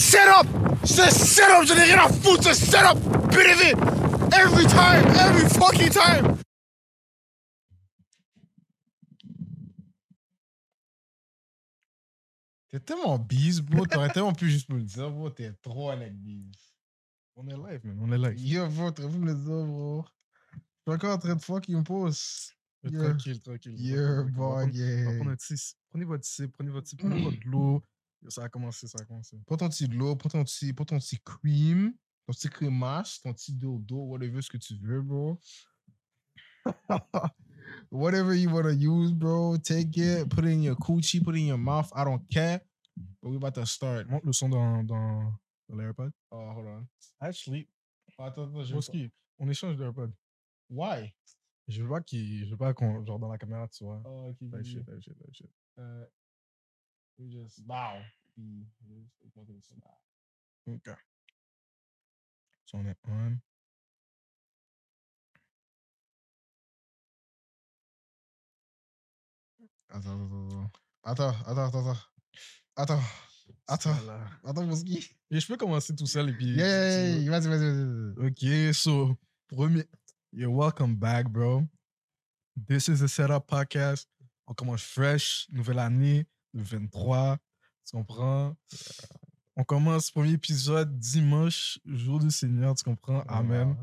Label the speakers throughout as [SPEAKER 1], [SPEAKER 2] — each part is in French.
[SPEAKER 1] setup. It's a setup, je n'ai rien à foutre, c'est setup. PDV. Every time, every fucking time.
[SPEAKER 2] T'es tellement bise, bro. T'aurais tellement pu juste me le dire, bro. T'es trop à la bise.
[SPEAKER 1] On est live, man. On est live.
[SPEAKER 2] Yo, bro, t'aurais pu me le dire, bro. Je suis encore en train de fucking pause. Yeah.
[SPEAKER 1] Tranquille, tranquille.
[SPEAKER 2] Yeah,
[SPEAKER 1] Tranquille. On va
[SPEAKER 2] boy,
[SPEAKER 1] prendre- on va
[SPEAKER 2] yeah.
[SPEAKER 1] prendre un petit sip. Prenez votre sip, prenez votre
[SPEAKER 2] Mmh.
[SPEAKER 1] sip, prenez votre l'eau. Yo, Ça a commencé, ça a commencé.
[SPEAKER 2] Prends ton petit de l'eau, prends ton petit, prends ton petit cream, ton petit crémage, ton petit dodo, whatever ce que tu veux, bro. whatever you want to use, bro, take it, put it in your coochie, put it in your mouth, I don't care. But we about to start.
[SPEAKER 1] Monte le son dans, dans, dans l'airpod.
[SPEAKER 2] Oh, hold on.
[SPEAKER 1] Actually,
[SPEAKER 2] Oh, attends, attends, je-
[SPEAKER 1] Broski, on échange d'airpod.
[SPEAKER 2] Why?
[SPEAKER 1] Je veux pas qu'il. Je veux pas qu'on. Genre dans la caméra, tu vois.
[SPEAKER 2] Oh, okay.
[SPEAKER 1] Type shit,
[SPEAKER 2] okay.
[SPEAKER 1] type shit, type shit.
[SPEAKER 2] Uh, we just wow. Mm, we just take one thing to that.
[SPEAKER 1] Ok. So on est on.
[SPEAKER 2] Attends, attends, attends, attends, attends, attends, attends, attends,
[SPEAKER 1] Voilà.
[SPEAKER 2] attends, Mouski.
[SPEAKER 1] Et je peux commencer tout seul et puis.
[SPEAKER 2] Yeah, yeah, yeah,
[SPEAKER 1] tu-
[SPEAKER 2] yeah, vas-y, vas-y, vas-y. vas-y.
[SPEAKER 1] Okay, so premier, you're welcome back, bro. This is the Setup Podcast. On commence fresh, nouvelle année, le 23. Tu comprends? On commence premier épisode dimanche, jour du Seigneur, tu comprends?
[SPEAKER 2] Ah,
[SPEAKER 1] Amen.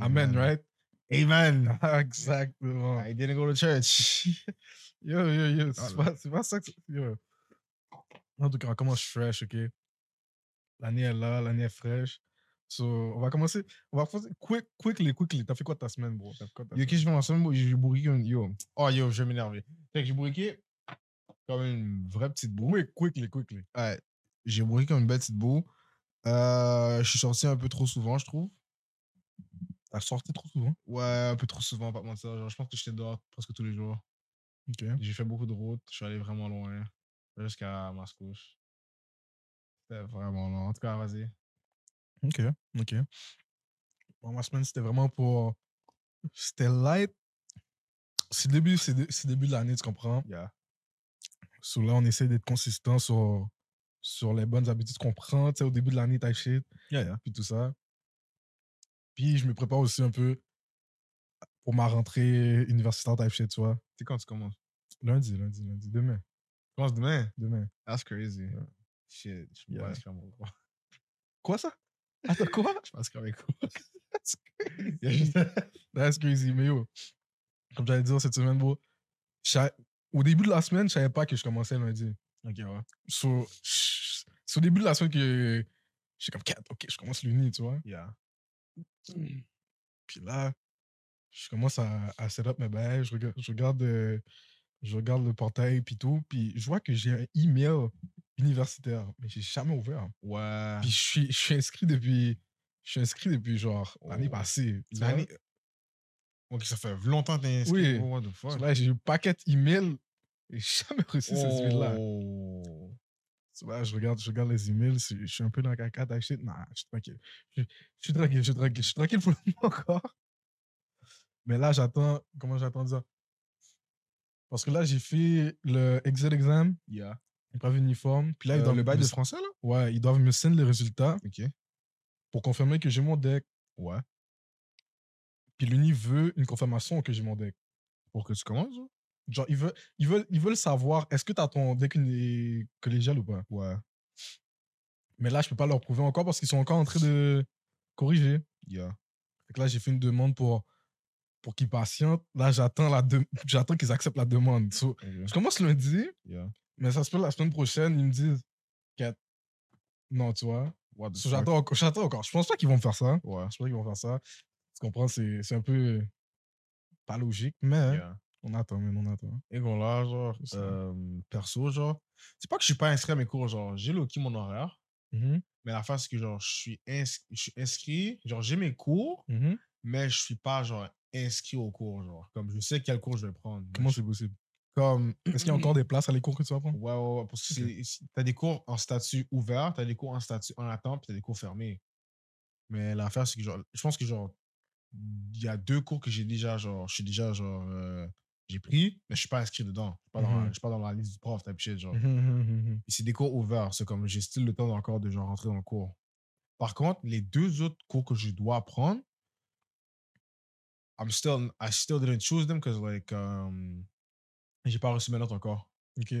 [SPEAKER 1] Amen, right? Amen. Exactement.
[SPEAKER 2] I didn't go to church. Oh,
[SPEAKER 1] Yo, yo, yo, c'est
[SPEAKER 2] là.
[SPEAKER 1] pas, c'est pas ça que. c'est- Yo. En tout cas, on commence fresh, ok? L'année est là, l'année est fraîche. So, on va commencer. On va commencer. Quick, quickly, quickly. T'as fait quoi ta semaine, bro? T'as fait quoi ta
[SPEAKER 2] Yo, qu'est-ce que je fais en ce moment? J'ai bourriqué une- Yo. Oh, yo, je vais m'énerver. Fait que j'ai bourriqué comme une vraie petite boue.
[SPEAKER 1] semaine? Quick, quickly, quickly.
[SPEAKER 2] Ouais, j'ai bourré comme une belle petite boue. Euh, je suis sorti un peu trop souvent, je trouve.
[SPEAKER 1] T'as sorti trop souvent.
[SPEAKER 2] Ouais, un peu trop souvent, pas te mentir. Genre, je pense que j'étais dehors presque tous les jours.
[SPEAKER 1] Ok.
[SPEAKER 2] J'ai fait beaucoup de routes. Je suis allé vraiment loin. Jusqu'à Mascouche. C'était vraiment long. En tout cas, vas-y.
[SPEAKER 1] Ok, ok. Bon, ma semaine, c'était vraiment pour. C'était light. C'est début, c'est dé- c'est début de l'année, tu comprends?
[SPEAKER 2] Yeah.
[SPEAKER 1] So là, on essaie d'être consistant sur, sur les bonnes habitudes qu'on prend, tu sais, au début de l'année, type shit.
[SPEAKER 2] Yeah, yeah.
[SPEAKER 1] puis tout ça. Puis je me prépare aussi un peu pour ma rentrée universitaire type shit, tu vois.
[SPEAKER 2] C'est quand tu commences?
[SPEAKER 1] Lundi, lundi, lundi, demain,
[SPEAKER 2] Tu commences demain?
[SPEAKER 1] demain.
[SPEAKER 2] That's crazy.
[SPEAKER 1] Ouais.
[SPEAKER 2] Shit, je
[SPEAKER 1] Yeah.
[SPEAKER 2] pense qu'à mon cours.
[SPEAKER 1] Quoi ça? Attends, quoi?
[SPEAKER 2] Je pense qu'à mes cours.
[SPEAKER 1] That's crazy.
[SPEAKER 2] Il y a juste-
[SPEAKER 1] That's crazy, mais yo, comme j'allais dire cette semaine, bro, je savais- au début de la semaine, je savais pas que je commençais lundi.
[SPEAKER 2] Ok, ouais.
[SPEAKER 1] So, je- c'est au début de la semaine que j'ai comme 4, ok, je commence l'uni, tu vois.
[SPEAKER 2] Yeah.
[SPEAKER 1] Puis là, je commence à, à set up mes bails, je regarde, je regarde, euh, je regarde le portail puis tout, puis je vois que j'ai un email universitaire, mais j'ai jamais ouvert.
[SPEAKER 2] Ouais.
[SPEAKER 1] Puis je suis, je suis inscrit depuis, je suis inscrit depuis genre l'année
[SPEAKER 2] Oh.
[SPEAKER 1] passée. tu vois.
[SPEAKER 2] L'année. Ok, ça fait longtemps que t'es
[SPEAKER 1] Oui.
[SPEAKER 2] inscrit. Oh, what the
[SPEAKER 1] Parce
[SPEAKER 2] fuck?
[SPEAKER 1] que Là, j'ai eu paquet email et j'ai jamais reçu ces emails-là.
[SPEAKER 2] Oh.
[SPEAKER 1] Tu vois, je regarde, je regarde les emails, c'est- je suis un peu dans la caca type shit. Non, je suis tranquille. Je, je suis tranquille, je suis tranquille. Je suis tranquille pour le moment encore. Mais là, j'attends. Comment j'attends ça? Parce que là, j'ai fait le exit exam,
[SPEAKER 2] Yeah.
[SPEAKER 1] épreuve uniforme. Puis là, ils
[SPEAKER 2] Euh,
[SPEAKER 1] doivent
[SPEAKER 2] le bail
[SPEAKER 1] me-
[SPEAKER 2] de français, là?
[SPEAKER 1] Ouais, ils doivent me send les résultats
[SPEAKER 2] Ok.
[SPEAKER 1] pour confirmer que j'ai mon deck.
[SPEAKER 2] Ouais.
[SPEAKER 1] Puis l'Uni veut une confirmation que j'ai mon deck.
[SPEAKER 2] Pour que tu commences, là?
[SPEAKER 1] Genre, ils veulent, ils veulent, ils veulent savoir est-ce que tu as ton deck uni- collégial ou pas.
[SPEAKER 2] Ouais.
[SPEAKER 1] Mais là, je peux pas leur prouver encore parce qu'ils sont encore en train de corriger.
[SPEAKER 2] Yeah.
[SPEAKER 1] Fait que là, j'ai fait une demande pour, pour qu'ils patientent. Là, j'attends la de- j'attends qu'ils acceptent la demande. So,
[SPEAKER 2] Ok.
[SPEAKER 1] je commence lundi,
[SPEAKER 2] Yeah.
[SPEAKER 1] mais ça se peut la semaine prochaine, ils me disent Kat, non, tu vois.
[SPEAKER 2] What the
[SPEAKER 1] So,
[SPEAKER 2] fuck?
[SPEAKER 1] j'attends encore, j'attends encore. Je pense pas qu'ils vont me faire ça.
[SPEAKER 2] Ouais.
[SPEAKER 1] Je pense pas qu'ils vont faire ça. Tu comprends, c'est c'est un peu euh, pas logique, mais
[SPEAKER 2] Yeah.
[SPEAKER 1] on attend, man, on attend.
[SPEAKER 2] Et qu'on là, genre,
[SPEAKER 1] C'est ça.
[SPEAKER 2] euh, perso, genre. C'est pas que je suis pas inscrit à mes cours, genre, j'ai loqué mon horaire.
[SPEAKER 1] Mhm,
[SPEAKER 2] Mais la face, c'est que, genre, je suis, ins- je suis inscrit, genre, j'ai mes cours,
[SPEAKER 1] mhm.
[SPEAKER 2] mais je suis pas, genre, inscrit au cours, genre. Comme je sais quel cours je vais prendre. mais
[SPEAKER 1] Comment
[SPEAKER 2] je-
[SPEAKER 1] c'est possible
[SPEAKER 2] Comme.
[SPEAKER 1] Est-ce qu'il y a encore des places à les cours que tu vas prendre
[SPEAKER 2] Ouais, ouais, ouais, Parce que
[SPEAKER 1] Ok.
[SPEAKER 2] c'est- c'est- t'as des cours en statut ouvert, t'as des cours en statut en attente, puis t'as des cours fermés. Mais l'affaire, c'est que genre, je pense que genre, il y a deux cours que j'ai déjà, genre, je suis déjà genre euh, J'ai pris, mais je suis pas inscrit dedans. Je suis pas, dans,
[SPEAKER 1] Mhm.
[SPEAKER 2] je suis pas dans la liste du prof, type shit, genre.
[SPEAKER 1] Mhm, mhm, mhm.
[SPEAKER 2] Et c'est des cours ouverts. C'est comme j'ai style le temps encore de genre rentrer dans le cours. Par contre, les deux autres cours que je dois prendre, I'm still, I still didn't choose them because like um, j'ai pas reçu mes notes encore.
[SPEAKER 1] Ok.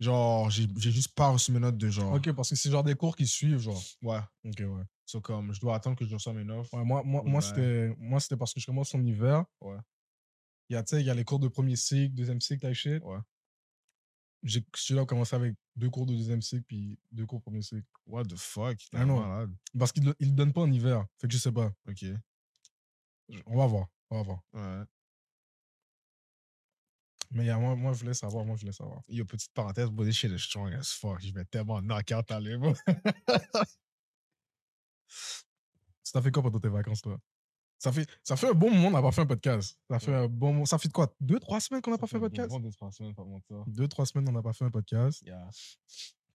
[SPEAKER 2] Genre, j'ai j'ai juste pas reçu mes notes de genre.
[SPEAKER 1] Ok, parce que c'est genre des cours qui suivent, genre.
[SPEAKER 2] Ouais.
[SPEAKER 1] Ok, ouais.
[SPEAKER 2] So comme je dois attendre que je reçois mes notes.
[SPEAKER 1] Ouais, moi, moi,
[SPEAKER 2] Ouais.
[SPEAKER 1] moi, c'était, moi, c'était parce que je commence en hiver.
[SPEAKER 2] Ouais.
[SPEAKER 1] Il y a, tu sais, il y a les cours de premier cycle, deuxième cycle, type shit.
[SPEAKER 2] Ouais.
[SPEAKER 1] J'ai, je suis là, commencé avec deux cours de deuxième cycle, puis deux cours premier cycle.
[SPEAKER 2] What the fuck? t'es
[SPEAKER 1] Ah non.
[SPEAKER 2] malade.
[SPEAKER 1] Parce qu'ils ne donnent pas en hiver. Fait que je sais pas.
[SPEAKER 2] Ok.
[SPEAKER 1] Je- On va voir. On va voir.
[SPEAKER 2] Ouais.
[SPEAKER 1] Mais il y a- moi, moi, je voulais savoir. Moi, je voulais savoir.
[SPEAKER 2] Yo, petite parenthèse, bro, this shit is strong as fuck. Je vais tellement knock out aller, bro.
[SPEAKER 1] Ça t'a fait quoi pendant tes vacances, toi ça fait, ça fait un bon moment qu'on n'a pas fait un podcast. Ça fait un bon moment. Ça fait quoi Deux, trois semaines qu'on n'a pas fait un podcast
[SPEAKER 2] Deux, trois semaines, pas mentir.
[SPEAKER 1] Deux, trois semaines qu'on n'a pas fait un podcast.
[SPEAKER 2] Yeah.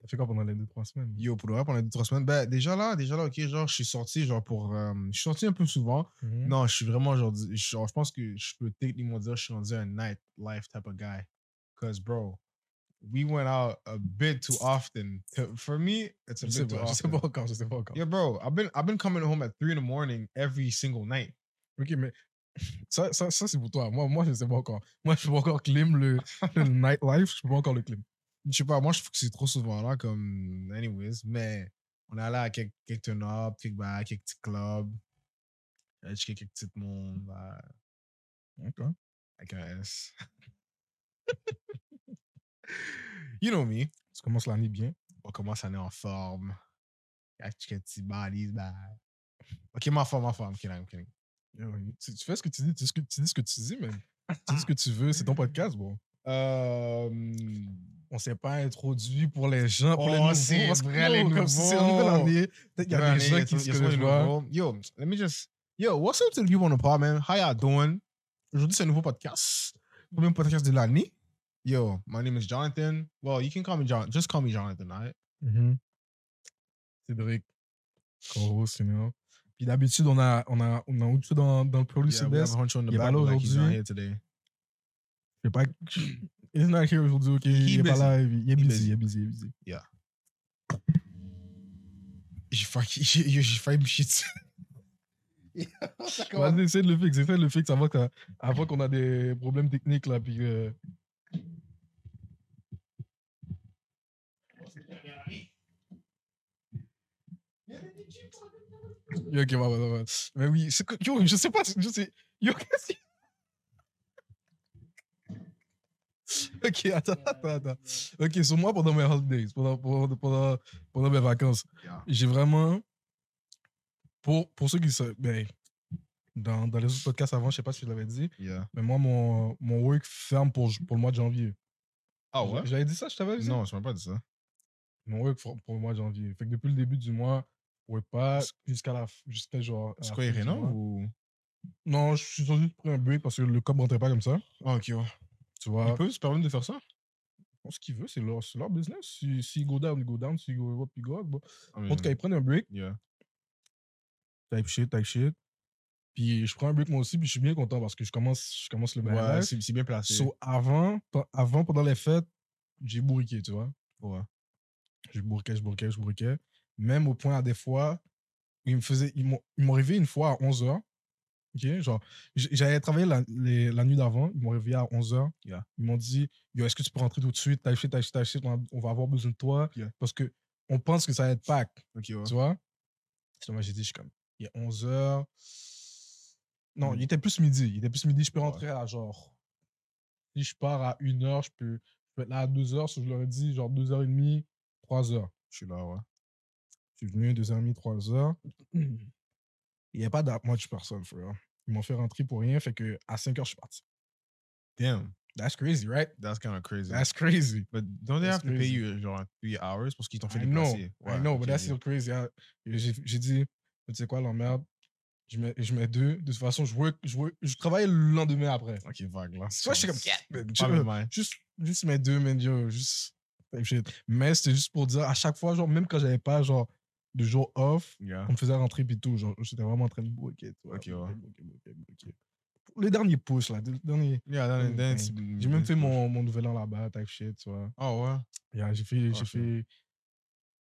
[SPEAKER 1] Ça fait quoi pendant les deux, trois semaines
[SPEAKER 2] Yo, pour le vrai, pendant deux, trois semaines. Ben, déjà là, déjà là, ok, genre, je suis sorti, genre, pour. euh, je suis sorti un peu souvent.
[SPEAKER 1] Mhm.
[SPEAKER 2] Non, je suis vraiment, genre, du- genre, je pense que je peux techniquement dire, je suis rendu un nightlife type of guy. Cause, bro, we went out a bit too often. To- for me, it's a
[SPEAKER 1] Je sais
[SPEAKER 2] bit too
[SPEAKER 1] pas. Je sais
[SPEAKER 2] often.
[SPEAKER 1] pas encore. Je sais pas encore.
[SPEAKER 2] Yeah, bro, I've been, I've been coming home at three in the morning every single night.
[SPEAKER 1] Ok, mais ça, ça, ça c'est pour toi. Moi, moi, je sais pas encore. Moi, je peux pas encore clim le, le nightlife. Je peux pas encore le clim.
[SPEAKER 2] je sais pas, moi je trouve que c'est trop souvent là, comme, anyways, mais on est allé à quelques, quelques turn-up, quelques bars, quelques petits clubs, avec quelques petits mondes, là,
[SPEAKER 1] D'accord.
[SPEAKER 2] avec un S. you know me,
[SPEAKER 1] Tu commences l'année bien.
[SPEAKER 2] on commence à aller en forme, avec quelques petits bodies, bah. Ok, ma forme, ma forme, I'm kidding, I'm kidding.
[SPEAKER 1] Yo, Tu, tu fais ce que tu dis, tu, dis ce que- tu dis ce que tu dis, mais tu dis ce que tu veux, c'est ton podcast, bon.
[SPEAKER 2] Euh,
[SPEAKER 1] On s'est pas introduit pour les gens, pour les
[SPEAKER 2] Oh,
[SPEAKER 1] nouveaux.
[SPEAKER 2] c'est
[SPEAKER 1] parce que,
[SPEAKER 2] vrai, les
[SPEAKER 1] yo, comme si c'est une
[SPEAKER 2] nouveaux.
[SPEAKER 1] nouvelle année. Peut-être qu'il y a
[SPEAKER 2] Brandon,
[SPEAKER 1] des gens
[SPEAKER 2] yes,
[SPEAKER 1] qui
[SPEAKER 2] yes,
[SPEAKER 1] se
[SPEAKER 2] yes,
[SPEAKER 1] connaissent
[SPEAKER 2] you know,
[SPEAKER 1] pas.
[SPEAKER 2] bro. Yo, let me just. Yo, what's up to the people on the pod, man? How y'all doing? Aujourd'hui, c'est un nouveau podcast. Premier podcast de l'année. Yo, my name is Jonathan. Well, you can call me John. Just call me Jonathan, all right?
[SPEAKER 1] Mhm. Cédric, Corot, Senior. Puis d'habitude, on a, on a, on a Outsu dans, dans le Pro
[SPEAKER 2] Yeah, we have
[SPEAKER 1] Sylvestre.
[SPEAKER 2] Huncho in the
[SPEAKER 1] Il est pas
[SPEAKER 2] back,
[SPEAKER 1] là
[SPEAKER 2] but,
[SPEAKER 1] aujourd'hui. Je sais pas.
[SPEAKER 2] like, he's not here today.
[SPEAKER 1] Il est not here aujourd'hui, ok. Il est
[SPEAKER 2] busy.
[SPEAKER 1] pas là, il est
[SPEAKER 2] He
[SPEAKER 1] busy,
[SPEAKER 2] busy.
[SPEAKER 1] il est busy, il est busy.
[SPEAKER 2] J'ai failli, j'ai- yo, j'ai failli me chier dessus.
[SPEAKER 1] Vas-y, essaie de le fixe, essaie de le fixe avant que- avant qu'on a des problèmes techniques là. Puis, euh, Yo, ok, ouais, ouais, ouais. Mais oui, c'est que- yo, je sais pas, je sais. Yo, qu'est-ce que- Ok, attends, attends, attends. Ok, sur moi, pendant mes holidays, pendant, pendant, pendant, pendant mes vacances,
[SPEAKER 2] Yeah.
[SPEAKER 1] j'ai vraiment. Pour, pour ceux qui se. Ben, dans, dans les autres podcasts avant, je sais pas si je l'avais dit,
[SPEAKER 2] Yeah.
[SPEAKER 1] mais moi, mon, mon work ferme pour, pour le mois de janvier.
[SPEAKER 2] Ah
[SPEAKER 1] J'a-
[SPEAKER 2] ouais?
[SPEAKER 1] J'avais dit ça, Ah, je t'avais dit
[SPEAKER 2] Non, je ne pas dit ça.
[SPEAKER 1] Mon work for- pour le mois de janvier. Fait que depuis le début du mois, ouais, pas jusqu'à la. f- Jusqu'à genre. à
[SPEAKER 2] C'est
[SPEAKER 1] la
[SPEAKER 2] quoi,
[SPEAKER 1] fin du
[SPEAKER 2] Irena
[SPEAKER 1] mois.
[SPEAKER 2] ou.
[SPEAKER 1] Non, je suis juste pris un break parce que le cop rentrait pas comme ça.
[SPEAKER 2] Ah, ok, ouais.
[SPEAKER 1] Tu vois,
[SPEAKER 2] Ils peuvent se permettre de faire ça?
[SPEAKER 1] Bon, ce qu'ils veulent, c'est leur, c'est leur business. Si- S'ils go down, ils go down. S'ils go up, ils go up. Bon.
[SPEAKER 2] I
[SPEAKER 1] En tout cas,
[SPEAKER 2] mean,
[SPEAKER 1] ils prennent un break.
[SPEAKER 2] Hmm. Yeah.
[SPEAKER 1] Type shit, type shit. Puis je prends un break moi aussi, puis je suis bien content parce que je commence, je commence le
[SPEAKER 2] Ouais,
[SPEAKER 1] mariage.
[SPEAKER 2] c'est c'est bien placé.
[SPEAKER 1] so, avant, pe- avant, pendant les fêtes, j'ai bourriqué, tu vois.
[SPEAKER 2] Ouais.
[SPEAKER 1] Je bourriquais, je bourriquais, je bourriquais. Même au point, à des fois, ils me faisaient, ils m'ont ils m'ont réveillé une fois à 11h. Ok, genre, j- j'avais travaillé la, les- la nuit d'avant, ils m'ont réveillé à 11h.
[SPEAKER 2] Yeah.
[SPEAKER 1] Ils m'ont dit Yo, est-ce que tu peux rentrer tout de suite T'as shit, t'as shit, t'as shit, on, a- on va avoir besoin de toi.
[SPEAKER 2] Yeah.
[SPEAKER 1] Parce que on pense que ça va être Pâques,
[SPEAKER 2] Ok, ouais.
[SPEAKER 1] tu vois C'est moi, j'ai dit Je suis comme, il est 11h. Non, il était plus midi. Il était plus midi, je peux
[SPEAKER 2] Mmh. Ouais.
[SPEAKER 1] rentrer à genre. Si je pars à 1h, je peux, je peux être là à 2h, je leur ai dit genre 2h30, 3h.
[SPEAKER 2] Je suis là, ouais.
[SPEAKER 1] Je suis venu deux heures et demie, trois heures.
[SPEAKER 2] Mmh.
[SPEAKER 1] Il n'y a pas d'atmatch personne, frère. Ils m'ont fait rentrer pour rien, fait que à 5 heures, je suis parti.
[SPEAKER 2] Damn.
[SPEAKER 1] That's crazy, right?
[SPEAKER 2] That's kind of crazy.
[SPEAKER 1] That's crazy.
[SPEAKER 2] but don't they
[SPEAKER 1] that's
[SPEAKER 2] have to pay
[SPEAKER 1] crazy.
[SPEAKER 2] you genre three hours parce qu'ils t'ont fait
[SPEAKER 1] I know,
[SPEAKER 2] déplacer?
[SPEAKER 1] I know, but
[SPEAKER 2] ok,
[SPEAKER 1] that's
[SPEAKER 2] ok.
[SPEAKER 1] still crazy. Ah, J'ai j'ai dit, tu sais quoi, l'emmerde, je mets, je mets deux. De toute façon, je, work, je, work- je travaille le lendemain après.
[SPEAKER 2] Ok, vague là.
[SPEAKER 1] Tu vois, je suis comme,
[SPEAKER 2] Pas
[SPEAKER 1] man,
[SPEAKER 2] même,
[SPEAKER 1] chill,
[SPEAKER 2] hein.
[SPEAKER 1] juste, juste mes deux, man, yo, juste. type shit. Mais c'était juste pour dire, à chaque fois, genre, même quand j'avais pas, genre, de jour off,
[SPEAKER 2] Yeah.
[SPEAKER 1] on me faisait rentrer puis tout. genre, J'étais vraiment en train de bouquer.
[SPEAKER 2] Ok, ouais.
[SPEAKER 1] le dernier push, là. Le dernier...
[SPEAKER 2] Yeah, dans les
[SPEAKER 1] Mm,
[SPEAKER 2] dents,
[SPEAKER 1] J'ai même fait
[SPEAKER 2] mm.
[SPEAKER 1] mon, mon nouvel an là-bas, type shit, tu vois.
[SPEAKER 2] Oh, ouais.
[SPEAKER 1] Yeah, j'ai fait, j'ai
[SPEAKER 2] Parfait.
[SPEAKER 1] fait,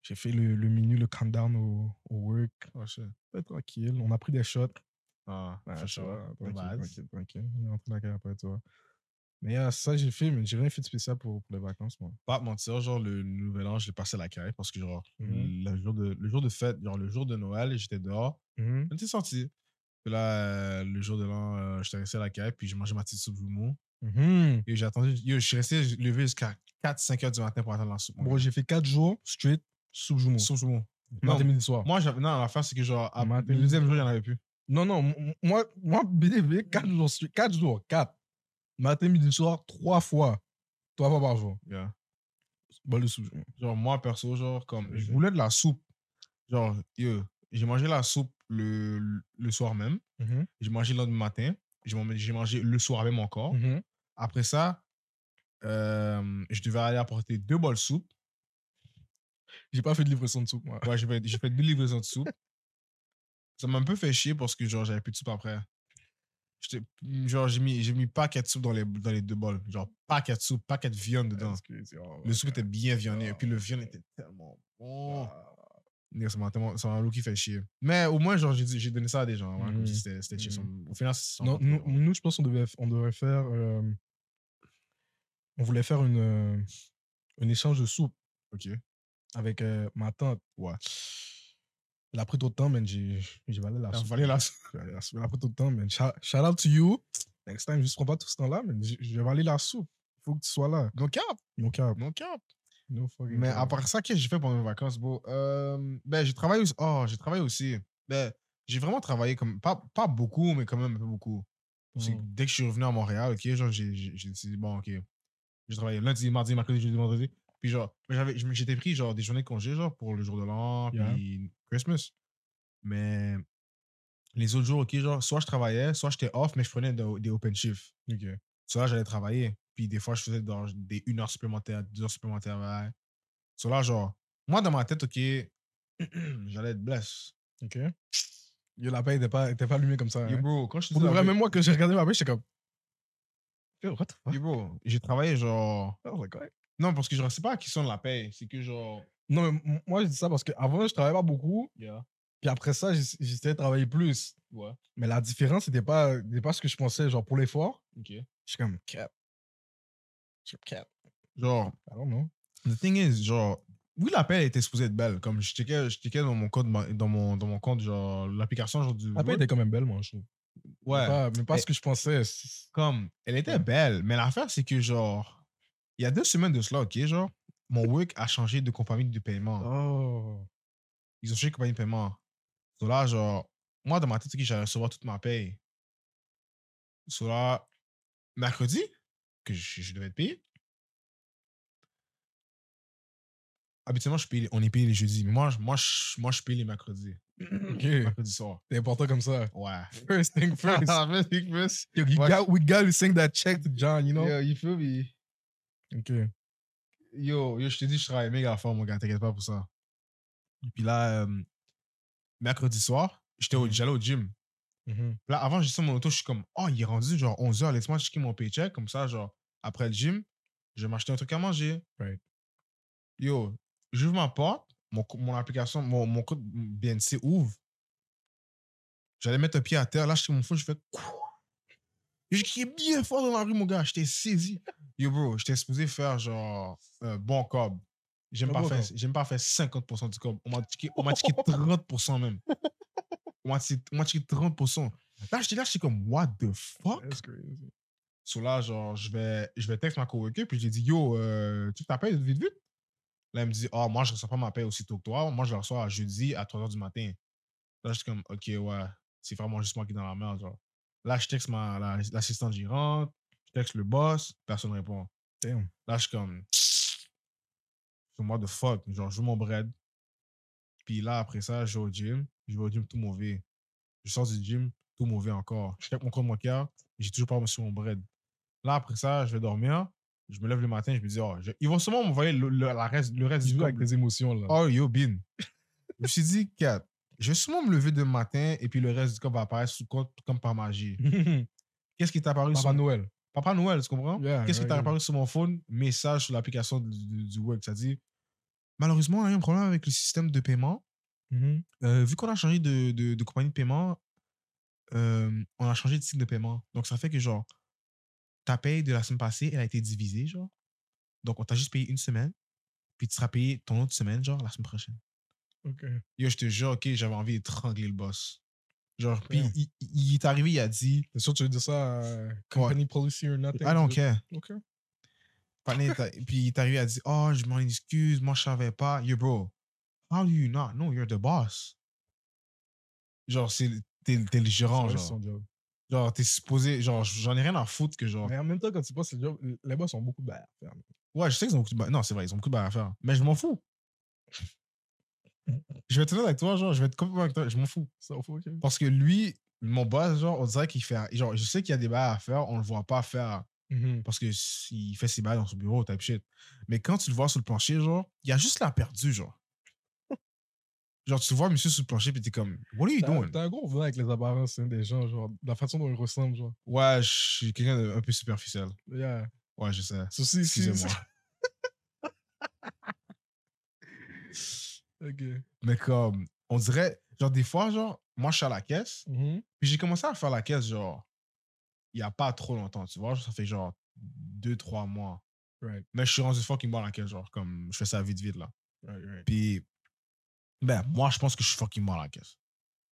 [SPEAKER 1] j'ai fait le, le menu, le countdown au, au work. Ah,
[SPEAKER 2] Oh, shit.
[SPEAKER 1] Ouais, tranquille, on a pris des shots.
[SPEAKER 2] Ah,
[SPEAKER 1] Ouais,
[SPEAKER 2] for
[SPEAKER 1] tu
[SPEAKER 2] sure.
[SPEAKER 1] vois,
[SPEAKER 2] De
[SPEAKER 1] tranquille,
[SPEAKER 2] base.
[SPEAKER 1] tranquille, tranquille. On est rentré dans la carrière après, tu vois. Mais yeah, ça, j'ai fait, mais j'ai rien fait de spécial pour, pour les vacances, moi.
[SPEAKER 2] Pas te mentir, genre, le nouvel an, je l'ai passé à la carrière parce que, genre,
[SPEAKER 1] Mhm.
[SPEAKER 2] le, jour de, le jour de fête, genre, le jour de Noël, j'étais dehors.
[SPEAKER 1] Mmh.
[SPEAKER 2] Je me suis sorti. Puis là, euh, le jour de l'an, euh, j'étais resté à la carrière, puis j'ai mangé ma petite soupe d'humour.
[SPEAKER 1] Mhm.
[SPEAKER 2] Et j'ai attendu. Yo, je suis resté levé jusqu'à 4-5 heures du matin pour attendre la soupe. mon
[SPEAKER 1] Bon,
[SPEAKER 2] gars.
[SPEAKER 1] j'ai fait 4 jours straight sous jumeau.
[SPEAKER 2] Soupe d'humour. Non,
[SPEAKER 1] Matin, midi, soir.
[SPEAKER 2] Moi, j'avais. Non, l'affaire, c'est que, genre, à-
[SPEAKER 1] Matin,
[SPEAKER 2] le deuxième jour, il n'y en avait plus.
[SPEAKER 1] Non, non, m- m- moi, moi BDB, 4 jours, 4 jours, 4. Matin, midi, soir, 3 fois. 3 fois par jour.
[SPEAKER 2] Yeah.
[SPEAKER 1] Bon, le sous
[SPEAKER 2] Genre, moi, perso, genre, comme.
[SPEAKER 1] Je
[SPEAKER 2] Je
[SPEAKER 1] sais.
[SPEAKER 2] voulais de la soupe. Genre, yo, j'ai mangé la soupe le, le soir même.
[SPEAKER 1] Mmh.
[SPEAKER 2] J'ai mangé le lendemain matin. J'ai mangé- j'ai mangé le soir même encore.
[SPEAKER 1] Hmm.
[SPEAKER 2] Après ça, euh, je devais aller apporter deux bols de soupe.
[SPEAKER 1] J'ai pas fait de livraison de soupe, moi.
[SPEAKER 2] Ouais, j'ai fait, j'ai fait deux livraisons de soupe. Ça m'a un peu fait chier parce que genre j'avais plus de soupe après. J'étais- Genre j'ai mis, j'ai mis paquet de soupe dans les, dans les deux bols. Genre paquet de soupe, paquet de viande
[SPEAKER 1] Euh,
[SPEAKER 2] dedans. Le soupe était bien viandé et puis le viande était tellement bon. Non, ça m'a tellement, ça m'a low-key fait chier. Mais au moins genre j'ai, dit- j'ai donné ça à des gens. ouais, comme si
[SPEAKER 1] Mhm.
[SPEAKER 2] c'était, c'était chill.
[SPEAKER 1] Mhm.
[SPEAKER 2] Au final, c'est
[SPEAKER 1] Non, nous, nous, je pense qu'on devait, on devrait faire. euh, on voulait faire une, euh, un échange de soupe
[SPEAKER 2] Ok.
[SPEAKER 1] avec euh, ma tante.
[SPEAKER 2] Ouais.
[SPEAKER 1] Elle a pris trop de temps, man. J'ai j'ai valé la
[SPEAKER 2] T'as
[SPEAKER 1] soupe.
[SPEAKER 2] avalé la soupe.
[SPEAKER 1] J'ai valé la soupe. Elle a pris trop de temps, man. Shout, shout out to you. Next time, juste prends pas tout ce temps-là, man. J'ai- Je vais valer la soupe. Il faut que tu sois là.
[SPEAKER 2] Non cap,
[SPEAKER 1] No cap.
[SPEAKER 2] non cap.
[SPEAKER 1] No fucking
[SPEAKER 2] Mais à
[SPEAKER 1] cap.
[SPEAKER 2] part ça, qu'est-ce que j'ai fait pendant mes vacances, bro? Euh, ben, j'ai travaillé aussi. Oh, j'ai travaillé aussi. Ben, j'ai vraiment travaillé comme. Pas, pas beaucoup, mais quand même un peu beaucoup. Parce que
[SPEAKER 1] Mhm.
[SPEAKER 2] dès que je suis revenu à Montréal, ok, genre, j'ai j'ai- j'ai décidé, bon, ok. J'ai travaillé lundi, mardi, mercredi, jeudi, vendredi. Puis, genre, mais j'avais- je me- j'étais pris, genre, des journées de congé, genre, pour le jour de l'an,
[SPEAKER 1] Yeah.
[SPEAKER 2] puis Christmas. Mais les autres jours, ok, genre, soit je travaillais, soit j'étais off, mais je prenais de- des open shifts.
[SPEAKER 1] Ok.
[SPEAKER 2] Soit là, j'allais travailler. Puis des fois, je faisais dans des une heure supplémentaire, deux heures supplémentaires. ouais. So là, genre, moi, dans ma tête, OK, j'allais être blessé.
[SPEAKER 1] Ok. Yo, la paix était pas, était pas allumée comme ça.
[SPEAKER 2] Yo,
[SPEAKER 1] hein.
[SPEAKER 2] bro, quand je te
[SPEAKER 1] Pour
[SPEAKER 2] dis
[SPEAKER 1] de
[SPEAKER 2] la
[SPEAKER 1] vrai,
[SPEAKER 2] vérité-
[SPEAKER 1] même moi, que j'ai regardé ma paix, j'étais comme. Yo, what the fuck?
[SPEAKER 2] Yo, bro, j'ai travaillé, genre... oh
[SPEAKER 1] I was like, ouais.
[SPEAKER 2] Non, parce que je ne sais pas à qui sonne la paye. C'est que, genre...
[SPEAKER 1] Non, mais m- moi, je dis ça parce qu'avant, je travaillais pas beaucoup. Puis après ça, j'ess- j'essayais de travailler plus.
[SPEAKER 2] Ouais.
[SPEAKER 1] Mais la différence, c'était pas, c'était pas ce que je pensais. Genre, pour l'effort,
[SPEAKER 2] OK.
[SPEAKER 1] je suis comme cap. Je suis comme cap.
[SPEAKER 2] Genre,
[SPEAKER 1] I don't know.
[SPEAKER 2] the thing is, genre... Oui, la paye était supposée être belle. Comme je checkais, je checkais dans mon compte, ma- dans mon, dans mon compte, genre, l'application, genre, du...
[SPEAKER 1] La paix
[SPEAKER 2] Word.
[SPEAKER 1] était quand même belle, moi, je trouve. Mais
[SPEAKER 2] Ouais.
[SPEAKER 1] pas- mais pas
[SPEAKER 2] Et-
[SPEAKER 1] ce que je pensais. C'est-
[SPEAKER 2] comme elle était
[SPEAKER 1] Ouais.
[SPEAKER 2] belle, mais l'affaire c'est que genre il y a deux semaines de cela, ok, genre mon work a changé de compagnie de paiement.
[SPEAKER 1] Oh.
[SPEAKER 2] Ils ont changé de compagnie de paiement. Donc là, genre moi dans ma tête, c'est que j'allais recevoir toute ma paye. Sur là, mercredi que je, je devais être payé. Habituellement, je paye, on est payé les jeudis, mais moi, je- moi, je, moi, je paye les mercredis.
[SPEAKER 1] Ok.
[SPEAKER 2] Mercredi soir.
[SPEAKER 1] C'est important comme ça.
[SPEAKER 2] Ouais.
[SPEAKER 1] First thing first. Yo, you
[SPEAKER 2] Ouais.
[SPEAKER 1] got, we got to send that check to John, you know?
[SPEAKER 2] Yeah, you feel me?
[SPEAKER 1] Ok.
[SPEAKER 2] Yo, yo, je t'ai dit, je travaille méga fort, mon gars, t'inquiète pas pour ça. Et puis là, euh, mercredi soir, j'étais au-
[SPEAKER 1] Mhm.
[SPEAKER 2] j'allais au gym.
[SPEAKER 1] Mhm.
[SPEAKER 2] Puis Là, avant, j'étais sur mon auto, je suis comme, oh, il est rendu genre 11h, laisse-moi checker mon paycheck. Comme ça, genre, après le gym, je vais m'acheter un truc à manger.
[SPEAKER 1] Right.
[SPEAKER 2] Yo, j'ouvre ma porte, mon, co- mon application, mon, mon code BNC ouvre. J'allais mettre un pied à terre, là, j'étais mon fou, je fais quoi? J'ai crié bien fort dans la rue, mon gars, j'étais saisi. Yo, bro, j'étais supposé faire genre un bon cob. J'ai
[SPEAKER 1] Un
[SPEAKER 2] même pas,
[SPEAKER 1] bon
[SPEAKER 2] fait-
[SPEAKER 1] cob.
[SPEAKER 2] j'ai même pas fait 50% du cob. On m'a checké, on m'a checké 30% même. On m'a checké- on m'a checké 30%. Là, j'étais là, j'étais comme, what the fuck?
[SPEAKER 1] That's crazy.
[SPEAKER 2] So là, genre, je vais, je vais texte ma coworker, puis j'ai dit, yo, euh, tu t'appelles vite, vite? Là, elle me dit, ah, moi, je reçois pas ma paie aussitôt que toi. Moi, je la reçois à jeudi à 3 h du matin. Là, je suis comme, ok, ouais, c'est vraiment juste moi qui est dans la merde, genre. Là, je texte ma, la- l'assistante gérante, je texte le boss, personne répond.
[SPEAKER 1] Damn.
[SPEAKER 2] Là, je suis comme, c'est moi de fuck. Genre, je joue mon bread. Puis là, après ça, je vais au gym. Je vais au gym tout mauvais. Je sors du gym tout mauvais encore. Je check mon compte bancaire. J'ai toujours pas sur mon bread. Là, après ça, je vais dormir. Je me lève le matin. Je me dis, oh, je- ils vont sûrement m'envoyer le, le- la reste, le reste
[SPEAKER 1] Tu
[SPEAKER 2] du
[SPEAKER 1] joues
[SPEAKER 2] compte.
[SPEAKER 1] avec tes émotions, là.
[SPEAKER 2] Oh, yo, bin. je me suis dit, 4. Je vais sûrement me lever demain matin et puis le reste du compte va apparaître sous compte comme par magie. Qu'est-ce qui t'a apparu
[SPEAKER 1] Papa
[SPEAKER 2] sur
[SPEAKER 1] Noël.
[SPEAKER 2] Papa Noël, tu comprends?
[SPEAKER 1] Yeah,
[SPEAKER 2] Qu'est-ce qui
[SPEAKER 1] yeah,
[SPEAKER 2] t'a
[SPEAKER 1] yeah.
[SPEAKER 2] apparu sur mon phone? Message sur l'application du, du- du web. Ça dit Malheureusement, on a eu un problème avec le système de paiement.
[SPEAKER 1] Mhm.
[SPEAKER 2] Euh, vu qu'on a changé de, de- de compagnie de paiement, euh, on a changé de signe de paiement. Donc, ça fait que, genre, ta paye de la semaine passée, elle a été divisée, genre. Donc, on t'a juste payé une semaine, puis tu seras payé ton autre semaine, genre, la semaine prochaine.
[SPEAKER 1] Ok.
[SPEAKER 2] Yo, je te jure, OK, j'avais envie d'étrangler le boss. Genre, puis
[SPEAKER 1] Damn.
[SPEAKER 2] il, il- il est arrivé, il a dit
[SPEAKER 1] T'es sûr que tu veux dire ça à Company Policy or Nothing?
[SPEAKER 2] I don't care.
[SPEAKER 1] Ok.
[SPEAKER 2] Partner, t'as- puis il est arrivé, il a dit Oh, je m'en excuse, moi je savais pas. Yo, bro, how do you not know you're the boss? Genre, c'est, le- t'es, le- t'es le gérant,
[SPEAKER 1] C'est
[SPEAKER 2] genre.
[SPEAKER 1] son job.
[SPEAKER 2] Genre, t'es supposé, genre, j'en ai rien à foutre que genre.
[SPEAKER 1] Mais en même temps, quand tu passes le job, les boss ont beaucoup de barres. à faire.
[SPEAKER 2] Ouais, je sais qu'ils ont beaucoup de barres. Non, c'est vrai, ils ont beaucoup de barres à faire. Mais je m'en fous. je vais être honnête avec toi, genre, je vais être complètement avec toi, je m'en fous.
[SPEAKER 1] Ça, faut ok.
[SPEAKER 2] Parce que lui, mon boss, genre, on dirait qu'il fait. Genre, je sais qu'il y a des barres à faire, on le voit pas faire.
[SPEAKER 1] Mhm.
[SPEAKER 2] parce que s- il fait ses balles dans son bureau, type shit. Mais quand tu le vois sur le plancher, genre, il y a juste l'air perdu, genre. genre, tu vois monsieur sur le plancher, puis t'es comme, what are you
[SPEAKER 1] T'as
[SPEAKER 2] doing?
[SPEAKER 1] t'as un gros problème avec les apparences hein, des gens, genre, la façon dont ils ressemblent, genre.
[SPEAKER 2] Ouais, je suis quelqu'un d'un peu superficiel.
[SPEAKER 1] Yeah.
[SPEAKER 2] Ouais, je sais.
[SPEAKER 1] So, si- si-
[SPEAKER 2] Excusez-moi.
[SPEAKER 1] Ok.
[SPEAKER 2] Mais comme, on dirait, genre, des fois, genre, moi, je suis à la caisse,
[SPEAKER 1] Mhm.
[SPEAKER 2] puis j'ai commencé à faire la caisse, genre, il y a pas trop longtemps, tu vois, ça fait genre deux, trois mois.
[SPEAKER 1] Right.
[SPEAKER 2] Mais je suis rendu fucking bon à la caisse, genre, comme, je fais ça vite, vite, là.
[SPEAKER 1] Right, right.
[SPEAKER 2] Puis, ben, moi, je pense que je suis fucking bon à la caisse.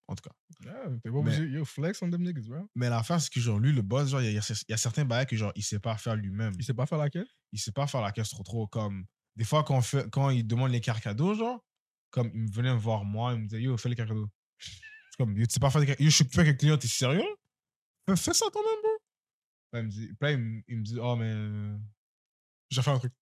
[SPEAKER 2] En tout cas.
[SPEAKER 1] Yeah, Ah, t'es pas obligé. Yo, flex on them niggas, bro.
[SPEAKER 2] Mais l'affaire, c'est que genre, lui, le boss, genre, il y, a- il y a cer- il y a certains bails que genre, il sait pas faire lui-même.
[SPEAKER 1] Il sait pas faire laquelle?
[SPEAKER 2] Il sait pas faire la caisse trop trop. Comme des fois, quand, on fait, quand il demande les cartes cadeaux, genre, comme il me venait me voir moi, il me disait, yo, fais les cartes cadeaux. Je suis comme, yo, tu sais pas faire les cartes Yo, je suis plus avec le client, t'es sérieux? Ben, Fais, fais ça toi-même, bro. Là, il me dit, puis là, il me, il me dit, oh, mais. euh, J'ai fait un truc.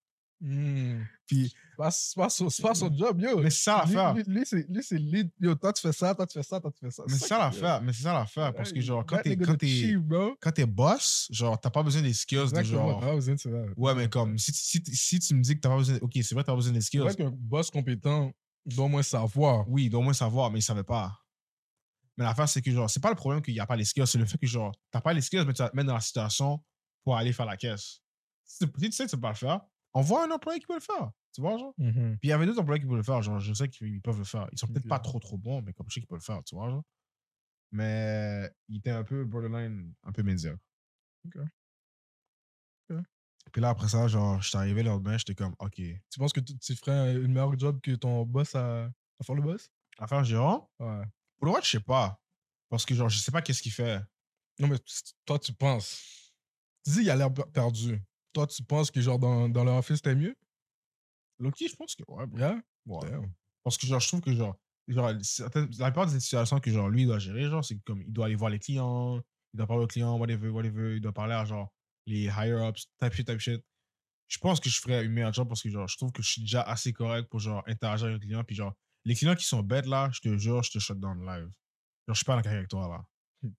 [SPEAKER 1] Hmm.
[SPEAKER 2] Puis,
[SPEAKER 1] C'est pas- C'est pas, son- c'est pas son job, yo.
[SPEAKER 2] mais c'est ça
[SPEAKER 1] Lui-
[SPEAKER 2] l'affaire.
[SPEAKER 1] Lui, lui, c'est- lui, c'est lead. Yo, toi, tu fais ça, toi, tu fais ça, toi, tu fais ça.
[SPEAKER 2] Mais c'est ça
[SPEAKER 1] qui-
[SPEAKER 2] l'affaire. Mais c'est ça l'affaire. Parce que
[SPEAKER 1] Hey,
[SPEAKER 2] genre, quand
[SPEAKER 1] that
[SPEAKER 2] t'es-
[SPEAKER 1] nigga
[SPEAKER 2] quand
[SPEAKER 1] the
[SPEAKER 2] t'es
[SPEAKER 1] chief, bro.
[SPEAKER 2] quand t'es boss, genre, t'as pas besoin des skills de
[SPEAKER 1] Exactement, Ah,
[SPEAKER 2] genre.
[SPEAKER 1] t'as pas besoin de ça.
[SPEAKER 2] Ouais, mais comme, si, si, si tu me dis que t'as pas besoin... OK, c'est vrai, t'as pas besoin des
[SPEAKER 1] C'est
[SPEAKER 2] skills.
[SPEAKER 1] vrai qu'un boss compétent doit au moins savoir.
[SPEAKER 2] Oui, il doit au moins savoir, mais il savait pas. Mais l'affaire, c'est que, genre, c'est pas le problème qu'il y a pas les skills, c'est le fait que, genre, t'as pas les skills, mais tu vas te mettre dans la situation pour aller faire la caisse. Si tu si tu sais que tu peux pas le faire, envoie un employé qui peut le faire. Tu vois, genre?
[SPEAKER 1] Mhm.
[SPEAKER 2] Puis il y avait d'autres employés qui pouvaient le faire. Genre, je sais qu'ils peuvent le faire. Ils sont peut-être
[SPEAKER 1] Ok.
[SPEAKER 2] pas trop, trop bons, mais comme je sais qu'ils peuvent le faire, tu vois. Genre. Mais il était un peu borderline, un peu médiocre.
[SPEAKER 1] Ok. Ok.
[SPEAKER 2] Puis là, après ça, genre, je suis arrivé le lendemain, j'étais comme, OK.
[SPEAKER 1] Tu penses que tu, tu ferais une meilleure job que ton boss à, à faire le boss?
[SPEAKER 2] Affaire gérant,
[SPEAKER 1] Ouais.
[SPEAKER 2] pour le vrai, je sais pas. Parce que, genre, je sais pas qu'est-ce qu'il fait.
[SPEAKER 1] Non, mais c- toi, tu penses. Tu dis, il a l'air per- perdu. Toi, tu penses que, genre, dans, dans leur office, t'es mieux?
[SPEAKER 2] Loki, je pense que, ouais, bro.
[SPEAKER 1] Yeah?
[SPEAKER 2] Ouais.
[SPEAKER 1] Damn.
[SPEAKER 2] Parce que, genre, je trouve que, genre, genre certaines- la plupart des situations que, genre, lui, il doit gérer, genre, c'est comme, il doit aller voir les clients, il doit parler aux clients, whatever, whatever, il doit parler à, genre, les higher-ups, type shit, type shit. Je pense que je ferais une meilleure job parce que, genre, je trouve que je suis déjà assez correct pour, genre, interagir avec les clients. Puis, genre, les clients qui sont bêtes, là, je te jure, je te shut down live. Genre, je suis pas d'accord avec toi, là.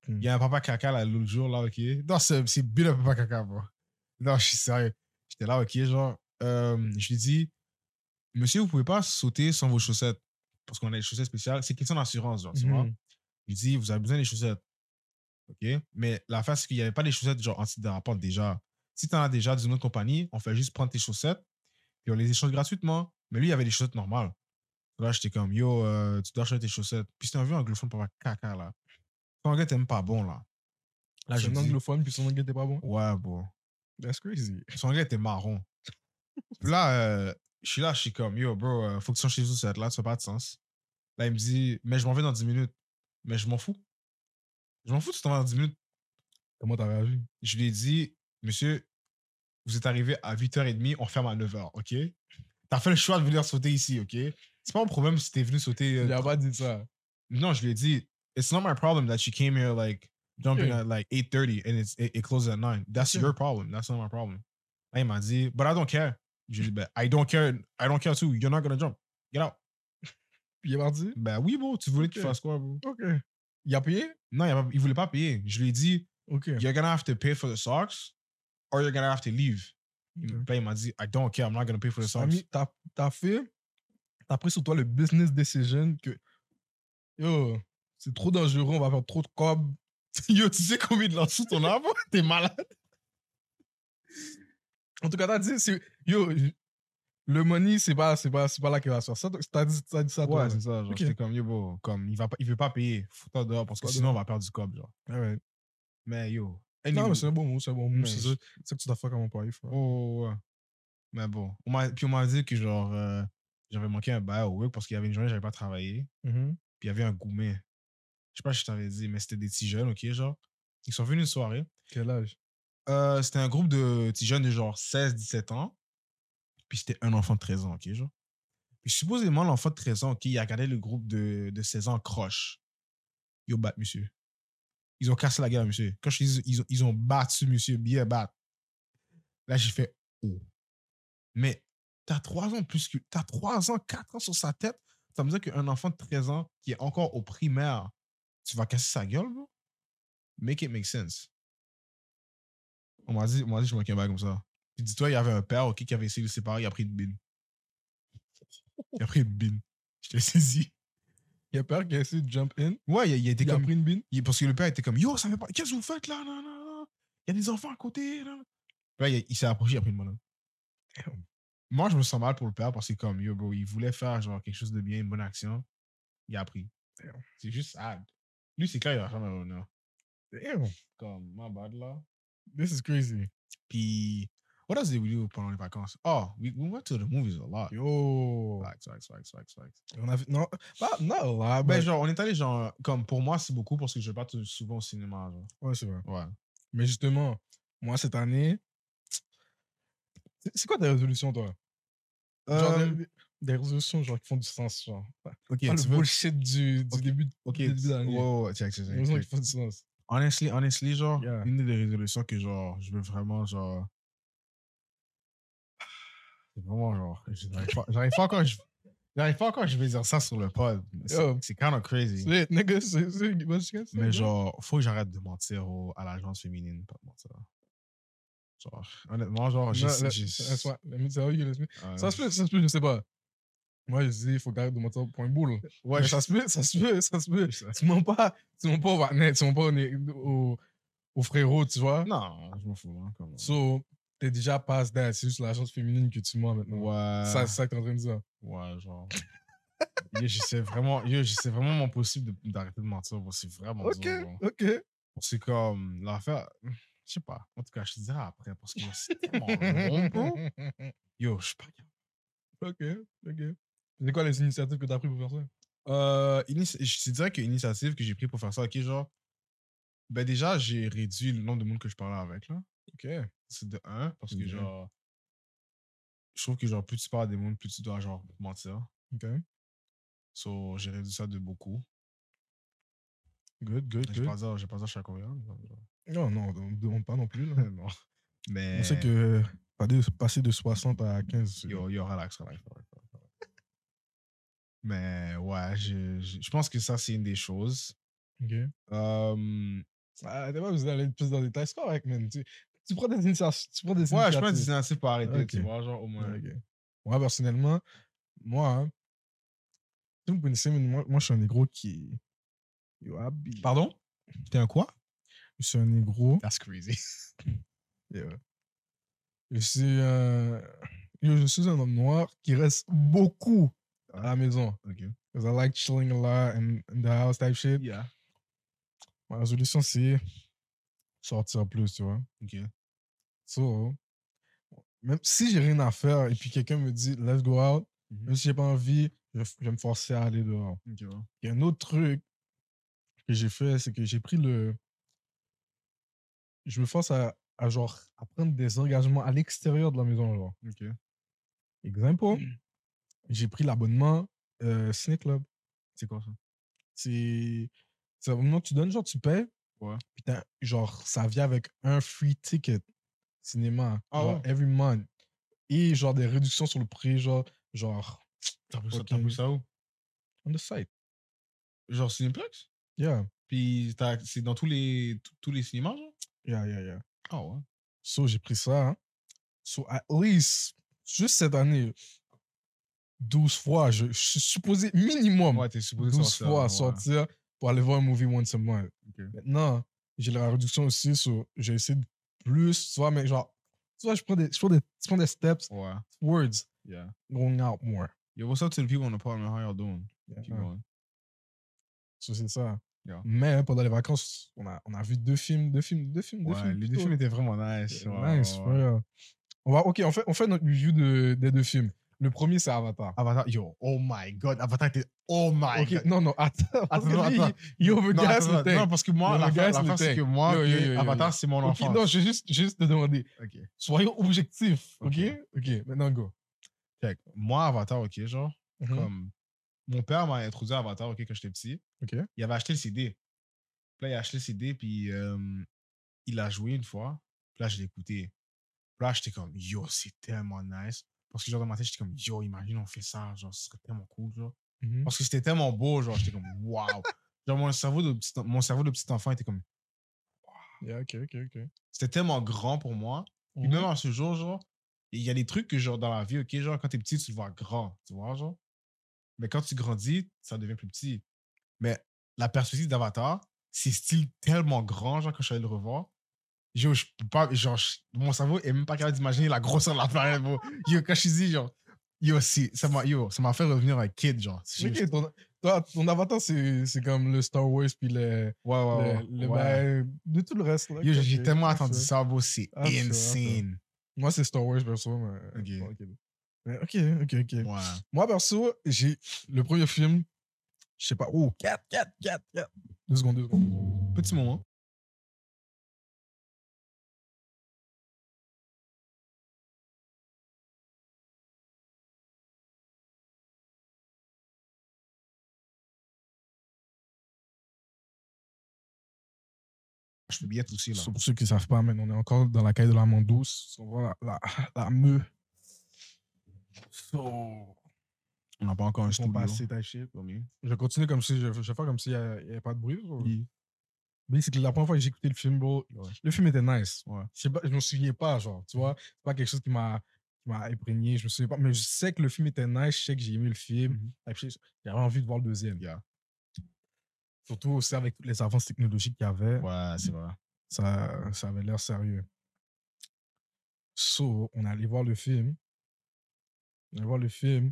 [SPEAKER 1] Mm.
[SPEAKER 2] Il y a un papa caca, là, l'autre jour, là, ok. Non, c'est c'est bien un papa caca, bro. Non, je suis sérieux. J'étais là, ok, genre, euh, je lui dis, monsieur, vous pouvez pas sauter sans vos chaussettes parce qu'on a des chaussettes spéciales. C'est question d'assurance, genre, tu vois.
[SPEAKER 1] Mhm.
[SPEAKER 2] Il dit, vous avez besoin des chaussettes. OK? Mais la face, c'est qu'il n'y avait pas des chaussettes, genre, antidérapantes déjà. Si tu en as déjà d'une autre compagnie, on fait juste prendre tes chaussettes, puis on les échange gratuitement. Mais lui, il avait des chaussettes normales. Là, j'étais comme, yo, euh, tu dois changer tes chaussettes. Puis c'était un vieux anglophone pour avoir caca, là. Ton anglais, t'es même pas bon, là. Là, je
[SPEAKER 1] C'est
[SPEAKER 2] lui
[SPEAKER 1] un
[SPEAKER 2] dis,
[SPEAKER 1] anglophone, puis son anglais, t'es pas bon?
[SPEAKER 2] ouais, bon.
[SPEAKER 1] That's crazy.
[SPEAKER 2] Son anglais était marron. Puis là, euh, je suis là, je suis comme, yo, bro, euh, faut que tu changes tes chaussettes, là, ça fait pas de sens. Là, il me dit, mais je m'en vais dans 10 minutes. Mais je m'en fous. Je m'en fous, tu t'en vas dans 10 minutes.
[SPEAKER 1] Comment t'as réagi?
[SPEAKER 2] Je lui ai dit, monsieur, vous êtes arrivé à 8h30, on ferme à 9h, OK? T'as fait le choix de venir sauter ici, OK? C'est pas mon problème si t'es venu sauter. euh,
[SPEAKER 1] Il a pas dit ça.
[SPEAKER 2] Non, je lui ai dit, it's not my problem that you came here like jumping
[SPEAKER 1] Yeah.
[SPEAKER 2] at like 8:30 and it's, it, it closes at 9. That's
[SPEAKER 1] Yeah.
[SPEAKER 2] your problem. That's not my problem. Là, il m'a dit, but I don't care. Je lui ai dit, ben, I don't care. I don't care too. You're not gonna jump. Get out.
[SPEAKER 1] Puis il est parti?
[SPEAKER 2] Ben oui, bro, tu voulais qu'il
[SPEAKER 1] Ok.
[SPEAKER 2] fasse quoi, bro?
[SPEAKER 1] OK. Il a payé?
[SPEAKER 2] Non, il, a pas- il voulait pas payer. Je lui ai dit,
[SPEAKER 1] OK.
[SPEAKER 2] you're gonna have to pay for the socks or you're gonna have to leave. Il me-
[SPEAKER 1] Ok.
[SPEAKER 2] ben, il m'a dit, I don't care. I'm not gonna pay for the socks.
[SPEAKER 1] Ami, t'as t'as fait, t'as pris sur toi le business decision que, yo, c'est trop dangereux, on va faire trop de cob,
[SPEAKER 2] Yo, tu sais combien de lançons ton arbre T'es malade.
[SPEAKER 1] En tout cas, t'as dit, c'est- yo, j- le money, c'est pas, c'est pas, c'est pas là qu'il va se faire. Ça, T'as dit, t'as dit ça, toi.
[SPEAKER 2] Ouais, c'est ça. Genre,
[SPEAKER 1] Ok.
[SPEAKER 2] j'étais comme, yo, bro, comme, il, va pas, il veut pas payer. Fous-toi dehors parce que
[SPEAKER 1] Fous-toi
[SPEAKER 2] sinon, on va perdre du cob, genre.
[SPEAKER 1] ouais. ouais.
[SPEAKER 2] Mais yo.
[SPEAKER 1] Non,
[SPEAKER 2] anyway.
[SPEAKER 1] mais c'est un bon mot, c'est un bon mot.
[SPEAKER 2] Ouais.
[SPEAKER 1] C'est ça c'est ça que tu dois faire comme employé. frère.
[SPEAKER 2] Oh, ouais. Mais bon. On m'a- puis on m'a dit que, genre, euh, j'avais manqué un bail au work parce qu'il y avait une journée, j'avais pas travaillé.
[SPEAKER 1] Mhm.
[SPEAKER 2] Puis il y avait un gourmet. Je sais pas si je t'avais dit, mais c'était des petits jeunes, ok, genre. Ils sont venus une soirée.
[SPEAKER 1] Quel âge
[SPEAKER 2] Euh, c'était un groupe de petits jeunes de genre 16-17 ans. Puis c'était un enfant de 13 ans, ok, genre. Puis supposément, l'enfant de 13 ans, ok, il a regardé le groupe de, de 16 ans croche. Ils ont battu, monsieur. Ils ont cassé la gueule, à monsieur. Quand je dis ils ont, ils ont battu, monsieur, bien battu. Là, j'ai fait, oh. Mais t'as 3 ans plus que. T'as 3 ans, 4 ans sur sa tête. Ça veut dire qu'un enfant de 13 ans qui est encore au primaire, tu vas casser sa gueule, bro? Make it make sense. On m'a dit, on m'a dit, je manquais un bail comme ça. Puis dis-toi, il y avait un père, ok, qui avait essayé de le séparer, il a pris une bine. Il a pris une bine. Je t'ai saisi.
[SPEAKER 1] Il y a peur qu'il essaie de jump in.
[SPEAKER 2] Ouais, il, a- il a été
[SPEAKER 1] Il a
[SPEAKER 2] comme.
[SPEAKER 1] pris une bine.
[SPEAKER 2] il- parce que le père était comme, yo, ça fait pas. Qu'est-ce que vous faites là? Nan, nan, nan. Il y a des enfants à côté. nan. Là, il, il s'est approché, il a pris une banane.
[SPEAKER 1] Damn.
[SPEAKER 2] Moi, je me sens mal pour le père parce que, comme, yo, bro, il voulait faire genre quelque chose de bien, une bonne action. Il a pris.
[SPEAKER 1] Damn.
[SPEAKER 2] C'est juste sad. Lui, c'est clair, il va jamais revenir.
[SPEAKER 1] Damn,
[SPEAKER 2] Comme, ma bad là.
[SPEAKER 1] this is crazy.
[SPEAKER 2] Puis, what else did we do pendant les vacances? Oh, we, we went to the movies a lot.
[SPEAKER 1] Yo.
[SPEAKER 2] Facts, facts, facts, facts, facts.
[SPEAKER 1] On a fait, non, pas, non, là,
[SPEAKER 2] Ben,
[SPEAKER 1] mais
[SPEAKER 2] genre, on est allé, genre, comme pour moi, c'est beaucoup parce que je vais pas tout- souvent au cinéma. Genre.
[SPEAKER 1] ouais, c'est vrai.
[SPEAKER 2] Ouais.
[SPEAKER 1] Mais justement, moi, cette année, c'est- c'est quoi tes résolutions, toi Genre
[SPEAKER 2] Euh,
[SPEAKER 1] des, des résolutions genre, qui font du sens, genre. Pas
[SPEAKER 2] ok,
[SPEAKER 1] pas le
[SPEAKER 2] tu veux.
[SPEAKER 1] bullshit du, du
[SPEAKER 2] Ok,
[SPEAKER 1] début,
[SPEAKER 2] Ok,
[SPEAKER 1] du début de
[SPEAKER 2] ouais,
[SPEAKER 1] l'année.
[SPEAKER 2] ouais, ouais, check, check,
[SPEAKER 1] Des
[SPEAKER 2] check,
[SPEAKER 1] résolutions
[SPEAKER 2] check.
[SPEAKER 1] qui font du sens.
[SPEAKER 2] Mhm. Honestly, honestly, genre,
[SPEAKER 1] Yeah.
[SPEAKER 2] une des résolutions que, genre, je veux vraiment, genre. C'est vraiment, genre, je- j'arrive pas, j'arrive pas encore, je- j'arrive pas encore, je vais dire ça sur le pod. mais c'est-
[SPEAKER 1] Yo.
[SPEAKER 2] C'est kind of crazy.
[SPEAKER 1] C'est, nigga, c'est, c'est une bonne chose, ça,
[SPEAKER 2] Mais
[SPEAKER 1] non?
[SPEAKER 2] genre, faut que j'arrête de mentir au- à l'agence féminine, pas de mentir. Genre, honnêtement, genre, j'ai.
[SPEAKER 1] Non, là,
[SPEAKER 2] j'ai- Euh,
[SPEAKER 1] that's why- let me tell you, let me-
[SPEAKER 2] Ouais.
[SPEAKER 1] Ça se peut, ça se peut, je sais pas. Moi, je dis, il faut garder de mentir au point boule.
[SPEAKER 2] Ouais,
[SPEAKER 1] Mais
[SPEAKER 2] je-
[SPEAKER 1] ça se peut, ça se peut, ça se peut. Tu mens pas, tu mens pas au Wagner, tu mens pas au, au, au frérot, tu vois.
[SPEAKER 2] Non, je m'en fous. hein, comme-
[SPEAKER 1] So, t'es déjà past that, c'est juste l'agence féminine que tu mens maintenant.
[SPEAKER 2] euh, Ouais.
[SPEAKER 1] Ça, c'est ça que t'es en train de dire.
[SPEAKER 2] Ouais, genre. Yo, j'essaie vraiment, yo, j'essaie vraiment mon possible de- d'arrêter de mentir. bro, C'est vraiment dur. bro.
[SPEAKER 1] ok.
[SPEAKER 2] C'est comme l'affaire. Je sais pas. En tout cas, je te dirai après parce que c'est tellement long, bro. Yo, je suis pas capable.
[SPEAKER 1] ok, ok. C'est quoi les initiatives que t'as prises pour faire ça?
[SPEAKER 2] Euh, ini- je te dirais que l'initiative que j'ai pris pour faire ça, ok, genre. Ben déjà, j'ai réduit le nombre de monde que je parlais avec, là.
[SPEAKER 1] Ok.
[SPEAKER 2] C'est de 1, parce que
[SPEAKER 1] Ok.
[SPEAKER 2] genre. Je trouve que genre, plus tu parles à des mondes, plus tu dois genre mentir.
[SPEAKER 1] Ok.
[SPEAKER 2] So, j'ai réduit ça de beaucoup.
[SPEAKER 1] Good, good,
[SPEAKER 2] Je vais
[SPEAKER 1] good.
[SPEAKER 2] pas dire, je vais pas dire je suis un coréen. mais hein, genre- genre-
[SPEAKER 1] Non, non, on ne demande pas non plus. Là.
[SPEAKER 2] non. Mais.
[SPEAKER 1] On sait que pas de- passer de 60 à 15. c'est-
[SPEAKER 2] Yo, yo, relax, relax, relax, relax, relax. Mais ouais, je, je, je pense que ça, c'est une des choses.
[SPEAKER 1] Ok.
[SPEAKER 2] Euh,
[SPEAKER 1] Ah, t'es pas besoin d'aller plus dans les détails. C'est correct, man. Tu, tu prends des initiatives. Tu prends des
[SPEAKER 2] ouais, je
[SPEAKER 1] initiatives.
[SPEAKER 2] prends des initiatives pour arrêter, tu
[SPEAKER 1] Ok.
[SPEAKER 2] vois, genre au moins.
[SPEAKER 1] Ok. Moi, personnellement, moi, hein, si vous me connaissez, mais moi, moi, je suis un négro qui. Yo, habille.
[SPEAKER 2] Pardon T'es un quoi
[SPEAKER 1] Je suis un négro.
[SPEAKER 2] That's crazy.
[SPEAKER 1] Yeah. Je suis un. euh, yo, je suis un homme noir qui reste beaucoup à la maison.
[SPEAKER 2] ok.
[SPEAKER 1] Because I like chilling a lot and in the house type shit.
[SPEAKER 2] Yeah.
[SPEAKER 1] Ma résolution, c'est sortir plus, tu vois.
[SPEAKER 2] Ok.
[SPEAKER 1] So, même si j'ai rien à faire et puis quelqu'un me dit let's go out,
[SPEAKER 2] Mhm.
[SPEAKER 1] même si j'ai pas envie, je, f- je vais me forcer à aller dehors.
[SPEAKER 2] Ok, ouais.
[SPEAKER 1] Il y a un autre truc que j'ai fait, c'est que j'ai pris le. Je me force à, à genre à prendre des engagements à l'extérieur de la maison. Genre.
[SPEAKER 2] Ok. Mmh.
[SPEAKER 1] Exemple, j'ai pris l'abonnement euh, Ciné Club.
[SPEAKER 2] C'est quoi ça
[SPEAKER 1] C'est c'est l'abonnement que tu donnes, genre tu payes.
[SPEAKER 2] Ouais.
[SPEAKER 1] Puis t'as- genre ça vient avec un free ticket cinéma.
[SPEAKER 2] Ah
[SPEAKER 1] genre,
[SPEAKER 2] ouais?
[SPEAKER 1] every month. Et genre des réductions sur le prix, genre, genre
[SPEAKER 2] T'as pris, ça-
[SPEAKER 1] Ok.
[SPEAKER 2] t'as pris ça où
[SPEAKER 1] on the site.
[SPEAKER 2] Genre Cineplex
[SPEAKER 1] Yeah,
[SPEAKER 2] Puis t'as- c'est dans tous les, tous- tous les cinémas, genre
[SPEAKER 1] yeah, yeah, yeah.
[SPEAKER 2] Ah ouais.
[SPEAKER 1] So j'ai pris ça. hein. So at least, juste cette année, 12 fois, je, je suis supposé minimum
[SPEAKER 2] Ouais, t'es supposé
[SPEAKER 1] 12
[SPEAKER 2] sortir.
[SPEAKER 1] fois
[SPEAKER 2] ouais.
[SPEAKER 1] sortir pour aller voir un movie once a month.
[SPEAKER 2] Ok.
[SPEAKER 1] Maintenant, J'ai la réduction aussi, so j'ai essayé de plus, tu vois, mais genre, tu vois, je prends des, je prends des, je prends des steps,
[SPEAKER 2] Wow.
[SPEAKER 1] words,
[SPEAKER 2] Yeah.
[SPEAKER 1] going out more.
[SPEAKER 2] Yo, what's up to the people on the apartment? How y'all doing? Keep
[SPEAKER 1] Yeah.
[SPEAKER 2] going.
[SPEAKER 1] So, c'est ça.
[SPEAKER 2] Yeah.
[SPEAKER 1] Mais pendant les vacances, on a, on a vu deux films, deux films, deux films, deux
[SPEAKER 2] Ouais,
[SPEAKER 1] films.
[SPEAKER 2] les deux
[SPEAKER 1] plutôt.
[SPEAKER 2] films étaient vraiment nice.
[SPEAKER 1] C'est
[SPEAKER 2] ouais,
[SPEAKER 1] nice,
[SPEAKER 2] ouais, ouais.
[SPEAKER 1] frère. On va, ok, on fait, on fait notre review de, des deux films. Le premier, c'est Avatar.
[SPEAKER 2] Avatar, yo, oh my god, Avatar était. Oh my
[SPEAKER 1] Ok,
[SPEAKER 2] god.
[SPEAKER 1] non, non, attends. parce que
[SPEAKER 2] Attends,
[SPEAKER 1] lui,
[SPEAKER 2] attends.
[SPEAKER 1] il- il
[SPEAKER 2] Non,
[SPEAKER 1] overgas
[SPEAKER 2] attends,
[SPEAKER 1] le
[SPEAKER 2] attends, non,
[SPEAKER 1] texte.
[SPEAKER 2] parce que moi,
[SPEAKER 1] Le
[SPEAKER 2] la
[SPEAKER 1] gars,
[SPEAKER 2] fin, la
[SPEAKER 1] c'est
[SPEAKER 2] fin,
[SPEAKER 1] le
[SPEAKER 2] c'est
[SPEAKER 1] texte.
[SPEAKER 2] que moi,
[SPEAKER 1] Yo, yo,
[SPEAKER 2] puis
[SPEAKER 1] yo, yo,
[SPEAKER 2] Avatar,
[SPEAKER 1] yo.
[SPEAKER 2] c'est mon
[SPEAKER 1] Ok,
[SPEAKER 2] enfant.
[SPEAKER 1] non, je vais juste, juste te demander.
[SPEAKER 2] Ok.
[SPEAKER 1] Soyons objectifs, ok? Ok, maintenant go.
[SPEAKER 2] Fait que moi, Avatar, ok, genre,
[SPEAKER 1] Mhm.
[SPEAKER 2] comme mon père m'a introduit à Avatar, ok, quand j'étais petit.
[SPEAKER 1] Ok.
[SPEAKER 2] Il avait acheté le CD. Puis là, il a acheté le CD, puis euh, il l'a joué une fois. Puis là, je l'ai écouté. Puis là, j'étais comme, yo, c'est tellement nice. Parce que, genre, dans ma tête, j'étais comme, yo, imagine, on fait ça, genre, ce serait tellement cool, genre.
[SPEAKER 1] Mhm.
[SPEAKER 2] Parce que c'était tellement beau, genre, j'étais comme, waouh. genre, mon cerveau, de petit, mon cerveau de petit enfant était comme,
[SPEAKER 1] Yeah, ok, ok, ok.
[SPEAKER 2] c'était tellement grand pour moi. Puis
[SPEAKER 1] Mhm.
[SPEAKER 2] même à ce jour, genre, il y a des trucs que, genre, dans la vie, ok, genre, quand t'es petit, tu le vois grand, tu vois, genre. Mais quand tu grandis, ça devient plus petit. Mais la perspective d'Avatar, c'est style tellement grand, genre, quand je suis allé le revoir. Yo, je peux pas, genre, je- mon cerveau est même pas capable d'imaginer la grosseur de la planète, bro. Yo, quand je suis dit, genre, yo, c'est- ça m'a yo, ça m'a fait revenir un kid, genre. Je- je-
[SPEAKER 1] Ok, ton, toi, ton avatar, c'est c'est comme le Star Wars, puis le,
[SPEAKER 2] ouais, ouais, ouais,
[SPEAKER 1] le, le
[SPEAKER 2] Oh, ouais.
[SPEAKER 1] bail de tout le reste. là.
[SPEAKER 2] Yo,
[SPEAKER 1] Ok,
[SPEAKER 2] j'ai
[SPEAKER 1] ok,
[SPEAKER 2] tellement
[SPEAKER 1] je
[SPEAKER 2] attendu
[SPEAKER 1] sais.
[SPEAKER 2] ça, bro, c'est
[SPEAKER 1] Ah, c'est vrai, ça.
[SPEAKER 2] insane.
[SPEAKER 1] Moi, c'est Star Wars, perso. Mais...
[SPEAKER 2] Ok.
[SPEAKER 1] Ok, Mais ok, ok. ok.
[SPEAKER 2] Ouais.
[SPEAKER 1] Moi, perso, j'ai le premier film, je sais pas, oh, 4, 4, 4, 4. Deux secondes, deux secondes.
[SPEAKER 2] Petit moment. Je peux bien tousser là.
[SPEAKER 1] C'est Pour ceux qui ne savent pas, mais on est encore dans la caille de la Mandouce. On voit la, la, la meuf. So,
[SPEAKER 2] On n'a pas encore un
[SPEAKER 1] Ils sont
[SPEAKER 2] studio.
[SPEAKER 1] passés, t'as shit. Je continue comme si, je, je vais faire comme s'il n'y avait pas de bruit. ou-
[SPEAKER 2] Oui.
[SPEAKER 1] Basically, la première fois que j'ai écouté le film, bro,
[SPEAKER 2] Ouais.
[SPEAKER 1] le film était nice.
[SPEAKER 2] Ouais.
[SPEAKER 1] Je sais pas, je me souviens pas, genre, tu vois, c'est pas quelque chose qui m'a qui m'a imprégné, je me souviens pas, mais je sais que le film était nice, je sais que j'ai aimé le film,
[SPEAKER 2] Mhm.
[SPEAKER 1] Et puis, j'avais envie de voir le deuxième.
[SPEAKER 2] Yeah.
[SPEAKER 1] Surtout aussi avec toutes les avances technologiques qu'il y avait,
[SPEAKER 2] Ouais, c'est vrai.
[SPEAKER 1] ça, ça avait l'air sérieux. So, on est allé voir le film. On est allé voir le film.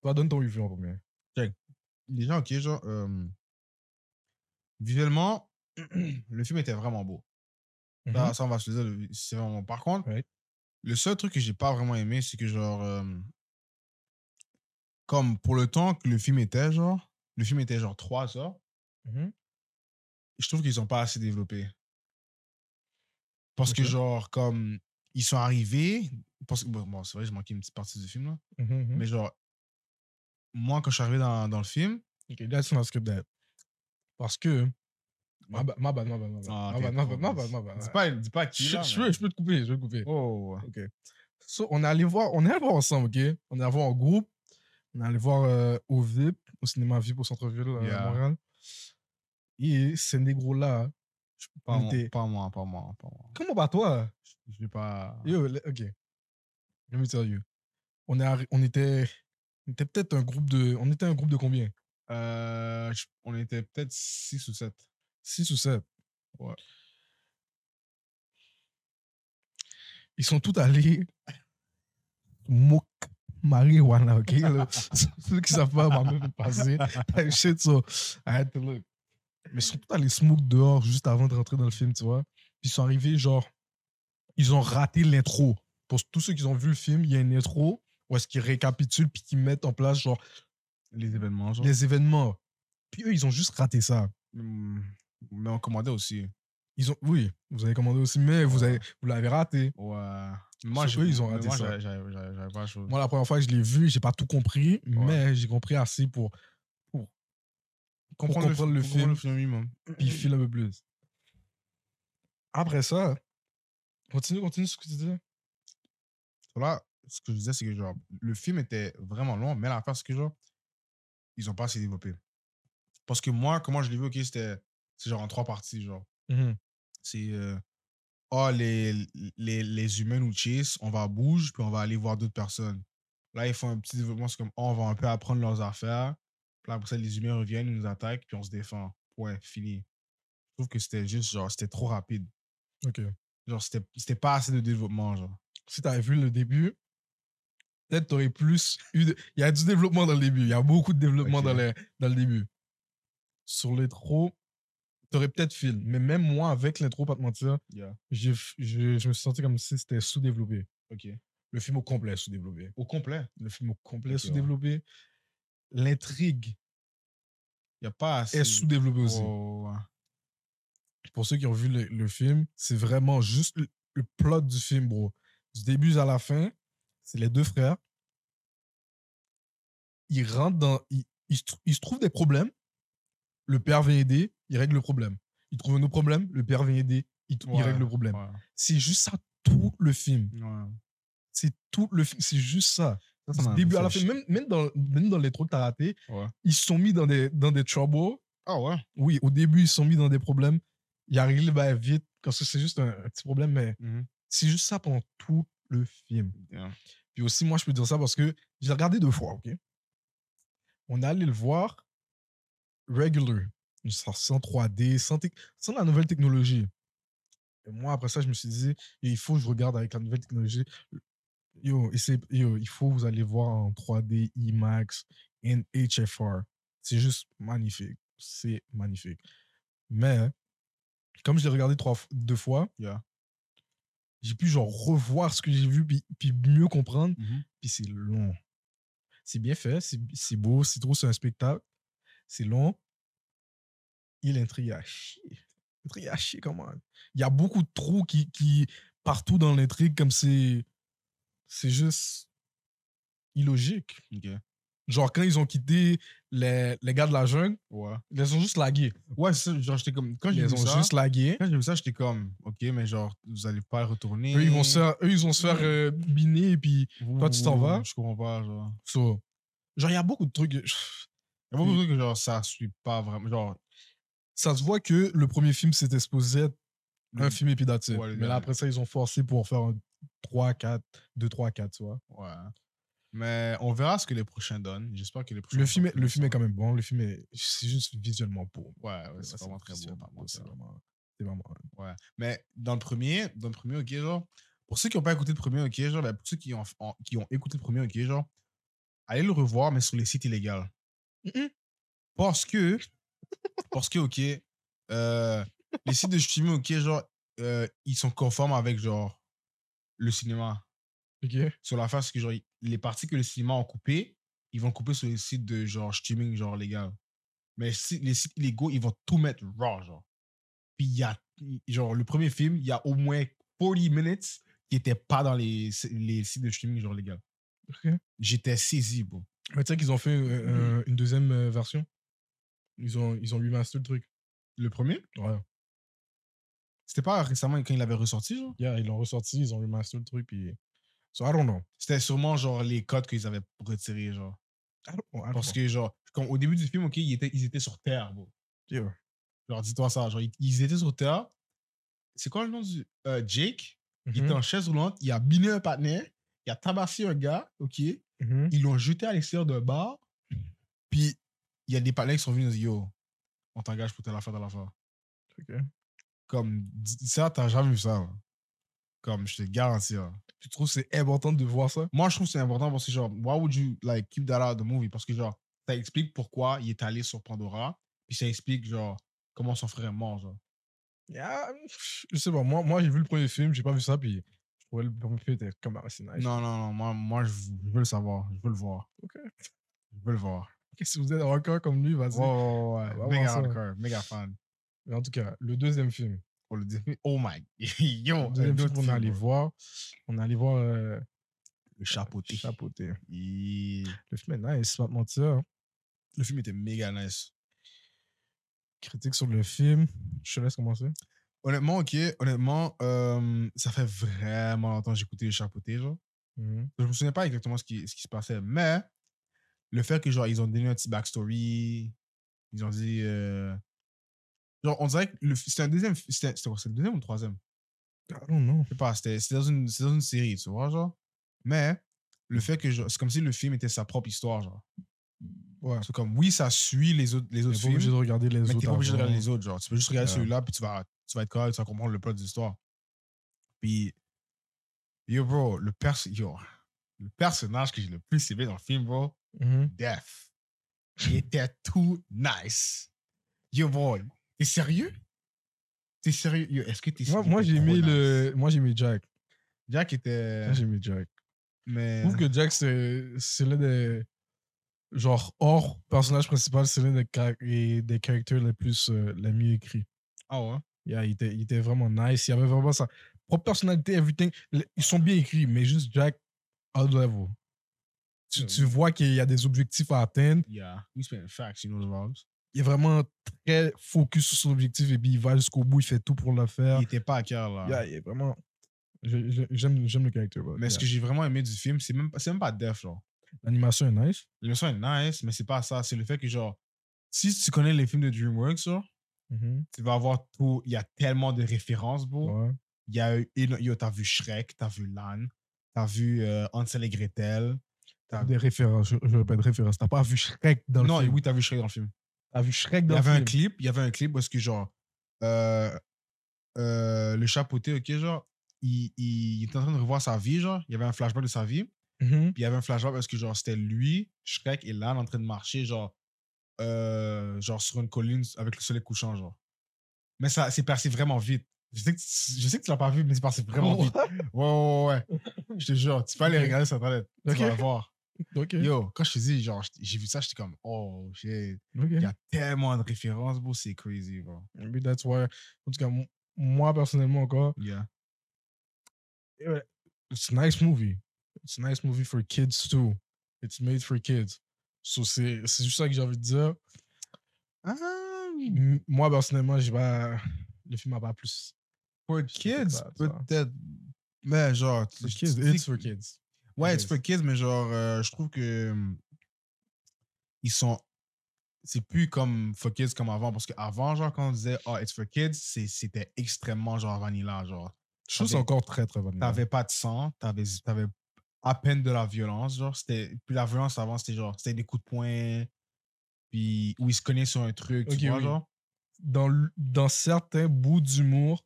[SPEAKER 1] Toi, donne ton review en premier.
[SPEAKER 2] Déjà, ok, genre. euh, Visuellement, le film était vraiment beau. Ça, ça, on va se le dire, le- c'est vraiment. Par contre,
[SPEAKER 1] Mhm. Ouais.
[SPEAKER 2] le seul truc que j'ai pas vraiment aimé, c'est que genre, euh, comme pour le temps que le film était, genre, le film était genre 3 heures, Mmh
[SPEAKER 1] Mhm.
[SPEAKER 2] je trouve qu'ils ont pas assez développé. Parce que
[SPEAKER 1] Ok.
[SPEAKER 2] genre, comme ils sont arrivés, parce que bon, bon, c'est vrai, j'ai manqué une petite partie du film là,
[SPEAKER 1] Mhm, mhm.
[SPEAKER 2] mais genre, moi quand je suis arrivé dans, dans le film,
[SPEAKER 1] Okay, that's not skip that. Parce que. Ma bad, ma bad, ma bad, ma bad.
[SPEAKER 2] Ah,
[SPEAKER 1] ma
[SPEAKER 2] ok,
[SPEAKER 1] bad, ma bad,
[SPEAKER 2] trop
[SPEAKER 1] ma
[SPEAKER 2] nice.
[SPEAKER 1] bad, ma bad.
[SPEAKER 2] dis pas, hein. dis pas qui
[SPEAKER 1] Bah, Je,
[SPEAKER 2] là.
[SPEAKER 1] je
[SPEAKER 2] mais-
[SPEAKER 1] peux, je peux te couper, je peux te couper.
[SPEAKER 2] Oh, ouais.
[SPEAKER 1] Ok. So, on est allé voir, on est allé voir ensemble, ok? On est allé voir en groupe. On est allé voir euh, au VIP, au cinéma VIP au centre-ville euh,
[SPEAKER 2] Yeah.
[SPEAKER 1] à Montréal. Et ces négros-là, je-
[SPEAKER 2] pas,
[SPEAKER 1] ils
[SPEAKER 2] moi,
[SPEAKER 1] étaient-
[SPEAKER 2] pas moi, pas moi, pas moi.
[SPEAKER 1] Comment pas toi?
[SPEAKER 2] Je vais pas.
[SPEAKER 1] Yo, le- ok. Let me tell you. On, est arri- on était, on était peut-être un groupe de. On était un groupe de combien?
[SPEAKER 2] Euh, je- on était peut-être 6 ou 7.
[SPEAKER 1] 6 ou 7.
[SPEAKER 2] Ouais.
[SPEAKER 1] Ils sont tous allés mouk marijuana, ok? là. Ceux qui savent pas, ma meuf est passée. Type ben, shit, so I had to look. Mais ils sont tous allés smoke dehors juste avant de rentrer dans le film, tu vois? Puis ils sont arrivés, genre, ils ont raté l'intro. Pour tous ceux qui ont vu le film, il y a une intro où est-ce qu'ils récapitulent puis qu'ils mettent en place, genre, Mmh.
[SPEAKER 2] Les événements, genre.
[SPEAKER 1] les événements. Puis eux, ils ont juste raté ça.
[SPEAKER 2] Hmm, Mais on commandait aussi.
[SPEAKER 1] Ils ont, oui, vous avez commandé aussi, mais vous avez, vous l'avez raté.
[SPEAKER 2] Ouais. Mais Moi,
[SPEAKER 1] Sauf
[SPEAKER 2] j'ai-
[SPEAKER 1] eux, ils ont
[SPEAKER 2] mais
[SPEAKER 1] raté
[SPEAKER 2] moi,
[SPEAKER 1] ça.
[SPEAKER 2] j'avais- J'avais j'avais- j'avais pas chose.
[SPEAKER 1] Moi, la première fois que je l'ai vu, j'ai pas tout compris, mais j'ai compris assez pour, pour comprendre, le, film,
[SPEAKER 2] lui-même.
[SPEAKER 1] puis filer un peu plus. Après ça, continue, continue ce que tu dis.
[SPEAKER 2] Là, ce que je disais, c'est que genre, le film était vraiment long, mais l'affaire, c'est que genre, ils ont pas assez développé. Parce que moi, comment je l'ai vu, ok, c'était c'est genre en trois parties, genre.
[SPEAKER 1] Mm-hmm.
[SPEAKER 2] C'est. euh, Ah, les, les, les humains nous chase, on va bouge, puis on va aller voir d'autres personnes. Là, ils font un petit développement, c'est comme, Ah, on va un peu apprendre leurs affaires. Puis là, après ça, les humains reviennent, ils nous attaquent, puis on se défend. Ouais, fini. Je trouve que c'était juste, genre, c'était trop rapide.
[SPEAKER 1] Ok.
[SPEAKER 2] Genre, c'était c'était pas assez de développement, genre.
[SPEAKER 1] Si t'avais vu le début, peut-être t'aurais plus eu. de- Il y a du développement dans le début. Il y a beaucoup de développement
[SPEAKER 2] Ok.
[SPEAKER 1] dans, le, dans le début. Sur l'intro, t'aurais peut-être film. Mais même moi, avec l'intro, pas te mentir, j'ai f- je, je me suis senti comme si c'était sous-développé.
[SPEAKER 2] OK.
[SPEAKER 1] Le film au complet est sous-développé.
[SPEAKER 2] Au complet.
[SPEAKER 1] Le film au complet est
[SPEAKER 2] Ok, ouais.
[SPEAKER 1] sous-développé. L'intrigue
[SPEAKER 2] Il n'y a pas assez.
[SPEAKER 1] est sous-développée aussi.
[SPEAKER 2] Oh, ouais.
[SPEAKER 1] Pour ceux qui ont vu le, le film, c'est vraiment juste le, le plot du film, bro. Du début à la fin, c'est les deux frères. Ils rentrent dans. Ils, ils se trou- ils se trouvent des problèmes. Le père vient aider, il règle le problème. Ils trouvent un autre problème, le père vient aider, il, t- il
[SPEAKER 2] Ouais,
[SPEAKER 1] règle le problème.
[SPEAKER 2] ouais,
[SPEAKER 1] C'est juste ça, tout le film.
[SPEAKER 2] ouais.
[SPEAKER 1] C'est tout le film. C'est juste ça.
[SPEAKER 2] Ça, ça
[SPEAKER 1] Du
[SPEAKER 2] m'a
[SPEAKER 1] début à la fin,
[SPEAKER 2] fait
[SPEAKER 1] même, même dans, même dans les trucs que t'as ratés,
[SPEAKER 2] Ouais.
[SPEAKER 1] ils se sont mis dans des, dans des troubles.
[SPEAKER 2] Ah ouais.
[SPEAKER 1] Oui, au début, ils se sont mis dans des problèmes. Il a réglé le bail vite, parce que c'est juste un, un petit problème, mais
[SPEAKER 2] Mhm.
[SPEAKER 1] c'est juste ça pendant tout le film.
[SPEAKER 2] Bien.
[SPEAKER 1] Puis aussi, moi, je peux dire ça parce que j'ai regardé deux fois, OK? On est allé le voir regular, sans sans 3D, sans, tec- sans la nouvelle technologie. Et moi, après ça, je me suis dit, il faut que je regarde avec la nouvelle technologie. Yo, essayez- yo, il faut que vous allez voir en 3D, IMAX, and HFR. C'est juste magnifique. C'est magnifique. Mais, comme je l'ai regardé trois, f- deux fois,
[SPEAKER 2] Yeah.
[SPEAKER 1] j'ai pu genre revoir ce que j'ai vu, puis, puis mieux comprendre.
[SPEAKER 2] Mhm.
[SPEAKER 1] Puis c'est long. C'est bien fait, c'est c'est beau, c'est trop, c'est un spectacle. C'est long. Il intrigue à chier. Intrigue à chier, comment Il y a beaucoup de trous qui, qui partout dans l'intrigue, comme c'est. C'est juste illogique.
[SPEAKER 2] Ok.
[SPEAKER 1] Genre, quand ils ont quitté les, les gars de la jungle,
[SPEAKER 2] Ouais.
[SPEAKER 1] ils les ont juste lagués.
[SPEAKER 2] Ouais, c'est ça, genre, j'étais comme. Quand
[SPEAKER 1] Ils
[SPEAKER 2] j'ai
[SPEAKER 1] les
[SPEAKER 2] vu
[SPEAKER 1] ont
[SPEAKER 2] ça, Hein?
[SPEAKER 1] juste lagués.
[SPEAKER 2] quand j'ai vu ça, j'étais comme, ok, mais genre, vous allez pas y retourner.
[SPEAKER 1] Eux, ils vont se faire, eux, ils vont se faire euh, biner, et puis.
[SPEAKER 2] Ouh,
[SPEAKER 1] Toi, tu t'en
[SPEAKER 2] ouh,
[SPEAKER 1] vas.
[SPEAKER 2] Je comprends pas, genre.
[SPEAKER 1] so. Genre, il y a beaucoup de trucs.
[SPEAKER 2] Il y a beaucoup de trucs que, genre, ça suit pas vraiment. Genre,
[SPEAKER 1] ça se voit que le premier film, c'était supposé être
[SPEAKER 2] le-
[SPEAKER 1] un film épidatif.
[SPEAKER 2] Ouais, le
[SPEAKER 1] mais là,
[SPEAKER 2] dernier.
[SPEAKER 1] après ça, ils ont forcé pour faire un 3, 4, 2, 3, 4, tu vois.
[SPEAKER 2] Ouais. Mais on verra ce que les prochains donnent. J'espère que les prochains.
[SPEAKER 1] Le film, est,
[SPEAKER 2] sont
[SPEAKER 1] le film est
[SPEAKER 2] plus- hein.
[SPEAKER 1] quand même bon. Le film est c'est juste visuellement beau.
[SPEAKER 2] Ouais, ouais, c'est vraiment très beau.
[SPEAKER 1] visuellement
[SPEAKER 2] par contre,
[SPEAKER 1] C'est
[SPEAKER 2] ça.
[SPEAKER 1] vraiment. C'est vraiment.
[SPEAKER 2] Ouais. Mais dans le premier, dans le premier, ok, genre, pour ceux qui n'ont pas écouté le premier, ok, genre, ben, pour ceux qui ont, en- qui ont écouté le premier, ok, genre, allez le revoir, mais sur les sites illégaux. Parce que, parce que, ok, euh, les sites de streaming, ok, genre, euh, ils sont conformes avec, genre, le cinéma.
[SPEAKER 1] Ok.
[SPEAKER 2] Sur la face, que, genre, ils- les parties que le cinéma a coupées, ils vont le couper sur les sites de, genre, streaming, genre, légal. Mais si- les sites illégaux, ils vont tout mettre raw, genre. Puis, il y a, il- genre, le premier film, il y a au moins 40 minutes qui n'étaient pas dans les, les sites de streaming, genre, légal.
[SPEAKER 1] Ok.
[SPEAKER 2] J'étais saisi, bon.
[SPEAKER 1] Mais tu sais qu'ils ont fait euh,
[SPEAKER 2] Mm.
[SPEAKER 1] euh, une deuxième euh, version. Ils ont, ils ont remaster le truc.
[SPEAKER 2] Le premier,
[SPEAKER 1] Ouais.
[SPEAKER 2] c'était pas récemment quand il avait ressorti, genre?
[SPEAKER 1] Yeah, ils l'ont ressorti, ils ont remaster le truc. Puis... So, I don't know.
[SPEAKER 2] C'était sûrement genre les codes qu'ils avaient retirés, genre.
[SPEAKER 1] I don't, oh, I don't
[SPEAKER 2] Parce
[SPEAKER 1] know.
[SPEAKER 2] que genre, comme au début du film, ok, ils étaient, ils étaient sur Terre, bro.
[SPEAKER 1] Yeah.
[SPEAKER 2] Genre, dis-toi ça, genre, ils, ils étaient sur Terre. C'est quoi le nom du euh, Jake?
[SPEAKER 1] Mm-hmm,
[SPEAKER 2] Il
[SPEAKER 1] Mhm.
[SPEAKER 2] était en chaise roulante, il a biné un partenaire, il a tabassé un gars, ok? Ils
[SPEAKER 1] Mhm, mhm.
[SPEAKER 2] l'ont jeté à l'extérieur d'un bar, puis il y a des partenaires qui sont venus et ils ont dit, yo, on t'engage pour telle affaire, telle affaire.
[SPEAKER 1] Ok.
[SPEAKER 2] Comme, dis- ça, t'as jamais vu ça, là. Comme, je te garantis, hein. là.
[SPEAKER 1] Tu trouves que c'est important de voir ça?
[SPEAKER 2] moi je trouve que c'est important parce que genre why would you like keep that out of the movie parce que genre ça explique pourquoi il est allé sur Pandora puis ça explique genre comment son frère est mort genre
[SPEAKER 1] Yeah, mm, pff, je sais pas, moi, moi j'ai vu le premier film, j'ai pas vu ça, puis je trouvais le premier film était comme assez nice.
[SPEAKER 2] non non non moi, moi je, vou- je veux le savoir je veux le voir
[SPEAKER 1] Ok.
[SPEAKER 2] je veux le voir
[SPEAKER 1] Ok, si vous êtes encore hein, comme lui, vas-y.
[SPEAKER 2] ouais ouais
[SPEAKER 1] va
[SPEAKER 2] ouais, ouais.
[SPEAKER 1] voir
[SPEAKER 2] méga
[SPEAKER 1] ça.
[SPEAKER 2] hardcore méga fan
[SPEAKER 1] Mais en tout cas, le deuxième film.
[SPEAKER 2] on le dit oh my
[SPEAKER 1] Le
[SPEAKER 2] yo
[SPEAKER 1] deuxième film qu'on est allé
[SPEAKER 2] aller
[SPEAKER 1] voir, on est allé voir euh,
[SPEAKER 2] le chapeauté
[SPEAKER 1] Chapeauté.
[SPEAKER 2] Et-
[SPEAKER 1] Le film est nice, pas te mentir.
[SPEAKER 2] le film était méga nice
[SPEAKER 1] Critique sur le film, je te laisse commencer.
[SPEAKER 2] honnêtement ok honnêtement euh, ça fait vraiment longtemps que j'ai écouté le chapeauté genre
[SPEAKER 1] Mhm.
[SPEAKER 2] Je me souviens pas exactement ce qui, ce qui se passait, mais le fait que, genre, ils ont donné un petit backstory, ils ont dit. euh, Genre, on dirait que le fi- c'était un deuxième. fi- C'était c'était quoi, c'était le deuxième ou le troisième
[SPEAKER 1] I don't know.
[SPEAKER 2] Je sais pas, c'était c'était dans, une- c'était dans une série,
[SPEAKER 1] Mmh.
[SPEAKER 2] tu vois, genre. Mais le fait que, genre, c'est comme si le film était sa propre histoire, genre.
[SPEAKER 1] Ouais.
[SPEAKER 2] C'est comme, oui, ça suit les autres, les
[SPEAKER 1] T'es
[SPEAKER 2] autres
[SPEAKER 1] pas obligé
[SPEAKER 2] films,
[SPEAKER 1] de regarder les
[SPEAKER 2] mais
[SPEAKER 1] autres.
[SPEAKER 2] t'es pas obligé de
[SPEAKER 1] avant.
[SPEAKER 2] regarder les autres. Genre, tu peux juste regarder
[SPEAKER 1] Ouais.
[SPEAKER 2] celui-là, puis tu vas, tu vas être correct, tu vas comprendre le plot de l'histoire. Puis, yo, bro, le, perso yo, le personnage que j'ai le plus aimé dans le film, bro,
[SPEAKER 1] Mhm.
[SPEAKER 2] Death. Il était tout nice. Yo, boy, t'es sérieux? T'es sérieux? Yo, est-ce que t'es
[SPEAKER 1] Moi,
[SPEAKER 2] il
[SPEAKER 1] moi,
[SPEAKER 2] était
[SPEAKER 1] j'ai
[SPEAKER 2] trop
[SPEAKER 1] mis
[SPEAKER 2] nice.
[SPEAKER 1] le, moi j'ai mis Jack.
[SPEAKER 2] Jack était.
[SPEAKER 1] Moi, j'ai mis Jack.
[SPEAKER 2] Mais.
[SPEAKER 1] Je trouve que Jack c'est c'est l'un des genre hors personnage principal, c'est l'un des, charac- et des caractères les plus euh, les mieux écrits.
[SPEAKER 2] Ah ouais?
[SPEAKER 1] Yeah, il, était, il était vraiment nice. Il y avait vraiment sa propre personnalité, everything. Le- Ils sont bien écrits, mais juste Jack, out level. Tu,
[SPEAKER 2] Yeah,
[SPEAKER 1] tu vois qu'il y a des objectifs à atteindre.
[SPEAKER 2] Yeah. We spent facts, you know the vibes.
[SPEAKER 1] Il est vraiment très focus sur son objectif et puis il va jusqu'au bout, il fait tout pour le faire.
[SPEAKER 2] Il était pas à cœur, là.
[SPEAKER 1] Yeah, il est vraiment. je- je- J'aime j'aime le caractère. bro.
[SPEAKER 2] Mais ce
[SPEAKER 1] Yeah.
[SPEAKER 2] que j'ai vraiment aimé du film, c'est même, pas- c'est même pas Death, genre.
[SPEAKER 1] L'animation est nice.
[SPEAKER 2] L'animation est nice, mais c'est pas ça. C'est le fait que, genre, si tu connais les films de DreamWorks, genre,
[SPEAKER 1] Mhm.
[SPEAKER 2] tu vas avoir tout. Il y a tellement de références, bro.
[SPEAKER 1] Ouais.
[SPEAKER 2] Il y a eu, éno- yo, t'as vu Shrek, t'as vu Lan, t'as vu euh, Hansel et Gretel. T'as-
[SPEAKER 1] Des références, je, je répète, références. T'as pas vu Shrek dans le
[SPEAKER 2] non,
[SPEAKER 1] film.
[SPEAKER 2] oui, t'as vu Shrek dans le film.
[SPEAKER 1] T'as vu Shrek
[SPEAKER 2] Il
[SPEAKER 1] dans
[SPEAKER 2] y
[SPEAKER 1] le
[SPEAKER 2] avait
[SPEAKER 1] film.
[SPEAKER 2] un clip, il y avait un clip parce que genre euh, euh, le chapeauté, ok, genre, il, il, il était en train de revoir sa vie, genre, il y avait un flashback de sa vie, puis
[SPEAKER 1] Mhm.
[SPEAKER 2] il y avait un flashback parce que genre c'était lui, Shrek et Lan en train de marcher, genre, euh, genre sur une colline avec le soleil couchant, genre. Mais ça, c'est passé vraiment vite. Je sais que tu, je sais que tu l'as pas vu, mais c'est passé vraiment vite. Ouais, ouais, ouais, ouais. Je te jure, tu peux aller
[SPEAKER 1] Ok.
[SPEAKER 2] regarder sur internet, tu vas
[SPEAKER 1] Ok.
[SPEAKER 2] le voir.
[SPEAKER 1] Ok.
[SPEAKER 2] Yo, quand je te dis, genre, j'ai vu ça, j'étais comme, oh shit.
[SPEAKER 1] Ok.
[SPEAKER 2] Il y a tellement de références, bro, c'est crazy, bro.
[SPEAKER 1] Maybe that's why. En tout cas, m- moi personnellement encore,
[SPEAKER 2] Yeah.
[SPEAKER 1] it's a nice movie. It's a nice movie for kids too. It's made for kids. So c'est c'est juste ça que j'ai envie de dire.
[SPEAKER 2] Ah,
[SPEAKER 1] M- Moi personnellement, j'ai pas le film a pas plus.
[SPEAKER 2] For
[SPEAKER 1] Je sais
[SPEAKER 2] kids,
[SPEAKER 1] pas, tu vois.
[SPEAKER 2] peut-être. Mais genre, tu-
[SPEAKER 1] For
[SPEAKER 2] tu
[SPEAKER 1] kids,
[SPEAKER 2] dis
[SPEAKER 1] it's
[SPEAKER 2] que-
[SPEAKER 1] for kids.
[SPEAKER 2] Ouais, it's
[SPEAKER 1] Yes.
[SPEAKER 2] for kids, mais genre, euh, je trouve que hum, ils sont. C'est plus comme for kids comme avant, parce qu'avant, genre, quand on disait, oh, it's for kids, c'est- c'était extrêmement genre vanilla, genre.
[SPEAKER 1] Je trouve que c'est
[SPEAKER 2] T'avais-
[SPEAKER 1] encore très très vanilla.
[SPEAKER 2] T'avais pas de sang, t'avais avais à peine de la violence, genre. c'était- Puis la violence avant, c'était genre, c'était des coups de poing, puis où ils se connaissaient sur un truc,
[SPEAKER 1] Ok,
[SPEAKER 2] tu vois,
[SPEAKER 1] oui.
[SPEAKER 2] genre.
[SPEAKER 1] Dans l- dans certains bouts d'humour,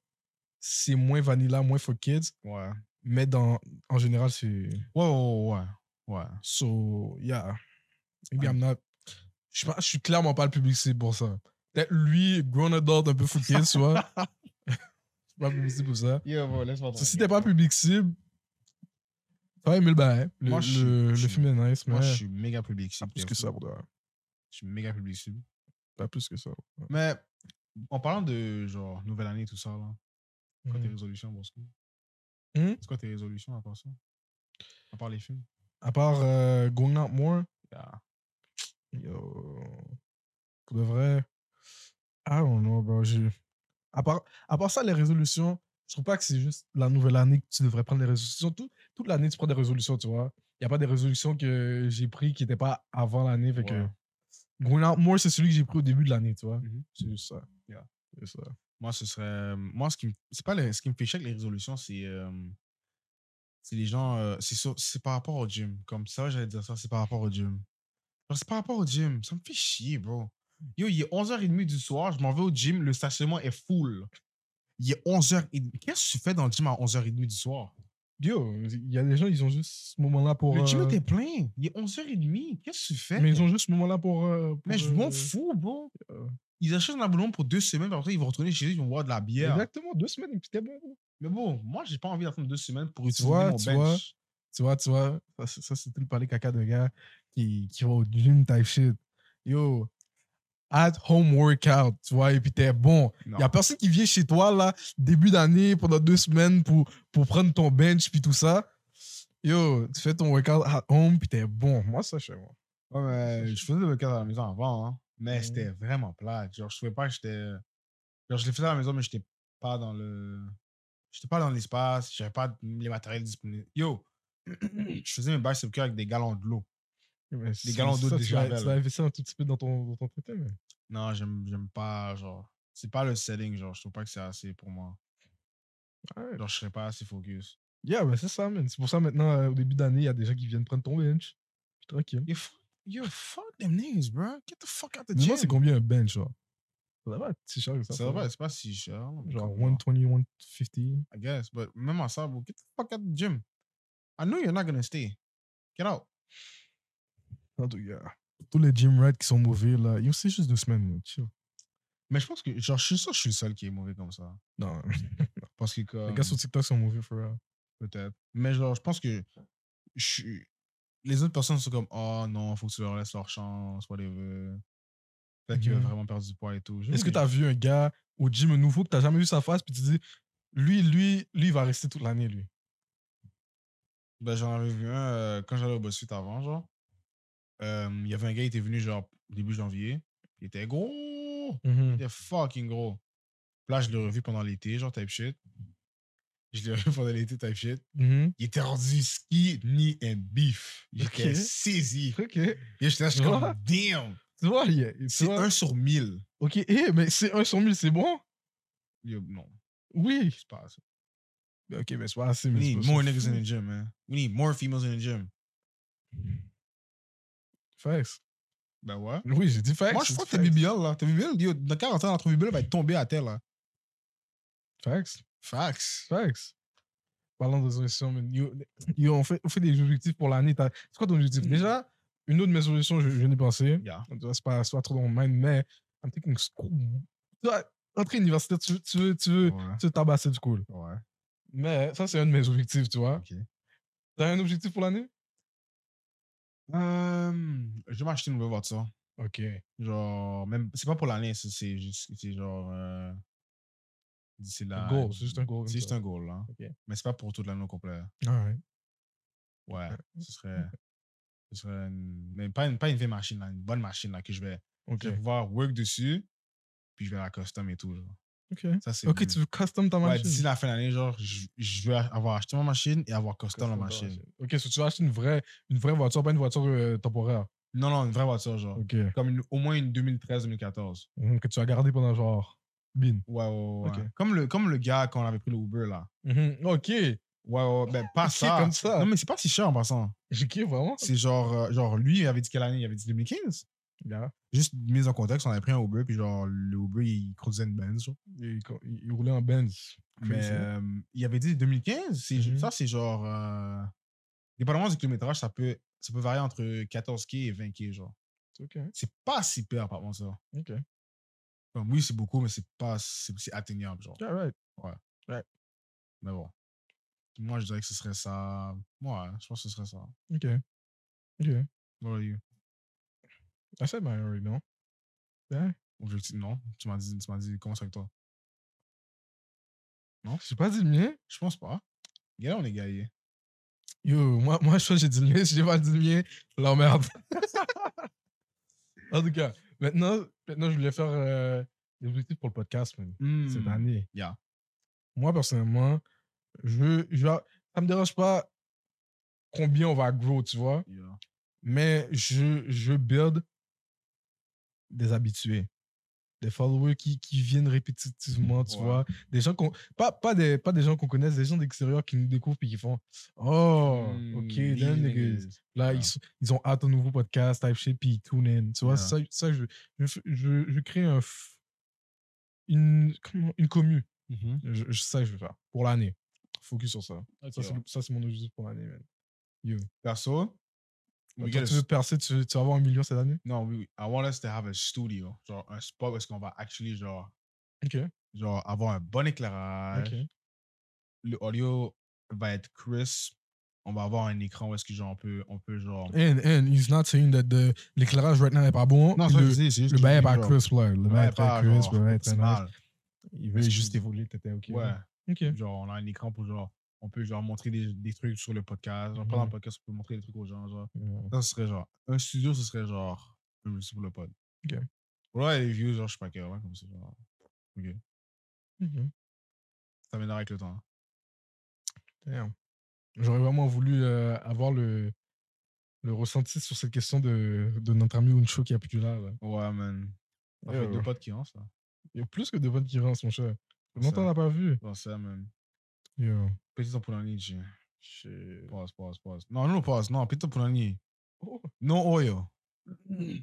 [SPEAKER 1] c'est moins vanilla, moins for kids,
[SPEAKER 2] Ouais.
[SPEAKER 1] mais dans en général c'est
[SPEAKER 2] Ouais, ouais, ouais, ouais. ouais.
[SPEAKER 1] So, yeah. Maybe I'm not. Je suis, pas- je suis clairement pas le public cible pour ça. Peut-être lui, grown adult, un peu fouqué, tu vois. Je suis pas le public cible pour ça.
[SPEAKER 2] Yeah, bro, laisse-moi
[SPEAKER 1] So, si t'es pas public cible, t'as pas aimé le bail. hein. Le,
[SPEAKER 2] Moi, je suis-
[SPEAKER 1] le- le
[SPEAKER 2] je suis-
[SPEAKER 1] film est nice, mais
[SPEAKER 2] Moi, je suis méga public
[SPEAKER 1] pas
[SPEAKER 2] cible.
[SPEAKER 1] plus
[SPEAKER 2] t'es
[SPEAKER 1] que
[SPEAKER 2] fou.
[SPEAKER 1] ça pour toi.
[SPEAKER 2] Je suis méga public cible.
[SPEAKER 1] Pas plus que ça.
[SPEAKER 2] Mais en parlant de genre nouvelle année, tout ça, là, c'est quoi tes
[SPEAKER 1] Mhm.
[SPEAKER 2] résolutions, Bosco
[SPEAKER 1] Hmm?
[SPEAKER 2] C'est quoi tes résolutions à part ça À part les films
[SPEAKER 1] À part euh, Going Out More,
[SPEAKER 2] Yeah.
[SPEAKER 1] Yo. Pour de vrai. I don't know, bro. Je- À, part, à part ça, les résolutions, je trouve pas que c'est juste la nouvelle année que tu devrais prendre les résolutions. Tout- toute l'année, tu prends des résolutions, tu vois. Il n'y a pas des résolutions que j'ai prises qui n'étaient pas avant l'année. Fait que.
[SPEAKER 2] Ouais.
[SPEAKER 1] Going out more, c'est celui que j'ai pris au début de l'année, tu vois.
[SPEAKER 2] Mhm.
[SPEAKER 1] C'est juste ça.
[SPEAKER 2] Yeah.
[SPEAKER 1] C'est ça.
[SPEAKER 2] Moi, ce serait. Moi, ce qui me, c'est pas les- ce qui me fait chier avec les résolutions, c'est. euh, c'est les gens. euh, c'est, sur- c'est par rapport au gym. Comme ça, j'allais dire ça, c'est par rapport au gym. Genre, c'est par rapport au gym. Ça me fait chier, bro. Yo, il est 11h30 du soir, je m'en vais au gym, le stationnement est full. Il est 11h30. Qu'est-ce que tu fais dans le gym à 11h30 du soir?
[SPEAKER 1] Yo, il y a des gens, ils ont juste ce moment-là pour.
[SPEAKER 2] le gym
[SPEAKER 1] euh,
[SPEAKER 2] était plein. Il est 11h30. Qu'est-ce que tu fais?
[SPEAKER 1] Mais ils ont juste ce moment-là pour. euh, pour,
[SPEAKER 2] Mais je m'en
[SPEAKER 1] euh,
[SPEAKER 2] fous, bro.
[SPEAKER 1] euh.
[SPEAKER 2] Ils achètent un abonnement pour deux semaines, puis après, ils vont retourner chez eux, ils vont boire de la bière.
[SPEAKER 1] Exactement, deux semaines, et puis t'es bon. bro.
[SPEAKER 2] Mais bon, moi, j'ai pas envie d'attendre deux semaines pour
[SPEAKER 1] Tu
[SPEAKER 2] utiliser
[SPEAKER 1] vois,
[SPEAKER 2] mon
[SPEAKER 1] tu
[SPEAKER 2] bench.
[SPEAKER 1] vois. Tu vois, tu vois, ça, c'est- ça, c'est tout le palais caca de gars qui, qui va au gym type shit. Yo, at home workout, tu vois, et puis t'es bon.
[SPEAKER 2] Non.
[SPEAKER 1] Il a personne qui vient chez toi, là, début d'année, pendant deux semaines pour, pour prendre ton bench, puis tout ça. Yo, tu fais ton workout at home, puis t'es bon. Moi, ça, je sais, moi.
[SPEAKER 2] Ouais, mais je faisais des workouts à la maison avant, hein, mais
[SPEAKER 1] Mhm.
[SPEAKER 2] c'était vraiment plat. Genre, je trouvais pas que j'étais. Genre, je les faisais à la maison, mais j'étais pas dans le. J'étais pas dans l'espace, j'avais pas les matériels disponibles. Yo! je faisais mes biceps curls avec des galons de l'eau.
[SPEAKER 1] Les
[SPEAKER 2] galons d'eau de
[SPEAKER 1] ben, Tu vas
[SPEAKER 2] Javel.
[SPEAKER 1] tu vas investir un tout petit peu dans ton, dans ton côté, mais.
[SPEAKER 2] Non, j'aime j'aime pas, genre. C'est pas le setting, genre. Je trouve pas que c'est assez pour moi.
[SPEAKER 1] Ouais.
[SPEAKER 2] Genre, je serais pas assez focus.
[SPEAKER 1] Yeah, ben, c'est ça, man. C'est pour ça, maintenant, euh, au début d'année, il y a des gens qui viennent prendre ton bench. Puis Tranquille.
[SPEAKER 2] Il faut Yo, fuck them niggas, bro. Get the fuck out the
[SPEAKER 1] Dis-moi,
[SPEAKER 2] gym.
[SPEAKER 1] c'est combien un bench, genre Ça va, si cher que ça.
[SPEAKER 2] Ça va, c'est pas si cher. mais
[SPEAKER 1] Genre
[SPEAKER 2] comme, uh,
[SPEAKER 1] 120, 150.
[SPEAKER 2] I guess, but même à ça, bro, get the fuck out the gym. I know you're not gonna stay. Get out.
[SPEAKER 1] En tout cas, tous les gym rats qui sont mauvais, là, ils ont c'est juste deux semaines, man, chill.
[SPEAKER 2] Mais je pense que, genre, je suis sûr que je suis le seul qui est mauvais comme ça.
[SPEAKER 1] Non,
[SPEAKER 2] Parce que,
[SPEAKER 1] les
[SPEAKER 2] comme,
[SPEAKER 1] gars sur TikTok sont mauvais, for real.
[SPEAKER 2] peut-être. Mais genre, je pense que je suis- les autres personnes sont comme, oh non, faut que tu leur laisses leur chance, whatever. Peut-être qu'ils veulent
[SPEAKER 1] Mhm.
[SPEAKER 2] vraiment perdre du poids et tout. Je
[SPEAKER 1] Est-ce que
[SPEAKER 2] me dis,
[SPEAKER 1] tu as vu un gars au gym nouveau que tu jamais vu sa face, puis tu dis, lui, lui, lui, il va rester toute l'année, lui.
[SPEAKER 2] Ben, j'en avais vu un euh, quand j'allais au BuzzFeed avant, genre. Euh, Il y avait un gars, il était venu genre début janvier. Il était gros.
[SPEAKER 1] Mm-hmm,
[SPEAKER 2] Il était fucking gros. Puis Là, je l'ai revu pendant l'été, genre type shit. Je l'ai revu pendant l'été, type shit.
[SPEAKER 1] Mhm.
[SPEAKER 2] Il était rendu skinny and beef. J'étais
[SPEAKER 1] Ok.
[SPEAKER 2] saisi.
[SPEAKER 1] Ok.
[SPEAKER 2] Et j'étais là, je suis
[SPEAKER 1] Ouais.
[SPEAKER 2] comme, damn.
[SPEAKER 1] Tu vois, il y a- tu
[SPEAKER 2] C'est
[SPEAKER 1] vois.
[SPEAKER 2] 1 sur 1000.
[SPEAKER 1] Ok, eh, mais c'est un sur mille, c'est bon?
[SPEAKER 2] Yo, non,
[SPEAKER 1] Oui.
[SPEAKER 2] c'est pas assez.
[SPEAKER 1] Ok, mais c'est pas assez,
[SPEAKER 2] We
[SPEAKER 1] mais c'est
[SPEAKER 2] need
[SPEAKER 1] pas-
[SPEAKER 2] more
[SPEAKER 1] c'est
[SPEAKER 2] niggas
[SPEAKER 1] fou.
[SPEAKER 2] in the gym, man. We need more females in the gym.
[SPEAKER 1] Facts.
[SPEAKER 2] Ben ouais.
[SPEAKER 1] Oui, j'ai dit facts.
[SPEAKER 2] Moi,
[SPEAKER 1] j'ai
[SPEAKER 2] je
[SPEAKER 1] dit
[SPEAKER 2] crois que t'es
[SPEAKER 1] facts.
[SPEAKER 2] BBL, là. T'es BBL, yo, dans 40 ans, notre BBL va être tombé à terre, là.
[SPEAKER 1] Facts.
[SPEAKER 2] Facts.
[SPEAKER 1] Facts. Parlant de résolution, man, yo, yo, on, fait, on fait des objectifs pour l'année. t'as- C'est quoi ton objectif?
[SPEAKER 2] Mm.
[SPEAKER 1] Déjà, une autre de mes solutions, je, je n'ai pensé.
[SPEAKER 2] Yeah.
[SPEAKER 1] C'est pas, c'est pas trop dans mon mind, mais I'm thinking school. Tu vois, entrer à l'université, tu, veux- tu veux, tu veux,
[SPEAKER 2] Ouais.
[SPEAKER 1] tu veux tabasser du cool.
[SPEAKER 2] Ouais.
[SPEAKER 1] Mais ça, c'est un de mes objectifs, tu vois.
[SPEAKER 2] Ok.
[SPEAKER 1] T'as un objectif pour l'année?
[SPEAKER 2] Euh, je vais m'acheter une nouvelle voiture.
[SPEAKER 1] Ok.
[SPEAKER 2] Genre, même, c'est pas pour l'année, c'est- c'est juste, c'est genre. euh, c'est la.
[SPEAKER 1] goal, c'est juste un goal,
[SPEAKER 2] C'est juste
[SPEAKER 1] comme
[SPEAKER 2] un goal, là.
[SPEAKER 1] Ok.
[SPEAKER 2] Mais c'est pas pour toute l'année au complet.
[SPEAKER 1] Alright.
[SPEAKER 2] Ouais. Ce serait. Ce serait une- mais pas une, pas une vieille machine, là, une bonne machine, là, que je vais,
[SPEAKER 1] Ok.
[SPEAKER 2] je vais pouvoir work dessus, puis je vais la custom et tout, genre.
[SPEAKER 1] Ok.
[SPEAKER 2] Ça, c'est.
[SPEAKER 1] Ok,
[SPEAKER 2] le-
[SPEAKER 1] tu veux custom ta
[SPEAKER 2] Ouais,
[SPEAKER 1] machine?
[SPEAKER 2] d'ici la fin de l'année, genre, je, je vais avoir acheté ma machine et avoir custom,
[SPEAKER 1] Custom
[SPEAKER 2] la
[SPEAKER 1] ta
[SPEAKER 2] machine.
[SPEAKER 1] Ok, so tu vas acheter une vraie, une vraie voiture, pas une voiture euh, temporaire.
[SPEAKER 2] Non, non, une vraie voiture, genre.
[SPEAKER 1] Ok.
[SPEAKER 2] Comme une- au moins une 2013-2014.
[SPEAKER 1] Mhm, Que tu vas garder pendant genre. Bin.
[SPEAKER 2] Ouais, ouais, ouais. ouais.
[SPEAKER 1] Ok.
[SPEAKER 2] Comme, le, comme le gars quand on avait pris le Uber, là.
[SPEAKER 1] Mhm, Ok.
[SPEAKER 2] Ouais, ouais, ben pas
[SPEAKER 1] Ok,
[SPEAKER 2] ça.
[SPEAKER 1] comme ça.
[SPEAKER 2] Non, mais c'est pas si cher en passant.
[SPEAKER 1] J'ai kiffé vraiment.
[SPEAKER 2] C'est genre, euh, genre, lui, il avait dit quelle année Il avait dit 2015.
[SPEAKER 1] Yeah.
[SPEAKER 2] Juste mise en contexte, on avait pris un Uber, puis genre, le Uber, il conduisait une Benz, genre.
[SPEAKER 1] Il, il- il roulait en Benz.
[SPEAKER 2] Mais
[SPEAKER 1] Crazy.
[SPEAKER 2] euh, il avait dit 2015. c'est ju-
[SPEAKER 1] Mhm.
[SPEAKER 2] Ça, c'est genre. euh, dépendamment du kilométrage, ça peut, ça peut varier entre 14K et 20K, genre.
[SPEAKER 1] Ok.
[SPEAKER 2] C'est pas si pire, apparemment, ça.
[SPEAKER 1] Ok.
[SPEAKER 2] Comme, oui, c'est beaucoup, mais c'est pas. C'est c'est atteignable, genre.
[SPEAKER 1] Yeah, right.
[SPEAKER 2] Mais bon. Moi, je dirais que ce serait ça. Ouais, je pense que ce serait ça.
[SPEAKER 1] Ok. Ok.
[SPEAKER 2] What are you?
[SPEAKER 1] I said mine already, non? Hein? Yeah.
[SPEAKER 2] Objectif, non. Tu m'as dit, tu m'as dit, comment ça avec toi?
[SPEAKER 1] J'ai pas dit le mien.
[SPEAKER 2] Je pense pas. Gars, là, on est gaillé.
[SPEAKER 1] Yo, moi, moi je crois que j'ai dit le mien. Si j'ai pas dit le mien, l'emmerde. en tout cas, maintenant, maintenant je voulais faire euh, des objectifs pour le podcast, man. cette année.
[SPEAKER 2] Hmm. Yeah.
[SPEAKER 1] Moi, personnellement, je, veux- je, veux- ça me dérange pas combien on va grow, tu vois,
[SPEAKER 2] Yeah.
[SPEAKER 1] mais je, je veux build des habitués, des followers qui, qui viennent répétitivement, tu
[SPEAKER 2] Ouais.
[SPEAKER 1] vois, des gens qu'on, pas, pas, des, pas des gens qu'on connaisse, des gens d'extérieur qui nous découvrent et qui font Oh,
[SPEAKER 2] Mm,
[SPEAKER 1] ok,
[SPEAKER 2] these
[SPEAKER 1] them niggas.
[SPEAKER 2] niggas.
[SPEAKER 1] Là,
[SPEAKER 2] Ouais.
[SPEAKER 1] ils, sont- ils ont hâte au nouveau podcast, type shit, puis ils tune in. Tu vois,
[SPEAKER 2] Ouais.
[SPEAKER 1] ça, ça je, je, je, je crée un, f- une, comment, une commune.
[SPEAKER 2] Mhm.
[SPEAKER 1] Je, je- ça que je vais faire pour l'année. Focus sur ça. Ça,
[SPEAKER 2] ouais.
[SPEAKER 1] c'est le- ça, c'est mon objectif pour l'année, man.
[SPEAKER 2] Perso,
[SPEAKER 1] Toi,
[SPEAKER 2] we get a
[SPEAKER 1] tu veux
[SPEAKER 2] s-
[SPEAKER 1] percer, tu, veux- tu vas avoir un million cette année?
[SPEAKER 2] Non, we- I want us to have a studio. Genre, un spot où est-ce qu'on va actually, genre,
[SPEAKER 1] Ok.
[SPEAKER 2] genre, avoir un bon éclairage.
[SPEAKER 1] Ok.
[SPEAKER 2] Le audio va être crisp. On va avoir un écran où est-ce que, genre, on peut, on peut genre.
[SPEAKER 1] And, and he's not saying that the- l'éclairage right now n'est pas bon.
[SPEAKER 2] Non,
[SPEAKER 1] puis
[SPEAKER 2] ça, je
[SPEAKER 1] le,
[SPEAKER 2] dis, c'est juste.
[SPEAKER 1] le
[SPEAKER 2] que
[SPEAKER 1] bail
[SPEAKER 2] je
[SPEAKER 1] est
[SPEAKER 2] dis,
[SPEAKER 1] pas
[SPEAKER 2] genre,
[SPEAKER 1] crisp, là. Le
[SPEAKER 2] le
[SPEAKER 1] bail
[SPEAKER 2] bail
[SPEAKER 1] est pas
[SPEAKER 2] pas,
[SPEAKER 1] crisp,
[SPEAKER 2] genre,
[SPEAKER 1] le bail est très nice.
[SPEAKER 2] optimal.
[SPEAKER 1] Il veut
[SPEAKER 2] Parce
[SPEAKER 1] juste
[SPEAKER 2] que-
[SPEAKER 1] évoluer, t'étais ok.
[SPEAKER 2] Ouais.
[SPEAKER 1] Ok.
[SPEAKER 2] Genre, on a un écran pour genre, on peut genre montrer des, des trucs sur le podcast. Genre,
[SPEAKER 1] Mm-hmm.
[SPEAKER 2] pendant le podcast, on peut montrer des trucs aux gens. Genre.
[SPEAKER 1] Ouais.
[SPEAKER 2] Ça, ce serait genre, un studio, ce serait genre, un studio pour le pod.
[SPEAKER 1] Ok.
[SPEAKER 2] Ouais, les views, genre, je sais pas cœur, là, comme ça. Genre. Ok.
[SPEAKER 1] Ok.
[SPEAKER 2] Ça viendra avec le temps. hein.
[SPEAKER 1] Damn. J'aurais vraiment voulu euh, avoir le, le ressenti sur cette question de, de notre ami Uncho qui a plus là. là.
[SPEAKER 2] Ouais, man. Ça fait
[SPEAKER 1] Yo.
[SPEAKER 2] deux pods qui lancent, là.
[SPEAKER 1] Il y a plus que de bonnes qui rentrent, mon cher. Longtemps, on
[SPEAKER 2] ça.
[SPEAKER 1] n'a pas vu.
[SPEAKER 2] Dans ça, man.
[SPEAKER 1] Yo.
[SPEAKER 2] Petit pour l'année, j'ai. Pause, pause, pause. Non, non, pause. Non, petit pour l'année.
[SPEAKER 1] Oh.
[SPEAKER 2] Non, oil.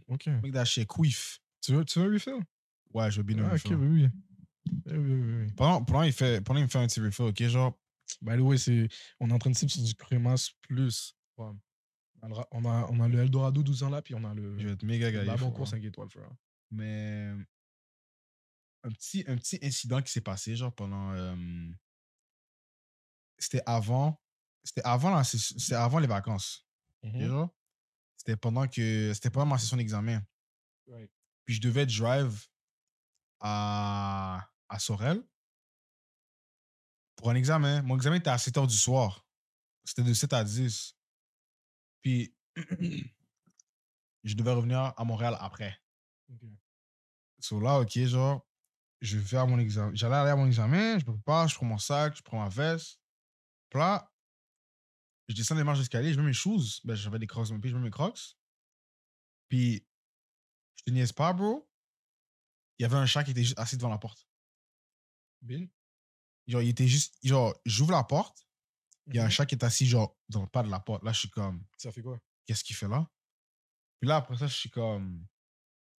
[SPEAKER 1] Ok.
[SPEAKER 2] Make that shit quiff.
[SPEAKER 1] Tu veux, tu veux refill?
[SPEAKER 2] Ouais, je veux bien
[SPEAKER 1] Ah, ok, oui, oui. Eh Oui, oui, oui.
[SPEAKER 2] pendant, pendant, il fait, pendant il me fait un petit refill, ok, genre,
[SPEAKER 1] By the way, Bah, c'est- on est en train de cible sur du crémasse plus. Ouais. On a le ra- On, a, on a le Eldorado 12 ans là, puis on a le.
[SPEAKER 2] je vais être méga gaillé.
[SPEAKER 1] La Bah,
[SPEAKER 2] faut
[SPEAKER 1] bon
[SPEAKER 2] voir.
[SPEAKER 1] cours 5 étoiles, frère.
[SPEAKER 2] mais euh, un petit, un petit incident qui s'est passé, genre pendant. euh, c'était avant. C'était avant, la sess- c'était avant les vacances. ok,
[SPEAKER 1] Mhm.
[SPEAKER 2] genre. C'était pendant que. C'était pendant ma session d'examen.
[SPEAKER 1] Right.
[SPEAKER 2] Puis je devais drive à, à Sorel pour un examen. Mon examen était à 7 h du soir. C'était de 7 à 10. Puis je devais revenir à Montréal après.
[SPEAKER 1] Ok.
[SPEAKER 2] So là, ok, genre, je vais à mon examen. J'allais aller à mon examen, je me prépare, je prends mon sac, je prends ma veste. Puis là, je descends les marches d'escalier, je mets mes shoes. Ben, j'avais des crocs dans mes pieds, je mets mes crocs. Puis, je te niaise pas, bro. Il y avait un chat qui était juste assis devant la porte.
[SPEAKER 1] Bill?
[SPEAKER 2] Genre, il était juste. Genre, j'ouvre la porte, il y a un
[SPEAKER 1] Mhm.
[SPEAKER 2] chat qui est assis, genre, dans le pas de la porte. Là, je suis comme,
[SPEAKER 1] Ça fait quoi?
[SPEAKER 2] qu'est-ce qu'il fait là? Puis là, après ça, je suis comme,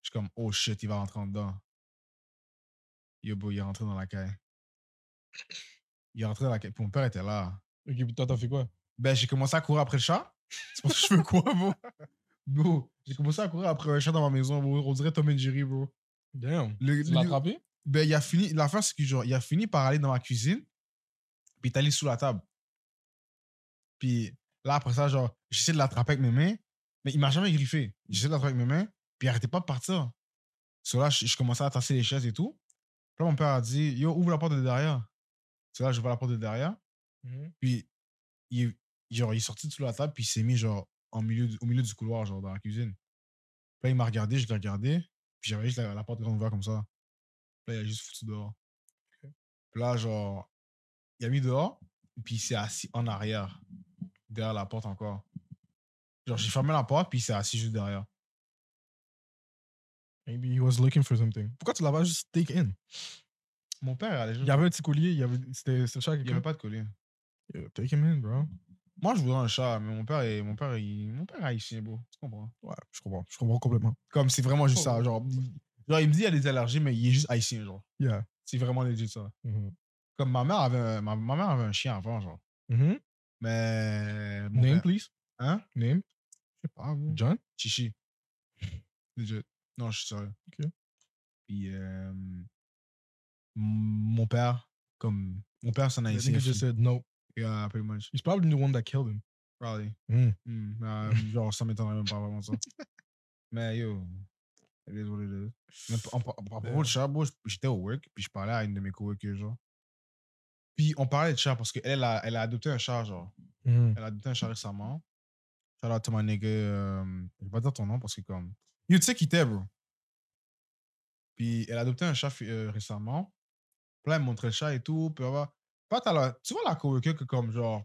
[SPEAKER 2] je suis comme, oh shit, il va rentrer en dedans. Yo, bro, il est rentré dans la caille. Il est rentré dans la caille. Puis mon père était là.
[SPEAKER 1] Ok, puis toi, t'as fait quoi?
[SPEAKER 2] Ben, j'ai commencé à courir après le chat. C'est pour ça que je veux quoi, bro? Bro, j'ai commencé à courir après un chat dans ma maison, bro. On dirait Tom and Jerry, bro.
[SPEAKER 1] Damn.
[SPEAKER 2] Le-
[SPEAKER 1] Tu
[SPEAKER 2] le-
[SPEAKER 1] l'as attrapé?
[SPEAKER 2] ben, il a fini. L'affaire, c'est que genre, il a fini par aller dans ma cuisine, puis il est allé sous la table. Puis là, après ça, genre, j'essaie de l'attraper avec mes mains, mais il m'a jamais griffé. J'essaie de l'attraper avec mes mains, puis il arrêtait pas de partir. So là, je, je commençais à tasser les chaises et tout. Puis là, mon père a dit, yo, ouvre la porte de derrière. So là, je vois la porte de derrière, puis il, est- genre, il est sorti de sous la table, puis il s'est mis, genre, en milieu, du- au milieu du couloir, genre, dans la cuisine. Puis là, il m'a regardé, je l'ai regardé, puis j'avais juste la, la porte grande ouverte comme ça. Puis là, il a juste foutu dehors. Puis là, genre, il a mis dehors, puis il s'est assis en arrière, derrière la porte encore. Genre, j'ai fermé la porte, puis il s'est assis juste derrière.
[SPEAKER 1] Maybe he was looking for something. Pourquoi tu l'as pas juste take in?
[SPEAKER 2] Mon père, allait juste-
[SPEAKER 1] Il y avait un petit collier, il y avait. C'était c'était le chat
[SPEAKER 2] il
[SPEAKER 1] qui
[SPEAKER 2] n'y avait pas de collier.
[SPEAKER 1] Take him in, bro.
[SPEAKER 2] Moi, je voudrais un chat, mais mon père, est, mon père, il, mon père est haïtien, bro. Tu comprends?
[SPEAKER 1] Ouais, je comprends. Je comprends complètement.
[SPEAKER 2] Comme c'est vraiment juste
[SPEAKER 1] Oh.
[SPEAKER 2] ça. Genre, il- genre, il me dit qu'il y a des allergies, mais il est juste haïtien, genre.
[SPEAKER 1] Yeah.
[SPEAKER 2] C'est vraiment legit, ça.
[SPEAKER 1] Mhm.
[SPEAKER 2] Comme ma mère avait un, ma, ma mère avait un chien avant, genre.
[SPEAKER 1] Mhm.
[SPEAKER 2] Mais. mon
[SPEAKER 1] Name,
[SPEAKER 2] père- Mhm.
[SPEAKER 1] please.
[SPEAKER 2] Hein?
[SPEAKER 1] Name.
[SPEAKER 2] Je sais pas, bro.
[SPEAKER 1] John?
[SPEAKER 2] Chichi. Legit. Non, je suis sérieux.
[SPEAKER 1] Ok.
[SPEAKER 2] Puis, euh, m- mon père, comme. Mon père, c'est Ah, un
[SPEAKER 1] The
[SPEAKER 2] haïtien.
[SPEAKER 1] nigga just said no.
[SPEAKER 2] Yeah, ah, pretty much.
[SPEAKER 1] He's probably the one that killed him.
[SPEAKER 2] Probably.
[SPEAKER 1] Mm.
[SPEAKER 2] Mm, euh, genre, ça m'étonnerait même pas vraiment ça. Mais yo, it is what it is. Mais p- en- en- à
[SPEAKER 1] Ben
[SPEAKER 2] propos
[SPEAKER 1] mm.
[SPEAKER 2] de chat, bro, j'étais au work, puis je parlais à une de mes coworkers, genre. Puis on parlait de chat parce qu'elle elle a, elle a adopté un chat, genre.
[SPEAKER 1] Mhm.
[SPEAKER 2] Elle a adopté un chat récemment. Shout out to my nigga. euh, je vais pas dire ton nom parce que comme. Yo, tu sais qui t'es, eh, bro. Puis elle a adopté un chat fi- euh, récemment. Puis là, elle me montrait le chat et tout. Puis voilà. Puis là, t'as la- tu vois la coworker que comme genre.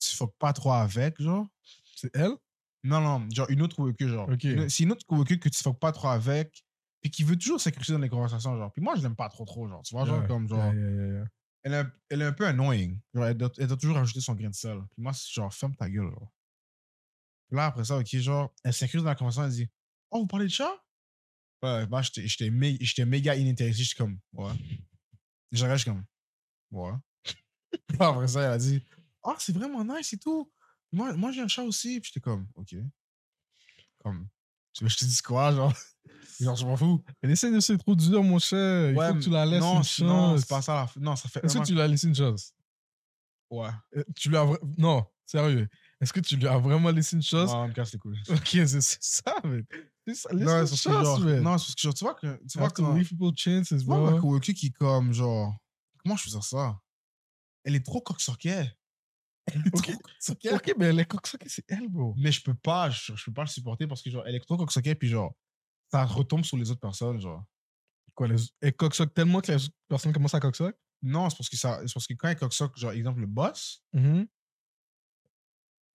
[SPEAKER 2] Tu fuck pas trop avec, genre.
[SPEAKER 1] C'est elle?
[SPEAKER 2] Non, non, genre une autre coworker, genre.
[SPEAKER 1] Ok.
[SPEAKER 2] Une- C'est une autre coworker que tu fuck pas trop avec. Puis qui veut toujours s'écrire dans les conversations, genre. Puis moi, je l'aime pas trop, trop, genre. Tu vois, genre,
[SPEAKER 1] Yeah.
[SPEAKER 2] comme genre
[SPEAKER 1] Yeah, yeah, yeah, yeah.
[SPEAKER 2] elle est, un- elle est un peu annoying. Genre, elle, doit, elle doit toujours rajouter son grain de sel. Puis moi, c'est genre, ferme ta gueule. Genre. Puis là, après ça, ok, genre, elle s'incruse dans la conversation, elle dit Oh, vous parlez de chat Ouais, moi, j'étais- j'étais mé- j'étais méga inintéressé. J'étais comme Ouais. Je regarde, je suis comme Ouais. Puis après ça, elle a dit Ah, c'est vraiment nice et tout. Moi, moi j'ai un chat aussi. Puis j'étais comme Ok. Comme, tu veux que je te dise quoi, genre Genre, je m'en fous.
[SPEAKER 1] Elle essaie de se trop dur, mon cher. Il
[SPEAKER 2] Ouais,
[SPEAKER 1] faut que tu la laisses
[SPEAKER 2] non,
[SPEAKER 1] une
[SPEAKER 2] c'est- non,
[SPEAKER 1] chance.
[SPEAKER 2] c'est pas ça. la- Non, ça fait.
[SPEAKER 1] Est-ce
[SPEAKER 2] un
[SPEAKER 1] que
[SPEAKER 2] mois-
[SPEAKER 1] tu lui as laissé une chance?
[SPEAKER 2] Ouais.
[SPEAKER 1] Euh, Tu lui as vra- Non, sérieux. Est-ce que tu lui as vraiment laissé une chance?
[SPEAKER 2] Non, elle me casse les couilles.
[SPEAKER 1] Ok, c'est c'est ça, mec. C'est ça, laisse
[SPEAKER 2] Non,
[SPEAKER 1] une
[SPEAKER 2] c'est parce que genre-
[SPEAKER 1] chance, mec.
[SPEAKER 2] non, c'est parce que genre, tu vois que tu
[SPEAKER 1] tu
[SPEAKER 2] vois
[SPEAKER 1] vois
[SPEAKER 2] quand,
[SPEAKER 1] leave people chances,
[SPEAKER 2] tu vois ma
[SPEAKER 1] bro.
[SPEAKER 2] coworker qui comme genre comment je peux dire ça Elle est trop coq-soquet. Elle est
[SPEAKER 1] Ok.
[SPEAKER 2] trop coq-soquet.
[SPEAKER 1] Ok, mais les cocksuckers, c'est elle, bro.
[SPEAKER 2] Mais je peux pas, je, je peux pas le supporter parce que genre elle est trop coq-soquet puis genre ça retombe sur les autres personnes genre.
[SPEAKER 1] Quoi, les... Elle cocksuck tellement que les personnes commencent à cocksuck.
[SPEAKER 2] Non, c'est parce que ça c'est parce que quand elle coq-soque, genre exemple le boss,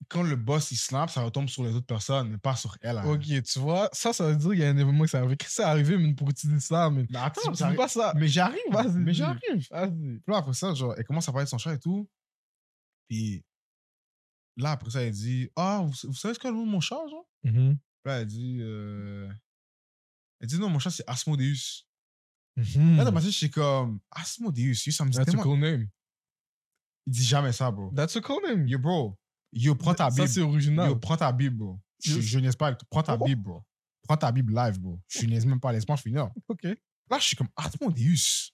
[SPEAKER 2] quand le boss il snap, ça retombe sur les autres personnes mais pas sur elle. hein.
[SPEAKER 1] Ok, tu vois, ça, ça veut dire qu'il y a un événement qui s'est arrivé. Qu'est-ce qui s'est arrivé, mais pour utiliser ça, mais.
[SPEAKER 2] Mais
[SPEAKER 1] Tu
[SPEAKER 2] attends,
[SPEAKER 1] dis
[SPEAKER 2] j'arrive-
[SPEAKER 1] pas ça.
[SPEAKER 2] mais j'arrive,
[SPEAKER 1] Vas-y,
[SPEAKER 2] mais
[SPEAKER 1] dis.
[SPEAKER 2] j'arrive.
[SPEAKER 1] Vas-y.
[SPEAKER 2] Puis là, après ça, genre, elle commence à parler de son chat et tout. Puis là, après ça, elle dit Ah, vous, vous savez ce que le nom de mon chat, genre Puis là, elle dit. euh, Elle dit non, mon chat, c'est Asmodeus. Là, dans
[SPEAKER 1] Mhm.
[SPEAKER 2] ma tête, j'étais comme Asmodeus, yo, ça me dit
[SPEAKER 1] That's a
[SPEAKER 2] tellement.
[SPEAKER 1] cool name.
[SPEAKER 2] Il dit jamais ça, bro.
[SPEAKER 1] That's a cool name.
[SPEAKER 2] Yo, bro. Yo, prends ta
[SPEAKER 1] Ça,
[SPEAKER 2] Bible.
[SPEAKER 1] c'est original.
[SPEAKER 2] Yo, prends ta Bible, bro. Je,
[SPEAKER 1] Yo.
[SPEAKER 2] je niaise pas avec toi. Prends ta
[SPEAKER 1] Oh.
[SPEAKER 2] Bible, bro. Prends ta Bible live, bro. Je niaise même pas à l'espace, je suis non.
[SPEAKER 1] Ok.
[SPEAKER 2] Là, je suis comme Asmodeus.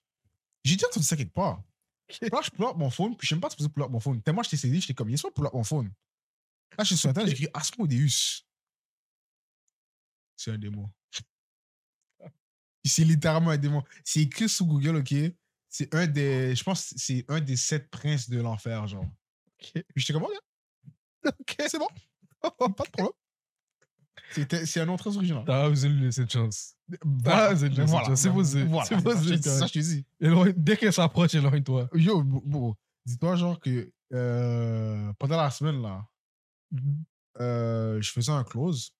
[SPEAKER 2] J'ai déjà entendu ça quelque part.
[SPEAKER 1] Ok.
[SPEAKER 2] Là, je pull up mon phone, puis je sais même pas supposé pull up mon phone. Tellement je t'ai saisi, j'étais comme, yes, pull up mon phone. Là, je suis sur internet, j'écris ah, Asmodeus. C'est un démon. C'est littéralement un démon. C'est écrit sous Google, ok? C'est un des, je pense, que c'est un des sept princes de l'enfer, genre.
[SPEAKER 1] Ok.
[SPEAKER 2] Puis j'étais comme, ok,
[SPEAKER 1] Ok.
[SPEAKER 2] c'est bon. pas de problème. C'était- C'est un nom très original.
[SPEAKER 1] T'as osé lui laisser une chance.
[SPEAKER 2] Voilà,
[SPEAKER 1] c'est bien,
[SPEAKER 2] voilà,
[SPEAKER 1] c'est bien, c'est posé,
[SPEAKER 2] Voilà,
[SPEAKER 1] c'est posé,
[SPEAKER 2] je te dis-
[SPEAKER 1] gars.
[SPEAKER 2] ça, je te dis.
[SPEAKER 1] Éloigne- dès qu'elle s'approche, éloigne-toi.
[SPEAKER 2] Yo, bro, bro, dis-toi genre que euh, pendant la semaine là, euh, je faisais un close,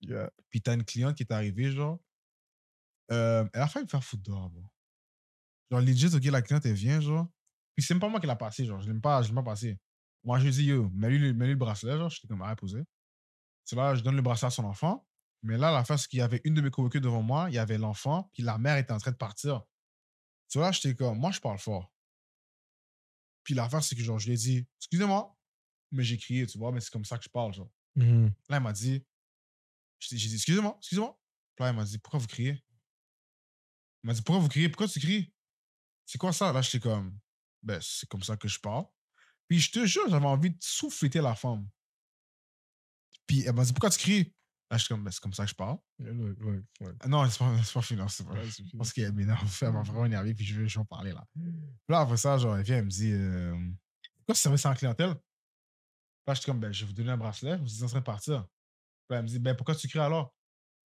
[SPEAKER 1] Yeah.
[SPEAKER 2] puis t'as une cliente qui est arrivée genre, euh, elle a failli me faire foutre dehors, bro. Genre legit, ok, la cliente elle vient genre, puis c'est même pas moi qui l'a passé, genre, je l'aime pas, je l'aime pas passé. Moi je lui dis yo, mets-lui le, mets-lui le bracelet, genre, j'étais comme arrête poser. C'est là, je donne le bracelet à son enfant, mais là la face qu'il y avait une de mes coworkers devant moi, il y avait l'enfant, puis la mère était en train de partir. Tu vois, j'étais comme, moi, je parle fort. Puis l'affaire, c'est que genre, je lui ai dit, excusez-moi, mais j'ai crié, tu vois, mais c'est comme ça que je parle, genre.
[SPEAKER 1] Mhm.
[SPEAKER 2] Là, elle m'a dit, j'ai j'ai dit, excusez-moi, excusez-moi. Puis là, elle m'a dit, pourquoi vous criez? Elle m'a dit, pourquoi vous criez? Pourquoi tu cries? C'est quoi ça? Là, j'étais comme, ben, c'est comme ça que je parle. Puis je te jure, j'avais envie de souffleter la femme. Puis elle m'a dit, pourquoi tu cries? Là, j'étais comme, ben, c'est comme ça que je parle.
[SPEAKER 1] Éloigne, ouais, ouais.
[SPEAKER 2] Ah Non, c'est pas, c'est pas fini, non, c'est pas.
[SPEAKER 1] Ouais, c'est fini.
[SPEAKER 2] Parce qu'elle m'énerve, elle m'a vraiment énervé, puis je vais, je vais en parler là. Puis là, après ça, genre, elle vient, elle me dit euh, Pourquoi tu service en clientèle Là, je suis comme ben, Je vais vous donner un bracelet, vous êtes en train de partir. Puis là, elle me dit ben, Pourquoi tu cries alors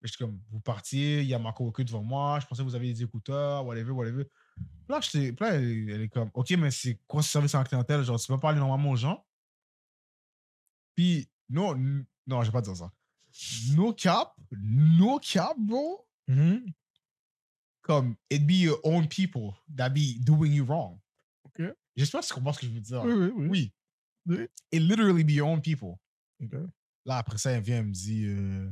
[SPEAKER 2] Je suis comme Vous partiez, il y a ma coworker devant moi, je pensais que vous aviez des écouteurs, whatever, whatever. Puis là, j'étais- puis là, elle, elle est comme Ok, mais c'est quoi ce service en clientèle Genre, tu peux parler normalement aux gens Puis, non, n- non, je vais pas dire ça. No cap, no cap, bro
[SPEAKER 1] Mhm.
[SPEAKER 2] comme it'd be your own people that be doing you wrong.
[SPEAKER 1] Ok.
[SPEAKER 2] J'espère que tu comprends ce que je veux dire.
[SPEAKER 1] Oui, oui, oui.
[SPEAKER 2] Oui.
[SPEAKER 1] Oui.
[SPEAKER 2] It literally be your own people.
[SPEAKER 1] Ok.
[SPEAKER 2] Là, après ça, elle vient, elle me dit, euh,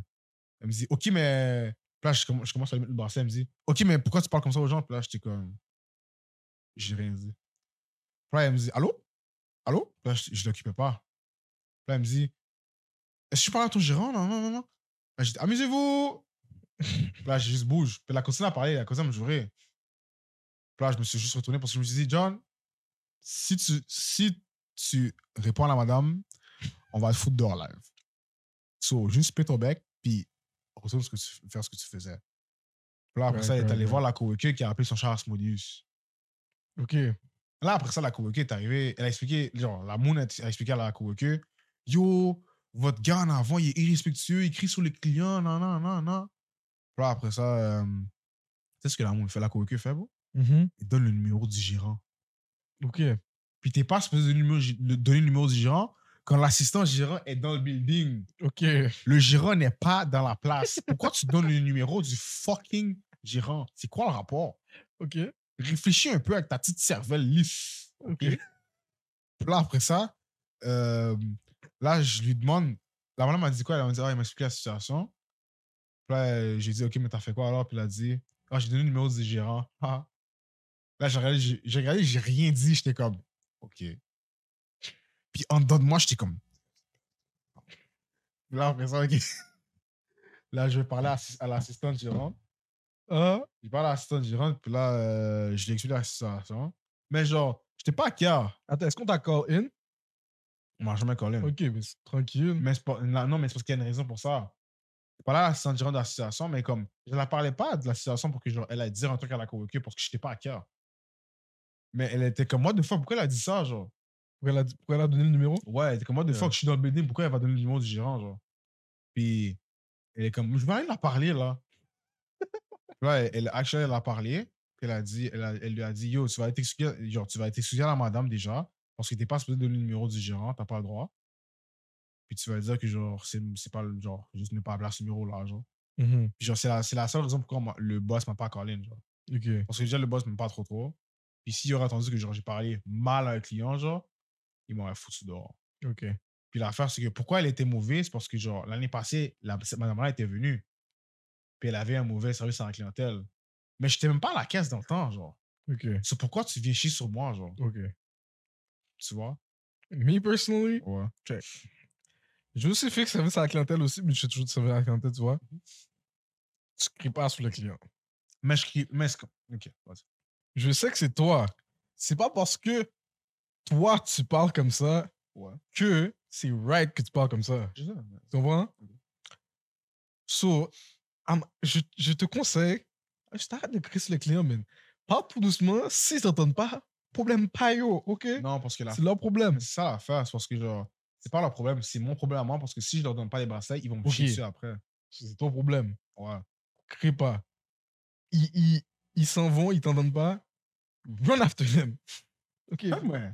[SPEAKER 2] elle me dit, OK, mais. Puis là, je, comm- je commence à lui mettre le bracelet, elle me dit, OK, mais pourquoi tu parles comme ça aux gens? Puis là, j'étais comme, j'ai rien dit. Puis là, elle me dit, Allô? Allô? Puis là, je, je l'occupais pas. Puis là, elle me dit, Est-ce que je parle à ton gérant? Non, non, non, non. Là, j'ai dit, Amusez-vous! Puis là, j'ai juste bouge. Puis elle a continué à parler, elle a continué à me jurer. Puis là, je me suis juste retourné parce que je me suis dit, John, si tu, si tu réponds à la madame, on va te foutre dehors live. So, juste pète ton bec, puis retourne ce que tu, faire ce que tu faisais. Puis là, après
[SPEAKER 1] Right,
[SPEAKER 2] ça, elle est
[SPEAKER 1] right,
[SPEAKER 2] allée
[SPEAKER 1] right.
[SPEAKER 2] voir la coworker qui a appelé son char Asmodeus.
[SPEAKER 1] Ok.
[SPEAKER 2] Là, après ça, la coworker est arrivée, elle a expliqué, genre, la moon a a expliqué à la coworker, yo, votre gars en avant, il est irrespectueux, il crie sur les clients, nan, nan, nan, nan. Puis là, après ça, euh, tu sais ce que la moon fait, la coworker fait, bro?
[SPEAKER 1] Mhm.
[SPEAKER 2] Elle donne le numéro du gérant.
[SPEAKER 1] Ok.
[SPEAKER 2] Puis t'es pas supposé donner le numéro, le- donner le numéro du gérant quand l'assistant gérant est dans le building.
[SPEAKER 1] Ok.
[SPEAKER 2] Le gérant n'est pas dans la place. Pourquoi tu donnes le numéro du fucking gérant? C'est quoi le rapport?
[SPEAKER 1] Ok.
[SPEAKER 2] Réfléchis un peu avec ta petite cervelle lisse.
[SPEAKER 1] Ok.
[SPEAKER 2] Puis là, après ça, euh, là, je lui demande. La madame m'a dit quoi? Elle m'a dit, ah, elle m'a expliqué la situation. Puis là, euh, j'ai dit, OK, mais t'as fait quoi alors? Puis elle a dit, ah, j'ai donné le numéro du gérant. Ah. là, j'ai regardé, j'ai- j'ai regardé, j'ai rien dit. J'étais comme, OK. Puis en dedans de moi, j'étais comme. Puis là, après ça, OK. Là, je vais parler à, à l'assistante gérante.
[SPEAKER 1] Ah.
[SPEAKER 2] J'ai parlé à l'assistante gérante, puis là, euh, je lui ai expliqué la situation. Mais genre, j'étais pas à cœur.
[SPEAKER 1] Attends, est-ce qu'on t'a call in?
[SPEAKER 2] On m'a jamais collé.
[SPEAKER 1] Ok, mais c'est tranquille.
[SPEAKER 2] Mais c'est pas- non, non, mais c'est parce qu'il y a une raison pour ça. C'est pas là à s'en dire de la situation, mais comme je la parlais pas de la situation pour que genre, elle a dit un truc à la coworker parce que j'étais pas à cœur. Mais elle était comme moi de fois, pourquoi elle a dit ça, genre?
[SPEAKER 1] Pourquoi elle a, dit- pourquoi elle a donné le numéro?
[SPEAKER 2] Ouais, elle était comme moi de
[SPEAKER 1] Ouais.
[SPEAKER 2] fois que je suis dans le building, pourquoi elle va donner le numéro du gérant, genre? Puis elle est comme, je vais aller la parler, là. ouais, elle, actually, elle a parlé, puis elle, a dit, elle, a- elle lui a dit, yo, tu vas aller t'excuser, genre, tu vas aller t'excuser à la madame déjà, parce que t'es pas supposé donner le numéro du gérant, t'as pas le droit. Puis tu vas lui dire que, genre, c'est c'est pas le genre, juste ne pas appeler à ce numéro-là, genre.
[SPEAKER 1] Mhm.
[SPEAKER 2] Puis genre, c'est la, c'est la seule raison pourquoi moi- le boss m'a pas callé, genre.
[SPEAKER 1] Ok.
[SPEAKER 2] Parce que déjà, le boss m'aime pas trop trop. Puis s'il aurait attendu que, genre, j'ai parlé mal à un client, genre, il m'aurait foutu dehors.
[SPEAKER 1] Ok.
[SPEAKER 2] Puis l'affaire, c'est que pourquoi elle était mauvaise? C'est parce que, genre, l'année passée, la, cette madame-là était venue. Puis elle avait un mauvais service à la clientèle. Mais je n'étais même pas à la caisse dans le temps, genre.
[SPEAKER 1] Ok.
[SPEAKER 2] C'est pourquoi tu viens chier sur moi, genre.
[SPEAKER 1] Ok.
[SPEAKER 2] Tu vois?
[SPEAKER 1] Me personally,
[SPEAKER 2] Ouais.
[SPEAKER 1] je me suis fait que service à la clientèle aussi, mais je suis toujours de service à la clientèle, tu vois. Tu cries pas sur le client.
[SPEAKER 2] Mais je crie. Mais c'est comme- Ok, vas-y.
[SPEAKER 1] Je sais que c'est toi. C'est pas parce que toi, tu parles comme ça
[SPEAKER 2] Ouais.
[SPEAKER 1] que c'est right que tu parles comme ça.
[SPEAKER 2] Je sais, mais-
[SPEAKER 1] Tu comprends? So, I'm- je, je te conseille, je t'arrête de crier sur le client, man. Parle tout doucement. S'ils t'entendent pas, problème pas yo, OK?
[SPEAKER 2] Non, parce que la
[SPEAKER 1] C'est leur problème.
[SPEAKER 2] Mais c'est ça l'affaire, c'est parce que genre, c'est pas leur problème, c'est mon problème à moi parce que si je leur donne pas les bracelets, ils vont me chier
[SPEAKER 1] Ok.
[SPEAKER 2] dessus après.
[SPEAKER 1] C'est ton problème.
[SPEAKER 2] Ouais.
[SPEAKER 1] Crie pas. Ils ils- ils s'en vont, ils t'entendent pas.
[SPEAKER 2] Mhm.
[SPEAKER 1] Run after them. OK?
[SPEAKER 2] ouais.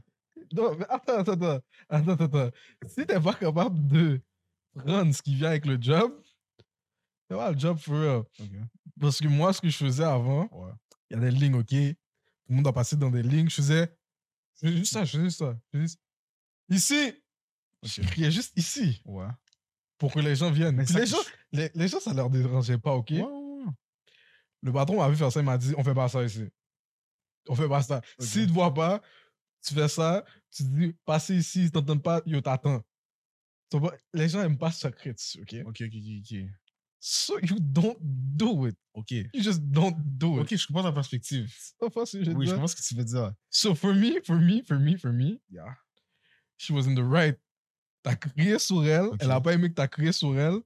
[SPEAKER 1] Non, mais attends, attends, attends. Attends, attends, attends. Si t'es pas capable de prendre ce qui vient avec le job, t'es pas le job for real.
[SPEAKER 2] Ok.
[SPEAKER 1] Parce que moi, ce que je faisais avant,
[SPEAKER 2] Ouais.
[SPEAKER 1] il y a des lignes, ok. Tout le monde a passé dans des lignes. Je faisais, je faisais juste ça, je faisais juste ça. je faisais juste- Ici, je
[SPEAKER 2] Ok.
[SPEAKER 1] criais juste ici
[SPEAKER 2] Ouais.
[SPEAKER 1] pour que les gens viennent.
[SPEAKER 2] Mais
[SPEAKER 1] Puis
[SPEAKER 2] ça,
[SPEAKER 1] les,
[SPEAKER 2] je-
[SPEAKER 1] gens, les, les gens, ça leur dérangeait pas, ok.
[SPEAKER 2] Ouais, ouais, ouais.
[SPEAKER 1] Le patron m'a vu faire ça, il m'a dit, on fait pas ça ici. On fait pas ça.
[SPEAKER 2] Ok.
[SPEAKER 1] S'ils te voient pas, tu fais ça, tu dis, passez ici, ils t'entendent pas, yo, t'attends. Tu comprends? Les gens aiment pas se sacrer dessus, ok.
[SPEAKER 2] Ok, ok, ok,
[SPEAKER 1] So you don't do it.
[SPEAKER 2] ok.
[SPEAKER 1] You just don't do
[SPEAKER 2] Ok.
[SPEAKER 1] it.
[SPEAKER 2] Ok, je comprends ta perspective.
[SPEAKER 1] Tu comprends ce que je veux
[SPEAKER 2] Oui, je
[SPEAKER 1] dire?
[SPEAKER 2] comprends ce que tu veux dire.
[SPEAKER 1] So for me, for me, for me, for me,
[SPEAKER 2] Yeah.
[SPEAKER 1] she was in the right. T'as crié sur elle,
[SPEAKER 2] Ok.
[SPEAKER 1] elle a pas aimé que t'as crié sur elle.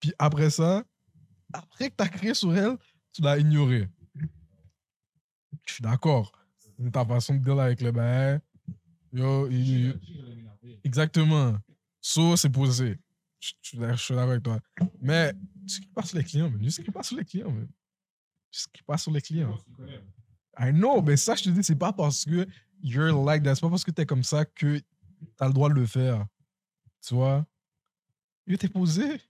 [SPEAKER 1] Puis après ça, après que t'as crié sur elle, tu l'as ignorée. Je suis d'accord. C'est ta façon de deal avec le bail. Yo, il- il- exactement. So, c'est posé. Je je suis d'accord je suis d'accord avec toi. Mais tu cries pas sur les clients, man. Juste crie pas sur les clients, man. Juste crie pas sur les clients. I know, mais ça, je te dis, c'est pas parce que you're like that, c'est pas parce que t'es comme ça que t'as le droit de le faire. Tu vois? Yo, t'es posé.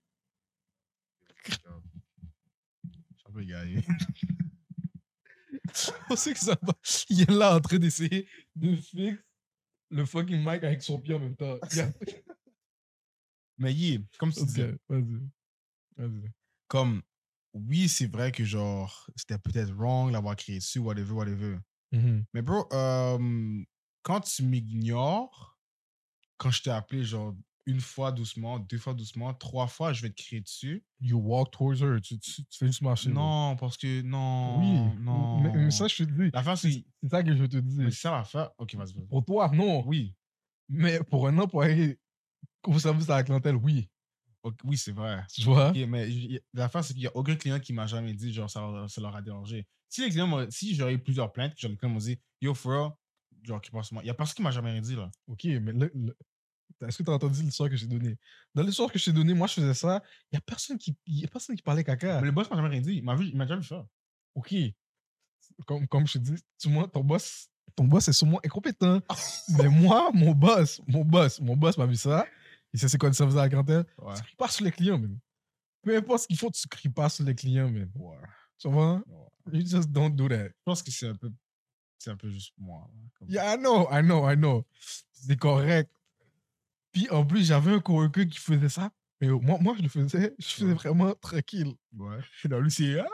[SPEAKER 2] Je suis un peu égaré.
[SPEAKER 1] On sait que ça va. Il est là en train d'essayer de fixer le fucking mic avec son pied en même
[SPEAKER 2] Ah,
[SPEAKER 1] temps. Yeah.
[SPEAKER 2] Mais yeah, comme tu
[SPEAKER 1] Ok,
[SPEAKER 2] dis,
[SPEAKER 1] vas-y. Vas-y.
[SPEAKER 2] comme, oui, c'est vrai que genre, c'était peut-être wrong l'avoir créé dessus, whatever, whatever.
[SPEAKER 1] Mm-hmm.
[SPEAKER 2] Mais bro, euh, quand tu m'ignores, quand je t'ai appelé genre une fois doucement, deux fois doucement, trois fois, je vais te crier dessus.
[SPEAKER 1] You walk towards her. Tu, tu- tu fais juste marcher.
[SPEAKER 2] Non, parce que non.
[SPEAKER 1] Oui.
[SPEAKER 2] non.
[SPEAKER 1] Mais, mais ça, je te dis.
[SPEAKER 2] L'affaire, c'est.
[SPEAKER 1] C'est ça que je te
[SPEAKER 2] mais
[SPEAKER 1] dis.
[SPEAKER 2] C'est ça l'affaire. Ok, vas-y. vas-y.
[SPEAKER 1] Pour toi, non.
[SPEAKER 2] Oui,
[SPEAKER 1] Mais pour un employé au service à la clientèle, oui.
[SPEAKER 2] ok, oui c'est vrai.
[SPEAKER 1] Tu vois?
[SPEAKER 2] Ok, mais j- y- l'affaire, c'est qu'il n'y a aucun client qui m'a jamais dit genre ça, leur- ça leur a dérangé. Si les clients m'ont- si j'aurais eu plusieurs plaintes, genre les clients m'ont dit Yo, Fro, genre qui pense moi. Il n'y a personne qui m'a jamais rien dit là.
[SPEAKER 1] Ok, mais le- le- est-ce que tu as entendu l'histoire que j'ai donnée? Dans l'histoire que j'ai donnée, moi, je faisais ça. Il n'y a, personne qui- y a personne qui parlait caca.
[SPEAKER 2] Mais le boss m'a jamais rien dit. Il m'a vu- il m'a déjà vu faire.
[SPEAKER 1] Ok. Comme, comme je te dis, tu vois, ton boss, ton boss est sûrement incompétent. mais moi, mon boss, mon boss, mon boss m'a vu ça. Il sait c'est quoi le service à la clientèle.
[SPEAKER 2] Ouais.
[SPEAKER 1] Tu cries pas sur les clients, même. Peu importe ce qu'il faut, tu cries pas sur les clients, même.
[SPEAKER 2] Ouais.
[SPEAKER 1] Tu vois? You just don't do that.
[SPEAKER 2] Je pense que c'est un peu. C'est un peu juste moi. là, comme-
[SPEAKER 1] Yeah, I know, I know, I know. C'est correct. Puis en plus, j'avais un coworker qui faisait ça. Mais moi, moi je le faisais, je faisais
[SPEAKER 2] Ouais.
[SPEAKER 1] vraiment tranquille.
[SPEAKER 2] Ouais.
[SPEAKER 1] Et dans lui, c'est. Ah!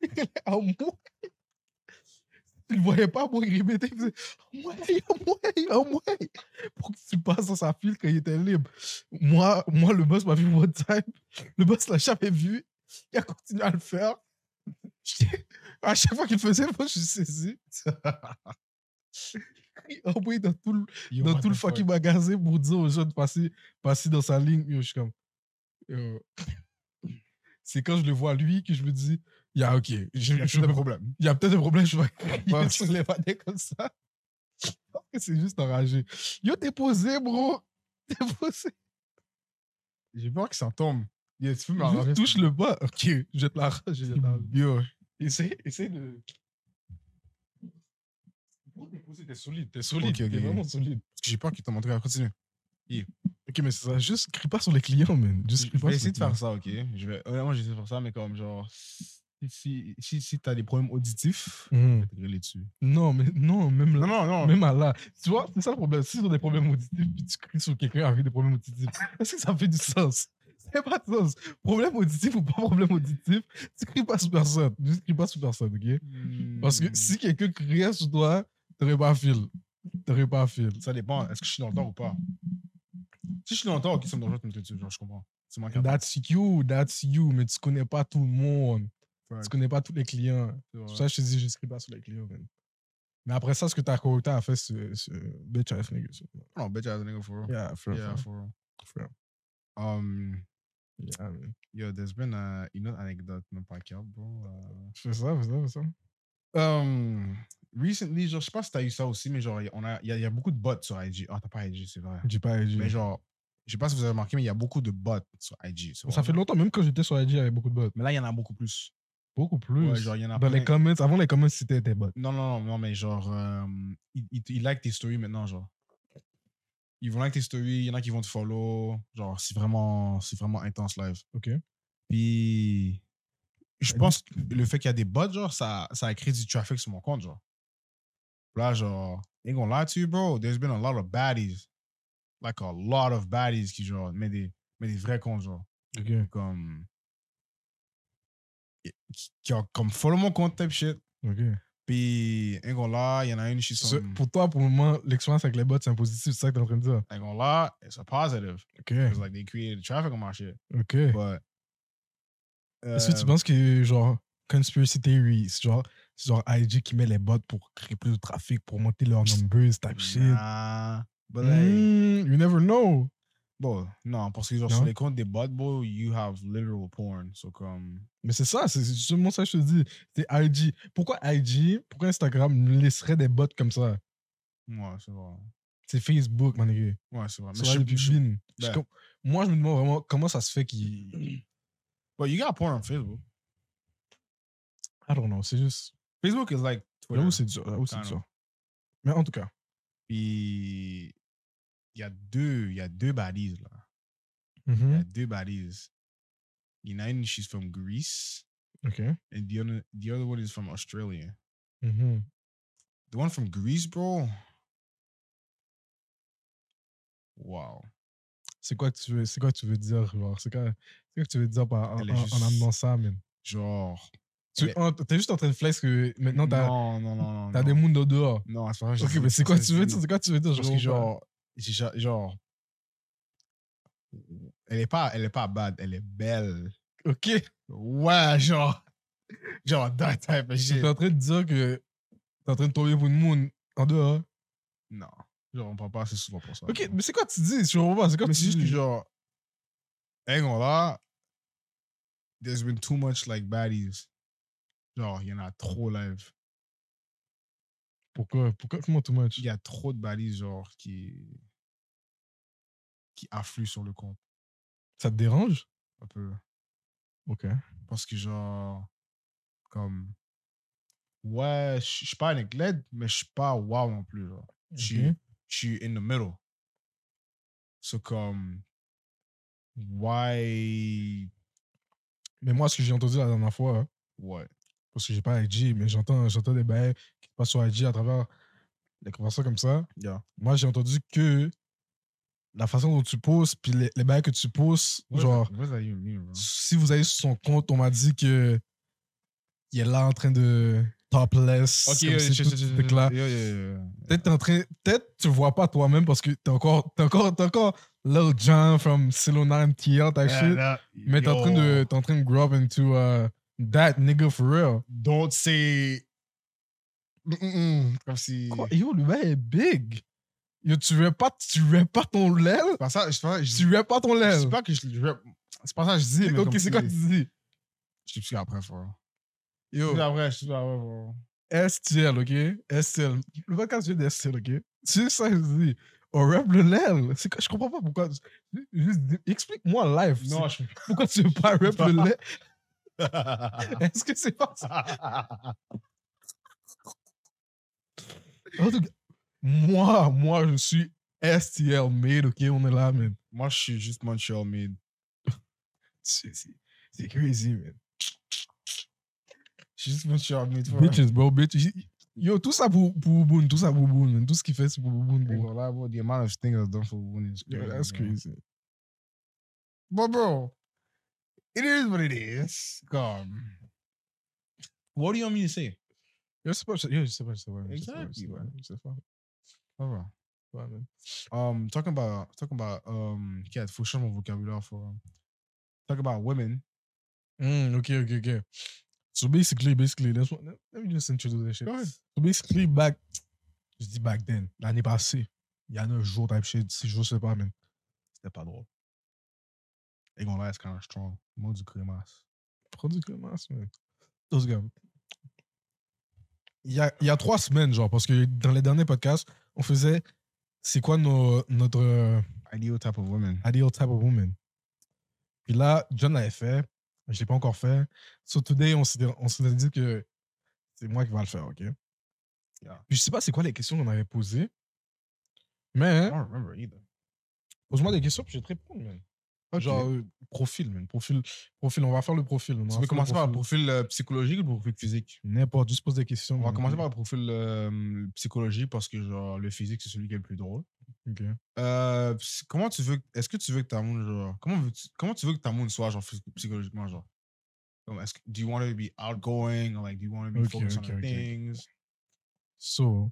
[SPEAKER 1] Il est à moi. Tu le voyais pas, moi, il répétait. Il faisait Ouais, ouais, ouais. Pour que tu passes dans sa file quand il était libre. Moi, moi le boss m'a vu one time. Le boss l'a jamais vu. Il a continué à le faire. J'étais- À chaque fois qu'il le faisait, moi, je saisis. Il a envoyé dans tout le
[SPEAKER 2] Yo,
[SPEAKER 1] dans
[SPEAKER 2] what
[SPEAKER 1] tout le
[SPEAKER 2] the fuck?
[SPEAKER 1] fucking magasin pour dire aux gens de passer, passer dans sa ligne. Yo, je suis comme. yo. C'est quand je le vois lui que je me dis, yeah, ok, je- je-
[SPEAKER 2] Il y a
[SPEAKER 1] je-
[SPEAKER 2] toujours des problèmes.
[SPEAKER 1] il y a peut-être un problème, je vais crier
[SPEAKER 2] Ouais.
[SPEAKER 1] sur les vannes comme ça. Parce que C'est juste enragé. Yo, t'es posé, bro. T'es posé.
[SPEAKER 2] J'ai peur qu'il s'en tombe. Yo, tu peux
[SPEAKER 1] Juste
[SPEAKER 2] me l'arranger, s'il
[SPEAKER 1] touche le bas. Ok, je te l'arrache. je te
[SPEAKER 2] te plaît?
[SPEAKER 1] l'arrache.
[SPEAKER 2] Yo.
[SPEAKER 1] Essaye, essaye de. Bro, T'es posé, t'es solide, t'es solide.
[SPEAKER 2] Ok, ok,
[SPEAKER 1] t'es
[SPEAKER 2] ok.
[SPEAKER 1] vraiment solide.
[SPEAKER 2] Parce que j'ai peur qu'il tombe. En tout cas, continue.
[SPEAKER 1] Ok, mais c'est ça. Juste crie pas sur les clients, man. Juste
[SPEAKER 2] Je
[SPEAKER 1] crie pas
[SPEAKER 2] vais
[SPEAKER 1] sur les
[SPEAKER 2] essayer de faire
[SPEAKER 1] clients.
[SPEAKER 2] ça, ok? Je vais... Honnêtement, j'essaie de faire ça, mais comme genre. si, si, si t'as des problèmes auditifs,
[SPEAKER 1] Mhm.
[SPEAKER 2] je vais te griller dessus.
[SPEAKER 1] Non, mais non, même
[SPEAKER 2] Non,
[SPEAKER 1] là.
[SPEAKER 2] non, non.
[SPEAKER 1] Même à là. Tu vois, c'est ça le problème. Si tu as des problèmes auditifs, puis tu cries sur quelqu'un avec des problèmes auditifs, est-ce que ça fait du sens? Ça fait pas de sens. Problème auditif ou pas problème auditif, tu cries pas sur personne. Juste crie pas sur personne, ok? Parce que
[SPEAKER 2] Hmm.
[SPEAKER 1] si quelqu'un criait sur toi, t'aurais pas fil. T'aurais pas fil.
[SPEAKER 2] Ça dépend, est-ce que je suis dans le temps ou pas? Si je suis dans le temps, ok, ça me dérange de me griller dessus, genre, je comprends. C'est ma carte.
[SPEAKER 1] That's you, that's you, mais tu connais pas tout le monde. Tu
[SPEAKER 2] Fact.
[SPEAKER 1] connais pas tous les clients.
[SPEAKER 2] C'est
[SPEAKER 1] C'est
[SPEAKER 2] vrai.
[SPEAKER 1] pour Ça, je te dis, je crie pas sur les clients, man. Mais après ça, ce que t'as correcté à faire, c'est c'est bitch ass nigga. so.
[SPEAKER 2] Non, bitch, I nigga for real.
[SPEAKER 1] Yeah, for real,
[SPEAKER 2] Yeah, for real.
[SPEAKER 1] for real.
[SPEAKER 2] Um,
[SPEAKER 1] Yeah, man.
[SPEAKER 2] yo, there's been uh, une autre anecdote, même pas cap, bro. euh,
[SPEAKER 1] Fais ça, fais ça, fais ça.
[SPEAKER 2] Um, recently, genre, je sais pas si t'as eu ça aussi, mais genre, on a, il y, a- il y a beaucoup de bots sur IG. Ah, t'as pas IG, c'est vrai.
[SPEAKER 1] J'ai pas IG.
[SPEAKER 2] Mais genre, je sais pas si vous avez remarqué, mais il y a beaucoup de bots sur IG.
[SPEAKER 1] Ça
[SPEAKER 2] c'est vrai.
[SPEAKER 1] fait longtemps, même quand j'étais sur IG, il y avait beaucoup de bots.
[SPEAKER 2] Mais là, il y en a beaucoup plus.
[SPEAKER 1] Beaucoup plus.
[SPEAKER 2] Ouais, genre, il y en a
[SPEAKER 1] Dans
[SPEAKER 2] plein.
[SPEAKER 1] les comments, avant les comments, c'était des bots.
[SPEAKER 2] Non, non, non, non, mais genre, euh, ils ils- ils like tes stories maintenant, genre. Ils vont like tes stories, il y en a qui vont te follow. Genre, c'est vraiment, c'est vraiment intense live.
[SPEAKER 1] Ok.
[SPEAKER 2] Puis, je
[SPEAKER 1] Vas-y.
[SPEAKER 2] pense que le fait qu'il y a des bots, genre, ça, ça a créé du trafic sur mon compte, genre. Là, genre, ain't gonna lie to you, bro, there's been a lot of baddies. Like a lot of baddies qui, genre, mais des, mais des vrais comptes, genre.
[SPEAKER 1] Ok.
[SPEAKER 2] Comme. Qui, qui ont comme follow mon compte type shit.
[SPEAKER 1] Ok.
[SPEAKER 2] Puis, ain't gonna lie, il y en a une, she's
[SPEAKER 1] Ce-
[SPEAKER 2] some.
[SPEAKER 1] Pour toi, pour le moment, l'expérience avec les bots, c'est un positif, c'est ça que t'es en train de dire.
[SPEAKER 2] Ain't gonna lie, it's a positive.
[SPEAKER 1] Ok.
[SPEAKER 2] It's like they created traffic on my shit.
[SPEAKER 1] Ok.
[SPEAKER 2] But.
[SPEAKER 1] Est-ce que tu
[SPEAKER 2] euh,
[SPEAKER 1] penses que, genre, conspiracy theory, c'est genre, c'est genre IG qui met les bots pour créer plus de trafic, pour monter leurs numbers, type shit?
[SPEAKER 2] Nah. But like.
[SPEAKER 1] Hmm, you never know.
[SPEAKER 2] Bon, non, parce que genre,
[SPEAKER 1] Non?
[SPEAKER 2] sur les comptes des bots, bro, you have literal porn. So, comme.
[SPEAKER 1] Mais c'est ça, c'est c'est justement ça que je te dis. C'est IG. Pourquoi IG, pourquoi Instagram laisserait des bots comme ça?
[SPEAKER 2] Ouais, c'est vrai.
[SPEAKER 1] C'est Facebook, man. nigga.
[SPEAKER 2] Ouais, c'est vrai. Ah, Mais
[SPEAKER 1] Ça va,
[SPEAKER 2] je-
[SPEAKER 1] les
[SPEAKER 2] je-
[SPEAKER 1] bubines. Je
[SPEAKER 2] ben.
[SPEAKER 1] com- Moi, je me demande vraiment comment ça se fait qu'il.
[SPEAKER 2] But you got porn on Facebook.
[SPEAKER 1] I don't know, c'est juste.
[SPEAKER 2] Facebook is like Twitter.
[SPEAKER 1] Là où c'est dur. Là où c'est
[SPEAKER 2] Ah, non.
[SPEAKER 1] dur. Mais en tout cas,
[SPEAKER 2] Puis. Il y a deux, il y a deux baddies, là. Il
[SPEAKER 1] mhm, Hmm?
[SPEAKER 2] y a deux baddies. Il y en a une, she's from Greece.
[SPEAKER 1] ok.
[SPEAKER 2] And the other, the other one is from Australia.
[SPEAKER 1] Mhm.
[SPEAKER 2] The one from Greece, bro. Wow.
[SPEAKER 1] C'est quoi que tu veux, c'est quoi que tu veux dire, genre, c'est quoi, c'est quoi que tu veux dire par, en,
[SPEAKER 2] Elle est
[SPEAKER 1] en- en
[SPEAKER 2] juste-
[SPEAKER 1] amenant ça, man.
[SPEAKER 2] Genre.
[SPEAKER 1] Tu
[SPEAKER 2] Elle est-
[SPEAKER 1] en- t'es juste en train de flex que maintenant t'as,
[SPEAKER 2] Non, non, non, non.
[SPEAKER 1] t'as
[SPEAKER 2] non.
[SPEAKER 1] des mondes dehors.
[SPEAKER 2] Non, c'est pas vrai. je
[SPEAKER 1] Ok,
[SPEAKER 2] dis-
[SPEAKER 1] mais c'est quoi
[SPEAKER 2] ça,
[SPEAKER 1] que
[SPEAKER 2] je
[SPEAKER 1] tu veux
[SPEAKER 2] dis-
[SPEAKER 1] dire, c'est quoi que tu veux dire,
[SPEAKER 2] Parce que
[SPEAKER 1] je comprends pas.
[SPEAKER 2] genre, j'ai ja- genre, elle est pas, elle est pas bad, elle est belle.
[SPEAKER 1] Ok.
[SPEAKER 2] Ouais, genre, genre that type of shit.
[SPEAKER 1] T'es en train de dire que t'es en train de tomber pour le monde en dehors.
[SPEAKER 2] Non, genre on parle pas assez souvent pour ça.
[SPEAKER 1] Ok,
[SPEAKER 2] genre.
[SPEAKER 1] mais c'est quoi que tu dis? Je comprends pas, c'est quoi que
[SPEAKER 2] mais
[SPEAKER 1] tu
[SPEAKER 2] c'est juste que
[SPEAKER 1] dis?
[SPEAKER 2] genre, hang on là, there's been too much like baddies. Genre, il y en a trop live.
[SPEAKER 1] Pourquoi? Pourquoi? Comment too much?
[SPEAKER 2] Il y a trop de baddies genre qui qui affluent sur le compte
[SPEAKER 1] Ça te dérange?
[SPEAKER 2] un peu.
[SPEAKER 1] Ok.
[SPEAKER 2] Parce que genre, comme, ouais, je je suis pas un éclate, mais je suis pas wow non plus. genre. Je suis-
[SPEAKER 1] Ok.
[SPEAKER 2] je suis in the middle. So comme, why,
[SPEAKER 1] Mais moi, ce que j'ai entendu la dernière fois, hein,
[SPEAKER 2] what?
[SPEAKER 1] parce que j'ai pas IG, mais j'entends j'entends des bails qui passent sur IG à travers les conversations comme ça.
[SPEAKER 2] Yeah.
[SPEAKER 1] Moi, j'ai entendu que la façon dont tu poses, puis les, les bails que tu poses,
[SPEAKER 2] What
[SPEAKER 1] genre,
[SPEAKER 2] that, what does that even mean, bro?
[SPEAKER 1] si vous allez sur son compte, on m'a dit que il est là en train de topless.
[SPEAKER 2] Ok,
[SPEAKER 1] comme
[SPEAKER 2] yeah,
[SPEAKER 1] si
[SPEAKER 2] yeah,
[SPEAKER 1] tout
[SPEAKER 2] yeah,
[SPEAKER 1] était clair.
[SPEAKER 2] yeah, yeah, yeah, yeah.
[SPEAKER 1] Peut-être t'es en train, peut-être tu le vois pas toi-même parce que t'es encore, t'es encore, t'es encore Lil John from Silona MTL type
[SPEAKER 2] Yeah,
[SPEAKER 1] shit.
[SPEAKER 2] that-
[SPEAKER 1] Mais t'es en train de,
[SPEAKER 2] yo,
[SPEAKER 1] t'es en train de grow up into uh, that nigga for real.
[SPEAKER 2] Don't say. Mm-mm-mm, Comme si.
[SPEAKER 1] Quoi? Yo, le gars est big. Yo, tu veux pas, tu veux pas ton l'aile?
[SPEAKER 2] C'est pas ça, je sais pas, je-
[SPEAKER 1] Tu veux pas ton
[SPEAKER 2] je
[SPEAKER 1] l'aile?
[SPEAKER 2] sais pas que je. je- C'est pas ça que je dis, mais.
[SPEAKER 1] Ok,
[SPEAKER 2] comme
[SPEAKER 1] c'est quoi
[SPEAKER 2] si-
[SPEAKER 1] que tu dis?
[SPEAKER 2] Je suis plus après, frère. Je
[SPEAKER 1] Yo,
[SPEAKER 2] suis après, je suis après, frère.
[SPEAKER 1] STL, ok? STL. Le podcast vient de STL, ok? C'est ça que je dis. On rap le l'aile. C'est quoi- Je comprends pas pourquoi. Juste dis- Explique-moi live.
[SPEAKER 2] Non, je
[SPEAKER 1] C'est- Pourquoi tu veux pas rap le l'aile? Est-ce que c'est pas ça? En tout cas, moi, moi, je suis STL made, ok? On est là, man.
[SPEAKER 2] Moi, je suis juste Montreal mid.
[SPEAKER 1] C'est c'est- c'est crazy, man.
[SPEAKER 2] She just wants your meat for
[SPEAKER 1] Bitches, bro, bitches. Yo, tout ça pour, pour Bouboune, tout ça pour Bouboune. Tout ce qu'il fait, c'est pour Bouboune,
[SPEAKER 2] Ain't
[SPEAKER 1] bro.
[SPEAKER 2] gonna lie, bro, the amount of things I've done for women is
[SPEAKER 1] Yo,
[SPEAKER 2] crazy.
[SPEAKER 1] that's
[SPEAKER 2] bro.
[SPEAKER 1] crazy.
[SPEAKER 2] But bro, it is what it is. God. What do you want me to say?
[SPEAKER 1] Yo, c'est pas, yo, je sais pas, je sais pas. je sais pas, je sais
[SPEAKER 2] Exactly,
[SPEAKER 1] pas,
[SPEAKER 2] man.
[SPEAKER 1] je sais pas.
[SPEAKER 2] Alright.
[SPEAKER 1] Ouais, man.
[SPEAKER 2] um talking about talking about um yeah faut changer mon vocabulaire for um, talk about women
[SPEAKER 1] Mm, okay, okay, okay. So basically, basically, that's what, let let me just introduce this shit.
[SPEAKER 2] Go ahead.
[SPEAKER 1] So basically, back, je dis back then, l'année passée, il y en a un jour, type shit, si je sais pas, man.
[SPEAKER 2] c'était pas drôle ain't gonna lie it's kind of strong moi du grimace
[SPEAKER 1] Produit commence, man. Deux secondes. Il y, a, il y a trois semaines, genre, parce que dans les derniers podcasts, on faisait c'est quoi nos- notre euh,
[SPEAKER 2] ideal type of women
[SPEAKER 1] ideal type of woman. Puis là, John l'avait fait, mais je l'ai pas encore fait. So today, on s'était on s'était dit que c'est moi qui vais le faire, ok?
[SPEAKER 2] Yeah.
[SPEAKER 1] Puis je sais pas c'est quoi les questions qu'on avait posées, mais
[SPEAKER 2] I don't remember either
[SPEAKER 1] pose-moi des questions, puis je vais te répondre, man. Genre,
[SPEAKER 2] genre
[SPEAKER 1] euh, profil, man. Profil, profil, on va faire le profil. On
[SPEAKER 2] tu
[SPEAKER 1] va
[SPEAKER 2] veux
[SPEAKER 1] faire
[SPEAKER 2] commencer par le profil euh, psychologique ou le profil physique
[SPEAKER 1] N'importe, juste pose des questions.
[SPEAKER 2] on va
[SPEAKER 1] man.
[SPEAKER 2] commencer par le profil euh, psychologique parce que genre le physique c'est celui qui est le plus drôle
[SPEAKER 1] Ok.
[SPEAKER 2] euh, ps- comment tu veux est-ce que tu veux que ta monde genre comment veux-tu- comment tu veux que ta monde soit genre phys- psychologiquement genre Comme, est-ce que- do you want to be outgoing or like do you want to be
[SPEAKER 1] Ok,
[SPEAKER 2] focused
[SPEAKER 1] ok, ok,
[SPEAKER 2] on
[SPEAKER 1] ok.
[SPEAKER 2] things
[SPEAKER 1] So.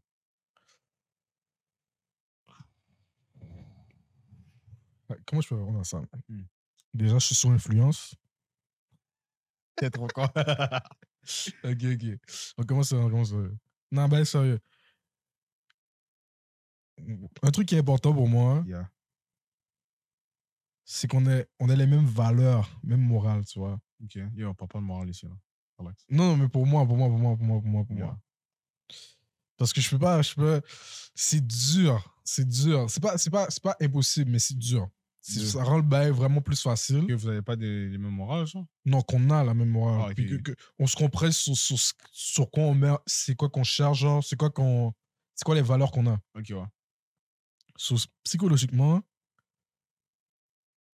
[SPEAKER 1] Ouais, Comment je peux répondre à ça man?
[SPEAKER 2] Hmm.
[SPEAKER 1] Déjà, je suis sous influence.
[SPEAKER 2] Peut-être encore.
[SPEAKER 1] Ok, ok. On commence, on commence. euh. Non, ben, sérieux. Un truc qui est important pour moi,
[SPEAKER 2] yeah.
[SPEAKER 1] c'est qu'on ait, on ait les mêmes valeurs, même morale, tu vois.
[SPEAKER 2] Ok. Yo, on parle pas de morale ici, là. Relax.
[SPEAKER 1] Non, non, mais pour moi, pour moi, pour moi, pour moi, pour moi, pour
[SPEAKER 2] Yeah.
[SPEAKER 1] moi. Parce que je peux pas, je peux. C'est dur, c'est dur. C'est pas, c'est pas, c'est pas impossible, mais c'est dur. C'est-
[SPEAKER 2] Dur.
[SPEAKER 1] Ça rend le bail vraiment plus facile.
[SPEAKER 2] Ok, vous n'avez pas des, les mêmes morales, genre
[SPEAKER 1] Non, qu'on a la même morale.
[SPEAKER 2] Ah,
[SPEAKER 1] Puis
[SPEAKER 2] ok.
[SPEAKER 1] que- que- on se comprenne sur, sur, ce- sur quoi on met, c'est quoi qu'on cherche, genre, c'est quoi qu'on, c'est quoi les valeurs qu'on a.
[SPEAKER 2] Ok, ouais.
[SPEAKER 1] So, psychologiquement,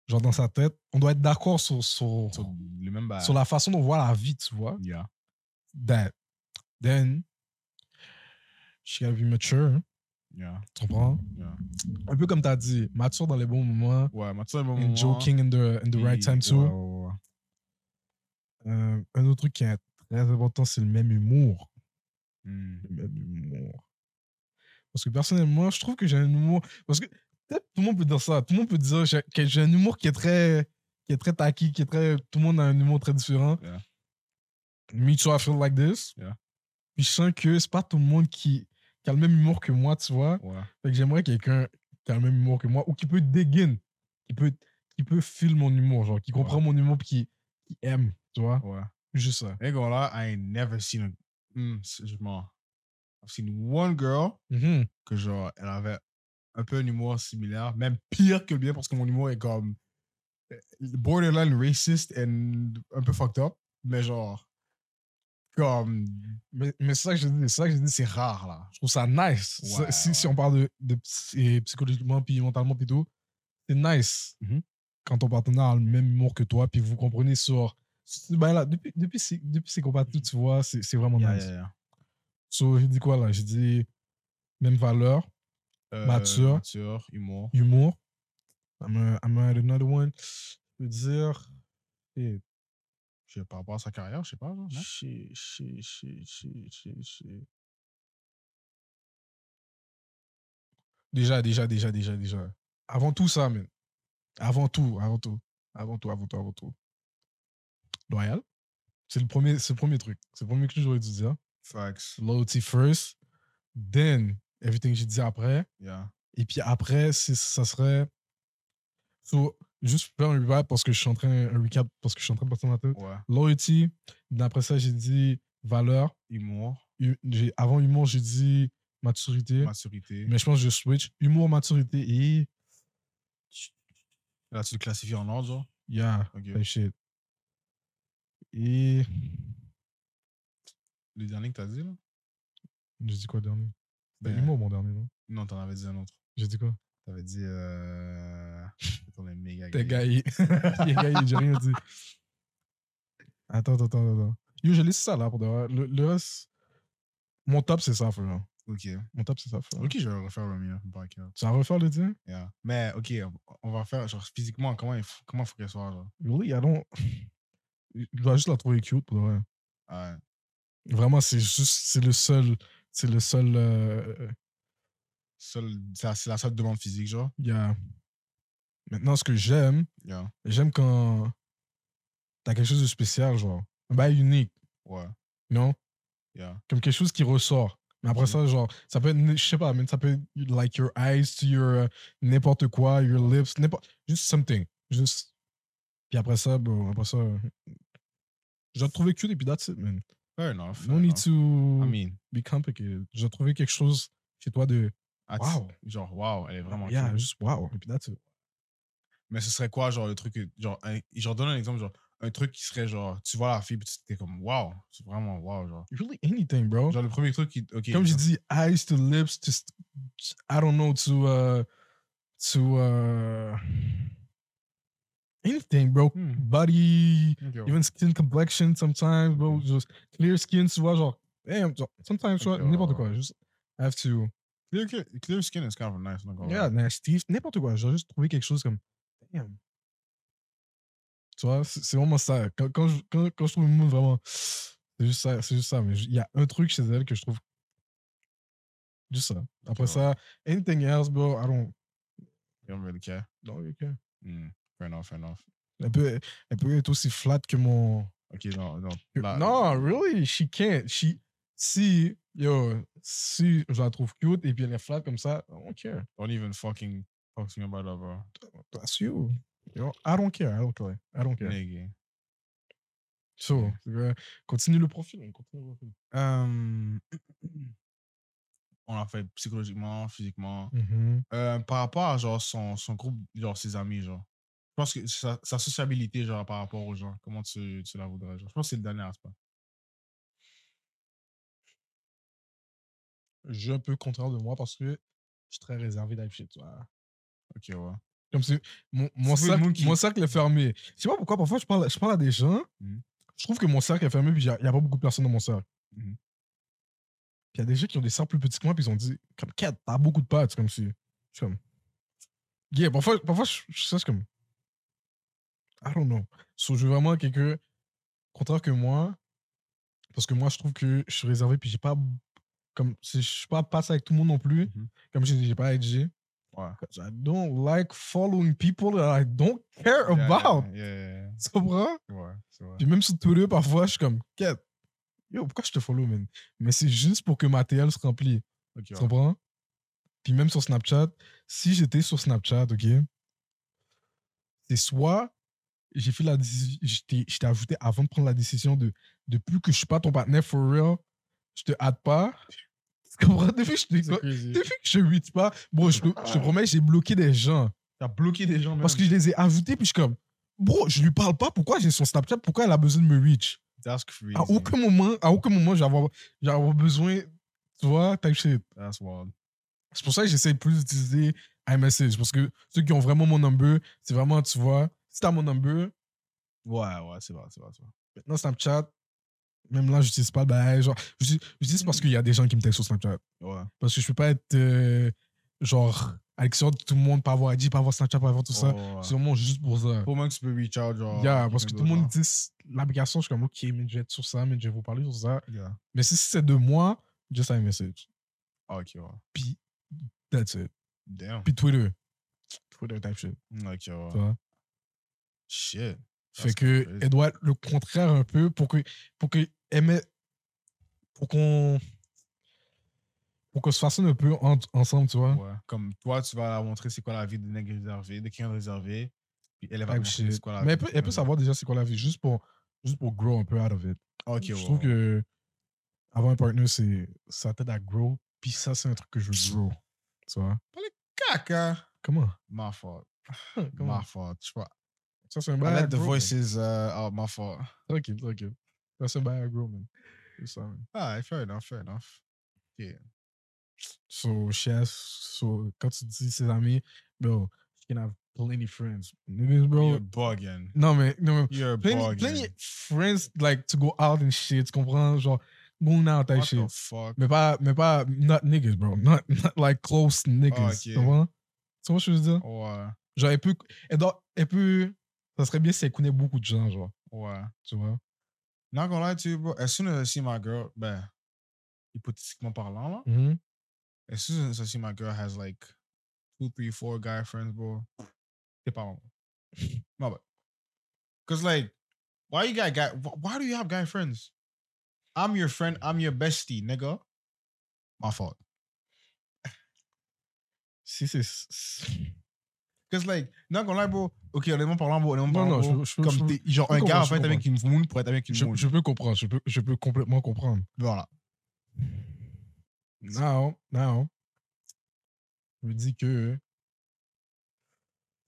[SPEAKER 1] genre dans sa tête, on doit être d'accord sur, sur,
[SPEAKER 2] Sur les mêmes bails.
[SPEAKER 1] sur la façon dont on voit la vie, tu vois.
[SPEAKER 2] Yeah.
[SPEAKER 1] That. Then, she gotta be mature, hein,
[SPEAKER 2] Yeah.
[SPEAKER 1] tu comprends?
[SPEAKER 2] Yeah.
[SPEAKER 1] Un peu comme t'as dit, mature dans les bons moments,
[SPEAKER 2] Ouais, Mathieu, bon
[SPEAKER 1] and joking in the, in the right time too.
[SPEAKER 2] Ouais, ouais, ouais.
[SPEAKER 1] Euh, un autre truc qui est très important, c'est le même humour.
[SPEAKER 2] Hmm.
[SPEAKER 1] le même humour. Parce que personnellement, je trouve que j'ai un humour. Parce que peut-être tout le monde peut dire ça. Tout le monde peut dire j'ai- que j'ai un humour qui est très, qui est très tacky, qui est très. Tout le monde a un humour très différent.
[SPEAKER 2] Yeah.
[SPEAKER 1] Me too, I feel like this.
[SPEAKER 2] Yeah.
[SPEAKER 1] Puis je sens que c'est pas tout le monde qui, qui a le même humour que moi, tu vois.
[SPEAKER 2] Ouais.
[SPEAKER 1] Fait que j'aimerais quelqu'un qui a le même humour que moi ou qui peut dégaine, qui peut, qui peut feel mon humour, genre, qui comprend mon humour puis qui, qui aime, tu vois.
[SPEAKER 2] Ouais.
[SPEAKER 1] Juste ça.
[SPEAKER 2] Ain't gonna lie, I ain't never seen a. Hmm, c'est- je mens. I've seen one girl
[SPEAKER 1] Mhm.
[SPEAKER 2] que genre, elle avait un peu un humour similaire, même pire que le bien parce que mon humour est comme euh, borderline racist and un peu fucked up, mais genre, comme,
[SPEAKER 1] Mais, mais c'est ça que je dis, c'est ça que je dis,
[SPEAKER 2] c'est rare là.
[SPEAKER 1] je trouve ça nice. Ça,
[SPEAKER 2] Ouais,
[SPEAKER 1] si, si
[SPEAKER 2] ouais.
[SPEAKER 1] on parle de, de psy- et psychologiquement puis mentalement puis tout, c'est nice
[SPEAKER 2] Mhm.
[SPEAKER 1] quand ton partenaire a le même humour que toi puis vous comprenez sur ben là depuis depuis c'est- depuis c'est compatible tu vois c'est c'est vraiment
[SPEAKER 2] Mmh Yeah,
[SPEAKER 1] Oh, nice.
[SPEAKER 2] yeah, yeah.
[SPEAKER 1] So j'ai dit quoi là J'ai dit même valeur,
[SPEAKER 2] Euh,
[SPEAKER 1] Mature.
[SPEAKER 2] Mature, humour.
[SPEAKER 1] humour. I'm gonna, I'm gonna add another one. Je veux dire shit,
[SPEAKER 2] Je sais, par rapport à sa carrière, je sais pas. Genre, non?
[SPEAKER 1] shit, shit, shit, shit, shit, shit. Déjà, déjà, déjà, déjà, déjà. Avant tout ça, man. Avant tout, avant tout. Avant tout, avant tout, avant tout. Loyal. C'est le premier, c'est le premier truc. C'est le premier que j'aurais dû dire.
[SPEAKER 2] Facts.
[SPEAKER 1] Loyalty first. Then, everything que j'ai dit après.
[SPEAKER 2] Yeah.
[SPEAKER 1] Et puis après, c'est- ça serait. So, juste faire un recap parce que je suis en train. Un recap parce que je suis en train de passer ma tête.
[SPEAKER 2] Ouais.
[SPEAKER 1] Loyalty. D'après ça, j'ai dit valeur.
[SPEAKER 2] Humour,
[SPEAKER 1] Hu- j'ai- Avant humour, j'ai dit maturité.
[SPEAKER 2] maturité.
[SPEAKER 1] Mais je pense que je switch. Humour, maturité et.
[SPEAKER 2] Là, tu le classifies en ordre, genre.
[SPEAKER 1] Yeah,
[SPEAKER 2] Ok.
[SPEAKER 1] type shit. Et.
[SPEAKER 2] Le dernier que t'as dit, là
[SPEAKER 1] J'ai dit quoi dernier C'était
[SPEAKER 2] Ben,
[SPEAKER 1] humour, mon dernier, non
[SPEAKER 2] Non, t'en avais dit un autre.
[SPEAKER 1] J'ai dit quoi
[SPEAKER 2] T'avais dit. Euh... T'en es méga
[SPEAKER 1] T'es
[SPEAKER 2] gay.
[SPEAKER 1] gaillé. T'es gaillé, j'ai rien dit. Attends, attends, attends, attends. Usually, c'est ça, là, pour de vrai. Le, le reste, mon top, c'est ça, frère.
[SPEAKER 2] Ok.
[SPEAKER 1] Mon top, c'est ça, frère.
[SPEAKER 2] Ok, je vais refaire le mien. Backyard.
[SPEAKER 1] Tu vas refaire le tien?
[SPEAKER 2] Yeah. Mais ok, on va faire genre physiquement comment il faut, comment faut qu'elle soit genre.
[SPEAKER 1] Really, I don't... Je dois juste la trouver cute, pour de vrai.
[SPEAKER 2] Ouais.
[SPEAKER 1] Vraiment, c'est juste... C'est le seul... C'est le seul... euh,
[SPEAKER 2] Seul- C'est la- c'est la seule demande physique genre.
[SPEAKER 1] yeah. Maintenant, ce que j'aime,
[SPEAKER 2] Yeah.
[SPEAKER 1] j'aime quand t'as quelque chose de spécial, genre. Un bail unique,
[SPEAKER 2] Ouais.
[SPEAKER 1] non?
[SPEAKER 2] Yeah.
[SPEAKER 1] comme quelque chose qui ressort. Mais après
[SPEAKER 2] Mhm.
[SPEAKER 1] ça, genre, ça peut être, je sais pas, man, ça peut être like your eyes to your euh, n'importe quoi, your lips, n'importe, juste something. Juste. Puis après ça, bon, après ça, euh, je dois trouver cute et puis that's it, man.
[SPEAKER 2] Fair enough. fair
[SPEAKER 1] No need
[SPEAKER 2] enough.
[SPEAKER 1] to
[SPEAKER 2] I mean,
[SPEAKER 1] be complicated. Je dois trouver quelque chose chez toi de,
[SPEAKER 2] att-
[SPEAKER 1] Wow.
[SPEAKER 2] Genre wow, elle est vraiment.
[SPEAKER 1] yeah,
[SPEAKER 2] cute.
[SPEAKER 1] juste wow, et puis that's it.
[SPEAKER 2] Mais ce serait quoi, genre, le truc, que- genre, un- genre, donne un exemple, genre, un truc qui serait, genre, tu vois la fille, puis tu t'es comme, waouh, c'est vraiment waouh, genre.
[SPEAKER 1] Really anything, bro.
[SPEAKER 2] Genre, le premier truc qui. Ok.
[SPEAKER 1] comme j'ai
[SPEAKER 2] genre,
[SPEAKER 1] dit, eyes to lips to, st- I don't know, to, euh, to, euh, anything, bro.
[SPEAKER 2] Hmm.
[SPEAKER 1] Body,
[SPEAKER 2] ok, ouais.
[SPEAKER 1] even skin complexion sometimes, bro.
[SPEAKER 2] Mhm.
[SPEAKER 1] Just clear skin, tu vois, genre, damn, genre, sometimes, tu vois,
[SPEAKER 2] Ok, ouais,
[SPEAKER 1] n'importe
[SPEAKER 2] ouais,
[SPEAKER 1] quoi. Juste, I have to,
[SPEAKER 2] Clear, clear- clear skin is kind of nice. donc, ouais.
[SPEAKER 1] yeah, nasty, n'importe quoi. Genre, juste trouver quelque chose comme, damn. Tu vois, c'est c'est vraiment ça. Quand, quand, je, quand, quand je trouve une mood vraiment, c'est juste ça, c'est juste ça. Mais il y a un truc chez elle que je trouve. Juste ça. Après
[SPEAKER 2] ouais.
[SPEAKER 1] ça, anything else, bro, I don't.
[SPEAKER 2] You don't really care.
[SPEAKER 1] don't really care.
[SPEAKER 2] Hmm, Fair enough, fair enough.
[SPEAKER 1] Elle peut, elle peut être aussi flat que mon.
[SPEAKER 2] Ok, non, non.
[SPEAKER 1] Yo,
[SPEAKER 2] là-
[SPEAKER 1] non, really, she can't. She, si, yo, si je la trouve cute et puis elle est flat comme ça, I don't care.
[SPEAKER 2] Don't even fucking talk to me about that, bro.
[SPEAKER 1] That's you. Yo, I don't care. I don't care. I don't care.
[SPEAKER 2] Nigga.
[SPEAKER 1] So, euh, continue le profil. on Continue le profil.
[SPEAKER 2] Euh, on l'a fait psychologiquement,
[SPEAKER 1] Mm.
[SPEAKER 2] physiquement. Euh, par rapport à, genre, son, son groupe, genre, ses amis, genre. Je pense que sa, sa sociabilité, genre, par rapport aux gens, comment tu, tu la voudrais, genre. Je pense que c'est le dernier aspect.
[SPEAKER 1] Je suis un peu contraire de moi parce que je suis très réservé d'être chez toi.
[SPEAKER 2] Ok, ouais.
[SPEAKER 1] Comme si mon, mon
[SPEAKER 2] C'est pas le
[SPEAKER 1] cercle,
[SPEAKER 2] mot qui-
[SPEAKER 1] mon cercle est fermé. Je sais pas pourquoi, parfois je parle, je parle à des gens,
[SPEAKER 2] Mhm.
[SPEAKER 1] je trouve que mon cercle est fermé, puis il n'y a, pas beaucoup de personnes dans mon cercle.
[SPEAKER 2] Mhm.
[SPEAKER 1] Puis il y a des gens qui ont des cercles plus petits que moi, puis ils ont dit, comme, Kat, t'as beaucoup de pattes, comme si. Je suis comme. Yeah, parfois, parfois je, je, ça, je suis comme. I don't know. So, je veux vraiment quelqu'un, contraire que moi, parce que moi, je trouve que je suis réservé, puis j'ai pas. Comme, si je suis pas passé avec tout le monde non plus,
[SPEAKER 2] Mhm.
[SPEAKER 1] comme je dis, j'ai pas à être G.
[SPEAKER 2] Ouais.
[SPEAKER 1] Because I don't like following people that I don't care
[SPEAKER 2] Yeah,
[SPEAKER 1] about.
[SPEAKER 2] Yeah, yeah, yeah.
[SPEAKER 1] Tu comprends?
[SPEAKER 2] Ouais, c'est vrai.
[SPEAKER 1] Puis même sur Twitter, parfois, je suis comme, Quête, yo, pourquoi je te follow, man? Mais c'est juste pour que ma TL se remplit.
[SPEAKER 2] Ok,
[SPEAKER 1] Tu
[SPEAKER 2] ouais.
[SPEAKER 1] comprends? Puis même sur Snapchat, si j'étais sur Snapchat, ok, c'est soit j'ai fait la décision, je t'ai- je t'ai ajouté avant de prendre la décision de depuis que je suis pas ton partenaire for real, je te hâte pas. Tu comprends? Depuis que je
[SPEAKER 2] C'est Ah.
[SPEAKER 1] te,
[SPEAKER 2] crazy.
[SPEAKER 1] depuis que je hate pas, bon, je, te- je te promets, j'ai bloqué des gens.
[SPEAKER 2] T'as bloqué des gens,
[SPEAKER 1] Parce que
[SPEAKER 2] même.
[SPEAKER 1] je les ai ajoutés, puis je suis comme, bro, je lui parle pas, pourquoi j'ai son Snapchat, pourquoi elle a besoin de me reach
[SPEAKER 2] That's crazy.
[SPEAKER 1] À aucun moment, à aucun moment, j'ai avoir- j'ai avoir besoin, tu vois, type shit.
[SPEAKER 2] That's wild.
[SPEAKER 1] C'est pour ça que j'essaie plus d'utiliser iMessage, parce que ceux qui ont vraiment mon number, c'est vraiment, tu vois, si t'as mon number,
[SPEAKER 2] Ouais, ouais, c'est vrai, c'est vrai, c'est vrai.
[SPEAKER 1] maintenant Snapchat, même là, j'utilise pas, ben, genre, j'utilise j'utilise parce qu'il y a des gens qui me textent sur Snapchat.
[SPEAKER 2] Ouais.
[SPEAKER 1] Parce que je peux pas être, euh, genre, à l'extérieur de tout le monde, pas avoir ID, pas avoir Snapchat, pas avoir tout ça.
[SPEAKER 2] Oh, Ouais, ouais.
[SPEAKER 1] C'est vraiment juste pour ça.
[SPEAKER 2] Faut au moins que tu peux reach out, genre.
[SPEAKER 1] Yeah,
[SPEAKER 2] à
[SPEAKER 1] parce que
[SPEAKER 2] quelqu'un
[SPEAKER 1] tout le
[SPEAKER 2] d'autre,
[SPEAKER 1] monde dit s- l'application, je suis comme ok, mais je vais être sur ça, mais je vais vous parler sur ça.
[SPEAKER 2] genre. Yeah.
[SPEAKER 1] Mais si c'est de moi, just un message.
[SPEAKER 2] Ah, Ok, ouais.
[SPEAKER 1] Puis, that's it.
[SPEAKER 2] Damn.
[SPEAKER 1] Puis Twitter. Twitter type shit.
[SPEAKER 2] Ok,
[SPEAKER 1] tu
[SPEAKER 2] ouais.
[SPEAKER 1] vois.
[SPEAKER 2] Shit. Ah,
[SPEAKER 1] Fait que
[SPEAKER 2] crazy.
[SPEAKER 1] elle doit être le contraire un peu pour que pour que elle met- pour qu'on pour qu'on se façonne un peu en- ensemble, tu vois.
[SPEAKER 2] Ouais. Comme toi, tu vas leur montrer c'est quoi la vie de nègre réservé, de quelqu'un de réservé. Puis elle elle va
[SPEAKER 1] Type
[SPEAKER 2] te montrer c'est
[SPEAKER 1] Ah, shit.
[SPEAKER 2] quoi la
[SPEAKER 1] Mais
[SPEAKER 2] vie.
[SPEAKER 1] elle peut, elle peut savoir déjà c'est quoi la vie, juste pour juste pour grow un peu out of it.
[SPEAKER 2] Ok,
[SPEAKER 1] je
[SPEAKER 2] ouais,
[SPEAKER 1] trouve
[SPEAKER 2] ouais.
[SPEAKER 1] que avoir un partner, c'est ça t'aide à grow. Puis ça, c'est un truc que je veux grow. Tu vois?
[SPEAKER 2] Caca!
[SPEAKER 1] Comment?
[SPEAKER 2] My fault.
[SPEAKER 1] Comment?
[SPEAKER 2] My fault. Je sais pas.
[SPEAKER 1] Ça, c'est un
[SPEAKER 2] I
[SPEAKER 1] bail à
[SPEAKER 2] let the
[SPEAKER 1] grow. man.
[SPEAKER 2] voices uh, out. My fault.
[SPEAKER 1] Tranquille, tranquille. Ça, c'est un bail à grow, man. C'est ça, man.
[SPEAKER 2] Ah, fair enough, fair enough.
[SPEAKER 1] So, chef, so, quand tu dis ses amis, bro, she can have plenty friends. Niggas, bro.
[SPEAKER 2] You're a bug, man.
[SPEAKER 1] Non, mais, non, mais
[SPEAKER 2] You're a
[SPEAKER 1] plenty,
[SPEAKER 2] bug,
[SPEAKER 1] plenty
[SPEAKER 2] man.
[SPEAKER 1] friends like to go out and shit, tu comprends? Genre, going out type
[SPEAKER 2] What
[SPEAKER 1] shit.
[SPEAKER 2] the fuck?
[SPEAKER 1] Mais pas, mais pas, not niggas, bro. Not, not like close niggas.
[SPEAKER 2] ok.
[SPEAKER 1] Tu comprends? Tu vois ce que je veux dire?
[SPEAKER 2] Ouais,
[SPEAKER 1] Genre, elle peut, elle doit, elle peut, ça serait bien si elle connaît beaucoup de gens, genre,
[SPEAKER 2] ouais.
[SPEAKER 1] tu vois?
[SPEAKER 2] Not gonna lie to you, bro. As soon as I see my girl, ben, hypothétiquement parlant, là,
[SPEAKER 1] Mm-hmm.
[SPEAKER 2] as soon as I see my girl has like two, three, four guy friends, bro, t'es pas wrong. No, but, cause like, why you got guy? wh- Why do you have guy friends? I'm your friend. I'm your bestie, nigga. My fault.
[SPEAKER 1] Si c'est. c'est-
[SPEAKER 2] Cause like, not gonna lie, bro. Ok, honnêtement parlant, bro, honnêtement
[SPEAKER 1] Non,
[SPEAKER 2] parlant,
[SPEAKER 1] non,
[SPEAKER 2] bro,
[SPEAKER 1] je- je-
[SPEAKER 2] comme
[SPEAKER 1] je-
[SPEAKER 2] t'es- genre
[SPEAKER 1] je
[SPEAKER 2] un gars
[SPEAKER 1] comprends,
[SPEAKER 2] va
[SPEAKER 1] je
[SPEAKER 2] pas être avec une moune pour être avec une
[SPEAKER 1] Je,
[SPEAKER 2] moune.
[SPEAKER 1] je peux comprendre, je peux, je peux complètement comprendre.
[SPEAKER 2] Voilà.
[SPEAKER 1] Now, now, je me dis que.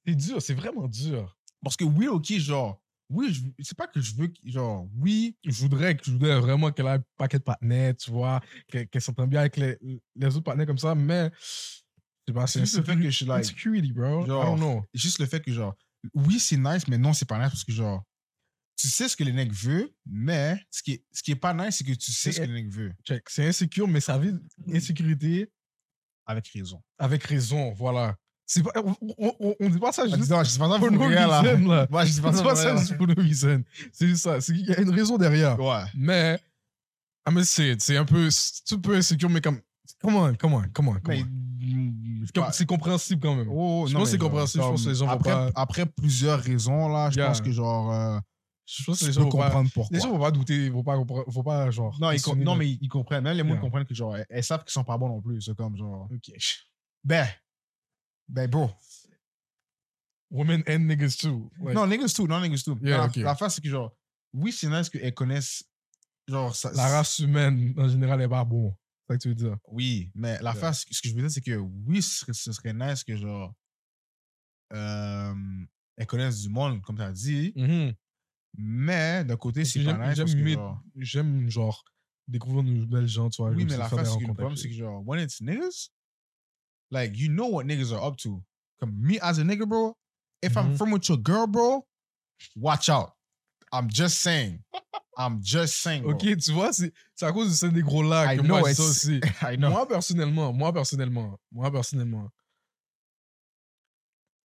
[SPEAKER 1] C'est dur, c'est vraiment dur.
[SPEAKER 2] Parce que oui, ok, genre, oui, je- c'est pas que je veux, qu'il- genre, oui,
[SPEAKER 1] Je voudrais, que- je voudrais vraiment qu'elle ait un paquet de partenaires, tu vois, qu'elle qu'elle s'entende bien avec les, les autres partenaires comme ça, mais. C'est pas,
[SPEAKER 2] c'est
[SPEAKER 1] c'est
[SPEAKER 2] juste le fait que je suis like,
[SPEAKER 1] insecurity, bro. I
[SPEAKER 2] Genre,
[SPEAKER 1] don't know.
[SPEAKER 2] juste le fait que, genre, oui, c'est nice, mais non, c'est pas nice parce que, genre, tu sais ce que les mecs veulent, mais ce qui est, ce qui est pas nice, c'est que tu
[SPEAKER 1] C'est-
[SPEAKER 2] sais ce que les mecs veulent.
[SPEAKER 1] Check. C'est insécure, mais ça vit
[SPEAKER 2] Mm.
[SPEAKER 1] insécurité
[SPEAKER 2] Avec raison.
[SPEAKER 1] avec raison, voilà. C'est pas, on, on, on- on dit pas ça
[SPEAKER 2] Ah,
[SPEAKER 1] juste
[SPEAKER 2] dis donc, je sais pas ça
[SPEAKER 1] pour
[SPEAKER 2] pour
[SPEAKER 1] no
[SPEAKER 2] rien, là.
[SPEAKER 1] reason, là.
[SPEAKER 2] Ouais, je sais
[SPEAKER 1] On
[SPEAKER 2] pas
[SPEAKER 1] dit
[SPEAKER 2] ça pour
[SPEAKER 1] pas ça
[SPEAKER 2] rien,
[SPEAKER 1] juste pour no reason. C'est juste ça. C'est qu'il y a une raison derrière.
[SPEAKER 2] là. Ouais.
[SPEAKER 1] Mais, I must say it, c'est un peu, c'est un peu insécure, mais comme, come on, come on, come on, come
[SPEAKER 2] Mais,
[SPEAKER 1] on.
[SPEAKER 2] mm, je
[SPEAKER 1] Comme-
[SPEAKER 2] sais
[SPEAKER 1] C'est compréhensible quand même.
[SPEAKER 2] pas. Oh,
[SPEAKER 1] je pense que
[SPEAKER 2] non, mais
[SPEAKER 1] c'est
[SPEAKER 2] genre,
[SPEAKER 1] compréhensible, je pense que les gens vont
[SPEAKER 2] après,
[SPEAKER 1] pas-
[SPEAKER 2] Après plusieurs raisons, là, je
[SPEAKER 1] Yeah.
[SPEAKER 2] pense que, genre, euh,
[SPEAKER 1] Je pense que
[SPEAKER 2] tu
[SPEAKER 1] les
[SPEAKER 2] peux
[SPEAKER 1] gens vont pas,
[SPEAKER 2] comprendre pourquoi.
[SPEAKER 1] les gens vont pas douter, vont pas, compre- vont pas genre.
[SPEAKER 2] Non, ils com-
[SPEAKER 1] questionner
[SPEAKER 2] non,
[SPEAKER 1] le-
[SPEAKER 2] mais ils comprennent. Même les gens
[SPEAKER 1] Yeah.
[SPEAKER 2] comprennent que genre, elles, elles savent qu'ils sont pas bons non plus. C'est comme genre,
[SPEAKER 1] Ok.
[SPEAKER 2] ben, ben bro.
[SPEAKER 1] Women and niggas too. Like,
[SPEAKER 2] Non, niggas too, non, niggas too.
[SPEAKER 1] Yeah,
[SPEAKER 2] la,
[SPEAKER 1] ok.
[SPEAKER 2] la face, c'est que genre, oui, c'est nice qu'elles connaissent, genre, ça,
[SPEAKER 1] la race humaine, en général, est pas bon. C'est ça que tu veux dire.
[SPEAKER 2] Oui, mais la
[SPEAKER 1] Yeah.
[SPEAKER 2] face, ce que je veux dire, c'est que oui, ce serait, ce serait nice que genre, euh, elles connaissent du monde, comme tu as dit, mais d'un côté,
[SPEAKER 1] Mm. Parce que
[SPEAKER 2] c'est pas
[SPEAKER 1] j'aime-
[SPEAKER 2] nice.
[SPEAKER 1] j'aime
[SPEAKER 2] parce que,
[SPEAKER 1] mettre-
[SPEAKER 2] genre,
[SPEAKER 1] J'aime, genre, découvrir de nouvelles gens, tu vois.
[SPEAKER 2] oui,
[SPEAKER 1] comme
[SPEAKER 2] mais
[SPEAKER 1] ça,
[SPEAKER 2] la
[SPEAKER 1] faire des
[SPEAKER 2] face, c'est que le
[SPEAKER 1] rencontres
[SPEAKER 2] problème,
[SPEAKER 1] avec
[SPEAKER 2] c'est que
[SPEAKER 1] eux.
[SPEAKER 2] genre, when it's niggas, like, you know what niggas are up to. Comme me as a nigga, bro, if I'm
[SPEAKER 1] Mhm.
[SPEAKER 2] from with your girl, bro, watch out. I'm just saying. I'm just saying. bro.
[SPEAKER 1] Ok, tu vois, c'est c'est à cause de ces négros-là
[SPEAKER 2] I
[SPEAKER 1] que
[SPEAKER 2] know
[SPEAKER 1] moi, je dis ça aussi.
[SPEAKER 2] it's- I know.
[SPEAKER 1] moi, personnellement, moi, personnellement, moi, personnellement,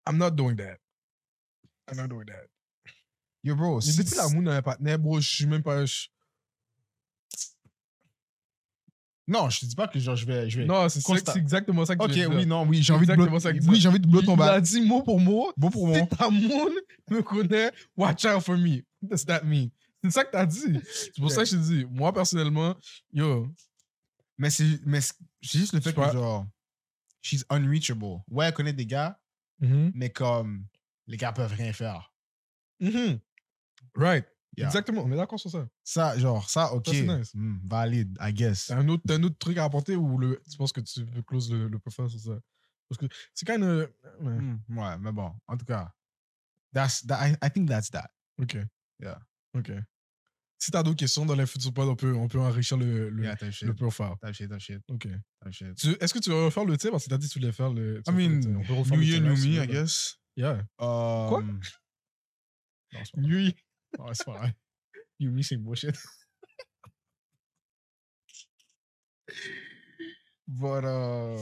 [SPEAKER 1] I'm not doing that. I'm not doing that.
[SPEAKER 2] Yo, bro,
[SPEAKER 1] Mais depuis la moune dans un partenaire, bro, je suis même pas... je-
[SPEAKER 2] Non, je te dis pas que genre, je vais. Je vais...
[SPEAKER 1] Non, c'est ça que-
[SPEAKER 2] constat.
[SPEAKER 1] c'est exactement ça que
[SPEAKER 2] ok,
[SPEAKER 1] tu veux
[SPEAKER 2] oui,
[SPEAKER 1] dire.
[SPEAKER 2] non, oui, j'ai envie de
[SPEAKER 1] Exactement
[SPEAKER 2] blow-
[SPEAKER 1] ça que tu
[SPEAKER 2] Oui,
[SPEAKER 1] dis.
[SPEAKER 2] j'ai envie de blow ton
[SPEAKER 1] Il
[SPEAKER 2] bac.
[SPEAKER 1] l'a dit mot pour mot.
[SPEAKER 2] Bon pour moi.
[SPEAKER 1] Si ta moune me connaît, watch out for me. What does that mean? C'est ça que t'as dit. C'est pour ça que je te dis, moi, personnellement, yo,
[SPEAKER 2] Mais c'est mais c'est- c'est juste le fait
[SPEAKER 1] Je
[SPEAKER 2] que
[SPEAKER 1] vois.
[SPEAKER 2] genre, she's unreachable. Ouais, elle connaît des gars,
[SPEAKER 1] Mhm.
[SPEAKER 2] mais comme, les gars peuvent rien faire.
[SPEAKER 1] Mhm. Right.
[SPEAKER 2] Yeah.
[SPEAKER 1] Exactement. On est d'accord sur ça.
[SPEAKER 2] Ça, genre, ça, ok.
[SPEAKER 1] c'est nice. Ah,
[SPEAKER 2] Hmm, valide, I guess.
[SPEAKER 1] T'as un, autre- t'as un autre truc à apporter ou le, tu penses que tu veux close le, le profil sur ça? Parce que c'est quand même. euh, Ouais.
[SPEAKER 2] Hmm, ouais, mais bon, en tout cas, that's, that, I, I think that's that.
[SPEAKER 1] Ok.
[SPEAKER 2] Hmm. Yeah.
[SPEAKER 1] Ok. Si t'as d'autres questions dans les futurs pods, on peut, on peut enrichir le, le,
[SPEAKER 2] Yeah, type shit.
[SPEAKER 1] Hmm. le profile.
[SPEAKER 2] Type shit, type shit,
[SPEAKER 1] Ok.
[SPEAKER 2] type shit.
[SPEAKER 1] Tu- Est-ce que tu veux refaire le thé? Parce que t'as dit que tu voulais faire le. tu
[SPEAKER 2] I
[SPEAKER 1] voulais faire le
[SPEAKER 2] mean,
[SPEAKER 1] thé. On peut refaire
[SPEAKER 2] new
[SPEAKER 1] le
[SPEAKER 2] year,
[SPEAKER 1] thé,
[SPEAKER 2] new
[SPEAKER 1] là, si tu
[SPEAKER 2] me,
[SPEAKER 1] veux,
[SPEAKER 2] I
[SPEAKER 1] là.
[SPEAKER 2] guess.
[SPEAKER 1] Yeah.
[SPEAKER 2] Quoi? Non, c'est pas vrai.
[SPEAKER 1] New year,
[SPEAKER 2] Non, c'est pas vrai.
[SPEAKER 1] new me, c'est bullshit.
[SPEAKER 2] But, euh,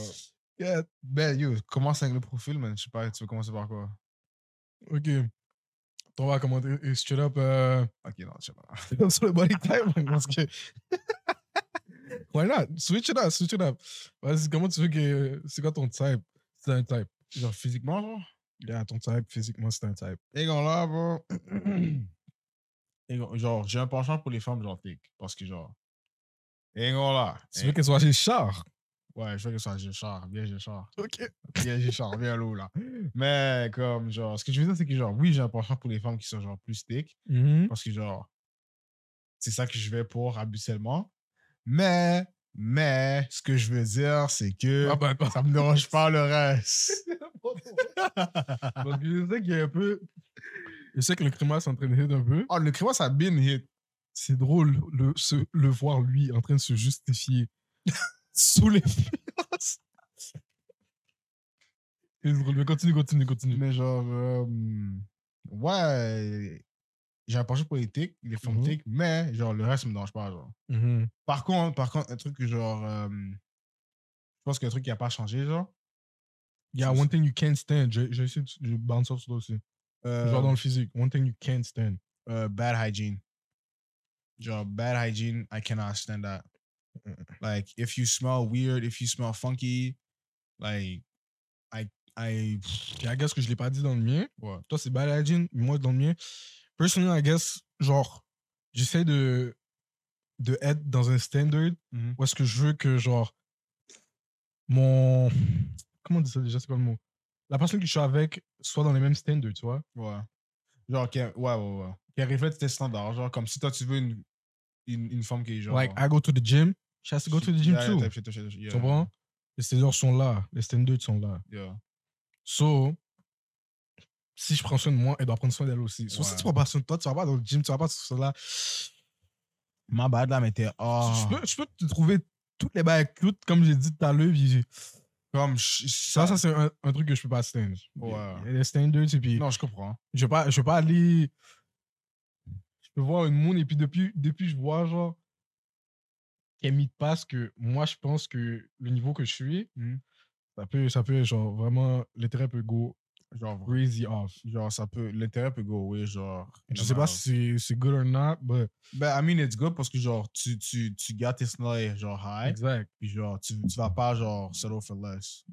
[SPEAKER 2] yeah, ben, yo, commence avec le profil, man. Je sais pas, tu veux commencer par quoi?
[SPEAKER 1] Ok. On va commenter euh, straight up. euh,
[SPEAKER 2] Ok, non, je sais pas.
[SPEAKER 1] C'est comme sur le body type, man, parce que. Why not? Switch it up, switch it up. Vas-y, comment tu veux que. C'est quoi ton type? C'est un type.
[SPEAKER 2] Genre, physiquement, genre?
[SPEAKER 1] Yeah, ton type, physiquement, c'est un type.
[SPEAKER 2] Et gars, là, bro. Et gars, genre, j'ai un penchant pour les femmes, genre, thick, Parce que, genre. Et gars, là. Eh,
[SPEAKER 1] Tu veux qu'elle soit chez Char?
[SPEAKER 2] Ouais, je veux que ça soit Géchard. Bien Géchard.
[SPEAKER 1] Ok.
[SPEAKER 2] Bien Géchard, bien l'eau, là. Mais, comme, genre, ce que je veux dire, c'est que, genre, oui, j'ai un penchant pour les femmes qui sont, genre, plus thick. Parce que, genre, c'est ça que je vais pour habituellement. Mais, mais, ce que je veux dire, c'est que.
[SPEAKER 1] Ah bah, bah.
[SPEAKER 2] Ça me dérange pas le reste.
[SPEAKER 1] Parce que je sais qu'il y a un peu. Je sais que le climat est en train de hit un peu.
[SPEAKER 2] oh, le créma, ça a bien hit.
[SPEAKER 1] C'est drôle le, se- le voir lui en train de se justifier sous les finances. C'est drôle, mais continue, continue, continue.
[SPEAKER 2] Mais genre, euh, ouais, j'ai un penchant pour les tics, les formes
[SPEAKER 1] Mhm.
[SPEAKER 2] tics, mais genre, le reste me dérange pas. Genre.
[SPEAKER 1] Mhm.
[SPEAKER 2] Par contre, par contre, un truc que genre, euh, je pense qu'un truc qui a pas changé, genre,
[SPEAKER 1] Il y a
[SPEAKER 2] C'est-
[SPEAKER 1] one thing you can't stand. J'ai j'ai essayé de je bounce off sur toi aussi.
[SPEAKER 2] euh,
[SPEAKER 1] Genre dans le physique. One thing you can't stand.
[SPEAKER 2] euh, bad hygiene. Genre, bad hygiene, I cannot stand that. Like, if you smell weird, if you smell funky, like, I, I,
[SPEAKER 1] Puis, I guess que je l'ai pas dit dans le mien.
[SPEAKER 2] ouais.
[SPEAKER 1] Toi, c'est bad hygiene. Moi, dans le mien. Personally, I guess, genre, j'essaie de, de être dans un standard
[SPEAKER 2] Mhm.
[SPEAKER 1] où est-ce que je veux que, genre, mon. Comment on dit ça déjà C'est quoi le mot La personne que je suis avec soit dans les mêmes standards, tu vois.
[SPEAKER 2] Ouais. Genre, qui, ouais, ouais, ouais. Qui reflète tes standards. Genre, comme si toi, tu veux une, une, une femme qui est genre.
[SPEAKER 1] Like, I go to the gym. She has to go to the gym
[SPEAKER 2] Yeah, yeah,
[SPEAKER 1] too.
[SPEAKER 2] type shit, type shit, yeah.
[SPEAKER 1] Tu comprends Les standards sont là. Les standards sont là.
[SPEAKER 2] Yeah.
[SPEAKER 1] So, si je prends soin de moi, elle doit prendre soin d'elle aussi. So, si
[SPEAKER 2] Ouais.
[SPEAKER 1] tu prends pas soin de toi, tu vas pas dans le gym, tu vas pas sur cela.
[SPEAKER 2] Ma bad là, mais t'es. Oh.
[SPEAKER 1] Je, peux, je peux te trouver toutes les bagues cloutes, comme j'ai dit tout à l'heure. puis
[SPEAKER 2] Comme. ch- Ça,
[SPEAKER 1] Ça, ça, c'est un, un truc que je peux pas stand.
[SPEAKER 2] Ouais.
[SPEAKER 1] Il y a des standards, et puis
[SPEAKER 2] Non, je comprends.
[SPEAKER 1] je vais pas, je vais pas aller. Je peux voir une moune, et puis depuis, depuis je vois, genre, qu'elle m'y passe, que moi, je pense que le niveau que je suis,
[SPEAKER 2] Mhm.
[SPEAKER 1] ça peut, ça peut, genre, vraiment, l'intérêt peut go
[SPEAKER 2] Genre, vra-
[SPEAKER 1] crazy off.
[SPEAKER 2] genre ça peut. L'intérêt peut go away, genre. in
[SPEAKER 1] Je
[SPEAKER 2] a
[SPEAKER 1] sais pas
[SPEAKER 2] matter
[SPEAKER 1] si c'est- c'est good or not, but.
[SPEAKER 2] of- Ben, I mean, it's good parce que, genre, tu, tu, tu gardes tes standards, genre, high.
[SPEAKER 1] Exact.
[SPEAKER 2] Puis, genre, tu, tu vas pas, genre, settle for less.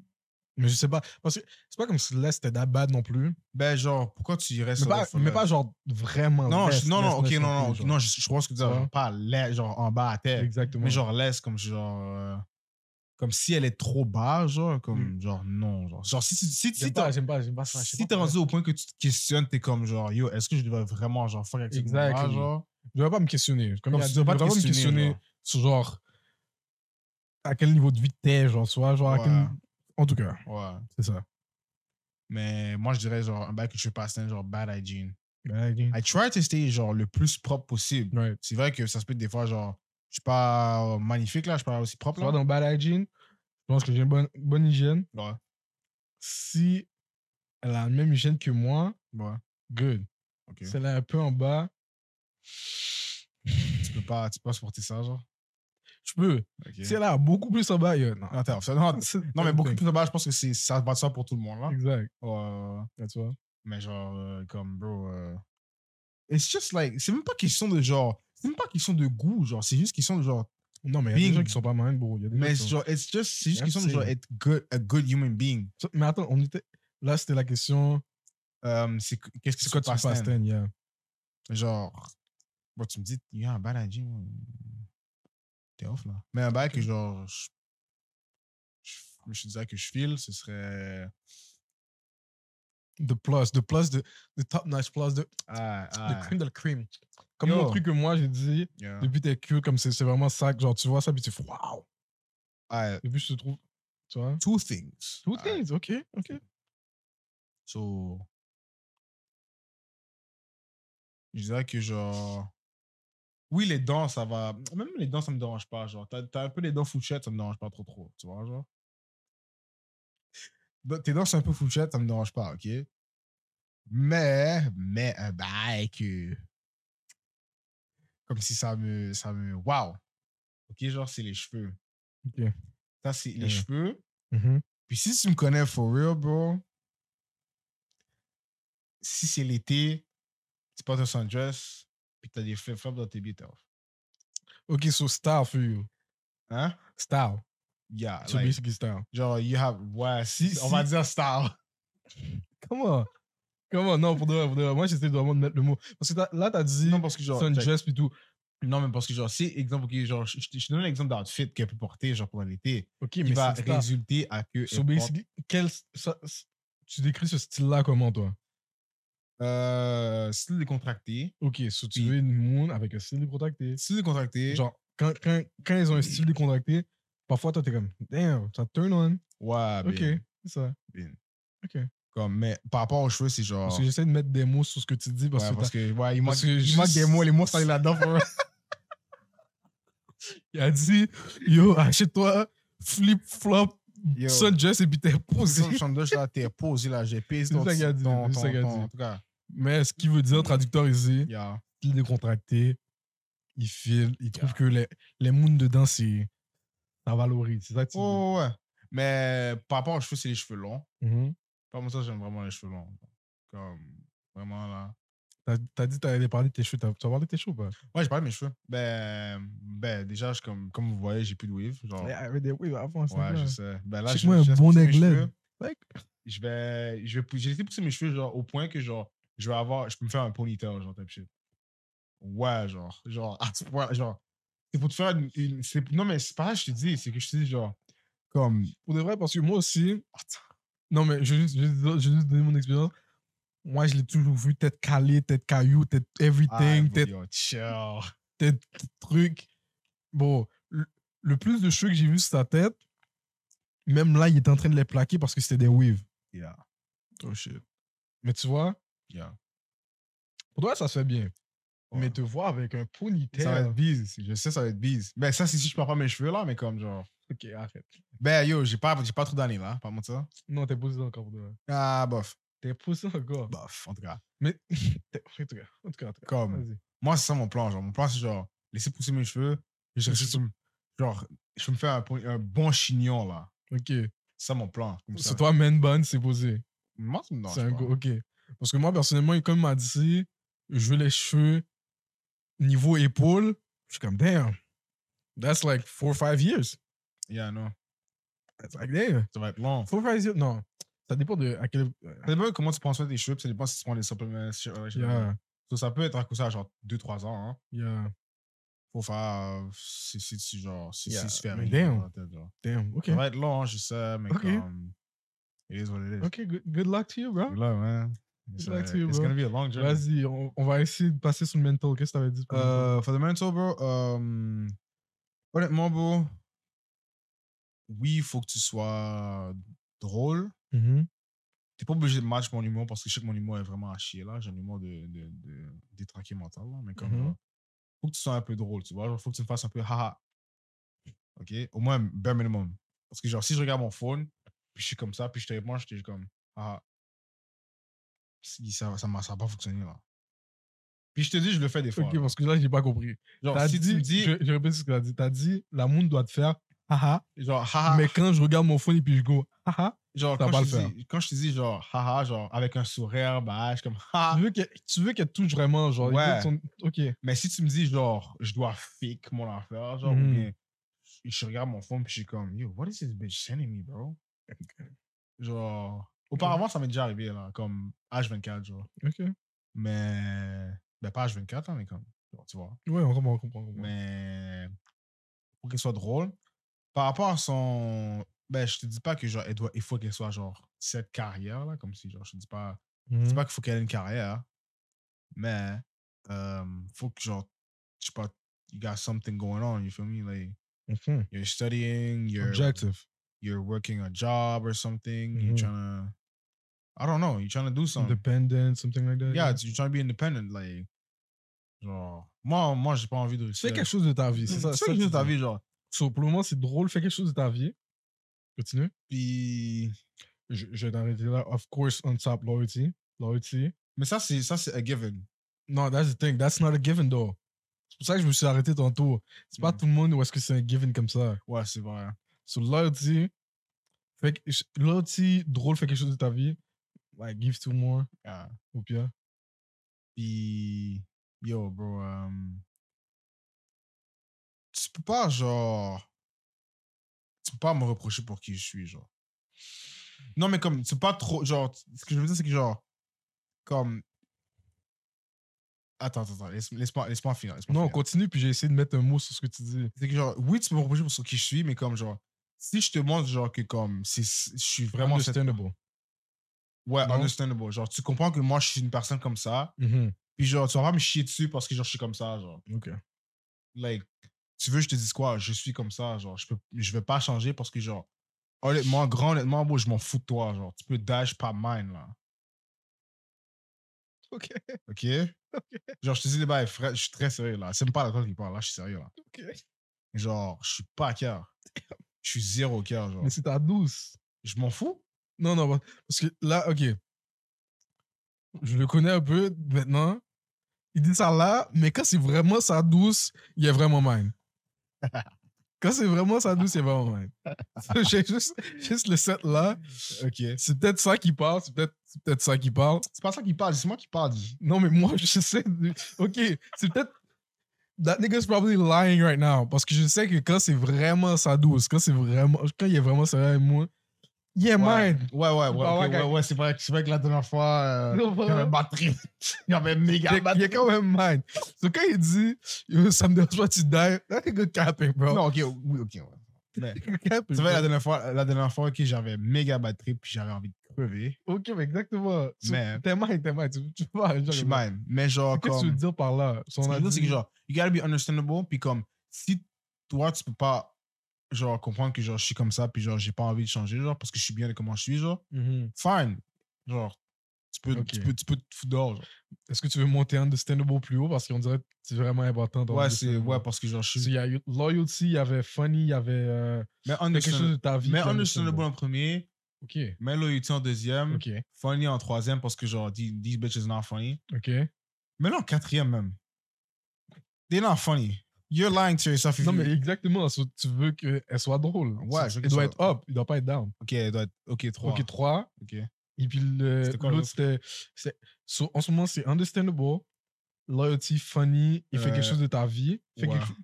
[SPEAKER 1] Mais je sais pas. Parce que c'est pas comme si l'Est était that bad non plus.
[SPEAKER 2] Ben, genre, pourquoi tu irais
[SPEAKER 1] Mais
[SPEAKER 2] settle
[SPEAKER 1] pas,
[SPEAKER 2] for
[SPEAKER 1] mais
[SPEAKER 2] less?
[SPEAKER 1] pas genre vraiment.
[SPEAKER 2] Non,
[SPEAKER 1] less,
[SPEAKER 2] je- non, non,
[SPEAKER 1] less,
[SPEAKER 2] ok,
[SPEAKER 1] less
[SPEAKER 2] non, non,
[SPEAKER 1] plus, genre.
[SPEAKER 2] non, je, je pense que tu dis,
[SPEAKER 1] Ouais.
[SPEAKER 2] genre, pas laid, genre en bas à terre,
[SPEAKER 1] Exactement.
[SPEAKER 2] mais genre laisse comme genre, euh, comme si elle est trop bas, genre, comme genre non, genre, genre si tu- si
[SPEAKER 1] Mmh. j'aime
[SPEAKER 2] si
[SPEAKER 1] pas,
[SPEAKER 2] t'as-
[SPEAKER 1] j'aime pas, j'aime pas ça. je sais
[SPEAKER 2] si
[SPEAKER 1] pas
[SPEAKER 2] t'es
[SPEAKER 1] pourquoi.
[SPEAKER 2] rendu au point que tu te questionnes, t'es comme genre yo, est-ce que je devrais vraiment genre faire avec ce
[SPEAKER 1] Exactly.
[SPEAKER 2] mouvement-là, genre,
[SPEAKER 1] Je vais pas me questionner. Comme
[SPEAKER 2] comme
[SPEAKER 1] il a
[SPEAKER 2] si
[SPEAKER 1] dit, je
[SPEAKER 2] tu
[SPEAKER 1] vais
[SPEAKER 2] devrais
[SPEAKER 1] pas me questionner
[SPEAKER 2] genre.
[SPEAKER 1] sur genre à quel niveau de vie t'es, genre, soit genre à quel-
[SPEAKER 2] Ouais.
[SPEAKER 1] En tout cas,
[SPEAKER 2] ouais.
[SPEAKER 1] c'est ça.
[SPEAKER 2] Mais moi je dirais genre un bail que je suis pas atteint, genre bad hygiene.
[SPEAKER 1] Ouais, ok.
[SPEAKER 2] I try to stay genre le plus propre possible.
[SPEAKER 1] Right.
[SPEAKER 2] C'est vrai que ça se peut des fois genre je suis pas euh, magnifique là, je suis pas aussi propre
[SPEAKER 1] Tu vois,
[SPEAKER 2] là.
[SPEAKER 1] dans Bad Hygiene, je pense que j'ai une bonne, bonne hygiène.
[SPEAKER 2] Ouais,
[SPEAKER 1] Si elle a la même hygiène que moi,
[SPEAKER 2] ouais,
[SPEAKER 1] good.
[SPEAKER 2] ok.
[SPEAKER 1] Si elle est un peu en bas,
[SPEAKER 2] Tu peux pas, tu peux pas supporter ça genre.
[SPEAKER 1] je peux.
[SPEAKER 2] Ok.
[SPEAKER 1] Si elle a beaucoup plus en bas, yo, non.
[SPEAKER 2] Non, attends, ça- non, Mmh. non, mais beaucoup plus normal, je pense que c'est ça va de soi pour tout le monde là.
[SPEAKER 1] Exact.
[SPEAKER 2] Euh,
[SPEAKER 1] That's why.
[SPEAKER 2] mais genre, euh, comme bro, euh, it's just like, c'est même pas question de genre, c'est même pas question de goût, genre, c'est juste question de genre,
[SPEAKER 1] Non, mais il y a des
[SPEAKER 2] Being-
[SPEAKER 1] gens qui sont pas marines, bro. Il y a des gens
[SPEAKER 2] mais
[SPEAKER 1] qui sont-
[SPEAKER 2] genre, it's just, c'est juste
[SPEAKER 1] Merci.
[SPEAKER 2] question de genre être good, a good human being.
[SPEAKER 1] Ça- Mais attends, on était. Là, c'était la question.
[SPEAKER 2] Euh, c'est que- qu'est-ce que
[SPEAKER 1] C'est
[SPEAKER 2] c'est
[SPEAKER 1] quoi tu
[SPEAKER 2] passe
[SPEAKER 1] passes, Stan, yeah.
[SPEAKER 2] Genre, bro, tu me dis, il y a un bail à gym, euh, t'es off là. Mais un bail que genre, je, je, je disais que je file, ce serait.
[SPEAKER 1] The plus, the plus, the, the top notch plus, the,
[SPEAKER 2] Ah,
[SPEAKER 1] the
[SPEAKER 2] ah,
[SPEAKER 1] cream de la cream. Comme
[SPEAKER 2] Yo. Ah.
[SPEAKER 1] mon truc que moi, j'ai dit,
[SPEAKER 2] yeah.
[SPEAKER 1] depuis t'es cute, comme c'est c'est vraiment ça, que genre tu vois ça, puis tu fais waouh.
[SPEAKER 2] Ah,
[SPEAKER 1] Depuis je te trouve. Tu vois?
[SPEAKER 2] two things.
[SPEAKER 1] Two
[SPEAKER 2] Ah,
[SPEAKER 1] things, ok, ok.
[SPEAKER 2] So, je dirais que genre. Oui, les dents, ça va. Même les dents, ça me dérange pas. Genre, t'as t'as un peu les dents fouchettes, ça me dérange pas trop trop. Tu vois, genre. Dans- Tes dents sont un peu fouchettes, ça me dérange pas, ok? Mais, mais un bail que. Comme si ça me. Ça me. Waouh! Ok, genre, c'est les cheveux.
[SPEAKER 1] Ok.
[SPEAKER 2] Ça, c'est les
[SPEAKER 1] Ouais.
[SPEAKER 2] cheveux.
[SPEAKER 1] Mhm.
[SPEAKER 2] Puis si tu me connais for real, bro, si c'est l'été, tu portes un sundress, puis t'as des flip-flops dans tes bits, t'es off.
[SPEAKER 1] Ok, so style for you.
[SPEAKER 2] Hein?
[SPEAKER 1] Style.
[SPEAKER 2] Yeah,
[SPEAKER 1] So
[SPEAKER 2] like,
[SPEAKER 1] basically style.
[SPEAKER 2] genre, you have, ouais, si, on
[SPEAKER 1] Si-
[SPEAKER 2] va dire style.
[SPEAKER 1] Come on. Come on, non, pour de vrai, pour de vrai. Moi, j'essaie vraiment de mettre le mot. Parce que t'as- là, t'as dit
[SPEAKER 2] Non, parce que genre, check.
[SPEAKER 1] sundress, puis tout.
[SPEAKER 2] non, mais parce que genre, si, exemple, ok, genre, je, je te- je te donne l'exemple d'outfit qu'elle peut porter, genre, pendant l'été,
[SPEAKER 1] Ok,
[SPEAKER 2] qui
[SPEAKER 1] mais
[SPEAKER 2] va
[SPEAKER 1] c'est style.
[SPEAKER 2] résulter à que,
[SPEAKER 1] So
[SPEAKER 2] elle porte-
[SPEAKER 1] basically, quel, ça- ça- tu décris ce style-là comment, toi
[SPEAKER 2] euh, style décontracté,
[SPEAKER 1] Ok, so tu
[SPEAKER 2] Oui.
[SPEAKER 1] veux une moon avec un style décontracté.
[SPEAKER 2] style décontracté,
[SPEAKER 1] Genre, quand, quand, quand ils ont un style décontracté, parfois, toi, t'es comme, damn, ça te turn on.
[SPEAKER 2] ouais,
[SPEAKER 1] Ok,
[SPEAKER 2] ben,
[SPEAKER 1] c'est ça.
[SPEAKER 2] ben.
[SPEAKER 1] Ok.
[SPEAKER 2] Comme, mais par rapport aux cheveux, c'est genre.
[SPEAKER 1] Parce que j'essaie de mettre des mots sur ce que tu dis parce
[SPEAKER 2] ouais,
[SPEAKER 1] que
[SPEAKER 2] parce
[SPEAKER 1] t'as-
[SPEAKER 2] que, ouais, il manque,
[SPEAKER 1] parce que
[SPEAKER 2] il manque
[SPEAKER 1] juste-
[SPEAKER 2] des mots, les mots sont là-dedans. pour-
[SPEAKER 1] il a dit, yo, achète-toi flip-flop
[SPEAKER 2] Yo.
[SPEAKER 1] Son Jess et puis t'es posé.
[SPEAKER 2] Son sondage là, t'es posé là, j'ai payé
[SPEAKER 1] C'est
[SPEAKER 2] ton
[SPEAKER 1] ça qu'il a dit,
[SPEAKER 2] ton-
[SPEAKER 1] c'est ça
[SPEAKER 2] ton-
[SPEAKER 1] qu'il a
[SPEAKER 2] ton-
[SPEAKER 1] dit.
[SPEAKER 2] En tout cas,
[SPEAKER 1] Mais ce qui veut dire, traducteur ici,
[SPEAKER 2] yeah.
[SPEAKER 1] il est contracté, il file, il trouve que les, les moons dedans, c'est. Ça valorise. C'est ça que tu dis.
[SPEAKER 2] Oh, ouais. Mais par rapport aux cheveux, c'est les cheveux longs.
[SPEAKER 1] Mhm.
[SPEAKER 2] Par contre, ça, j'aime vraiment les cheveux longs. Comme, vraiment là.
[SPEAKER 1] T'as- T'as dit que t'allais parler de tes cheveux. T'as t'as parlé de tes cheveux ou pas?
[SPEAKER 2] Ouais, j'ai parlé de mes cheveux. Ben, ben déjà, je- comme, comme vous voyez, j'ai plus de weave. Genre,
[SPEAKER 1] Eh, ah, Mais avec des oui, avant, c'est
[SPEAKER 2] ouais,
[SPEAKER 1] bien.
[SPEAKER 2] je sais. Ben là,
[SPEAKER 1] Check
[SPEAKER 2] je,
[SPEAKER 1] moi un
[SPEAKER 2] je laisse
[SPEAKER 1] bon
[SPEAKER 2] pousser mes
[SPEAKER 1] aigle.
[SPEAKER 2] cheveux.
[SPEAKER 1] Like,
[SPEAKER 2] Je vais, je vais, pou- j'ai laissé pousser mes cheveux genre, au point que genre, je vais avoir, je peux me faire un ponytail, genre, type shit. Ouais, genre, genre, à ce point, genre, c'est pour te faire une, une- c'est- non, mais c'est pas ça que je te dis, c'est que je te dis, genre, comme,
[SPEAKER 1] Pour de vrai, parce que moi aussi. oh, Non, mais je vais juste, je vais juste- je vais juste donner mon expérience. Moi, je l'ai toujours vu tête calée, tête caillou, tête
[SPEAKER 2] ah,
[SPEAKER 1] everything,
[SPEAKER 2] bro,
[SPEAKER 1] tête,
[SPEAKER 2] yo, chill.
[SPEAKER 1] tête truc. Bon, le, le plus de cheveux que j'ai vu sur sa tête, même là, il était en train de les plaquer parce que c'était des waves.
[SPEAKER 2] Yeah,
[SPEAKER 1] Oh shit. Mais tu vois,
[SPEAKER 2] yeah.
[SPEAKER 1] pour toi, ça se fait bien.
[SPEAKER 2] Ouais.
[SPEAKER 1] Mais te voir avec un ponytail.
[SPEAKER 2] Ça va être bise, je sais, ça va être bise. Ben, ça, c'est si je perds pas mes cheveux là, mais comme, genre,
[SPEAKER 1] Ok, arrête.
[SPEAKER 2] ben, yo, j'ai pas, j'ai pas trop d'années là, pas mentir.
[SPEAKER 1] Non, t'es poussé encore pour de vrai.
[SPEAKER 2] Ah, bof,
[SPEAKER 1] T'es poussé encore.
[SPEAKER 2] bof, en tout cas.
[SPEAKER 1] Mais. t'es- En tout cas, en tout cas, en tout cas.
[SPEAKER 2] Comme.
[SPEAKER 1] Vas-y.
[SPEAKER 2] Moi, c'est ça mon plan. Genre, mon plan, c'est genre, laisser pousser mes cheveux. et Je,
[SPEAKER 1] Ok.
[SPEAKER 2] je- je- genre, je vais me faire un, po- un bon chignon, là.
[SPEAKER 1] Ok.
[SPEAKER 2] C'est ça mon plan. Comme ça.
[SPEAKER 1] C'est toi, man bun, c'est posé.
[SPEAKER 2] Moi, ça me dérange
[SPEAKER 1] C'est un
[SPEAKER 2] pas.
[SPEAKER 1] go. Ok. Parce que moi, personnellement, comme il m'a dit, je veux les cheveux niveau épaule. Je suis comme, damn. That's like four or five years.
[SPEAKER 2] Yeah, non.
[SPEAKER 1] That's like, damn.
[SPEAKER 2] Ça va être long.
[SPEAKER 1] Four or five years. Non. Ça dépend de à quel.
[SPEAKER 2] Ça dépend comment tu prends soin de tes cheveux, puis ça dépend si tu prends des suppléments. si- ouais, je sais pas.
[SPEAKER 1] Yeah.
[SPEAKER 2] So, ça peut être à cause ça, genre 2-3 ans. Hein.
[SPEAKER 1] Yeah.
[SPEAKER 2] Faut faire. euh, Si, si tu, genre, si,
[SPEAKER 1] Yeah,
[SPEAKER 2] si tu fais
[SPEAKER 1] mais
[SPEAKER 2] rien
[SPEAKER 1] damn.
[SPEAKER 2] dans la tête, genre.
[SPEAKER 1] Damn. Ok.
[SPEAKER 2] Ça va être long, hein, je sais, mais
[SPEAKER 1] Ok.
[SPEAKER 2] comme. It is what it is.
[SPEAKER 1] Ok, good, good luck to you, bro.
[SPEAKER 2] Là, man. It's,
[SPEAKER 1] Good luck
[SPEAKER 2] a-
[SPEAKER 1] to you,
[SPEAKER 2] it's
[SPEAKER 1] bro.
[SPEAKER 2] gonna be a long journey.
[SPEAKER 1] Vas-y, on, on va essayer de passer sur le mental. Qu'est-ce que t'avais dit? pour le mental?
[SPEAKER 2] Euh, Fundamental, bro. euh, honnêtement, bro. Oui, il faut que tu sois drôle.
[SPEAKER 1] Mhm.
[SPEAKER 2] T'es pas obligé de match mon humour parce que je sais que mon humour est vraiment à chier là. J'ai un humour de, de, de détraqué mental là. Mais comme
[SPEAKER 1] Mhm.
[SPEAKER 2] genre, faut que tu sois un peu drôle, tu vois. Genre, faut que tu me fasses un peu haha. Ok? Au moins, bare minimum. Parce que genre, si je regarde mon phone, puis je suis comme ça, puis je te réponds, je suis comme haha. Si, ça ça m'a- ça a pas fonctionné là. Puis je te dis, je le fais des fois.
[SPEAKER 1] Ok, parce que là, j'ai pas compris.
[SPEAKER 2] Genre,
[SPEAKER 1] T'as
[SPEAKER 2] si
[SPEAKER 1] dit,
[SPEAKER 2] tu me dis,
[SPEAKER 1] je, je répète ce que t'as dit. T'as dit, la monde doit te faire, haha.
[SPEAKER 2] genre, haha,
[SPEAKER 1] Ah, Mais quand je regarde mon phone et puis je go, ah, haha,
[SPEAKER 2] genre,
[SPEAKER 1] ça
[SPEAKER 2] quand,
[SPEAKER 1] va
[SPEAKER 2] je
[SPEAKER 1] le
[SPEAKER 2] te dis, quand je te dis, genre, haha, genre, avec un sourire, bah, je suis comme, ha.
[SPEAKER 1] tu veux qu'elle tu veux qu'elle touche vraiment, genre. il
[SPEAKER 2] Ouais.
[SPEAKER 1] faut que son- Ok.
[SPEAKER 2] Mais si tu me dis, genre, je dois fake mon affaire, genre,
[SPEAKER 1] Mhm.
[SPEAKER 2] ou bien, je- je regarde mon phone, puis je suis comme, yo, what is this bitch sending me, bro? Genre, auparavant, ça m'est déjà arrivé, là, comme H24, genre.
[SPEAKER 1] Ok.
[SPEAKER 2] Mais, ben, pas H24, là, mais comme, genre, tu vois.
[SPEAKER 1] Ouais, on comprend, on comprend. on comprend.
[SPEAKER 2] Mais pour qu'elle soit drôle. Par rapport à son. Ben, je te dis pas que genre, elle doit, il faut qu'elle soit genre cette carrière là, comme si genre, je te dis pas, je dis
[SPEAKER 1] Mhm.
[SPEAKER 2] pas qu'il faut qu'elle ait une carrière, mais euh, faut que genre, je sais pas, you got something going on, you feel me? Like
[SPEAKER 1] Mhm.
[SPEAKER 2] you're studying, you're
[SPEAKER 1] Objective.
[SPEAKER 2] you're working a job or something,
[SPEAKER 1] Mhm.
[SPEAKER 2] you're trying to, I don't know, you're trying to do something.
[SPEAKER 1] Independent, something like that.
[SPEAKER 2] Yeah, you're trying to be independent, like genre, moi, moi, j'ai pas envie de.
[SPEAKER 1] Fais quelque chose de ta vie. C'est ça.
[SPEAKER 2] Fais quelque chose de ta vie, genre.
[SPEAKER 1] So, pour le moment, c'est drôle. Fais quelque chose de ta vie. Continue.
[SPEAKER 2] Puis,
[SPEAKER 1] Je, je vais t'arrêter là. Of course, on top loyalty. Loyalty.
[SPEAKER 2] mais ça, c'est ça, c'est a given.
[SPEAKER 1] Non, that's the thing. That's not a given, though. C'est pour ça que je me suis arrêté tantôt. C'est pas
[SPEAKER 2] Mm.
[SPEAKER 1] tout le monde où est-ce que c'est un given comme ça.
[SPEAKER 2] Ouais, c'est vrai.
[SPEAKER 1] So, loyalty. Fait que- loyalty, drôle, fais quelque chose de ta vie. Like, give two more,
[SPEAKER 2] Ah.
[SPEAKER 1] au pire.
[SPEAKER 2] Puis, yo, bro, euh, tu peux pas, genre, tu peux pas me reprocher pour qui je suis, genre. Non, mais comme, c'est pas trop, genre, ce que je veux dire, c'est que, genre, comme, attends, attends, attends, laisse- laisse-moi laisse finir. laisse-moi
[SPEAKER 1] Non, on
[SPEAKER 2] finir.
[SPEAKER 1] continue, puis j'ai essayé de mettre un mot sur ce que tu dis.
[SPEAKER 2] C'est que, genre, oui, tu peux me reprocher pour ce qui je suis, mais comme, genre, si je te montre, genre, que, comme, c'est- je suis vraiment cette
[SPEAKER 1] understandable.
[SPEAKER 2] Ouais,
[SPEAKER 1] Non?
[SPEAKER 2] understandable. Genre, tu comprends que moi, je suis une personne comme ça.
[SPEAKER 1] Mhm.
[SPEAKER 2] Puis genre, tu vas pas me chier dessus parce que genre, je suis comme ça. Genre,
[SPEAKER 1] Ok.
[SPEAKER 2] like, tu veux, que je te dise quoi? Je suis comme ça. Genre, je peux, je vais pas changer parce que genre, honnêtement, grand honnêtement, moi, je m'en fous de toi. Genre, tu peux dash pas mine, là.
[SPEAKER 1] Ok.
[SPEAKER 2] OK? Genre, je te dis les bails, frère, je suis très sérieux, là. C'est même pas la toi qui parle, là, je suis sérieux, là.
[SPEAKER 1] Ok.
[SPEAKER 2] Genre, je suis pas à cœur. Je suis zéro cœur, genre.
[SPEAKER 1] Mais si t'as 12.
[SPEAKER 2] Je m'en fous.
[SPEAKER 1] Non, non, parce que là, ok. Je le connais un peu maintenant. Il dit ça là, mais quand c'est vraiment sa douce, il est vraiment mine. Quand c'est vraiment sa douce, il est vraiment mine. J'ai juste, juste le set là.
[SPEAKER 2] Ok. C'est
[SPEAKER 1] C'est peut-être ça qui parle, c'est peut-être c'est peut-être ça qui parle.
[SPEAKER 2] pas ça qui parle, c'est moi qui parle.
[SPEAKER 1] Non, mais moi, je sais. de- Ok, c'est peut-être. That nigga's probably lying right now. Parce que je sais que quand c'est vraiment sa douce, quand c'est vraiment. Quand il est vraiment sérieux avec moi, il est
[SPEAKER 2] Ouais,
[SPEAKER 1] mine.
[SPEAKER 2] ouais, ouais. ouais,
[SPEAKER 1] Ah,
[SPEAKER 2] ok,
[SPEAKER 1] ouais,
[SPEAKER 2] ouais,
[SPEAKER 1] quand-
[SPEAKER 2] ouais, c'est vrai, c'est vrai que la dernière fois, euh,
[SPEAKER 1] Non,
[SPEAKER 2] il y avait
[SPEAKER 1] vraiment.
[SPEAKER 2] une batterie. Il y avait une
[SPEAKER 1] Il
[SPEAKER 2] méga
[SPEAKER 1] est, il
[SPEAKER 2] batterie.
[SPEAKER 1] est quand même mine. Donc quand il dit, Yo, ça me dérange pas, tu die, that nigga capping, bro.
[SPEAKER 2] Non, ok, oui, ok, ouais.
[SPEAKER 1] That
[SPEAKER 2] Mais,
[SPEAKER 1] nigga capping,
[SPEAKER 2] c'est vrai, la
[SPEAKER 1] bro.
[SPEAKER 2] dernière fois, la dernière fois, ok, j'avais méga batterie, puis j'avais envie de crever.
[SPEAKER 1] Ok, mais exactement. So,
[SPEAKER 2] Mais-
[SPEAKER 1] T'es mine, t'es mine. Tu, tu vois, genre,
[SPEAKER 2] Je suis
[SPEAKER 1] comme-
[SPEAKER 2] mine. Mais genre,
[SPEAKER 1] Qu'est-ce que tu veux
[SPEAKER 2] comme.
[SPEAKER 1] dire par là? Si
[SPEAKER 2] Ce
[SPEAKER 1] on
[SPEAKER 2] que
[SPEAKER 1] a
[SPEAKER 2] je veux dire, c'est
[SPEAKER 1] dit-
[SPEAKER 2] que genre, you gotta be understandable, puis comme, si toi, tu peux pas, genre, comprendre que genre, je suis comme ça, puis genre, j'ai pas envie de changer, genre, parce que je suis bien de comment je suis, genre,
[SPEAKER 1] Mhm.
[SPEAKER 2] fine. Genre, tu peux,
[SPEAKER 1] Ok.
[SPEAKER 2] tu peux, tu peux te foutre dehors, genre.
[SPEAKER 1] Est-ce que tu veux monter un understandable plus haut? Parce qu'on dirait que c'est vraiment important. dans
[SPEAKER 2] Ouais, c'est,
[SPEAKER 1] understandable.
[SPEAKER 2] ouais, parce que genre, je
[SPEAKER 1] Parce
[SPEAKER 2] suis.
[SPEAKER 1] qu'il y a eu- Loyalty, il y avait Funny, il y avait euh,
[SPEAKER 2] Mais
[SPEAKER 1] quelque chose
[SPEAKER 2] understandable,
[SPEAKER 1] de ta vie.
[SPEAKER 2] mais
[SPEAKER 1] qui est
[SPEAKER 2] understandable Mm. en premier,
[SPEAKER 1] Ok,
[SPEAKER 2] mais loyalty en deuxième,
[SPEAKER 1] ok,
[SPEAKER 2] funny en troisième, parce que genre, the- these bitches not funny.
[SPEAKER 1] ok.
[SPEAKER 2] Mais là, en quatrième même. They're not funny. You're lying to yourself. if
[SPEAKER 1] Non,
[SPEAKER 2] you-
[SPEAKER 1] mais exactement, so tu veux qu'elle soit drôle.
[SPEAKER 2] Ouais, je
[SPEAKER 1] So,
[SPEAKER 2] veux
[SPEAKER 1] il
[SPEAKER 2] qu'elle
[SPEAKER 1] doit
[SPEAKER 2] soit-
[SPEAKER 1] être up, il doit pas être down.
[SPEAKER 2] Ok, elle doit être- Ok, trois.
[SPEAKER 1] Ok, 3.
[SPEAKER 2] Ok.
[SPEAKER 1] Et puis le-
[SPEAKER 2] C'était quoi
[SPEAKER 1] l'autre, c'était. c'est- so, en ce moment, c'est understandable, loyalty, funny, il fait
[SPEAKER 2] Euh,
[SPEAKER 1] quelque chose de ta vie. Fait
[SPEAKER 2] ouais.
[SPEAKER 1] quelque chose-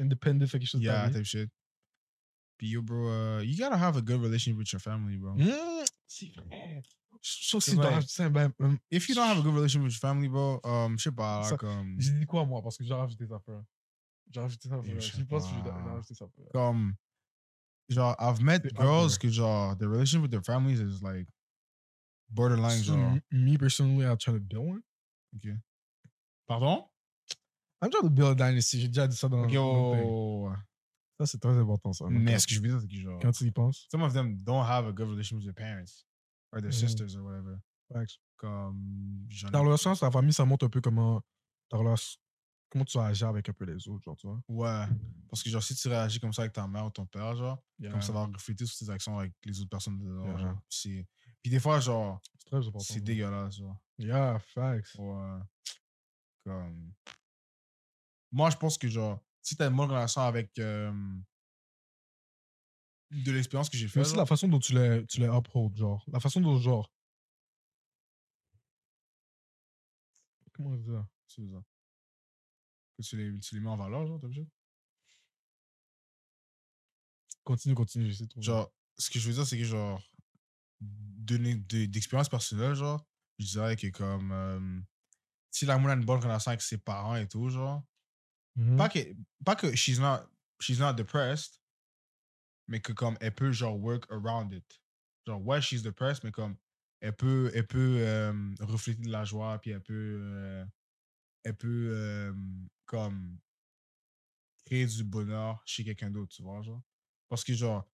[SPEAKER 1] independent, fait quelque chose
[SPEAKER 2] Yeah,
[SPEAKER 1] de ta vie.
[SPEAKER 2] type shit. But yo, bro, uh, you gotta have a good relationship with your family, bro.
[SPEAKER 1] Mmh, c'est vrai. Ça aussi,
[SPEAKER 2] C'est vrai. Mmh.
[SPEAKER 1] dans- c'est ben, hum,
[SPEAKER 2] If you don't have a good relationship with your family, bro, um, je sais pas, là,
[SPEAKER 1] Ça-
[SPEAKER 2] comme,
[SPEAKER 1] J'ai dit quoi, moi Parce que j'ai rajouté ça après. J'ai rajouté ça
[SPEAKER 2] Je
[SPEAKER 1] après.
[SPEAKER 2] sais
[SPEAKER 1] Je pense que j'ai
[SPEAKER 2] pas.
[SPEAKER 1] rajouté ça après.
[SPEAKER 2] comme, genre, I've met
[SPEAKER 1] C'est
[SPEAKER 2] girls
[SPEAKER 1] awkward.
[SPEAKER 2] que genre, the relationship with their families is like borderline,
[SPEAKER 1] So,
[SPEAKER 2] genre.
[SPEAKER 1] m- me personally, I'm trying to build one.
[SPEAKER 2] Pardon?
[SPEAKER 1] I'm trying to build a dynasty. J'ai déjà dit ça dans
[SPEAKER 2] Ok,
[SPEAKER 1] dans le thing.
[SPEAKER 2] oh,
[SPEAKER 1] Ça, c'est très important, ça. maintenant.
[SPEAKER 2] mais ce que je veux dire, c'est que genre,
[SPEAKER 1] Quand tu y penses.
[SPEAKER 2] some of them don't have a good relationship with their parents or their
[SPEAKER 1] Mhm.
[SPEAKER 2] sisters or whatever.
[SPEAKER 1] Facts.
[SPEAKER 2] Comme, j'en ai-
[SPEAKER 1] Dans le sens, la famille, ça montre un peu comment, ta relation- comment tu agis avec un peu les autres, genre, tu vois.
[SPEAKER 2] Ouais, parce que genre, si tu réagis comme ça avec ta mère ou ton père, genre, comme ça
[SPEAKER 1] Yeah.
[SPEAKER 2] va refléter sur tes actions avec les autres personnes dedans,
[SPEAKER 1] Yeah.
[SPEAKER 2] genre. C'est- Puis des fois, genre,
[SPEAKER 1] C'est très important.
[SPEAKER 2] c'est
[SPEAKER 1] ouais.
[SPEAKER 2] dégueulasse, genre.
[SPEAKER 1] Yeah, facts.
[SPEAKER 2] Ouais. Comme... Moi, je pense que, genre, si t'as une bonne relation avec euh, de l'expérience que j'ai
[SPEAKER 1] Mais
[SPEAKER 2] faite,
[SPEAKER 1] aussi la
[SPEAKER 2] genre,
[SPEAKER 1] façon dont tu les, tu les uphold, genre. La façon dont, genre. Comment dire ça?
[SPEAKER 2] c'est ça. Que tu les, tu les mets en valeur, genre, t'as vu?
[SPEAKER 1] Continue, continue, j'essaie de trouver.
[SPEAKER 2] Genre, ce que je veux dire, c'est que, genre, de l'e- de- d'expérience personnelle, genre, je dirais que, comme, euh, si la moune a une bonne relation avec ses parents et tout, genre,
[SPEAKER 1] Mhm.
[SPEAKER 2] pas que pas que she's not she's not depressed mais que comme elle peut genre work around it genre ouais she's depressed mais comme elle peut elle peut euh, refléter de la joie puis elle peut euh, elle peut euh, comme créer du bonheur chez quelqu'un d'autre tu vois genre parce que genre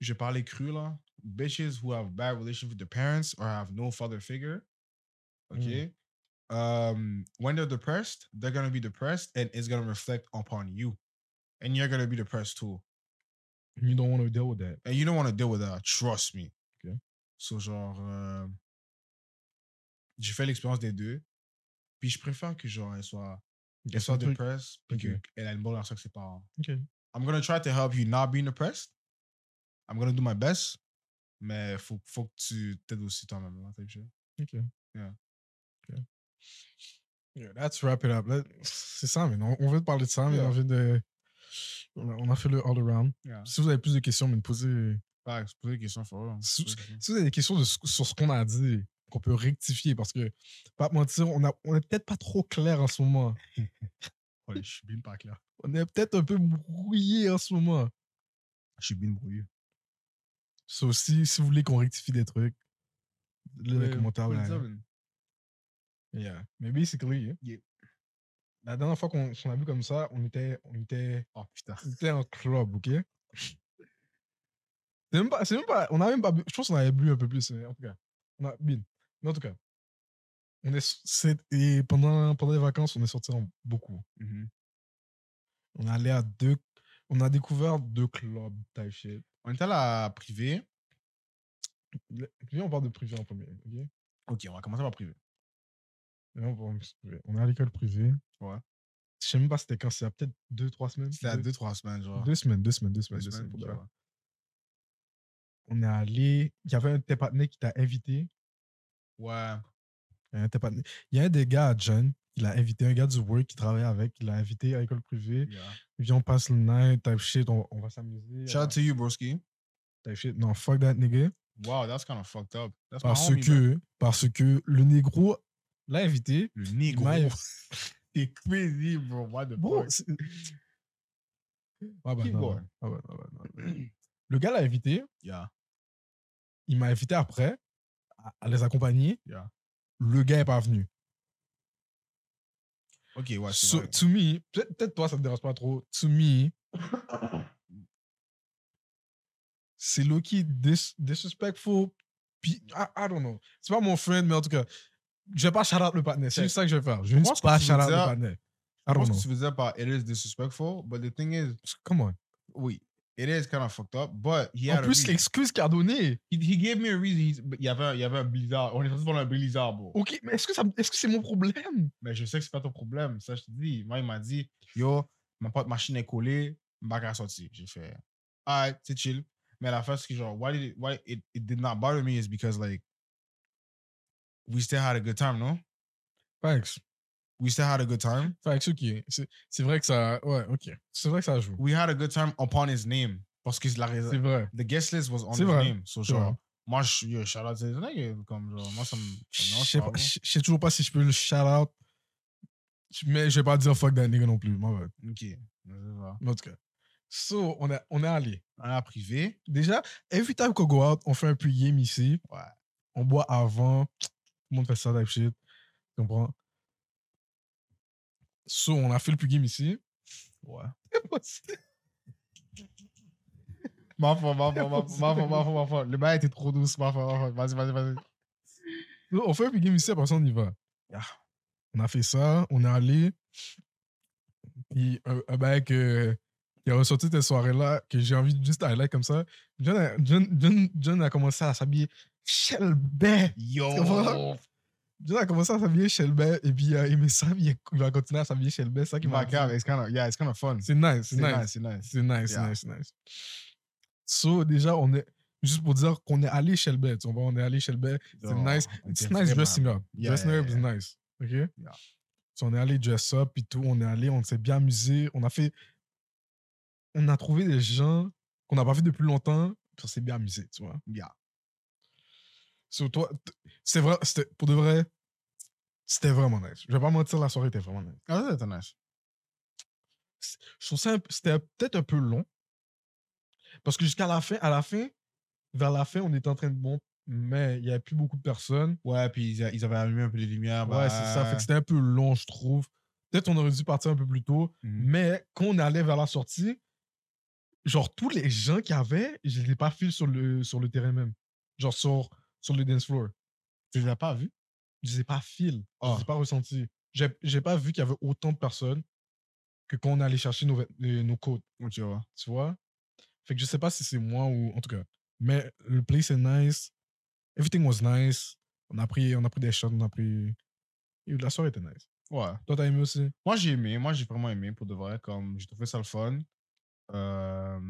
[SPEAKER 2] je parlais cru là bitches who have bad relationship with their parents or have no father figure okay um, when they're depressed, they're gonna be depressed, and it's gonna reflect upon you, and you're gonna be depressed too.
[SPEAKER 1] You don't want to deal with that.
[SPEAKER 2] And you don't want to deal with that. Trust me.
[SPEAKER 1] Ok.
[SPEAKER 2] So genre, euh, j'ai fait l'expérience des deux, puis je préfère que genre elle soit, elle soit
[SPEAKER 1] truc-
[SPEAKER 2] depressed, puis
[SPEAKER 1] Ok.
[SPEAKER 2] qu'elle a une bonne relation avec ses parents.
[SPEAKER 1] Ok.
[SPEAKER 2] I'm gonna try to help you not being depressed. I'm gonna do my best, mais faut faut que tu t'aides aussi toi-même. là, type shit.
[SPEAKER 1] Okay.
[SPEAKER 2] Yeah.
[SPEAKER 1] Okay. Yeah, let's wrap it up. Let- C'est ça, mais on, on veut parler de ça, mais
[SPEAKER 2] Yeah.
[SPEAKER 1] on veut de. On a, on a fait le all around.
[SPEAKER 2] Yeah.
[SPEAKER 1] Si vous avez plus de questions, mais posez.
[SPEAKER 2] Facts. Poser des questions for real.
[SPEAKER 1] Sous-
[SPEAKER 2] Poser des questions.
[SPEAKER 1] Si vous avez des questions de ce- sur ce qu'on a dit, qu'on peut rectifier, parce que, pas te mentir, on n'est on est peut-être pas trop clair en ce moment.
[SPEAKER 2] Ouais, je suis bien pas clair.
[SPEAKER 1] On est peut-être un peu brouillé en ce moment.
[SPEAKER 2] Ah, Je suis bien brouillé.
[SPEAKER 1] So, si, si vous voulez qu'on rectifie des trucs, dites-le dans les
[SPEAKER 2] Ouais,
[SPEAKER 1] commentaires.
[SPEAKER 2] put it
[SPEAKER 1] là.
[SPEAKER 2] up and-
[SPEAKER 1] Yeah. Mais basically, hein,
[SPEAKER 2] Yeah.
[SPEAKER 1] la dernière fois qu'on qu'on a vu comme ça, on était, on était
[SPEAKER 2] Oh putain.
[SPEAKER 1] On était en club, ok? C'est même pas, c'est même pas, on a même pas bu, je pense qu'on avait bu un peu plus, mais en tout cas, on a bu. Mais en tout cas, on est, s- c'est- et Mmh pendant, pendant les vacances, on est sortis en beaucoup. On allait à deux, On a découvert deux clubs type shit.
[SPEAKER 2] On était à la privée.
[SPEAKER 1] Le- Viens, on parle de privé en premier. ok?
[SPEAKER 2] Ok, on va commencer par privé.
[SPEAKER 1] Viens, on parle de privé. On est à l'école privée.
[SPEAKER 2] Ouais.
[SPEAKER 1] Je sais même pas c'était quand, c'est il y a peut-être deux, trois semaines.
[SPEAKER 2] C'était à 2-3 semaines, genre.
[SPEAKER 1] Deux semaines, deux semaines, deux semaines, deux semaines. pour de vrai. On est allé. Il y avait un de tes partenaires qui t'a invité.
[SPEAKER 2] Ouais.
[SPEAKER 1] Il y a un de Hein, tes partenaires- il y a un des gars à John, il a invité, un gars du work qui travaille avec, il l'a invité à l'école privée.
[SPEAKER 2] Yeah.
[SPEAKER 1] Viens, on passe le night, type shit, on, on va s'amuser.
[SPEAKER 2] Shout out to you, broski.
[SPEAKER 1] euh, Type shit. Non, fuck that nigga.
[SPEAKER 2] Wow, that's kind of fucked up. That's my
[SPEAKER 1] Parce
[SPEAKER 2] homie, bro.
[SPEAKER 1] que, parce que le négro l'a invité.
[SPEAKER 2] Le
[SPEAKER 1] il
[SPEAKER 2] négro.
[SPEAKER 1] m'a inv-
[SPEAKER 2] T'es crazy, bro. What the
[SPEAKER 1] Bon,
[SPEAKER 2] fuck?
[SPEAKER 1] c'est- Ah bah
[SPEAKER 2] Keep
[SPEAKER 1] non,
[SPEAKER 2] going.
[SPEAKER 1] ouais. Ah bah non, ouais, non, ouais. Le gars l'a invité,
[SPEAKER 2] Yeah.
[SPEAKER 1] il m'a invité après à, à les accompagner.
[SPEAKER 2] Yeah.
[SPEAKER 1] Le gars est pas venu.
[SPEAKER 2] Ok, ouais, c'est
[SPEAKER 1] So,
[SPEAKER 2] vrai.
[SPEAKER 1] to me, peut-être peut-être toi ça te dérange pas trop. To me, c'est Loki dis- disrespectful. Puis, I, I don't know. C'est pas mon friend, mais en tout cas, je vais pas shout out le partner. C'est
[SPEAKER 2] Check.
[SPEAKER 1] juste ça que je vais faire. Je vais
[SPEAKER 2] pense
[SPEAKER 1] juste
[SPEAKER 2] que
[SPEAKER 1] pas
[SPEAKER 2] tu
[SPEAKER 1] shout
[SPEAKER 2] veux
[SPEAKER 1] out le
[SPEAKER 2] dire-
[SPEAKER 1] partner. I
[SPEAKER 2] Je
[SPEAKER 1] don't
[SPEAKER 2] pense
[SPEAKER 1] know.
[SPEAKER 2] que tu faisais par it is disrespectful, but the thing is,
[SPEAKER 1] Come on.
[SPEAKER 2] oui, it is kind of fucked up, but he
[SPEAKER 1] En
[SPEAKER 2] had a
[SPEAKER 1] plus,
[SPEAKER 2] reason.
[SPEAKER 1] l'excuse qu'il a donnée.
[SPEAKER 2] He, he gave me a reason. He's- but Il y avait, un- il y avait un blizzard. On est sorti pendant un blizzard, bro.
[SPEAKER 1] Ok, mais est-ce que ça- est-ce que c'est mon problème?
[SPEAKER 2] Mais je sais que c'est pas ton problème. Ça, je te dis. Moi, il m'a dit, yo, ma porte machine est collée, ma bague à sortie. J'ai fait, alright, c'est chill. Mais la face qui, genre, why did it, why it, it did not bother me is because, like, we still had a good time, no?
[SPEAKER 1] Thanks.
[SPEAKER 2] We still had a good time.
[SPEAKER 1] Facts, ok. C'est- C'est vrai que ça. Ouais, ok. C'est vrai que ça joue.
[SPEAKER 2] We had a good time upon his name. Parce que la raison,
[SPEAKER 1] C'est vrai.
[SPEAKER 2] the guest list was on his
[SPEAKER 1] C'est vrai.
[SPEAKER 2] name. So,
[SPEAKER 1] C'est
[SPEAKER 2] genre,
[SPEAKER 1] vrai.
[SPEAKER 2] moi, je, yo, shout out to this nigga. Comme, genre, moi, ça me. ça me
[SPEAKER 1] Je
[SPEAKER 2] dérange
[SPEAKER 1] sais
[SPEAKER 2] pas,
[SPEAKER 1] pas-
[SPEAKER 2] bro.
[SPEAKER 1] je je sais toujours pas si je peux le shout out. Mais je vais pas dire fuck that nigga non plus. my bad.
[SPEAKER 2] Ok. Je sais pas.
[SPEAKER 1] Mais En tout cas. So, on est, on est allé.
[SPEAKER 2] On a privé.
[SPEAKER 1] Déjà, every time qu'on go out, on fait un peu game ici.
[SPEAKER 2] Ouais.
[SPEAKER 1] On boit avant. Tout le monde fait ça, type shit. Tu comprends? So, on a fait le plus game ici.
[SPEAKER 2] Ouais.
[SPEAKER 1] C'est possible.
[SPEAKER 2] Ma foi, ma foi, ma foi, ma foi, ma foi, ma foi. Le bail était trop douce, ma foi, ma foi. Vas-y, vas-y, vas-y.
[SPEAKER 1] So, on fait un plus game ici, après ça, on y va. Ah,
[SPEAKER 2] Yeah.
[SPEAKER 1] On a fait ça, on est allé. Puis, un, un bail que- qui a ressorti de cette soirée-là, que j'ai envie de juste highlight comme ça. John a, John, John, John a commencé à s'habiller Shelby.
[SPEAKER 2] Yo!
[SPEAKER 1] John a commencé à s'habiller chez Elbert et puis euh, il me savent, il il va continuer à s'habiller chez Elbert. C'est ça qui m'a.
[SPEAKER 2] Ma cave, it's kind of, yeah, it's kind of fun.
[SPEAKER 1] C'est nice, c'est
[SPEAKER 2] C'est nice,
[SPEAKER 1] nice.
[SPEAKER 2] c'est nice.
[SPEAKER 1] C'est nice, c'est
[SPEAKER 2] Yeah.
[SPEAKER 1] nice, c'est nice. So, déjà, on est. Juste pour dire qu'on est allé chez Elbert. On, on est allé chez Elbert.
[SPEAKER 2] Oh,
[SPEAKER 1] C'est nice. It's nice dressing up.
[SPEAKER 2] Yeah,
[SPEAKER 1] dressing
[SPEAKER 2] yeah,
[SPEAKER 1] up is nice. OK?
[SPEAKER 2] Yeah.
[SPEAKER 1] So, on est allé dress up et tout. On est allé, on s'est bien amusé. On a fait. On a trouvé des gens qu'on n'a pas vu depuis longtemps. Puis on s'est bien amusé, tu vois.
[SPEAKER 2] Yeah.
[SPEAKER 1] So, toi, t- c'est vrai, c'était- pour de vrai, c'était vraiment nice. Je vais pas mentir, la soirée était vraiment nice.
[SPEAKER 2] Ah, ça, c'était nice.
[SPEAKER 1] Je trouve ça, un p- c'était peut-être un peu long. Parce que jusqu'à la fin, à la fin, vers la fin, on était en train de bon, mais il n'y avait plus beaucoup de personnes.
[SPEAKER 2] Ouais, puis ils, a- ils avaient allumé un peu les lumières. bah.
[SPEAKER 1] ouais, c'est ça. Fait que c'était un peu long, je trouve. Peut-être on aurait dû partir un peu plus tôt.
[SPEAKER 2] Mhm.
[SPEAKER 1] Mais quand on allait vers la sortie, genre tous les gens qu'il y avait, je les ai pas filés sur le, sur le terrain même. Genre sur, sur le dance floor.
[SPEAKER 2] Tu les as pas vus?
[SPEAKER 1] je les ai pas feel, je
[SPEAKER 2] Ah.
[SPEAKER 1] les ai pas ressenti. J'ai j'ai pas vu qu'il y avait autant de personnes que quand on allait chercher nos, vêt- euh, nos côtes,
[SPEAKER 2] Ok, ouais.
[SPEAKER 1] tu vois. Fait que je sais pas si c'est moi ou en tout cas. Mais le place est nice. Everything was nice. On a pris, on a pris des shots, on a pris. Et la soirée était nice.
[SPEAKER 2] Ouais.
[SPEAKER 1] Toi, t'as aimé aussi?
[SPEAKER 2] Moi, j'ai aimé. Moi, j'ai vraiment aimé, pour de vrai. Comme, j'ai trouvé ça le fun. Euh,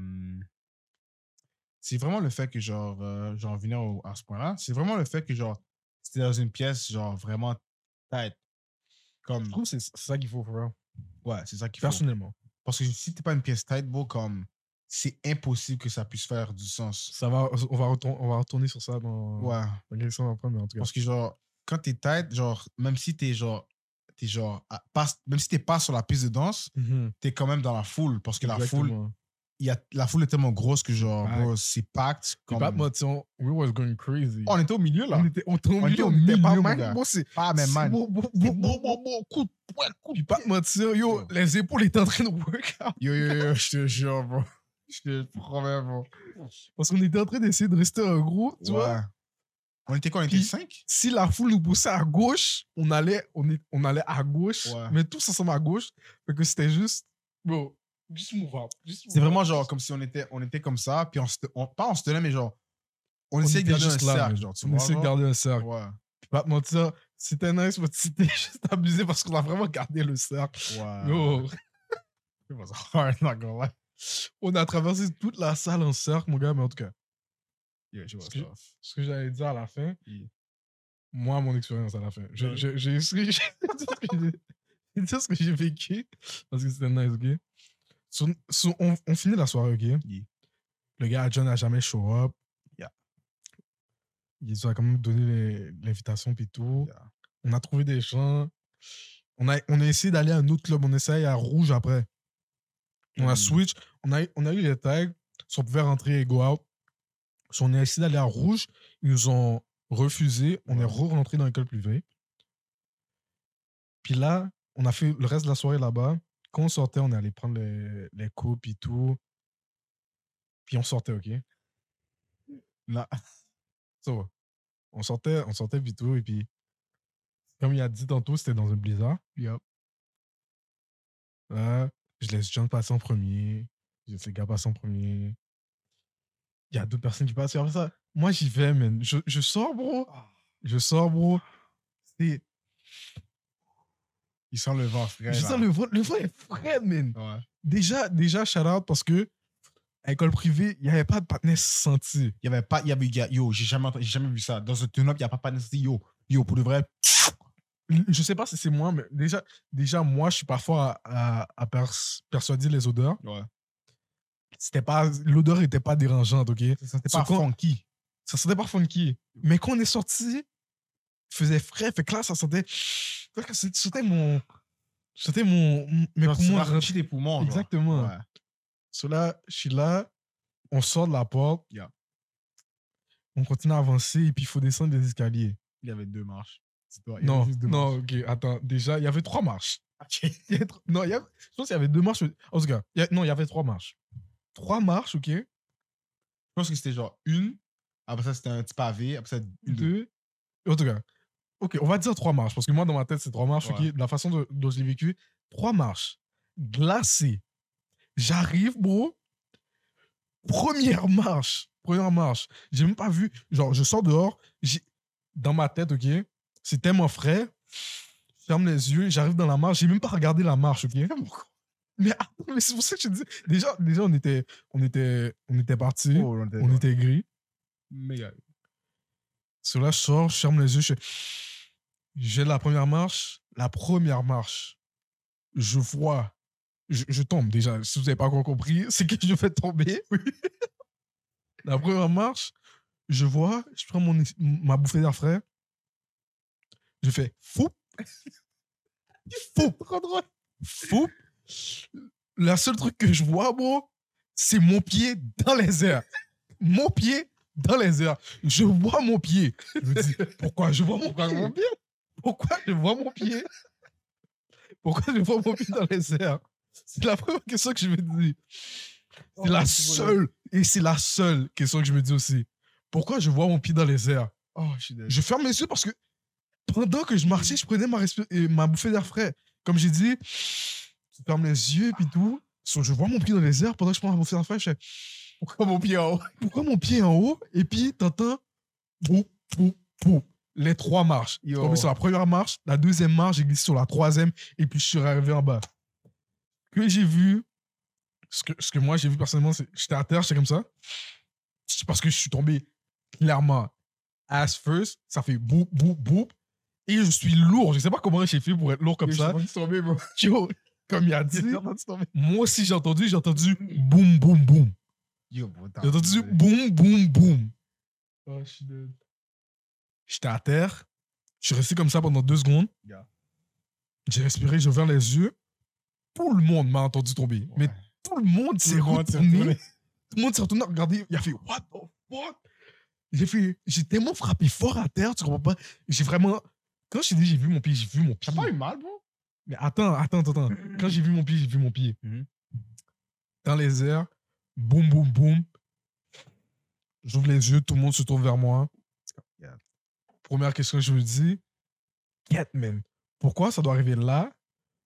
[SPEAKER 2] C'est vraiment le fait que, genre, euh, j'en venais au- à ce point-là. C'est vraiment le fait que, genre, c'était dans une pièce, genre, vraiment tête. Comme,
[SPEAKER 1] Je trouve que c'est c'est ça qu'il faut, for real.
[SPEAKER 2] ouais, c'est ça qu'il faut.
[SPEAKER 1] Personnellement,
[SPEAKER 2] Parce que si t'es pas une pièce tête, beau, comme, c'est impossible que ça puisse faire du sens.
[SPEAKER 1] ça va, on va retourner, on va retourner sur ça dans
[SPEAKER 2] Ouais.
[SPEAKER 1] dans quelque chose après, mais en tout cas.
[SPEAKER 2] Parce que, genre, quand t'es tête, genre, même si t'es, genre, t'es, genre, à- pas, même si t'es pas sur la piste de danse,
[SPEAKER 1] Mhm,
[SPEAKER 2] t'es quand même dans la foule. Parce que la foule,
[SPEAKER 1] exactement.
[SPEAKER 2] il y a, la foule est tellement grosse que genre,
[SPEAKER 1] Packed.
[SPEAKER 2] bro, c'est packed.
[SPEAKER 1] Puis
[SPEAKER 2] Comme...
[SPEAKER 1] pas de mentir, on- we was going crazy.
[SPEAKER 2] on était au milieu là.
[SPEAKER 1] On était, on était au
[SPEAKER 2] On était
[SPEAKER 1] milieu,
[SPEAKER 2] au
[SPEAKER 1] on était
[SPEAKER 2] milieu,
[SPEAKER 1] pas
[SPEAKER 2] mon
[SPEAKER 1] mal.
[SPEAKER 2] gars.
[SPEAKER 1] Bon, c'est- ah,
[SPEAKER 2] Pas même
[SPEAKER 1] c'est
[SPEAKER 2] man.
[SPEAKER 1] beau, beau, beau, beau, beau, beau, coup de poing, coup de
[SPEAKER 2] Puis
[SPEAKER 1] pas
[SPEAKER 2] pas-
[SPEAKER 1] te mentir, yo,
[SPEAKER 2] Yo.
[SPEAKER 1] les épaules étaient en train de work out.
[SPEAKER 2] Yo, yo, yo, je te jure, bro. Je te promets, bro.
[SPEAKER 1] Parce qu'on était en train d'essayer de rester un gros, tu vois.
[SPEAKER 2] Ouais. On était quoi On était
[SPEAKER 1] Puis-
[SPEAKER 2] 5
[SPEAKER 1] Si la foule nous poussait à gauche, on allait, on est- on allait à gauche,
[SPEAKER 2] Ouais.
[SPEAKER 1] mais tous ensemble à gauche. Fait que c'était juste, bro,
[SPEAKER 3] Just move up. Just
[SPEAKER 2] C'est
[SPEAKER 3] move
[SPEAKER 2] vraiment
[SPEAKER 3] up.
[SPEAKER 2] genre comme si on était, on était comme ça, puis on se, on- pas on se tenait, mais genre, on,
[SPEAKER 1] On
[SPEAKER 2] essayait
[SPEAKER 1] était
[SPEAKER 2] de garder un
[SPEAKER 1] juste là,
[SPEAKER 2] cercle,
[SPEAKER 1] mais
[SPEAKER 2] genre, tu
[SPEAKER 1] On
[SPEAKER 2] vois.
[SPEAKER 1] essaie de
[SPEAKER 2] genre.
[SPEAKER 1] garder un cercle.
[SPEAKER 2] Ouais,
[SPEAKER 1] Je vais pas te mentir, c'était nice, mais c'était juste abusé parce qu'on a vraiment gardé le cercle.
[SPEAKER 2] ouais.
[SPEAKER 1] Yo,
[SPEAKER 2] It was hard, not gonna lie.
[SPEAKER 1] on a traversé toute la salle en cercle, mon gars, mais en tout cas,
[SPEAKER 2] Yeah, she was
[SPEAKER 1] Parce que-
[SPEAKER 2] tough.
[SPEAKER 1] ce que j'allais dire à la fin,
[SPEAKER 2] Oui.
[SPEAKER 1] moi, mon expérience à la fin. Je-
[SPEAKER 2] Ouais.
[SPEAKER 1] je- J'ai ce que j'ai- c'est ce que j'ai- c'est ce que j'ai vécu parce que c'était nice, ok? Sur- sur- on, on finit la soirée, ok?
[SPEAKER 2] Oui.
[SPEAKER 1] Le gars, John n'a jamais show up.
[SPEAKER 2] Yeah.
[SPEAKER 1] Ils ont quand même donné les- l'invitation puis tout.
[SPEAKER 2] Yeah.
[SPEAKER 1] On a trouvé des gens. On a, on a essayé d'aller à un autre club. On essaye à Rouge après. On a
[SPEAKER 2] Mm.
[SPEAKER 1] switch. On a, on a eu les tags. Si on pouvait rentrer et go out. Si on a essayé d'aller à Rouge, ils nous ont refusé. On est
[SPEAKER 2] Ouais.
[SPEAKER 1] re-rentré dans l'école privée. Puis là, on a fait le reste de la soirée là-bas. Quand on sortait, on est allé prendre les, les coupes et tout. Puis on sortait, OK? Là, ça va. On sortait, on sortait puis tout. Et puis, comme il a dit tantôt, c'était dans un blizzard.
[SPEAKER 2] Yup.
[SPEAKER 1] Là, je laisse John passer en premier. Je laisse les gars passer en premier. Il y a d'autres personnes qui passent. Puis après ça, moi, j'y vais, man. Je, je sors, bro. Je sors, bro. C'est...
[SPEAKER 2] Il sent le vent frais.
[SPEAKER 1] Je
[SPEAKER 2] là.
[SPEAKER 1] sens le vent, le vent est frais, man.
[SPEAKER 2] Ouais.
[SPEAKER 1] Déjà, déjà, shout out parce que à l'école privée, il n'y avait pas de partenaire senti.
[SPEAKER 2] Il y avait pas, il y avait, il y a- yo, j'ai jamais, entendu- j'ai jamais vu ça. Dans un turn-up, il n'y a pas pas nécessaire, yo, yo, pour de vrai.
[SPEAKER 1] Je sais pas si c'est moi, mais déjà, déjà moi, je suis parfois à, à- à pers- persuader les odeurs.
[SPEAKER 2] Ouais.
[SPEAKER 1] C'était pas, l'odeur n'était pas dérangeante, ok?
[SPEAKER 2] C'était
[SPEAKER 1] So,
[SPEAKER 2] pas
[SPEAKER 1] quand-
[SPEAKER 2] funky.
[SPEAKER 1] Ça sentait pas funky. Mais quand on est sorti, il faisait frais, fait que là, ça sentait. ça sentais mon. Je sentais mon. Mes
[SPEAKER 2] Genre, tu
[SPEAKER 1] poumons
[SPEAKER 2] vas
[SPEAKER 1] rentrer.
[SPEAKER 2] arracher tes poumons. genre.
[SPEAKER 1] Exactement.
[SPEAKER 2] Ouais.
[SPEAKER 1] Oh, So là, je suis là, on sort de la porte,
[SPEAKER 2] Yeah.
[SPEAKER 1] on continue à avancer et puis il faut descendre des escaliers.
[SPEAKER 2] Il y avait deux marches. C'est toi, il y avait
[SPEAKER 1] Non,
[SPEAKER 2] juste deux
[SPEAKER 1] non,
[SPEAKER 2] marches. Ah,
[SPEAKER 1] ok, attends, déjà, il y avait trois marches.
[SPEAKER 2] Ok.
[SPEAKER 1] Il y avait tro- non, il y avait- je pense qu'il y avait deux marches. En tout cas, il y a- non, il y avait trois marches. Trois marches, ok,
[SPEAKER 2] Je pense que c'était genre une. Après ça, c'était un petit pavé. Après ça, une, deux.
[SPEAKER 1] deux. En tout cas, ok, on va dire trois marches parce que moi, dans ma tête, c'est trois marches, ok,
[SPEAKER 2] Ouais.
[SPEAKER 1] de la façon de- dont je l'ai vécu. Trois marches, glacé. J'arrive, bro. Première marche. Première marche. J'ai même pas vu. Genre, je sors dehors. j'ai- Dans ma tête, ok. C'est tellement frais. Je ferme les yeux. J'arrive dans la marche. J'ai même pas regardé la marche, ok. Mais, attends, mais c'est pour ça que je te dis. Déjà, déjà on était, on était, on était partis.
[SPEAKER 2] Oh, on était,
[SPEAKER 1] on était gris.
[SPEAKER 2] méga.
[SPEAKER 1] Cela sort, je ferme les yeux, je fais- j'ai la première marche, la première marche, je vois, je, je tombe déjà. Si vous n'avez pas encore compris, c'est que je fais tomber. la première marche, je vois, je prends mon, es- ma bouffée d'air frais, je fais fou, fou, fou. La seule truc que je vois, bro, c'est mon pied dans les airs. Mon pied dans les airs. Je vois mon pied. Je me dis, pourquoi je vois mon
[SPEAKER 2] Pourquoi
[SPEAKER 1] pied
[SPEAKER 2] mon
[SPEAKER 1] Pourquoi je vois mon pied Pourquoi je vois mon pied dans les airs C'est la première question que je me dis. Oh, C'est la seule, et c'est la seule question que je me dis aussi. Pourquoi je vois mon pied dans les airs
[SPEAKER 2] Oh, je suis désolé.
[SPEAKER 1] Je ferme les yeux parce que pendant que je marchais, je prenais ma, respi- et ma bouffée d'air frais. Comme j'ai dit, je ferme les yeux et puis tout. So, je vois mon pied dans les airs pendant que je prends ma bouffée d'air frais. Je fais,
[SPEAKER 2] Pourquoi mon pied en haut
[SPEAKER 1] pourquoi mon pied est en haut Et puis, t'entends, boum, boum, boum. Les trois marches. Je suis
[SPEAKER 2] Yo.
[SPEAKER 1] tombé sur la première marche, la deuxième marche, j'ai glissé sur la troisième, et puis je suis arrivé en bas. Que j'ai vu, ce que, ce que moi j'ai vu personnellement, c'est j'étais à terre, j'étais comme ça. C'est parce que je suis tombé clairement ass first, ça fait boum, boum, boum. Et je suis lourd, je sais pas comment j'ai fait pour être lourd comme
[SPEAKER 2] Yo,
[SPEAKER 1] ça.
[SPEAKER 2] Je suis tombé, bro.
[SPEAKER 1] Yo, comme il a
[SPEAKER 2] Je
[SPEAKER 1] dit,
[SPEAKER 2] suis entendu tomber.
[SPEAKER 1] moi aussi j'ai entendu, j'ai entendu boum, boum, boum.
[SPEAKER 2] Yo, bro, t'as
[SPEAKER 1] J'ai entendu
[SPEAKER 2] désolé.
[SPEAKER 1] boum, boum, boum.
[SPEAKER 3] Ah, Oh, je suis dead.
[SPEAKER 1] J'étais à terre. Je suis resté comme ça pendant deux secondes.
[SPEAKER 2] Yeah.
[SPEAKER 1] J'ai respiré, j'ai ouvert les yeux. Tout le monde m'a entendu tomber.
[SPEAKER 2] Ouais.
[SPEAKER 1] Mais tout le monde
[SPEAKER 2] Tout
[SPEAKER 1] s'est
[SPEAKER 2] le monde s'est
[SPEAKER 1] retourné.
[SPEAKER 2] retourné.
[SPEAKER 1] Tout le monde s'est retourné à regarder. Il a fait What the fuck? J'ai fait, j'ai tellement frappé fort à terre, tu comprends pas? J'ai vraiment. Quand je t'ai dit j'ai vu mon pied, j'ai vu mon pied.
[SPEAKER 2] T'as pas eu mal, bro
[SPEAKER 1] Mais attends, attends, attends. Quand j'ai vu mon pied, j'ai vu mon pied.
[SPEAKER 2] Mhm.
[SPEAKER 1] Dans les airs, boum, boum, boum. J'ouvre les yeux, tout le monde se tourne vers moi.
[SPEAKER 2] Yeah.
[SPEAKER 1] Première question que je me dis, get man, pourquoi ça doit arriver là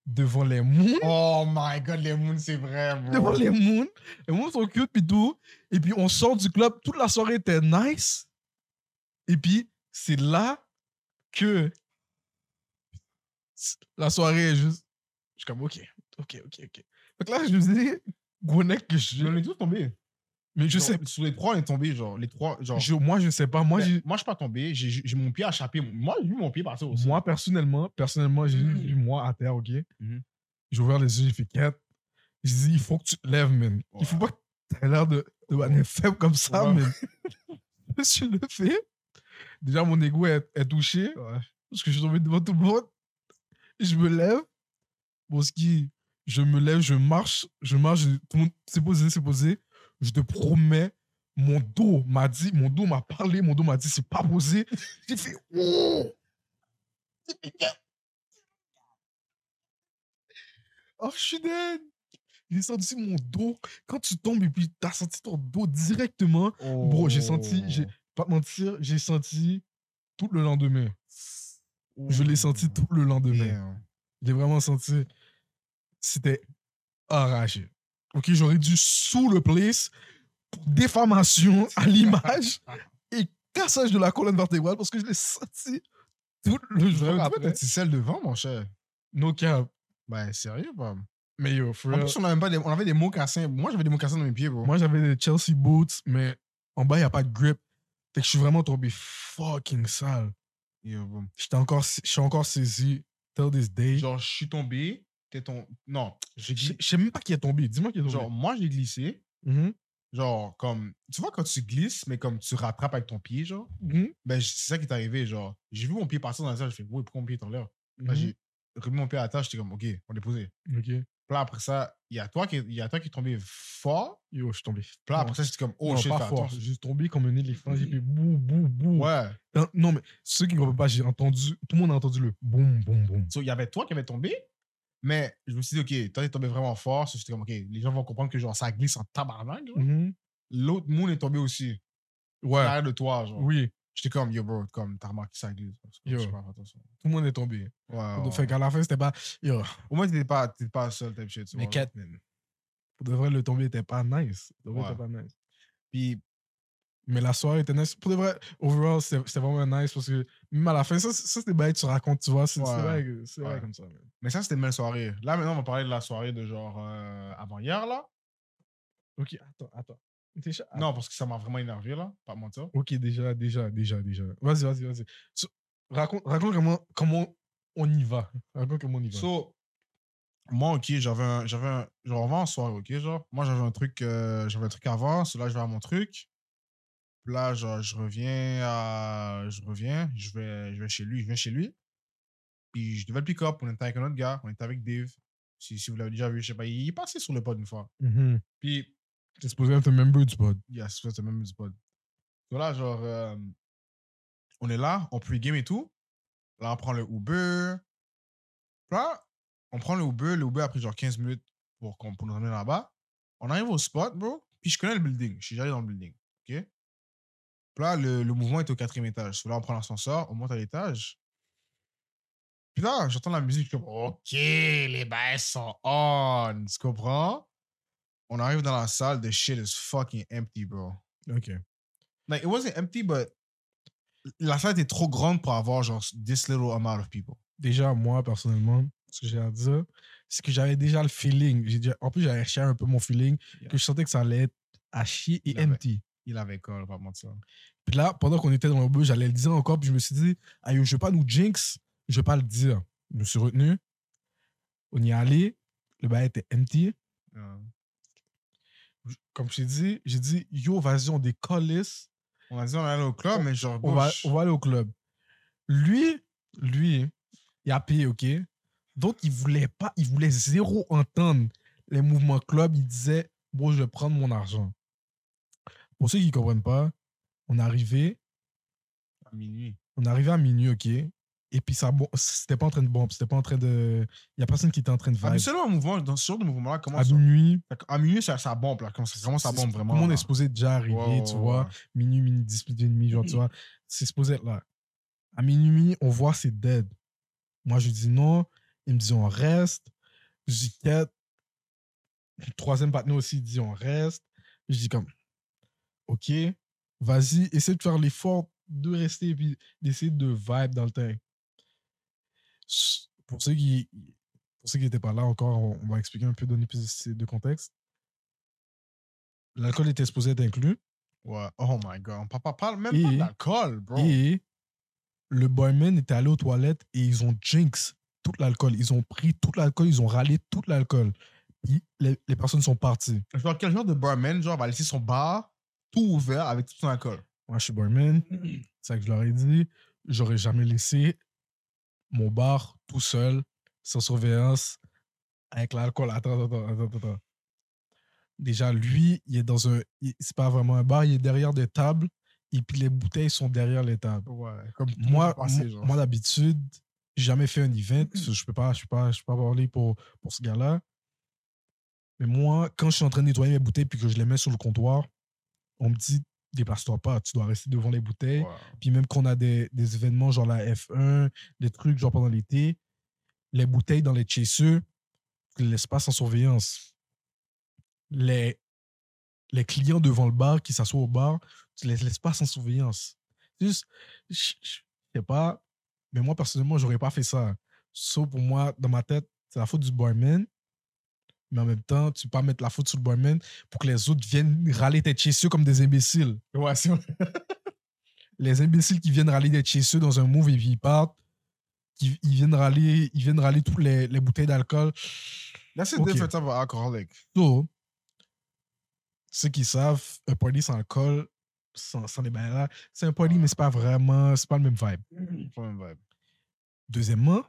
[SPEAKER 1] devant les moons.
[SPEAKER 2] Oh my god, les moons, c'est vrai,
[SPEAKER 1] Devant
[SPEAKER 2] bro.
[SPEAKER 1] les moons. Les moons sont cute, puis tout. Et puis, on sort du club. Toute la soirée était nice. Et puis, c'est là que la soirée est juste. Je suis comme, OK, OK, OK, OK. Donc là, je me dis, Gwenek, que je.
[SPEAKER 2] Mais on est tous tombés.
[SPEAKER 1] Mais je
[SPEAKER 2] Genre,
[SPEAKER 1] sais.
[SPEAKER 2] Sur les trois, on est tombés, genre. Les trois, genre.
[SPEAKER 1] je- moi, je sais pas. Moi,
[SPEAKER 2] Ben,
[SPEAKER 1] j'ai-
[SPEAKER 2] moi, je suis pas tombé. J'ai j'ai mon pied à chapé. Moi, j'ai vu mon pied partir aussi. Mm.
[SPEAKER 1] moi personnellement, personnellement, j'ai vu moi à terre, OK?
[SPEAKER 2] Mhm.
[SPEAKER 1] J'ai ouvert les yeux, j'ai fait quête. J'ai dit, il faut que tu te lèves, man. Il faut pas que tu aies l'air de, de manière faible comme ça,
[SPEAKER 2] Ouais.
[SPEAKER 1] man. je me suis levé. Déjà, mon ego est, est touché
[SPEAKER 2] Ouais.
[SPEAKER 1] parce que je suis tombé devant tout le monde. Je me lève. Bon, ce qui, je me lève, je marche, je marche, je- tout le monde s'est posé, s'est posé. Je te promets, mon dos m'a dit, mon dos m'a parlé, mon dos m'a dit, c'est pas posé. J'ai fait, oh! Oh, je suis dead! J'ai senti mon dos. Quand tu tombes et puis t'as senti ton dos directement, Oh. Bro, j'ai senti- j'ai- pas te mentir, j'ai senti tout le lendemain.
[SPEAKER 2] Oh.
[SPEAKER 1] Je l'ai senti tout le lendemain. J'ai vraiment senti. C'était enragé. Ok, j'aurais dû sous le place pour déformation à l'image et cassage de la colonne vertébrale parce que je l'ai senti tout le
[SPEAKER 2] Je
[SPEAKER 1] jour
[SPEAKER 2] t'as
[SPEAKER 1] après.
[SPEAKER 2] dit celle devant, mon cher.
[SPEAKER 1] No cap.
[SPEAKER 2] Ben, sérieux, pas. En
[SPEAKER 1] Mais yo, frère.
[SPEAKER 2] plus, on avait, pas des, on avait des mocassins. Moi, j'avais des mocassins dans mes pieds, bro.
[SPEAKER 1] Moi, j'avais des Chelsea boots, mais en bas, il n'y a pas de grip. Fait que je suis vraiment tombé fucking sale.
[SPEAKER 2] Yo, bro.
[SPEAKER 1] J'étais encore, sa- je suis encore saisi till this day.
[SPEAKER 2] Genre, je suis tombé. T'es ton. Non, j'ai
[SPEAKER 1] Je
[SPEAKER 2] glissé.
[SPEAKER 1] je sais même pas qui est tombé. Dis-moi qui est tombé.
[SPEAKER 2] Genre, moi, j'ai glissé.
[SPEAKER 1] Mhm.
[SPEAKER 2] Genre, comme. Tu vois, quand tu glisses, mais comme tu rattrapes avec ton pied, genre.
[SPEAKER 1] Mhm.
[SPEAKER 2] Ben, j- c'est ça qui est arrivé. Genre, j'ai vu mon pied partir dans la salle. J'ai fait, oui, pourquoi mon pied est en l'air? Là,
[SPEAKER 1] Mhm.
[SPEAKER 2] ah, j'ai remis mon pied à la terre. J'étais comme, OK, on est posé.
[SPEAKER 1] Ok.
[SPEAKER 2] Puis là, après ça, il y a toi qui il y a toi qui est tombé fort.
[SPEAKER 1] Yo, je suis tombé.
[SPEAKER 2] Puis là,
[SPEAKER 1] Non.
[SPEAKER 2] après ça, j'étais comme, oh,
[SPEAKER 1] non,
[SPEAKER 2] shit,
[SPEAKER 1] pas
[SPEAKER 2] fais
[SPEAKER 1] fort.
[SPEAKER 2] attention.
[SPEAKER 1] J'ai tombé comme un éléphant. J'ai fait bou, bou, bou.
[SPEAKER 2] Ouais.
[SPEAKER 1] Non, Non, mais ceux qui ne comprennent pas, j'ai entendu. Tout le monde a entendu le boum, boum, boum.
[SPEAKER 2] So, il y avait toi qui avait tombé, mais je me suis dit, OK, toi, t'es tombé vraiment fort. So, j'étais comme, OK, les gens vont comprendre que genre, ça glisse en tabarnak. genre.
[SPEAKER 1] Mhm.
[SPEAKER 2] L'autre moon est tombé aussi.
[SPEAKER 1] Ouais.
[SPEAKER 2] Derrière de toi, genre.
[SPEAKER 1] Oui,
[SPEAKER 2] J'étais comme, yo, bro, comme, t'as remarqué ça glisse. Parce que
[SPEAKER 1] Yo.
[SPEAKER 2] je fais attention.
[SPEAKER 1] tout le monde est tombé.
[SPEAKER 2] Ouais, ouais,
[SPEAKER 1] Fait
[SPEAKER 2] ouais.
[SPEAKER 1] qu'à la fin, c'était pas. Yo,
[SPEAKER 2] Au moins, t'étais pas, t'étais pas seul, type shit. tu
[SPEAKER 1] mais
[SPEAKER 2] vois, genre.
[SPEAKER 1] quatre, man. Pour de vrai, le tombé était pas nice. Le tombé
[SPEAKER 2] Ouais.
[SPEAKER 1] était pas nice.
[SPEAKER 2] Puis,
[SPEAKER 1] Mais la soirée était nice. Pour de vrai, overall, c'était c'était vraiment nice parce que même à la fin, ça, c'est- ça c'est des bails que tu racontes, tu vois. C'est c'est
[SPEAKER 2] Ouais.
[SPEAKER 1] vrai, que- c'est vrai
[SPEAKER 2] Ouais.
[SPEAKER 1] comme ça. man.
[SPEAKER 2] mais ça, c'était une belle soirée. Là, maintenant, on va parler de la soirée de genre euh, avant-hier, là.
[SPEAKER 1] Ok, attends, attends. T'es cha-
[SPEAKER 2] Non, parce que ça m'a vraiment énervé, là. Pas mentir.
[SPEAKER 1] Ok, déjà, déjà, déjà, déjà. Vas-y, vas-y, vas-y. So, raconte raconte comment, comment on y va. Raconte comment on y va.
[SPEAKER 2] So, moi, ok, j'avais un, j'avais un, genre, on va en soirée, ok, genre, moi, j'avais un truc, euh, j'avais un truc avant, so là, je vais à mon truc, Puis là, genre, je reviens à, je reviens, je vais, je vais chez lui, je viens chez lui, puis je devais le pick-up, on était avec un autre gars, on était avec Dave, si, si vous l'avez déjà vu, je sais pas, il est passé sur le pod une fois,
[SPEAKER 1] Mhm.
[SPEAKER 2] puis,
[SPEAKER 1] T'es supposé être un member du pod.
[SPEAKER 2] il a c'est même du pod. So là, genre, euh, on est là, on pre-game et tout, là, on prend le Uber, Là, on prend le Uber. Le Uber a pris genre 15 minutes pour, qu'on- pour nous ramener là-bas. On arrive au spot, bro. Puis je connais le building. Je suis déjà allé dans le building. OK? Puis là, le, le mouvement est au quatrième étage. So là, on prend l'ascenseur, on monte à l'étage. Puis là, j'entends la musique. Je suis comme, OK, les bails sont on. Tu comprends? On arrive dans la salle. The shit is fucking empty, bro.
[SPEAKER 1] Ok.
[SPEAKER 2] Like, it wasn't empty, but la salle était trop grande pour avoir genre this little amount of people.
[SPEAKER 1] Déjà, moi, personnellement, ce que j'ai à dire, c'est que j'avais déjà le feeling. J'ai déjà- en plus, j'avais cherché un peu mon feeling
[SPEAKER 2] Yeah.
[SPEAKER 1] que je sentais que ça allait être à chier et
[SPEAKER 2] Ah ouais.
[SPEAKER 1] empty.
[SPEAKER 2] Il avait call, pas mentir.
[SPEAKER 1] Puis là, pendant qu'on était dans le bus, j'allais le dire encore, puis je me suis dit, ah, yo, je vais pas nous jinx, je vais pas le dire. Je me suis retenu. On y est allé. Le bail était empty.
[SPEAKER 2] Yeah.
[SPEAKER 1] Je- Comme je t'ai dit, j'ai dit, yo, vas-y, on décollisse.
[SPEAKER 2] On a dit on allait au club, mais genre,
[SPEAKER 1] on
[SPEAKER 2] bro,
[SPEAKER 1] va,
[SPEAKER 2] je-
[SPEAKER 1] on va aller au club. Lui, lui, il a payé, OK? Donc, il voulait pas, il voulait zéro entendre les mouvements club. Il disait, bon, je vais prendre mon argent. Pour ceux qui ne comprennent pas, on est arrivé,
[SPEAKER 2] à minuit.
[SPEAKER 1] on est arrivé à minuit, OK? Et puis, ça, bon, c'était pas en train de bombe, c'était pas en train de. Il n'y a personne qui était en train de
[SPEAKER 2] Ah,
[SPEAKER 1] vibe.
[SPEAKER 2] mais seulement un mouvement, dans ce genre de mouvement-là, comment
[SPEAKER 1] À
[SPEAKER 2] ça
[SPEAKER 1] minuit,
[SPEAKER 2] Fait que À minuit, ça, ça bombe, là. Comment ça, comment ça
[SPEAKER 1] c'est-
[SPEAKER 2] bombe vraiment
[SPEAKER 1] Tout le monde
[SPEAKER 2] là.
[SPEAKER 1] est supposé déjà arriver,
[SPEAKER 2] Ouais,
[SPEAKER 1] tu
[SPEAKER 2] ouais,
[SPEAKER 1] vois.
[SPEAKER 2] ouais.
[SPEAKER 1] minuit, minuit, 10, minuit et demi, genre, tu vois, c'est supposé être là. À minuit, on voit c'est dead. Moi, je dis non. Ils me disent on reste. Je dis quête. Le troisième partenaire aussi il dit on reste. Je dis comme, OK, vas-y, essaie de faire l'effort de rester et puis d'essayer de vibe dans le terrain. S- Pour ceux qui pour ceux qui n'étaient pas là encore, on, on va expliquer un peu, donner plus de- de contexte. L'alcool était supposé être inclus.
[SPEAKER 2] Ouais. Oh my god. On parle, parle même
[SPEAKER 1] Et-
[SPEAKER 2] pas d'alcool, bro.
[SPEAKER 1] Et le boyman était allé aux toilettes et ils ont jinx tout l'alcool. Ils ont pris tout l'alcool, ils ont râlé tout l'alcool. Puis les, les personnes sont parties.
[SPEAKER 2] Genre, quel genre de barman, genre, va laisser son bar tout ouvert avec tout son alcool?
[SPEAKER 1] Moi, je suis boyman, c'est ça que je leur ai dit. J'aurais jamais laissé mon bar tout seul, sans surveillance, avec l'alcool. Attends, attends, attends, attends, attends. Déjà, lui, il est dans un. il- C'est pas vraiment un bar, il est derrière des tables et puis les bouteilles sont derrière les tables.
[SPEAKER 2] Ouais. Comme tout le
[SPEAKER 1] moi,
[SPEAKER 2] monde passé,
[SPEAKER 1] mo-
[SPEAKER 2] genre.
[SPEAKER 1] moi d'habitude, j'ai jamais fait un event. Je peux pas, je peux pas, je peux pas parler pour, pour ce gars-là. Mais moi, quand je suis en train de nettoyer mes bouteilles puis que je les mets sur le comptoir, on me dit déplace-toi pas, tu dois rester devant les bouteilles.
[SPEAKER 2] Ouais.
[SPEAKER 1] Puis même qu'on a des, des événements genre la F1, des trucs genre pendant l'été, les bouteilles dans les chasseux, tu les laisses pas sans surveillance. Les, les clients devant le bar qui s'assoient au bar, tu les laisses pas sans surveillance. C'est Juste, je je sais pas, mais moi personnellement, j'aurais pas fait ça. Sauf pour moi, dans ma tête, c'est la faute du barman. Mais en même temps, tu peux pas mettre la faute sur le barman pour que les autres viennent râler tes chasseux comme des imbéciles
[SPEAKER 2] Ouais, c'est vrai.
[SPEAKER 1] les imbéciles qui viennent râler d'être chez eux dans un move et puis ils partent, qui, ils, viennent râler, ils viennent râler toutes les, les bouteilles d'alcool.
[SPEAKER 2] That's a
[SPEAKER 1] Ok.
[SPEAKER 2] different type of alcoholic.
[SPEAKER 1] So, ceux qui savent, un party sans alcool, sans, sans les bails là, c'est un party, mais c'est pas vraiment, c'est pas le même vibe.
[SPEAKER 2] Pas même vibe.
[SPEAKER 1] Deuxièmement,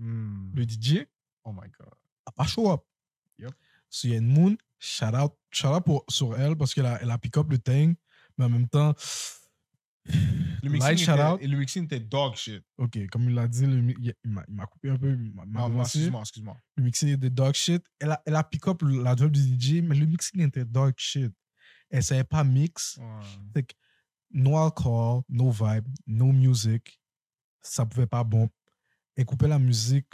[SPEAKER 2] Hmm.
[SPEAKER 1] le DJ
[SPEAKER 2] Oh my god.
[SPEAKER 1] a pas show up.
[SPEAKER 2] Yup.
[SPEAKER 1] So, il y a une moon, shout out, shout out pour, sur elle parce qu'elle a, elle a pick up le thing, mais en même temps,
[SPEAKER 2] Le
[SPEAKER 1] Light
[SPEAKER 2] mixing,
[SPEAKER 1] shout out.
[SPEAKER 2] était, et le mixing était dog shit.
[SPEAKER 1] ok, comme il l'a dit, le mi- il il m'a il m'a coupé un peu, il m'a- il m'a
[SPEAKER 2] Non, non,
[SPEAKER 1] relancé.
[SPEAKER 2] excuse-moi, excuse-moi.
[SPEAKER 1] le mixing était dog shit. Elle a, elle a pick up la job du DJ, mais le mixing était dog shit. Elle savait pas mix.
[SPEAKER 2] Ouais.
[SPEAKER 1] Fait que no alcohol, no vibe, no music. Ça pouvait pas bon. Elle coupait la musique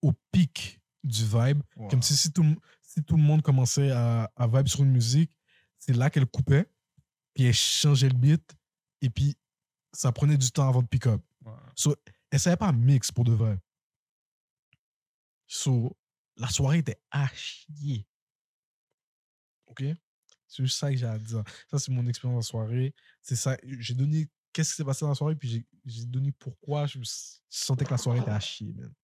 [SPEAKER 1] au pic du vibe.
[SPEAKER 2] Ouais.
[SPEAKER 1] Comme si, si, tout, le m- si tout le monde commençait à, à vibe sur une musique, c'est là qu'elle coupait. Puis elle changeait le beat. Et puis ça prenait du temps avant de pick up
[SPEAKER 2] Ouais.
[SPEAKER 1] elle savait pas mix pour de vrai. So, la soirée était à chier. OK? C'est juste ça que j'ai à dire. Ça, c'est mon expérience de la soirée. C'est ça. J'ai donné qu'est-ce qui s'est passé dans la soirée, puis j'ai- j'ai donné pourquoi je me s- sentais que la soirée était à chier, man.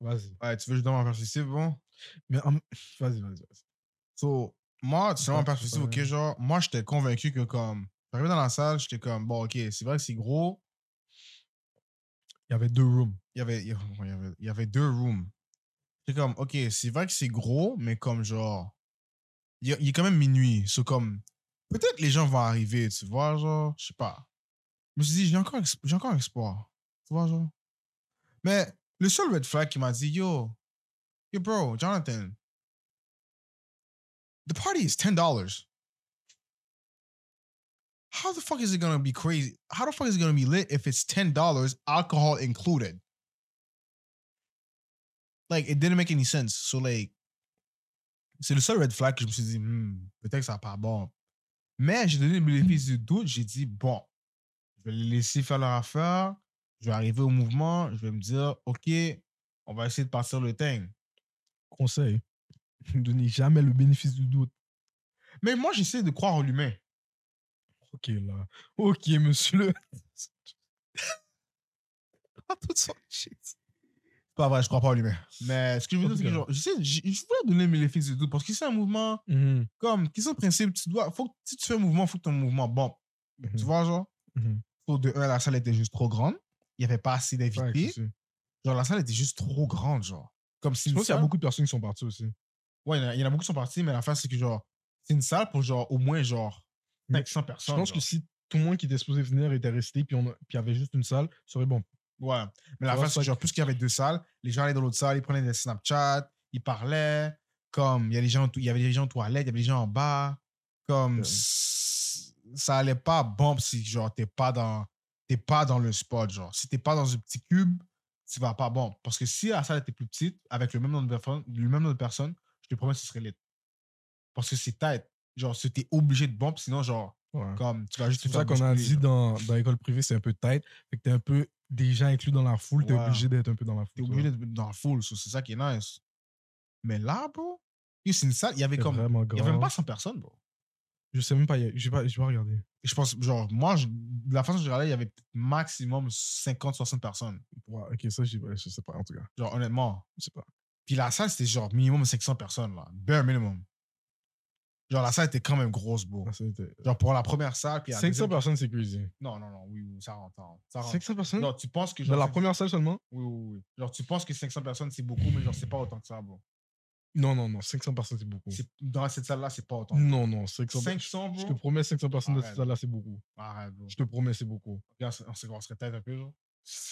[SPEAKER 1] Vas-y.
[SPEAKER 2] Ouais, tu veux que je donne ma perspective, bon?
[SPEAKER 1] Mais en- Vas-y, vas-y, vas-y.
[SPEAKER 2] So, moi, selon ma
[SPEAKER 1] Ouais,
[SPEAKER 2] perspective,
[SPEAKER 1] ouais.
[SPEAKER 2] ok, genre, moi, j'étais convaincu que comme. J'arrivais dans la salle, j'étais comme, bon, ok, c'est vrai que c'est gros.
[SPEAKER 1] Il y avait deux rooms.
[SPEAKER 2] il y avait, il y avait- il y avait- il y avait deux rooms. C'est comme, ok, c'est vrai que c'est gros, mais comme genre, il, y a- il est quand même minuit. C'est comme, peut-être les gens vont arriver, tu vois, genre, je sais pas. Je me suis dit, j'ai encore, ex- j'ai encore espoir. Tu vois, genre. Mais le seul red flag qui m'a dit, yo, yo, bro, Jonathan, the party is $10. How the fuck is it gonna be crazy? How the fuck is it gonna be lit if it's $10, alcohol included? like it didn't make any sense. So like, c'est le seul red flag que je me suis dit, Hmm, peut-être que ça va pas bon. Mais j'ai donné le bénéfice du doute, j'ai dit bon, je vais les laisser faire leur affaire, je vais arriver au mouvement, je vais me dire ok, on va essayer de partir le thing.
[SPEAKER 1] Conseil, ne donnez jamais le bénéfice du doute.
[SPEAKER 2] Mais moi j'essaie de croire en l'humain.
[SPEAKER 1] OK, là. OK, monsieur. Pas toute son shit.
[SPEAKER 2] C'est Pas vrai, je crois pas en l'humain. Mais ce que je veux dire, c'est que
[SPEAKER 1] Ok.
[SPEAKER 2] genre, j'essaie- j- je voulais donner le bénéfice du doute parce que c'est un mouvement comme, qu'est-ce que le principe, tu dois, faut que, si tu fais un mouvement, faut que ton mouvement bombe. Tu vois genre.
[SPEAKER 1] Mhm.
[SPEAKER 2] So, de un, la salle était juste trop grande. Il n'y avait pas assez d'invités. Genre, la salle était juste trop grande, genre. Comme
[SPEAKER 1] Je
[SPEAKER 2] si une
[SPEAKER 1] pense qu'il y a
[SPEAKER 2] salle-
[SPEAKER 1] beaucoup de personnes qui sont parties aussi.
[SPEAKER 2] Ouais, il y en a- il y, en a beaucoup qui sont partis, mais la fin, c'est que, genre, c'est une salle pour, genre, au moins, genre,
[SPEAKER 1] Mais
[SPEAKER 2] 500
[SPEAKER 1] Je
[SPEAKER 2] personnes.
[SPEAKER 1] pense que
[SPEAKER 2] genre.
[SPEAKER 1] si tout le monde qui était supposé venir était resté, puis on a- puis il y avait juste une salle, ça aurait bon.
[SPEAKER 2] Ouais. Mais
[SPEAKER 1] Tu
[SPEAKER 2] la
[SPEAKER 1] vois,
[SPEAKER 2] fin, c'est que,
[SPEAKER 1] ça-
[SPEAKER 2] genre, puisqu'il y avait deux salles, les gens allaient dans l'autre salle, ils prenaient des Snapchat, ils parlaient. Comme, il y, a des gens, il y avait des gens en toilette, il y avait des gens en bas. Comme,
[SPEAKER 1] Ouais.
[SPEAKER 2] s- ça allait pas bombe si, genre, t'es pas dans. T'es pas dans le spot, genre. Si t'es pas dans un petit cube, tu vas pas bon. Parce que si la salle était plus petite, avec le même nombre de personnes, le même nombre de personnes je te promets que ce serait lit. Parce que c'est tête. Genre, si t'es obligé de bombe, sinon, genre,
[SPEAKER 1] Ouais.
[SPEAKER 2] comme, tu vas juste
[SPEAKER 1] C'est
[SPEAKER 2] te
[SPEAKER 1] pour ça
[SPEAKER 2] faire
[SPEAKER 1] qu'on a
[SPEAKER 2] bousculer,
[SPEAKER 1] dit
[SPEAKER 2] genre.
[SPEAKER 1] dans, dans l'école privée, c'est un peu tight. Fait que t'es un peu déjà inclus dans la foule, t'es
[SPEAKER 2] Ouais.
[SPEAKER 1] obligé d'être un peu dans la
[SPEAKER 2] T'es
[SPEAKER 1] foule.
[SPEAKER 2] obligé d'être dans la foule, so c'est ça qui est nice. Mais là, bro, yo, c'est une salle, il y avait
[SPEAKER 1] C'est
[SPEAKER 2] comme.
[SPEAKER 1] vraiment
[SPEAKER 2] Il y avait même
[SPEAKER 1] grand.
[SPEAKER 2] pas 100 personnes, bro.
[SPEAKER 1] Je sais même pas, y a- j'ai pas, j'ai pas regardé.
[SPEAKER 2] Et je pense, genre, moi, je- la façon dont je regardais, il y avait maximum 50, 60 personnes.
[SPEAKER 1] Ouais, ok, ça, j'ai- ouais, je sais pas, en tout cas.
[SPEAKER 2] Genre, honnêtement.
[SPEAKER 1] Je sais pas.
[SPEAKER 2] Puis la salle, c'était genre minimum 500 personnes, là. Bare minimum. Genre, la salle était quand même grosse, bro.
[SPEAKER 1] Ah, ça a été-
[SPEAKER 2] Genre, pour la première salle, puis la
[SPEAKER 1] 500
[SPEAKER 2] deuxième-
[SPEAKER 1] personnes, c'est crazy.
[SPEAKER 2] Non, non, non, oui, oui, ça rentre. hein. Ça rentre.
[SPEAKER 1] 500 personnes
[SPEAKER 2] Genre, tu penses que.
[SPEAKER 1] Dans
[SPEAKER 2] Genre,
[SPEAKER 1] la
[SPEAKER 2] cinq-
[SPEAKER 1] première salle seulement
[SPEAKER 2] Oui, oui, oui. Genre, tu penses que 500 personnes, c'est beaucoup, mais genre, c'est pas autant que ça, bro.
[SPEAKER 1] Non, non, non, 500 personnes, c'est beaucoup.
[SPEAKER 2] C'est- Dans cette salle-là, c'est pas autant.
[SPEAKER 1] Non, non, 500
[SPEAKER 2] 500,
[SPEAKER 1] Je
[SPEAKER 2] bro.
[SPEAKER 1] te promets, 500 personnes dans cette
[SPEAKER 2] Arrête.
[SPEAKER 1] salle-là, c'est beaucoup.
[SPEAKER 2] Arrête, Ah, bro.
[SPEAKER 1] Je te promets, c'est beaucoup.
[SPEAKER 2] Regarde, on se on se tête un peu, genre.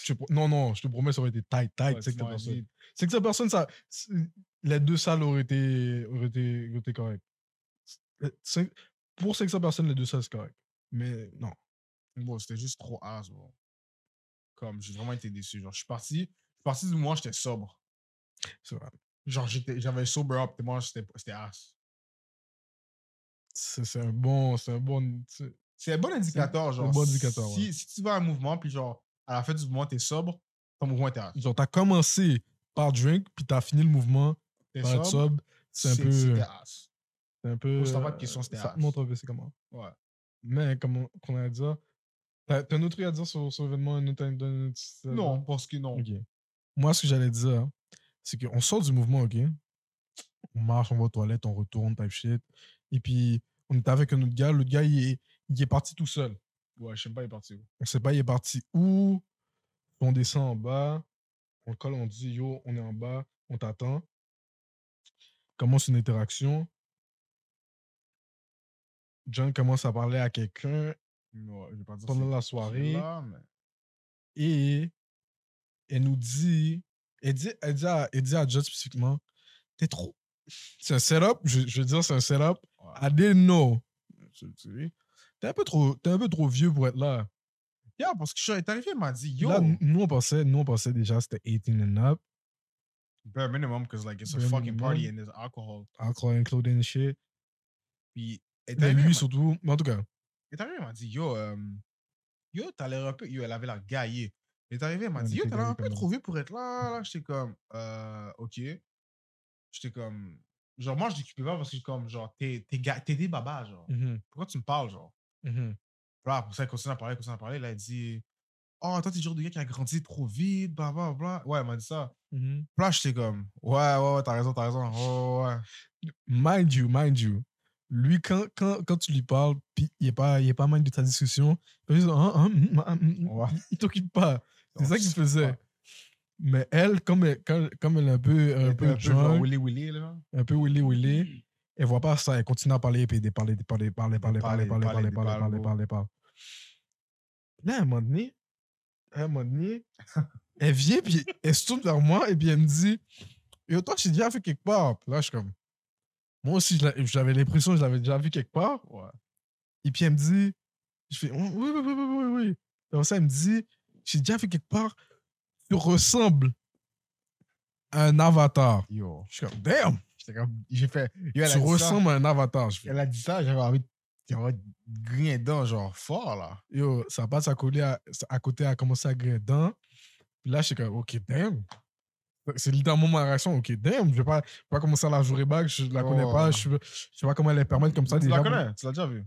[SPEAKER 1] Je te pro- Non, non, je te promets, ça aurait été tight, tight,
[SPEAKER 2] Ouais, tu
[SPEAKER 1] 500
[SPEAKER 2] m'aurais
[SPEAKER 1] personnes.
[SPEAKER 2] dit,
[SPEAKER 1] 500 personnes, ça... c'est- les deux salles auraient été, auraient été, auraient été correctes. Euh, cinq- Pour 500 personnes, les deux salles, c'est correct. Mais non.
[SPEAKER 2] Bro, c'était juste trop as, bro. Comme, j'ai vraiment été déçu. Genre, je suis parti. Je suis parti du moment où j'étais sobre.
[SPEAKER 1] C'est vrai.
[SPEAKER 2] Genre, j'étais- j'avais sober up. Moi, j'étais c'était as.
[SPEAKER 1] C'est c'est un bon. C'est un bon. c'est-
[SPEAKER 2] C'est un bon indicateur, genre.
[SPEAKER 1] un bon indicateur, ouais.
[SPEAKER 2] Si, si tu vas à un mouvement, puis genre, à la fin du mouvement, t'es sobre, ton mouvement était as.
[SPEAKER 1] Genre, t'as commencé par drink, puis t'as fini le mouvement
[SPEAKER 2] T'es
[SPEAKER 1] par être
[SPEAKER 2] sobre,
[SPEAKER 1] sob. C'est un
[SPEAKER 2] c'est-
[SPEAKER 1] peu.
[SPEAKER 2] c'était as.
[SPEAKER 1] C'est un peu.
[SPEAKER 2] pose-toi pas de
[SPEAKER 1] euh,
[SPEAKER 2] questions, c'était
[SPEAKER 1] Ça
[SPEAKER 2] hard.
[SPEAKER 1] te montre un peu c'est comment.
[SPEAKER 2] Ouais.
[SPEAKER 1] Mais comme on, qu'on a à dire. T'as t'as un autre truc à dire sur sur l'événement un autre- un autre- un autre- euh,
[SPEAKER 2] Non, parce que non.
[SPEAKER 1] Ok. Moi, ce que j'allais dire, hein, c'est qu'on sort du mouvement, ok? On marche, on va aux toilettes, on retourne, type shit. Et puis, on était avec un autre gars. L'autre gars, il est, il est parti tout seul.
[SPEAKER 2] Ouais, je sais pas, il est parti. où.
[SPEAKER 1] On sait pas, il est parti où. On descend en bas. On colle, on dit, yo, on est en bas, on t'attend. Commence une interaction. John commence à parler à quelqu'un
[SPEAKER 2] Ouais, je vais pas dire
[SPEAKER 1] pendant
[SPEAKER 2] c'est-
[SPEAKER 1] la
[SPEAKER 2] c'est
[SPEAKER 1] soirée.
[SPEAKER 2] là, mais-
[SPEAKER 1] Et elle nous dit, elle dit, elle dit, à, elle dit à Judge spécifiquement, t'es trop. C'est un setup, je, je veux dire, c'est un setup.
[SPEAKER 2] Ouais.
[SPEAKER 1] I didn't know. Je le dis, T'es un, peu trop- t'es un peu trop vieux pour être là.
[SPEAKER 2] Yeah, parce que je suis arrivé, il m'a dit, yo,
[SPEAKER 1] Là, n- nous, on pensait, nous, on pensait déjà c'était 18 and up,
[SPEAKER 2] bare minimum, because like it's a
[SPEAKER 1] Bare
[SPEAKER 2] fucking party and
[SPEAKER 1] minimum.
[SPEAKER 2] there's alcohol.
[SPEAKER 1] alcohol included and shit.
[SPEAKER 2] Puis, il est
[SPEAKER 1] Mais
[SPEAKER 2] arrivé, il
[SPEAKER 1] lui,
[SPEAKER 2] m'a-
[SPEAKER 1] surtout, mais en tout cas,
[SPEAKER 2] il est arrivé, il m'a dit, yo, euh, yo, t'as l'air un peu, yo, elle avait l'air gaillée. Il est arrivé, il m'a
[SPEAKER 1] Ouais,
[SPEAKER 2] dit,
[SPEAKER 1] elle
[SPEAKER 2] yo,
[SPEAKER 1] était
[SPEAKER 2] t'as l'air un
[SPEAKER 1] gaillée
[SPEAKER 2] peu
[SPEAKER 1] quand même.
[SPEAKER 2] trop vieux pour être là, là. J'étais comme, euh, ok. J'étais comme, genre, moi, je décupais pas parce que, comme, genre, t'es t'es ga- t'es des babas, genre.
[SPEAKER 1] mhm,
[SPEAKER 2] Pourquoi tu me parles, genre? Voilà, pour ça, il continue à parler, continue à parler. Là, il dit Oh, toi, t'es le genre de gars qui a grandi trop vite, bla bla bla. Ouais, il m'a dit ça.
[SPEAKER 1] mhm.
[SPEAKER 2] Puis là, j'étais comme Ouais, ouais, ouais, t'as raison, t'as raison. Ouais, ouais, ouais.
[SPEAKER 1] mind you, mind you, lui, quand, quand, quand tu lui parles, puis il est pas, il est pas mal de ta discussion, il fait juste, Hein, hein, mm, ah, mm, mm.
[SPEAKER 2] Ouais.
[SPEAKER 1] il t'occupe pas. C'est
[SPEAKER 2] Donc,
[SPEAKER 1] ça
[SPEAKER 2] je
[SPEAKER 1] qu'il
[SPEAKER 2] sais
[SPEAKER 1] faisait.
[SPEAKER 2] pas.
[SPEAKER 1] Mais elle, comme elle, comme, comme elle est un peu,
[SPEAKER 2] Il
[SPEAKER 1] un
[SPEAKER 2] était
[SPEAKER 1] peu, ben
[SPEAKER 2] genre
[SPEAKER 1] drunk,
[SPEAKER 2] Willy Willy, là.
[SPEAKER 1] un peu willy willy, elle voit pas ça, elle continue à parler, puis de parler, de parler, parler, parler, parler,
[SPEAKER 2] parler,
[SPEAKER 1] parler, parler,
[SPEAKER 2] parler, de
[SPEAKER 1] parler, parler, parler,
[SPEAKER 2] parler,
[SPEAKER 1] parler. Là, à un moment donné, à un moment donné, elle vient, puis elle se tourne vers moi, et puis elle me dit, Yo, toi, je t'ai déjà vu quelque part. Puis Là, je suis comme, moi aussi, je l'a- j'avais l'impression que je l'avais déjà vu quelque part.
[SPEAKER 2] Ouais.
[SPEAKER 1] Et puis elle me dit, je fais oui, oui, oui, oui, oui, oui, oui. Comme ça, elle me dit, j'ai déjà fait quelque part, tu ressembles à un avatar.
[SPEAKER 2] Yo.
[SPEAKER 1] Je suis comme, damn,
[SPEAKER 2] J'étais comme J'ai fait Yo, elle
[SPEAKER 1] tu
[SPEAKER 2] a dit ça.
[SPEAKER 1] ressembles à un avatar. Je fais,
[SPEAKER 2] Elle a dit ça, j'avais envie de. J'avais envie de griller dedans, genre fort, là.
[SPEAKER 1] yo, ça passe à, coller à, à côté, à commencer à griller dedans. Puis là, je suis comme, ok, damn. C'est littéralement ma réaction, ok, damn, je vais pas, je vais pas commencer à la jouer back, je la connais
[SPEAKER 2] Oh.
[SPEAKER 1] pas, je, je sais pas comment elle est permettre comme ça.
[SPEAKER 2] tu
[SPEAKER 1] déjà,
[SPEAKER 2] la
[SPEAKER 1] bon,
[SPEAKER 2] connais, tu l'as déjà vu.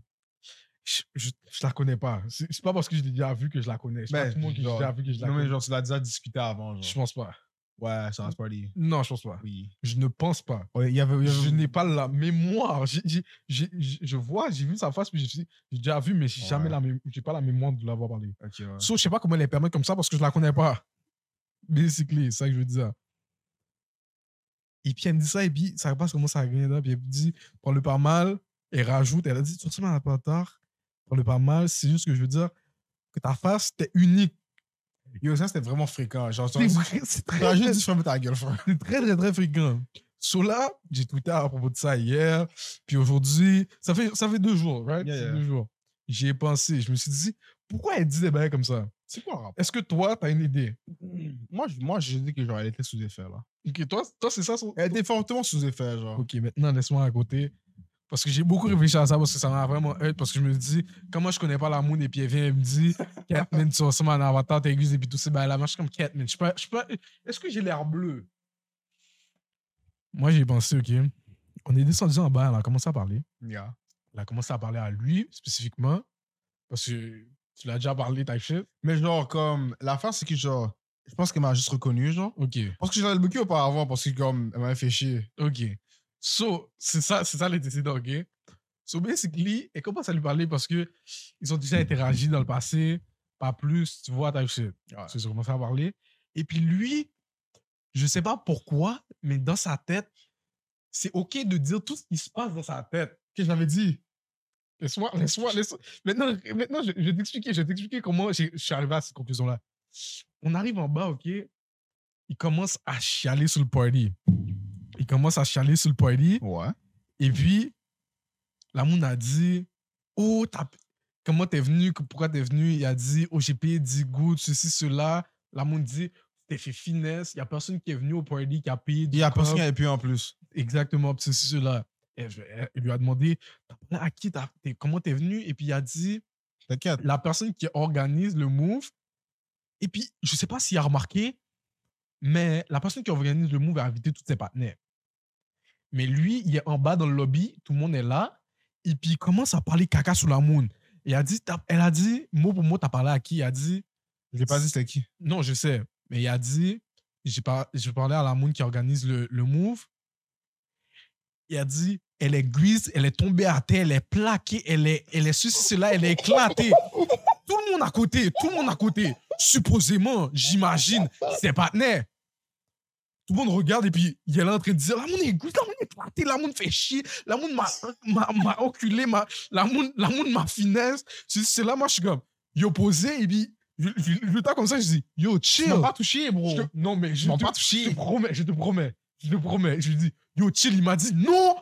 [SPEAKER 1] Je, je, je la connais pas. C'est c'est pas parce que je l'ai déjà vu que je la connais. C'est pas
[SPEAKER 2] Ben,
[SPEAKER 1] tout le monde qui
[SPEAKER 2] genre,
[SPEAKER 1] l'a déjà vu que je la
[SPEAKER 2] Non, mais
[SPEAKER 1] connais.
[SPEAKER 2] genre, tu l'as déjà discuté avant,
[SPEAKER 1] Je
[SPEAKER 2] genre.
[SPEAKER 1] pense pas.
[SPEAKER 2] Ouais, ça se party.
[SPEAKER 1] Non, je pense pas.
[SPEAKER 2] Oui.
[SPEAKER 1] Je ne pense pas.
[SPEAKER 2] Ouais, il y avait. il y avait-
[SPEAKER 1] Je n'ai pas la mémoire. J'ai- j'ai- j'ai- j'ai- je vois, j'ai vu sa face, puis j'ai j'ai déjà vu, mais j'ai jamais
[SPEAKER 2] Ouais.
[SPEAKER 1] la mé- j'ai pas la mémoire de l'avoir parlé.
[SPEAKER 2] Ok, ouais.
[SPEAKER 1] Sauf, je sais pas comment les permettre comme ça parce que je la connais pas. Basically, c'est ça que je veux dire. Et puis elle me dit ça, et puis ça passe comment ça à gagner dedans, puis elle me dit, prends-le pas mal, et rajoute, elle a dit, tu ressembles à un bâtard, prends-le pas mal, c'est juste que je veux dire que ta face, t'es unique.
[SPEAKER 2] Yo, ça, c'était vraiment fréquent. Genre,
[SPEAKER 1] T'es
[SPEAKER 2] t'aurais dû-
[SPEAKER 1] vrai- C'est très,
[SPEAKER 2] t'aurais
[SPEAKER 1] très,
[SPEAKER 2] juste dû fermer ta gueule, frère.
[SPEAKER 1] c'est très, très, très fréquent. So là, j'ai tweeté à propos de ça hier, puis aujourd'hui, ça fait, ça fait deux jours, right?
[SPEAKER 2] Yeah,
[SPEAKER 1] C'est
[SPEAKER 2] yeah.
[SPEAKER 1] Deux jours. J'y ai pensé, je me suis dit, pourquoi elle dit des bails comme ça?
[SPEAKER 2] C'est quoi le rapport?
[SPEAKER 1] Est-ce que toi, t'as une idée
[SPEAKER 2] Moi, je- moi j'ai dit que genre, elle était sous effet, là.
[SPEAKER 1] Ok, toi, toi c'est ça son-
[SPEAKER 2] Elle était fortement sous effet, genre.
[SPEAKER 1] Ok, maintenant, laisse-moi à côté. Parce que j'ai beaucoup réfléchi à ça, parce que ça m'a vraiment aidé. Parce que je me dis, comment je connais pas la moune, et puis elle vient, elle me dit, Catman, tu ressembles à un avatar, t'es aiguise, et puis tout ça. Ben là, moi, je suis comme Catman. Je suis pas- je suis pas- Est-ce que j'ai l'air bleu? Moi, j'ai pensé, ok. On est descendu en bas, elle a commencé à parler.
[SPEAKER 2] Yeah.
[SPEAKER 1] Elle a commencé à parler à lui, spécifiquement. Parce que tu l'as déjà parlé, type shit.
[SPEAKER 2] Mais genre, comme, l'affaire, c'est que genre, je pense qu'elle m'a juste reconnu, genre.
[SPEAKER 1] Ok,
[SPEAKER 2] Parce que j'avais le bouquet auparavant, parce que comme, elle m'avait fait chier.
[SPEAKER 1] ok. So, c'est ça, c'est ça les décideurs, ok? So, basically, elle commence à lui parler parce que ils ont déjà interagi dans le passé, pas plus, tu vois, type shit.
[SPEAKER 2] Ouais.
[SPEAKER 1] Ils ont commencé à parler. Et puis lui, je sais pas pourquoi, mais dans sa tête, c'est ok de dire tout ce qui se passe dans sa tête. Que je l'avais dit. Laisse-moi, laisse-moi, laisse-moi. Maintenant, maintenant je, je vais t'expliquer, je vais t'expliquer comment j'ai- je suis arrivé à cette conclusion-là. On arrive en bas, ok? Il commence à chialer sur le party. Il commence à chialer sur le party.
[SPEAKER 2] Ouais.
[SPEAKER 1] Et puis, la moune a dit Oh, t'as- comment t'es venu que- Pourquoi t'es venu Il a dit Oh, j'ai payé 10 gouttes, ceci, cela. La moune dit Tu t'es fait finesse. Il n'y a personne qui est venu au party qui a payé.
[SPEAKER 2] Il
[SPEAKER 1] du
[SPEAKER 2] y a personne qui
[SPEAKER 1] propre.
[SPEAKER 2] avait pu en plus.
[SPEAKER 1] Exactement, puis ceci, cela. Et je- elle- il lui a demandé T'as parlé à qui T'as- t'es- Comment t'es venu Et puis, il a dit
[SPEAKER 2] T'inquiète.
[SPEAKER 1] la personne qui organise le move. Et puis, je ne sais pas s'il a remarqué, mais la personne qui organise le move a invité tous ses partenaires. Mais lui, il est en bas dans le lobby, tout le monde est là. Et puis, il commence à parler caca sur la moon. Et elle a dit, t'as- elle a dit, mot pour mot, t'as parlé à qui Elle a dit,
[SPEAKER 2] Je l'ai pas dit c'était qui.
[SPEAKER 1] non, je sais. Mais il a dit, j'ai par- j'ai parlé à la moon qui organise le, le move. Il a dit, elle est grise, elle est tombée à terre, elle est plaquée, elle est, elle est ceci, cela, elle est éclatée. Tout le monde à côté, tout le monde à côté. Supposément, j'imagine, ses partenaires. Tout le monde regarde et puis il est là en train de dire La moune est grise, la moune est éclatée, la moune fait chier, la moune m'a- m'a m'a enculé, m'a- la moune la moune m'a finesse. Ceci, cela, moi je suis comme, yo posé et puis je, je, je le tape comme ça, je dis, yo, chill.
[SPEAKER 2] touché,
[SPEAKER 1] Je te- non, mais je
[SPEAKER 2] m'as
[SPEAKER 1] te,
[SPEAKER 2] pas
[SPEAKER 1] je te promets, je te promets, je te promets. Je lui dis, yo, chill, il m'a dit, non,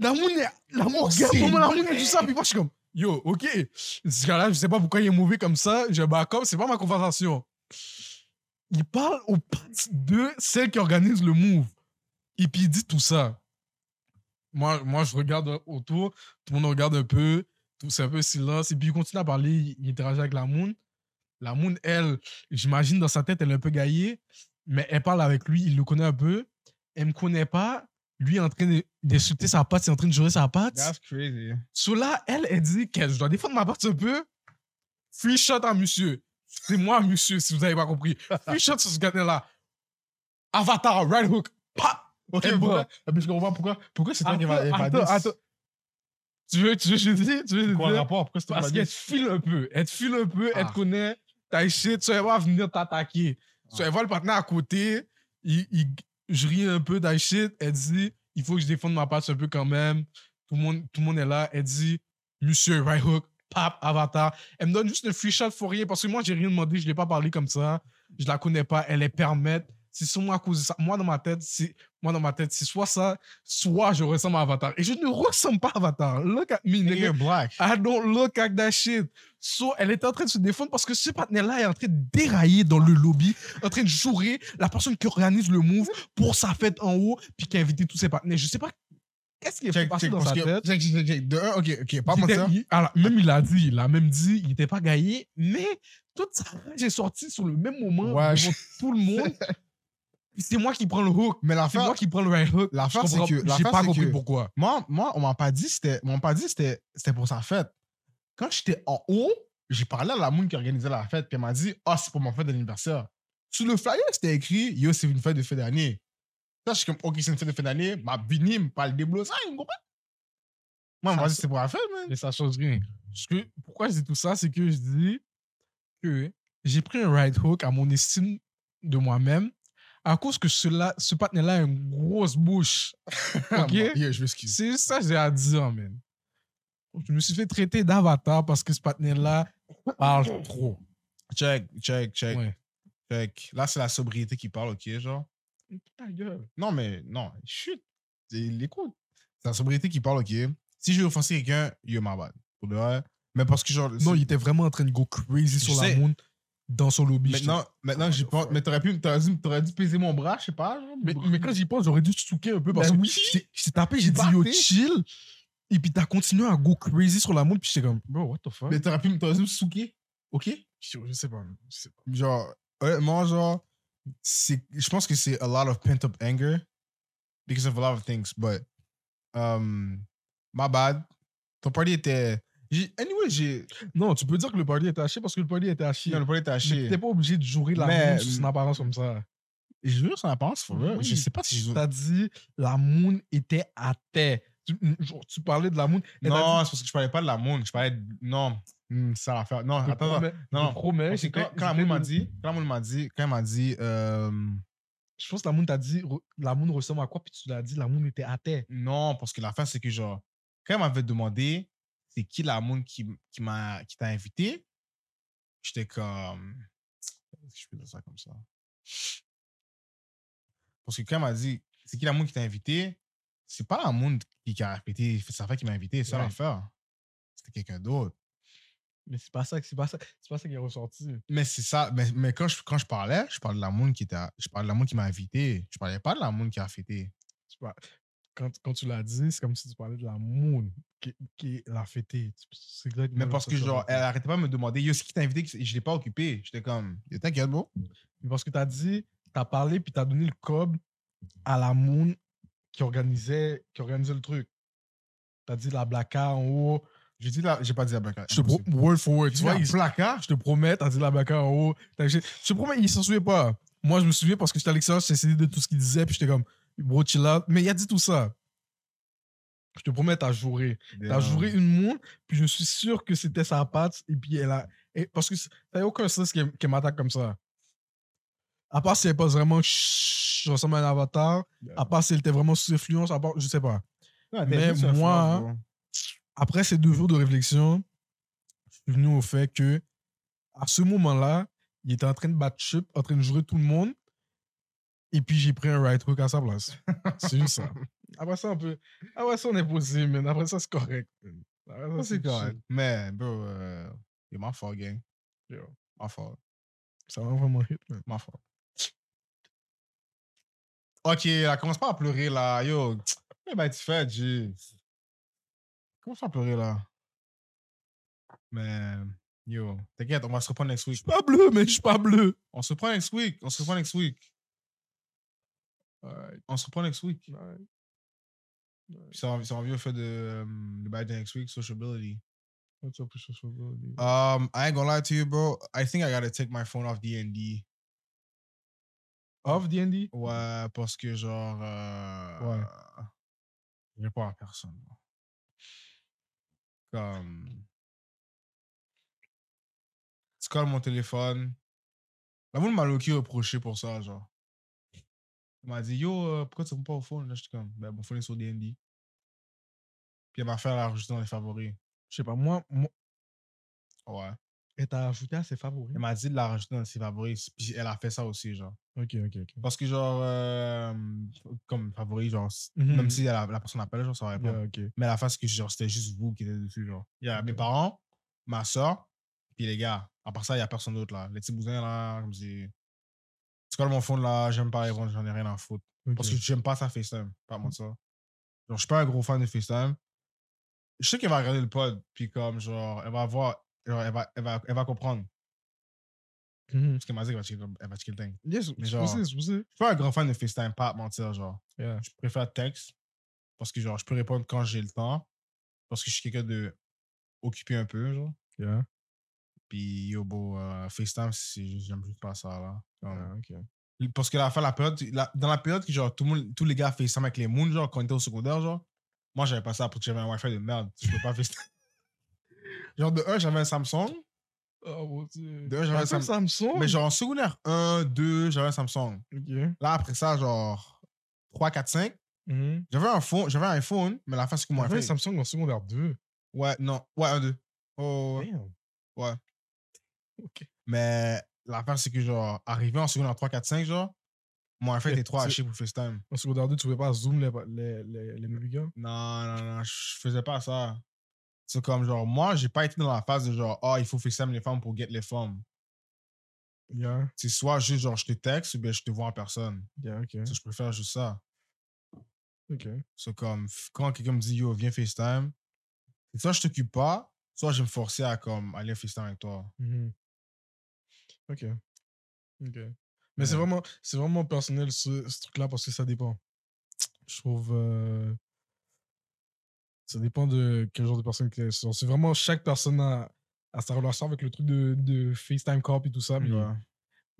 [SPEAKER 1] la moune est, la moune, regarde
[SPEAKER 2] Oh, c'est
[SPEAKER 1] comment la moune est tout ça. Puis moi, je suis comme, yo, ok, ce gars-là, je sais pas pourquoi il est mauvais comme ça, je back up, c'est pas ma conversation. Il parle aux pattes de celle qui organise le move. Et puis il dit tout ça. Moi, moi je regarde autour, tout le monde regarde un peu, tout c'est un peu silence. Et puis il continue à parler, il, il interagit avec la moune. La moune, elle, j'imagine dans sa tête, elle est un peu gaillée, mais elle parle avec lui, il le connaît un peu. Elle me connaît pas. Lui est en train de- d'insulter sa patte, il est en train de jouer sa patte.
[SPEAKER 2] That's crazy.
[SPEAKER 1] Sola, elle, elle dit qu'elle, je dois défendre ma patte un peu. Free shot à monsieur. C'est moi, monsieur, si vous avez pas compris. Free shot sur ce gars-là. Avatar, right hook. Pah!
[SPEAKER 2] Ok,
[SPEAKER 1] Eh,
[SPEAKER 2] pourquoi Ah, mais Je comprends pourquoi. Pourquoi c'est toi qui va
[SPEAKER 1] Attends,
[SPEAKER 2] évader
[SPEAKER 1] attends, attends. Tu veux, tu veux, je te dis, tu veux, je te
[SPEAKER 2] Quoi
[SPEAKER 1] dis?
[SPEAKER 2] le rapport Pourquoi c'est toi qui
[SPEAKER 1] Parce
[SPEAKER 2] va
[SPEAKER 1] qu'elle te file un peu. Elle te file un peu, elle
[SPEAKER 2] Ah.
[SPEAKER 1] te connaît. T'as échoué, tu vas venir t'attaquer. Tu
[SPEAKER 2] Ah.
[SPEAKER 1] vas voir le partenaire à côté. Il, il- je ris un peu, t'as échoué. Elle dit, il faut que je défende ma passe un peu quand même. Tout le monde, tout le monde est là. Elle dit, monsieur, right hook, pap, avatar. Elle me donne juste le free shot Fourier parce que moi, j'ai rien demandé. Je ne l'ai pas parlé comme ça. Je la connais pas. Elle est permette. C'est sûrement à cause de ça. Moi, dans ma tête, c'est, moi, dans ma tête, c'est soit ça, soit je ressemble à Avatar. Et je ne ressemble pas à Avatar. Look at me,
[SPEAKER 2] Nigga,
[SPEAKER 1] nigga.
[SPEAKER 2] you're black.
[SPEAKER 1] I don't look at that shit. So, elle était en train de se défendre parce que ce partenaire-là est en train de dérailler dans le lobby, en train de jouer la personne qui organise le move pour sa fête en haut, puis qui a invité tous ses partenaires. Je sais pas qu'est-ce qui est
[SPEAKER 2] Check,
[SPEAKER 1] passé
[SPEAKER 2] check,
[SPEAKER 1] dans
[SPEAKER 2] parce
[SPEAKER 1] sa
[SPEAKER 2] que-
[SPEAKER 1] tête.
[SPEAKER 2] check, check, check. De un, ok, ok, pas hein.
[SPEAKER 1] Il était-
[SPEAKER 2] mentir.
[SPEAKER 1] il- alors, même il a dit, il a même dit, il n'était pas gaillé, mais toute sa rage est sortie sur le même moment
[SPEAKER 2] Ouais,
[SPEAKER 1] devant tout le monde. Puis C'est moi qui prends le hook.
[SPEAKER 2] Mais
[SPEAKER 1] C'est
[SPEAKER 2] l'affaire,
[SPEAKER 1] moi qui prends le right hook.
[SPEAKER 2] l'affaire,
[SPEAKER 1] Je
[SPEAKER 2] c'est
[SPEAKER 1] comprends-
[SPEAKER 2] que-
[SPEAKER 1] J'ai
[SPEAKER 2] l'affaire,
[SPEAKER 1] pas
[SPEAKER 2] c'est
[SPEAKER 1] compris
[SPEAKER 2] que-
[SPEAKER 1] pourquoi.
[SPEAKER 2] Moi, moi, on m'a pas dit c'était, on m'a pas dit c'était, c'était pour sa fête. Quand j'étais en haut, j'ai parlé à la moune qui organisait la fête, puis elle m'a dit, ah, c'est pour mon fête d'anniversaire. Sur le flyer, c'était écrit, yo, c'est une fête de fin d'année. Ça, je suis comme, ok, c'est une fête de fin d'année, ma binime, pas le déblo, ça, Ah, il me comprend. Moi, on m'a
[SPEAKER 1] Ça,
[SPEAKER 2] dit c'était pour la fête, man.
[SPEAKER 1] mais ça change rien. Parce que- pourquoi je dis tout ça, c'est que je dis que j'ai pris un right hook à mon estime de moi-même à cause que cela, ce partenaire-là a une grosse bouche. Ok.
[SPEAKER 2] Yeah, je m'excuse.
[SPEAKER 1] C'est juste ça que j'ai à dire, man. Je me suis fait traiter d'avatar parce que ce partenaire-là parle trop.
[SPEAKER 2] Check, check, check,
[SPEAKER 1] Ouais.
[SPEAKER 2] check. Là, c'est la sobriété qui parle, ok, genre.
[SPEAKER 1] Ta gueule.
[SPEAKER 2] Non, mais non, chut, il écoute. C'est la sobriété qui parle, ok. Si je vais offenser quelqu'un, yo, my bad. Pour de vrai. Mais parce que, genre.
[SPEAKER 1] Non,
[SPEAKER 2] c'est-
[SPEAKER 1] il était vraiment en train de go crazy
[SPEAKER 2] Je
[SPEAKER 1] sur la
[SPEAKER 2] sais.
[SPEAKER 1] moon. dans son lobby. j'étais-
[SPEAKER 2] Maintenant, maintenant
[SPEAKER 1] Oh
[SPEAKER 2] que j'y pense, mais t'aurais pu, t'aurais dû, t'aurais dû peser mon bras, je sais pas. genre,
[SPEAKER 1] mais,
[SPEAKER 2] br-
[SPEAKER 1] mais quand j'y pense, j'aurais dû te souquer un peu parce
[SPEAKER 2] Ben
[SPEAKER 1] que
[SPEAKER 2] Bah. oui. Bah,
[SPEAKER 1] j'étais- j'étais tapé, j'ai dit yo
[SPEAKER 2] Batté.
[SPEAKER 1] chill. Et puis t'as continué à go crazy sur la montre, puis j'étais comme bro, what the fuck?
[SPEAKER 2] mais t'aurais pu, t'aurais dû me souquer, ok?
[SPEAKER 1] Je je sais pas, je sais pas.
[SPEAKER 2] Genre, honnêtement, genre, c'est, je pense que c'est a lot of pent up anger because of a lot of things, but um, my bad. Ton party était. j'ai- Anyway, j'ai.
[SPEAKER 1] Non, tu peux dire que le party était haché parce que le party était haché.
[SPEAKER 2] Non, le party était
[SPEAKER 1] Mais
[SPEAKER 2] haché.
[SPEAKER 1] T'es pas obligé de jouer la
[SPEAKER 2] Mais-
[SPEAKER 1] moon sur son apparence comme ça.
[SPEAKER 2] Je jure, ça en pense, for real. Je
[SPEAKER 1] Oui.
[SPEAKER 2] sais pas si je.
[SPEAKER 1] T'as dit la moon était à terre. Tu, genre, tu parlais de la moon. et t'as
[SPEAKER 2] Non, c'est parce que je parlais pas de la moon, je parlais de. Non, Hmm, ça va faire. Non,
[SPEAKER 1] dit, je te
[SPEAKER 2] attends, attends.
[SPEAKER 1] promets-
[SPEAKER 2] non,
[SPEAKER 1] je te
[SPEAKER 2] non.
[SPEAKER 1] promets,
[SPEAKER 2] Parce que
[SPEAKER 1] j'étais-
[SPEAKER 2] quand, quand la
[SPEAKER 1] j'étais
[SPEAKER 2] moon m'a
[SPEAKER 1] le-
[SPEAKER 2] dit, quand la moon m'a dit, quand elle m'a dit, euh,
[SPEAKER 1] Je pense que la moon t'a dit re- la moon ressemble à quoi, puis tu l'as dit la moon était à terre.
[SPEAKER 2] non, parce que la fin, c'est que genre, quand elle m'avait demandé, c'est qui la moon qui, qui m'a, qui t'a invité, j'étais comme, est-ce que je peux dire ça comme ça? Parce que quand elle m'a dit, c'est qui la moon qui t'a invité, c'est pas la moon qui, qui a répété, c'est sa femme qui m'a invité, c'est ça
[SPEAKER 1] Ouais.
[SPEAKER 2] l'affaire. C'était quelqu'un d'autre.
[SPEAKER 1] Mais c'est pas ça, que- c'est pas ça, c'est pas ça qui est ressorti.
[SPEAKER 2] Mais c'est ça. Mais, mais quand, je, quand je parlais, je parlais de la moon qui était, à- je parlais de la moon qui m'a invité. Je parlais pas de la moon qui a fêté.
[SPEAKER 1] Tu vois, Quand, quand tu l'as dit, c'est comme si tu parlais de la moon qui, qui l'a fêté. Tu- c'est exactement
[SPEAKER 2] Mais
[SPEAKER 1] la
[SPEAKER 2] parce que
[SPEAKER 1] chose
[SPEAKER 2] genre,
[SPEAKER 1] aurait été.
[SPEAKER 2] elle arrêtait pas de me demander, yo, c'est qui t'a invité? que- Je l'ai pas occupé. J'étais comme, Yo, t'inquiète, bro.
[SPEAKER 1] Mais parce que t'as dit, t'as parlé, puis t'as donné le cob à la moon qui organisait, qui organisait le truc. T'as dit la blacka en haut.
[SPEAKER 2] J'ai dit là, j'ai pas dit la blackout.
[SPEAKER 1] Je te pro- word for word, tu vois, il-
[SPEAKER 2] placard.
[SPEAKER 1] je te promets, t'as dit la blacka en haut. T'as- Je je te promets, il s'en souvient pas. Moi, je me souviens parce que j'étais à l'extérieur, j'ai essayé de tout ce qu'il disait, puis j'étais comme, bro, chill out. Mais il a dit tout ça. Je te promets, t'as juré. T'as juré une montre, puis je suis sûr que c'était sa patte, et puis elle a. et- parce que c- ça n'a aucun sens qu'elle qu'elle m'attaque comme ça. À part si elle pense vraiment que je je ressemble à un avatar, à part si elle était vraiment sous influence, à part, je sais pas. Mais moi, hein? Après ces deux jours de réflexion, je suis venu au fait que, à ce moment-là, il était en train de battre Chip, en train de jouer tout le monde, et puis j'ai pris un right hook à sa place. C'est juste ça. Après ça, on peut. Après ça, on est posé, mais après ça, c'est correct. man. Après ça,
[SPEAKER 2] c'est
[SPEAKER 1] chill.
[SPEAKER 2] correct. Mais, bro, euh, yo, my fault, gang.
[SPEAKER 1] Yo.
[SPEAKER 2] My fault.
[SPEAKER 1] Ça m'a vraiment hit, man.
[SPEAKER 2] My fault. Ok, là, commence pas à pleurer là. Yo, eh ben, tu fais, G. Commence pas à pleurer là. Mais, yo, t'inquiète, on va se reprendre next
[SPEAKER 1] Je
[SPEAKER 2] week.
[SPEAKER 1] suis pas bleu, mais je suis pas bleu.
[SPEAKER 2] On se reprend next week. On se reprend next week. On se reprend next week. Puis ça, en- ça en vient au fait de euh, le bail de next week, sociability.
[SPEAKER 1] What's up with social media?
[SPEAKER 2] Um, I ain't gonna lie to you, bro. I think I gotta take my phone off D&D.
[SPEAKER 1] Off D&D?
[SPEAKER 2] Ouais, parce que genre. Euh,
[SPEAKER 1] Ouais.
[SPEAKER 2] Je réponds à personne. moi. Comme. Tu colles mon téléphone. La moule m'a loqué reproché pour ça, genre. Elle m'a dit, yo, euh, pourquoi tu réponds pas au phone? Là, j'étais comme, ben, mon phone est sur DND. Puis elle m'a fait la rajouter dans les favoris.
[SPEAKER 1] Je sais pas, moi, moi
[SPEAKER 2] Ouais.
[SPEAKER 1] elle t'a ajouté à ses favoris.
[SPEAKER 2] Elle m'a dit de la rajouter dans ses favoris. Puis elle a fait ça aussi, genre.
[SPEAKER 1] Ok, ok, ok.
[SPEAKER 2] Parce que, genre, euh, comme favori, genre, s-
[SPEAKER 1] Mhm.
[SPEAKER 2] même si la, la personne appelle, genre, ça va répondre.
[SPEAKER 1] Yeah, Ah, ok.
[SPEAKER 2] Mais la face, que, genre, c'était juste vous qui étiez dessus, genre. Il y a mes
[SPEAKER 1] Ok.
[SPEAKER 2] parents, ma soeur, puis les gars. À part ça, il n'y a personne d'autre, là. Les petits bousins, là, comme si. Tu colles mon fond, là, j'aime pas répondre, j'en ai rien à foutre.
[SPEAKER 1] ok. Mm.
[SPEAKER 2] Parce que j'aime pas ça, FaceTime, pas moi ça. Genre, je suis pas un gros fan de FaceTime. Je sais qu'elle va regarder le pod, puis comme, genre, elle va voir, genre, elle va, elle va, elle va comprendre.
[SPEAKER 1] Mhm.
[SPEAKER 2] Parce qu'elle m'a dit qu'elle va checker comme- elle va checker le thing.
[SPEAKER 1] Yes, je
[SPEAKER 2] genre-
[SPEAKER 1] sais, je sais.
[SPEAKER 2] Je suis pas un grand fan de FaceTime, pas à te mentir, genre.
[SPEAKER 1] Yeah.
[SPEAKER 2] Je préfère texte parce que genre je peux répondre quand j'ai le temps parce que je suis quelqu'un de occupé un peu genre
[SPEAKER 1] Yeah.
[SPEAKER 2] puis yo bo euh, FaceTime c'est juste- j'aime juste pas ça là Comme-
[SPEAKER 1] Ah, ok.
[SPEAKER 2] parce que la fin la période la- dans la période que genre tout le monde tous les gars FaceTime avec les moons genre quand on était au secondaire genre moi j'avais pas ça parce que j'avais un Wi-Fi de merde je peux pas FaceTime genre de un j'avais un Samsung
[SPEAKER 1] Oh mon dieu.
[SPEAKER 2] D'ailleurs, j'avais
[SPEAKER 1] T'as fait Samsung.
[SPEAKER 2] mais genre en secondaire 1 2 j'avais un Samsung
[SPEAKER 1] Ok.
[SPEAKER 2] là après ça genre 3 4 5
[SPEAKER 1] Mhm.
[SPEAKER 2] j'avais un phone j'avais un iPhone mais la fin c'est que mon
[SPEAKER 1] T'as fait
[SPEAKER 2] iPhone
[SPEAKER 1] Samsung en secondaire 2.
[SPEAKER 2] Ouais, non. Ouais, un, deux. Oh, ouais.
[SPEAKER 1] Damn.
[SPEAKER 2] Ouais.
[SPEAKER 1] Ok.
[SPEAKER 2] Mais l'affaire, c'est que, genre, arrivé en seconde en 3, 4, 5, genre, mon iPhone
[SPEAKER 1] Mais
[SPEAKER 2] était 3
[SPEAKER 1] tu-
[SPEAKER 2] hachés pour FaceTime.
[SPEAKER 1] En secondaire 2, tu pouvais pas zoom les, les, les, les navigants.
[SPEAKER 2] Non, non, non, je faisais pas ça. C'est comme, genre, moi, j'ai pas été dans la phase de genre, ah, il faut FaceTime les femmes pour get les femmes.
[SPEAKER 1] Yeah,
[SPEAKER 2] C'est soit juste genre je te texte ou bien je te vois en personne.
[SPEAKER 1] yeah, ok.
[SPEAKER 2] So, je préfère juste ça.
[SPEAKER 1] Ok.
[SPEAKER 2] So, comme f- quand quelqu'un me dit yo, viens FaceTime, c'est soit je t'occupe pas, soit je vais me forcer à comme aller FaceTime avec toi.
[SPEAKER 1] Mhm. Ok. Ok. Mais c'est
[SPEAKER 2] Ouais.
[SPEAKER 1] vraiment, c'est vraiment personnel ce, ce truc-là parce que ça dépend. Je trouve. euh, ça dépend de quel genre de personne que c'est. Genre, C'est vraiment chaque personne a, a sa relation avec le truc de, de FaceTime Corp et tout ça. Mais
[SPEAKER 2] Ouais.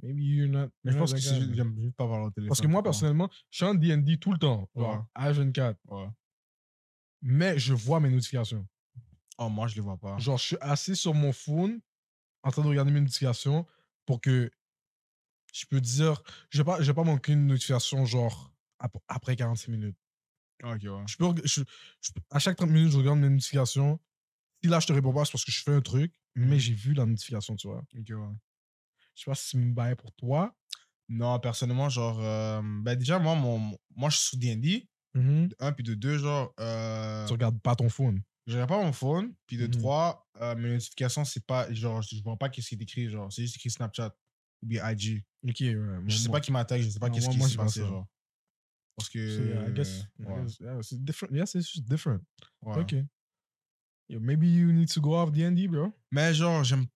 [SPEAKER 1] maybe you're not-
[SPEAKER 2] Mais je
[SPEAKER 1] you're
[SPEAKER 2] pense
[SPEAKER 1] not
[SPEAKER 2] que
[SPEAKER 1] that
[SPEAKER 2] c'est
[SPEAKER 1] guy,
[SPEAKER 2] juste,
[SPEAKER 1] man.
[SPEAKER 2] j'aime juste pas avoir le téléphone.
[SPEAKER 1] Parce que moi,
[SPEAKER 2] tout le temps.
[SPEAKER 1] personnellement, je suis en DD tout le temps, genre,
[SPEAKER 2] hein. Ouais.
[SPEAKER 1] à 24.
[SPEAKER 2] Ouais.
[SPEAKER 1] Mais je vois mes notifications.
[SPEAKER 2] Oh, moi, je les vois pas.
[SPEAKER 1] Genre, je suis assis sur mon phone en train de regarder mes notifications pour que je peux dire, je vais pas, je vais pas manquer une notification genre ap- après 46 minutes.
[SPEAKER 2] Ok, ouais.
[SPEAKER 1] Je peux, reg- je- je peux- à chaque 30 minutes, je regarde mes notifications. Si là, je te réponds pas, c'est parce que je fais un truc, mais j'ai vu la notification, tu vois.
[SPEAKER 2] Ok, ouais.
[SPEAKER 1] Je sais pas si c'est une bail pour toi.
[SPEAKER 2] Non, personnellement, genre, euh, ben déjà, moi, mon, moi, je suis sous D&D, de un, puis de deux, genre, euh,
[SPEAKER 1] Tu regardes pas ton phone.
[SPEAKER 2] je regarde pas mon phone, puis de
[SPEAKER 1] Mhm.
[SPEAKER 2] trois, euh, mes notifications, c'est pas, genre, je je vois pas qu'est-ce qui est écrit, genre, c'est juste écrit Snapchat ou bien IG.
[SPEAKER 1] Ok, ouais. moi,
[SPEAKER 2] Je sais
[SPEAKER 1] moi-
[SPEAKER 2] pas qui m'attaque, je sais pas
[SPEAKER 1] Non,
[SPEAKER 2] qu'est-ce
[SPEAKER 1] moi-
[SPEAKER 2] qui
[SPEAKER 1] moi,
[SPEAKER 2] s'est
[SPEAKER 1] j'ai pas
[SPEAKER 2] passé,
[SPEAKER 1] ça.
[SPEAKER 2] genre. Parce que.
[SPEAKER 1] So, yeah, I guess, I
[SPEAKER 2] ouais,
[SPEAKER 1] guess, yeah, c'est different. Yeah, c'est juste different.
[SPEAKER 2] ouais.
[SPEAKER 1] Ok. Yeah, maybe you need to go off D&D, bro.
[SPEAKER 2] Mais genre, j'aime.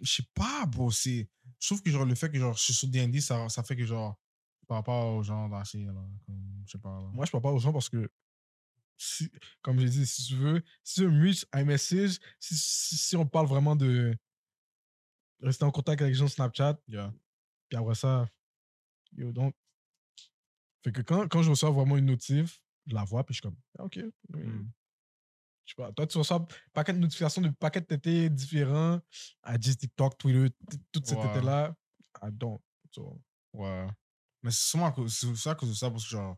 [SPEAKER 2] Je sais pas, bro. c'est- Je trouve que genre le fait que genre je suis sous D&D, ça, ça fait que genre. Par rapport aux gens d'assez, là. Comme, je sais pas. là.
[SPEAKER 1] Moi, je parle pas aux gens parce que, si, comme j'ai dit, si tu veux, si tu mutes iMessage, si, si, si on parle vraiment de rester en contact avec les gens Snapchat,
[SPEAKER 2] Yeah.
[SPEAKER 1] puis après ça, yo, donc. Fait que quand, quand je reçois vraiment une notif, je la vois, puis je suis comme, ah, ok. oui.
[SPEAKER 2] Mm.
[SPEAKER 1] Je sais pas, toi, tu reçois paquet de notifications de paquets de tétés différents, IG, TikTok, Twitter, t- toutes ces
[SPEAKER 2] Ouais.
[SPEAKER 1] tétés-là. I don't. ah, So,
[SPEAKER 2] Ouais. Mais c'est sûrement à cause, c'est aussi à cause de ça, parce que genre,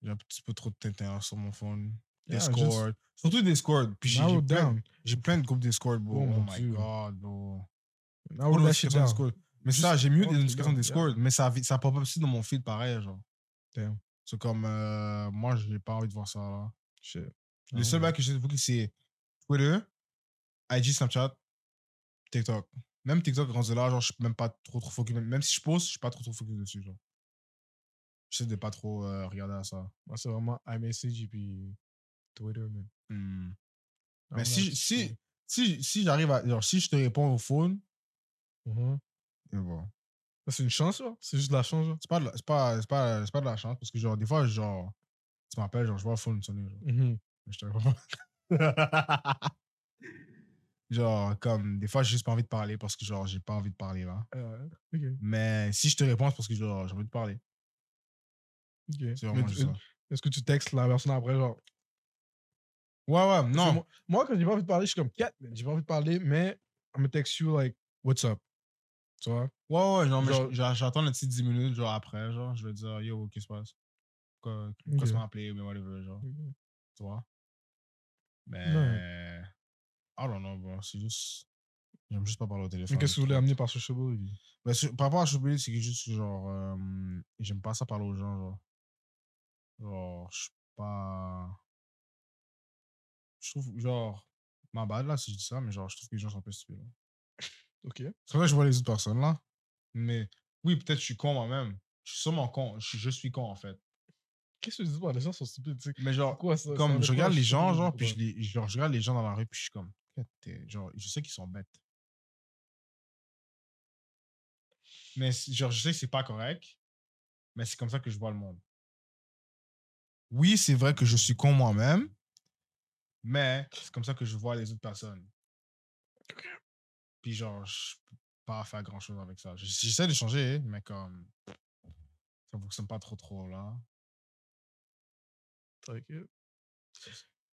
[SPEAKER 2] j'ai un petit peu trop de Tintin sur mon phone.
[SPEAKER 1] Yeah, just
[SPEAKER 2] Discord. Surtout Discord. Puis j'ai j'ai
[SPEAKER 1] narrow
[SPEAKER 2] plein,
[SPEAKER 1] down.
[SPEAKER 2] j'ai plein de groupes Discord, bro.
[SPEAKER 1] Oh,
[SPEAKER 2] Oh,
[SPEAKER 1] mon
[SPEAKER 2] my
[SPEAKER 1] Dieu.
[SPEAKER 2] god, bro.
[SPEAKER 1] Narrow
[SPEAKER 2] Oh,
[SPEAKER 1] that
[SPEAKER 2] la
[SPEAKER 1] shit
[SPEAKER 2] notification
[SPEAKER 1] down.
[SPEAKER 2] Discord. Mais
[SPEAKER 1] Juste-
[SPEAKER 2] ça, j'ai mieux
[SPEAKER 1] oh,
[SPEAKER 2] des
[SPEAKER 1] c'est
[SPEAKER 2] notifications
[SPEAKER 1] bien,
[SPEAKER 2] Discord, mais ça, vi- ça pop up aussi dans mon feed pareil, genre.
[SPEAKER 1] Damn.
[SPEAKER 2] C'est comme, euh, moi, j'ai pas envie de voir ça, là.
[SPEAKER 1] Shit.
[SPEAKER 2] Le
[SPEAKER 1] Mmh.
[SPEAKER 2] seul bail que j'ai débloqué, c'est Twitter, IG, Snapchat, TikTok. Même TikTok, quand c'est là, genre, je suis même pas trop, trop focus. Même- Même si je pose, je suis pas trop, trop focus dessus, genre. J'essaie de pas trop euh, regarder à ça.
[SPEAKER 1] Moi, c'est vraiment iMessage et puis Twitter, man.
[SPEAKER 2] Mais si, si, si, si j'arrive à. Genre, si je te réponds au phone,
[SPEAKER 1] Mhm.
[SPEAKER 2] et bon.
[SPEAKER 1] Ça, C'est une chance, là. C'est juste de la chance, là.
[SPEAKER 2] c'est pas, de la- c'est pas, c'est pas, c'est pas de la chance parce que, genre, des fois, genre, tu m'appelles, genre, je vois le phone sonner, genre.
[SPEAKER 1] Mm-hmm.
[SPEAKER 2] mais je te réponds pas. genre, comme, des fois, j'ai juste pas envie de parler parce que, genre, j'ai pas envie de parler là.
[SPEAKER 1] Euh, ok.
[SPEAKER 2] Mais si je te réponds, c'est parce que genre, j'ai envie de parler.
[SPEAKER 1] ok.
[SPEAKER 2] C'est
[SPEAKER 1] Mais
[SPEAKER 2] vraiment
[SPEAKER 1] tu- euh,
[SPEAKER 2] juste ça.
[SPEAKER 1] Est-ce que tu textes la personne après, genre
[SPEAKER 2] Ouais, ouais,
[SPEAKER 1] Parce que
[SPEAKER 2] non.
[SPEAKER 1] Moi, moi, quand j'ai pas envie de parler, je suis comme, cat, man, j'ai pas envie de parler, mais on me texte you, like, what's up? Tu vois?
[SPEAKER 2] Ouais, ouais, genre, mais
[SPEAKER 1] Genre-
[SPEAKER 2] je- genre, j'attends le petit 10 minutes, genre, après, genre, je vais dire, yo, qu'est-ce qui se passe? Pourquoi, pourquoi
[SPEAKER 1] Ok.
[SPEAKER 2] tu m'as appelé, mais whatever, genre, tu vois? Mais. I don't know, bro, c'est juste. J'aime juste pas parler au téléphone.
[SPEAKER 1] Mais qu'est-ce que vous voulez amener par ce cheveu?
[SPEAKER 2] Mais sur- par rapport à Choubouli, c'est que juste, genre, euh, j'aime pas ça parler aux gens, genre. Genre, je suis pas. Je trouve, genre, ma bad là, si je dis ça, mais genre, je trouve que les gens sont un peu stupides. là.
[SPEAKER 1] Ok.
[SPEAKER 2] C'est vrai que je vois les autres personnes là. Mais oui, peut-être je suis con moi-même. Je suis sûrement con. Je, suis- je suis con en fait.
[SPEAKER 1] Qu'est-ce que tu dis? bah, Les gens sont stupides, tu sais.
[SPEAKER 2] Mais genre,
[SPEAKER 1] Quoi, ça?
[SPEAKER 2] comme je regarde les gens, genre, puis je, les, genre, je regarde les gens dans la rue, puis je suis comme, Qu'est-ce que t'es- genre, je sais qu'ils sont bêtes. Mais c'est- genre, je sais que c'est pas correct, mais c'est comme ça que je vois le monde. Oui, c'est vrai que je suis con moi-même, mais c'est comme ça que je vois les autres personnes. Puis genre, je peux pas faire grand-chose avec ça. J- J'essaie de changer, mais comme, ça fonctionne pas trop trop là.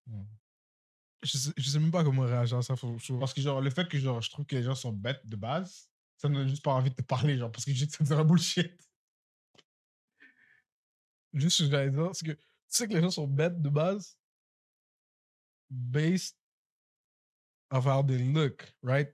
[SPEAKER 2] Ouais.
[SPEAKER 1] Je sais, je sais même pas comment réagir à ça. Faut, faut-
[SPEAKER 2] Parce que genre, le fait que genre, je trouve que les gens sont bêtes de base, ça me donne juste pas envie de te parler, genre, parce que juste ça me dirait bullshit.
[SPEAKER 1] Juste ce que j'allais dire, c'est que tu sais que les gens sont bêtes de base, based of how they look, right?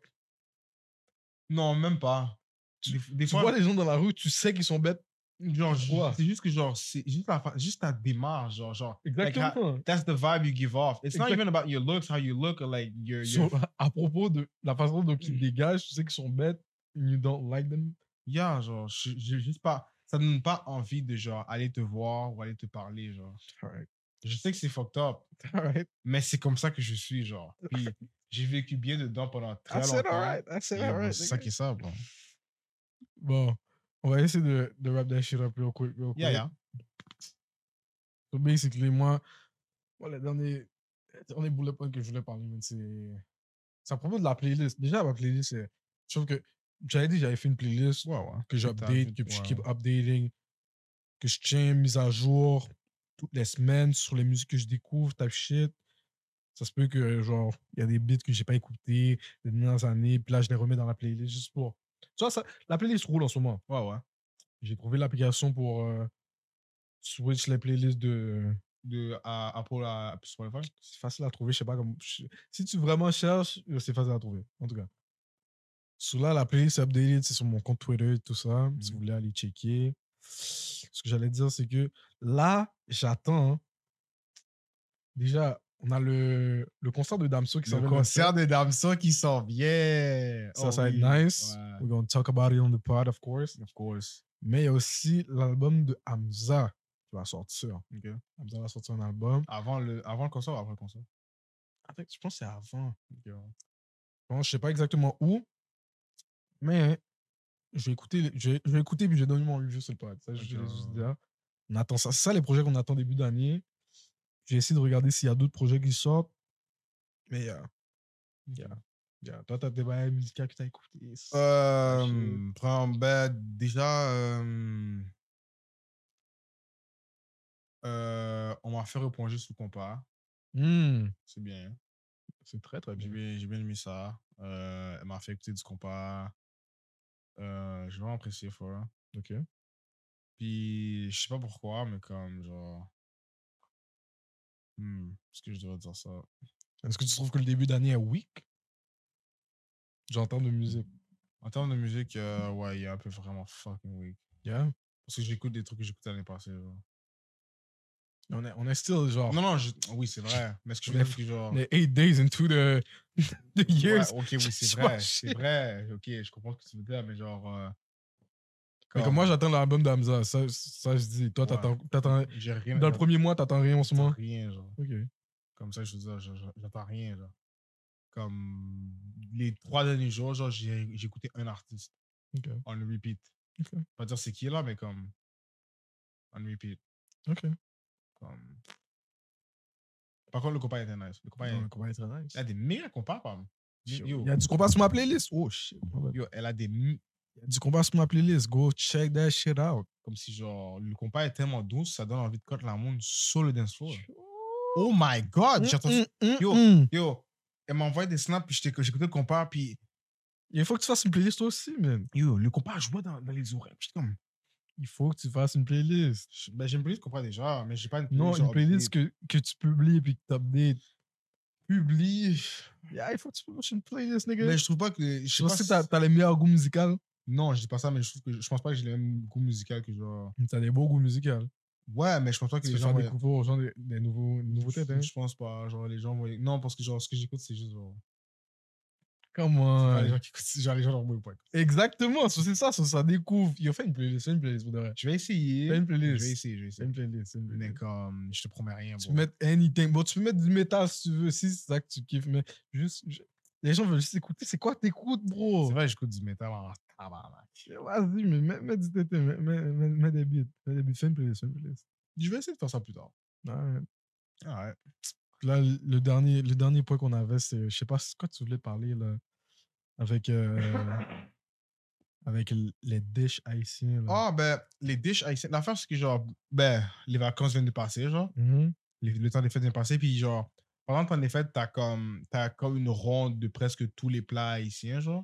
[SPEAKER 2] Non, même pas. Des, des
[SPEAKER 1] Tu
[SPEAKER 2] fois,
[SPEAKER 1] vois les gens dans la rue, tu sais qu'ils sont bêtes.
[SPEAKER 2] genre, je-
[SPEAKER 1] Ouais.
[SPEAKER 2] c'est juste que genre, c'est juste la, fa- juste ta démarche, genre, genre. like, ha-
[SPEAKER 1] Exactement.
[SPEAKER 2] that's the vibe you give off. It's not
[SPEAKER 1] Exact-
[SPEAKER 2] even about your looks, how you look, or like your, your Mmh.
[SPEAKER 1] Sur- à propos de la façon dont ils dégagent, tu sais qu'ils sont bêtes. you don't like them.
[SPEAKER 2] Yeah, genre, je- j'ai juste pas. Ça me donne pas envie de genre aller te voir ou aller te parler, genre.
[SPEAKER 1] Alright.
[SPEAKER 2] Je sais que c'est fucked up,
[SPEAKER 1] Alright.
[SPEAKER 2] mais c'est comme ça que je suis, genre. Puis j'ai vécu bien dedans pendant très
[SPEAKER 1] I said
[SPEAKER 2] longtemps.
[SPEAKER 1] alright. I said
[SPEAKER 2] Yeah, bro,
[SPEAKER 1] alright.
[SPEAKER 2] Ah, c'est ça
[SPEAKER 1] nigga.
[SPEAKER 2] qui est ça, bro.
[SPEAKER 1] Bon, on va essayer de, de wrap that shit up real quick. Real quick.
[SPEAKER 2] Yeah, yeah.
[SPEAKER 1] So basically, moi, moi, le dernier, le dernier bullet point que je voulais parler, man, c'est. C'est à propos de la playlist. Déjà, ma playlist, c'est. Je trouve que j'avais dit, j'avais fait une playlist
[SPEAKER 2] Ouais, ouais.
[SPEAKER 1] que j'update, que
[SPEAKER 2] Tout à fait,
[SPEAKER 1] je
[SPEAKER 2] ouais,
[SPEAKER 1] keep
[SPEAKER 2] ouais.
[SPEAKER 1] updating, que je tiens mise à jour toutes les semaines sur les musiques que je découvre, type shit. Ça se peut que, genre, il y a des beats que j'ai pas écoutés les dernières années, puis là, je les remets dans la playlist juste pour. Tu vois, ça, la playlist roule en ce moment.
[SPEAKER 2] Ouais, ouais.
[SPEAKER 1] J'ai trouvé l'application pour euh, switch les playlists de.
[SPEAKER 2] De à, à Paul à Spotify.
[SPEAKER 1] C'est facile à trouver, je sais pas comment. je- Si tu vraiment cherches, euh, c'est facile à trouver, en tout cas. Sous là, la playlist updated, c'est sur mon compte Twitter et tout ça. Si
[SPEAKER 2] Mmh.
[SPEAKER 1] vous voulez aller checker. Ce que j'allais dire, c'est que là, j'attends. hein. Déjà, on a le, le concert de Damso qui s'en
[SPEAKER 2] Le concert de Damso qui sort bien.
[SPEAKER 1] Ça,
[SPEAKER 2] Oh
[SPEAKER 1] ça va
[SPEAKER 2] oui.
[SPEAKER 1] être nice.
[SPEAKER 2] Ouais.
[SPEAKER 1] We're gonna talk about it on the pod, of course.
[SPEAKER 2] Of course.
[SPEAKER 1] Mais il y a aussi l'album de Hamza qui va sortir.
[SPEAKER 2] Ok.
[SPEAKER 1] Hamza va sortir un album.
[SPEAKER 2] Avant le, avant le concert ou après le concert
[SPEAKER 1] Avec- je pense que c'est avant.
[SPEAKER 2] Ok, ouais.
[SPEAKER 1] Bon, je sais pas exactement où, mais je vais écouter, les- je vais, je vais écouter puis je vais donner mon review sur le pod. Ça, je
[SPEAKER 2] Ok,
[SPEAKER 1] voulais
[SPEAKER 2] ouais,
[SPEAKER 1] juste
[SPEAKER 2] ouais.
[SPEAKER 1] dire. On attend ça. C'est ça les projets qu'on attend début d'année. J'ai essayé de regarder s'il y a d'autres projets qui sortent. Mais euh, Yeah. yeah, toi, t'as des bails musicales que t'as écouté.
[SPEAKER 2] Euh, prends, ben, déjà, euh, euh, on m'a fait replonger sous compas. C'est bien.
[SPEAKER 1] C'est très, très
[SPEAKER 2] J'ai bien, j'ai bien aimé ça. Euh, elle m'a fait écouter du compas. Euh, j'ai vraiment apprécié, voilà.
[SPEAKER 1] Ok.
[SPEAKER 2] Puis, je sais pas pourquoi, mais comme, genre. Hmm, est-ce que je devrais dire ça?
[SPEAKER 1] Est-ce que tu trouves que le début d'année est weak J'entends de musique.
[SPEAKER 2] En termes de musique, euh, ouais, il est un peu vraiment fucking weak.
[SPEAKER 1] Yeah.
[SPEAKER 2] Parce que j'écoute des trucs que j'écoutais l'année passée. genre.
[SPEAKER 1] On est, on est still genre.
[SPEAKER 2] Non, non, je- oui, c'est vrai. Mais ce que je veux
[SPEAKER 1] Mais
[SPEAKER 2] dire, c'est que genre.
[SPEAKER 1] on est eight days into the, the
[SPEAKER 2] Ouais,
[SPEAKER 1] years.
[SPEAKER 2] ok, oui,
[SPEAKER 1] Je
[SPEAKER 2] c'est
[SPEAKER 1] vois
[SPEAKER 2] vrai.
[SPEAKER 1] chier.
[SPEAKER 2] C'est vrai. Ok, je comprends ce que tu veux dire, mais genre. euh,
[SPEAKER 1] Mais comme moi, j'attends l'album d'Amza. Ça, ça, je dis. Toi,
[SPEAKER 2] Ouais.
[SPEAKER 1] t'attends, t'attends.
[SPEAKER 2] j'ai rien.
[SPEAKER 1] Dans le
[SPEAKER 2] j'attends-
[SPEAKER 1] premier mois, t'attends rien en ce
[SPEAKER 2] j'attends
[SPEAKER 1] moment.
[SPEAKER 2] Rien, genre.
[SPEAKER 1] Ok.
[SPEAKER 2] Comme ça, je veux dire, je- je- j'attends rien, genre. Comme les trois derniers jours, genre, j'ai j'ai écouté un artiste
[SPEAKER 1] Ok.
[SPEAKER 2] on le repeat.
[SPEAKER 1] Ok.
[SPEAKER 2] Pas dire c'est qui là, mais comme. On repeat.
[SPEAKER 1] Ok.
[SPEAKER 2] Comme... Par contre, le compas était nice. Le compas,
[SPEAKER 1] Non,
[SPEAKER 2] est-
[SPEAKER 1] le combat est très nice.
[SPEAKER 2] elle a des méga compas, pardon. Yo,
[SPEAKER 1] Il y a du combat sur ma playlist. Oh shit. my bad.
[SPEAKER 2] yo, elle a des. mi-
[SPEAKER 1] Il y a du combat sur ma playlist. Go check that shit out.
[SPEAKER 2] Comme si, genre, le compas est tellement doux, ça donne envie de cote la monde sur le dance floor. Oh my god! J'ai entendu. Yo.
[SPEAKER 1] mm.
[SPEAKER 2] Yo, elle m'a envoyé des snaps, puis j'étais- j'écoutais le compas, puis.
[SPEAKER 1] Il faut que tu fasses une playlist toi aussi, man.
[SPEAKER 2] Yo, le compas jouait dans, dans les oreilles. J'étais comme.
[SPEAKER 1] Il faut que tu fasses une playlist.
[SPEAKER 2] je- Ben, j'ai une playlist compas déjà, mais j'ai pas une
[SPEAKER 1] Non, une
[SPEAKER 2] genre,
[SPEAKER 1] playlist que, que tu publies puis que tu updates.
[SPEAKER 2] publie.
[SPEAKER 1] Yeah, il faut que tu publies une playlist, nigga.
[SPEAKER 2] Mais je trouve pas que. Je
[SPEAKER 1] je
[SPEAKER 2] sais
[SPEAKER 1] pense
[SPEAKER 2] pas
[SPEAKER 1] que
[SPEAKER 2] si-
[SPEAKER 1] t'as t'as les meilleurs goûts musicaux.
[SPEAKER 2] Non, je dis pas ça, mais je trouve que je pense pas que j'ai le même goût musical que genre.
[SPEAKER 1] T'as des beaux goûts musicaux.
[SPEAKER 2] Ouais, mais je pense pas que
[SPEAKER 1] Tu
[SPEAKER 2] les
[SPEAKER 1] peux
[SPEAKER 2] gens.
[SPEAKER 1] faire
[SPEAKER 2] vont-
[SPEAKER 1] découvrir aux gens des, des nouveaux, des nouveaux têtes, hein.
[SPEAKER 2] Je pense pas. Genre, les gens vont. Non, parce que genre, ce que j'écoute, c'est juste genre.
[SPEAKER 1] Comment
[SPEAKER 2] genre, les gens qui écoutent, genre, les gens n'en pas.
[SPEAKER 1] Exactement, so, c'est ça, so, ça découvre. Il a fait une playlist, fais une playlist pour de vrai.
[SPEAKER 2] Je vais essayer.
[SPEAKER 1] Fais une
[SPEAKER 2] Je vais
[SPEAKER 1] playlist.
[SPEAKER 2] essayer, je vais
[SPEAKER 1] Fais
[SPEAKER 2] essayer.
[SPEAKER 1] une playlist, fais une
[SPEAKER 2] Mais
[SPEAKER 1] playlist.
[SPEAKER 2] comme, je te promets rien.
[SPEAKER 1] Tu
[SPEAKER 2] bro.
[SPEAKER 1] peux mettre anything. Bon, tu peux mettre du métal si tu veux, si c'est ça que tu kiffes, mais juste. je- Les gens veulent juste écouter. C'est quoi que t'écoutes,
[SPEAKER 2] C'est
[SPEAKER 1] bro?
[SPEAKER 2] vrai, j'écoute du métal en tabarnak.
[SPEAKER 1] Vas-y, mais mets, mets du TT, mets, mets, mets- mets des beats. Mets des beats, fais une playlist, fais une playlist.
[SPEAKER 2] Je vais essayer de faire ça plus tard.
[SPEAKER 1] Alright.
[SPEAKER 2] Ah Ouais.
[SPEAKER 1] Là, le dernier, le dernier point qu'on avait, c'est. Je sais pas, c'est quoi tu voulais parler, là? Avec. euh, avec l- les dish haïtiens, là.
[SPEAKER 2] Ah, ben, les dishes haïtiennes. L'affaire, c'est que genre, ben, les vacances viennent de passer, genre.
[SPEAKER 1] Mhm.
[SPEAKER 2] les- le temps des fêtes vient de passer, puis genre, pendant le temps des fêtes, t'as comme, t'as comme une ronde de presque tous les plats haïtiens, genre.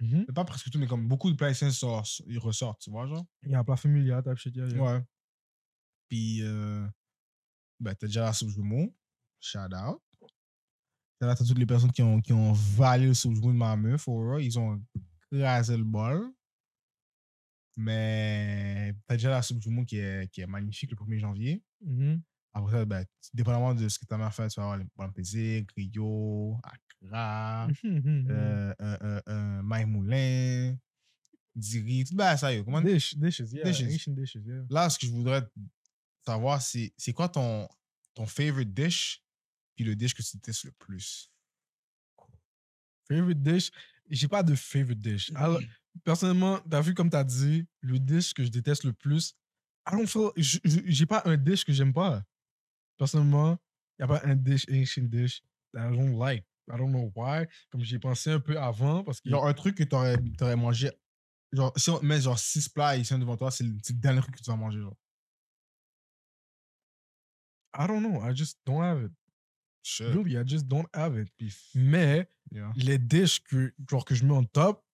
[SPEAKER 1] Mhm.
[SPEAKER 2] Mais pas presque tous, mais comme beaucoup de plats haïtiens sortent, ils ressortent, tu vois, genre.
[SPEAKER 1] Il y a un plat familial, type shit, il y a- il y a-
[SPEAKER 2] Ouais. Puis, euh, ben, t'as déjà la soupe jumeau, shout out. T'as là, t'as toutes les personnes qui ont, qui ont valé le soupe jumeau de ma meuf, for real, ils ont crasé le bol. Mais t'as déjà la soupe jumeau qui est, qui est magnifique le 1er janvier.
[SPEAKER 1] Mhm.
[SPEAKER 2] Après ça, ben, t- dépendamment de ce que ta mère fait, tu vas avoir les bonnes plaisirs, Griot, Accra,
[SPEAKER 1] Mhm, mhm, mhm.
[SPEAKER 2] euh, euh, euh, euh, Maïmoulin, du riz, tout bah, ça, yo. Comment...
[SPEAKER 1] Dish, mm-hmm. dishes, yeah.
[SPEAKER 2] Dishes.
[SPEAKER 1] Asian dishes, yeah.
[SPEAKER 2] Là, ce que je voudrais savoir, c'est c'est quoi ton, ton favorite dish, puis le dish que tu détestes le plus.
[SPEAKER 1] Favorite dish. J'ai pas de favorite dish. Alors, personnellement, t'as vu comme t'as dit, le dish que je déteste le plus. Allons faire. je- je- J'ai pas un dish que j'aime pas. Personnellement, y a pas un dish, ancient dish, that I don't like. I don't know why. Comme j'y ai pensé un peu avant, parce que.
[SPEAKER 2] Genre, un truc que t'aurais aurais mangé. Genre, si on te met genre 6 plats ici devant toi, c'est le, c'est le dernier truc que tu vas manger. Genre.
[SPEAKER 1] I don't know. I just don't have it.
[SPEAKER 2] Shit.
[SPEAKER 1] Really, I just don't have it.
[SPEAKER 2] Beef.
[SPEAKER 1] Mais
[SPEAKER 2] Yeah.
[SPEAKER 1] les dishes que, genre, que je mets en top,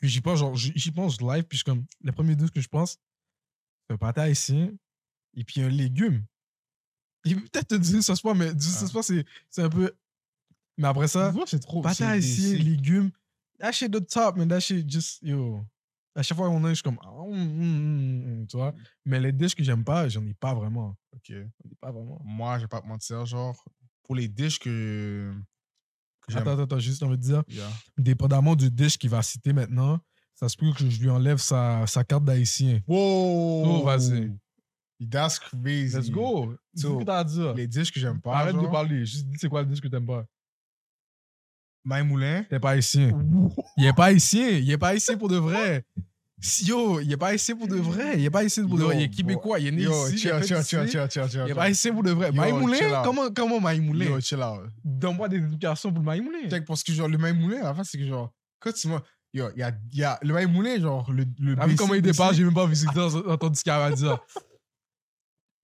[SPEAKER 1] que j'y pense, genre, j'y j'y pense live, puis je suis comme, les premiers dishes que je pense, c'est un pata ici, et puis un légume. Et puis peut-être du sauce pas, mais du
[SPEAKER 2] Ah.
[SPEAKER 1] sauce pas, c'est c'est un peu. Mais après ça,
[SPEAKER 2] Moi, c'est trop.
[SPEAKER 1] pata
[SPEAKER 2] c'est-
[SPEAKER 1] ici,
[SPEAKER 2] c'est-
[SPEAKER 1] légumes, that shit the top, man, that shit just, yo. À chaque fois qu'on a, je suis comme, ah, hum, hum, hum, hum, tu vois. Mais les dishes que j'aime pas, j'en ai pas vraiment.
[SPEAKER 2] Mm. Ok.
[SPEAKER 1] J'en ai pas vraiment.
[SPEAKER 2] Moi, je vais pas te mentir, genre, pour les dishes que. que j'aime-
[SPEAKER 1] Attends, attends, attends, juste, on veut dire.
[SPEAKER 2] Yeah.
[SPEAKER 1] dépendamment du dish qu'il va citer maintenant, ça se peut que je lui enlève sa, sa carte d'haïtien.
[SPEAKER 2] Wow!
[SPEAKER 1] Oh, vas-y.
[SPEAKER 2] That's crazy.
[SPEAKER 1] Let's go! Dis
[SPEAKER 2] So,
[SPEAKER 1] ce que t'as à dire.
[SPEAKER 2] Les dishes que j'aime pas.
[SPEAKER 1] Arrête de
[SPEAKER 2] genre,
[SPEAKER 1] parler. Juste dis c'est quoi le dish que t'aimes pas.
[SPEAKER 2] Maï Moulin.
[SPEAKER 1] T'es pas haïtien. Il est pas haïtien. Il est pas haïtien pour de vrai. Si, Yo, il est pas haïtien pour de vrai. Il est pas haïtien pour de
[SPEAKER 2] Yo,
[SPEAKER 1] vrai. Il est
[SPEAKER 2] bro.
[SPEAKER 1] québécois. Il est né
[SPEAKER 2] Yo,
[SPEAKER 1] ici. il a fait
[SPEAKER 2] chill, chill,
[SPEAKER 1] ici.
[SPEAKER 2] chill, chill, chill,
[SPEAKER 1] Il est
[SPEAKER 2] chill.
[SPEAKER 1] pas haïtien pour de vrai.
[SPEAKER 2] Yo, chill
[SPEAKER 1] Maïmoulin?
[SPEAKER 2] out.
[SPEAKER 1] Comment, comment Maïmoulin?
[SPEAKER 2] Yo, chill out.
[SPEAKER 1] Donne-moi des explications pour le Maïmoulin.
[SPEAKER 2] Check, parce que genre, le Maï Moulin, la face, c'est que genre, quand tu m'as. Yo, il y a, y a le Maï Moulin, genre, le. le
[SPEAKER 1] T'as vu Ah,
[SPEAKER 2] basic,
[SPEAKER 1] comment il
[SPEAKER 2] basic,
[SPEAKER 1] départ, j'ai même pas vu ce qu'il disait, entendu ce qu'il avait à dire.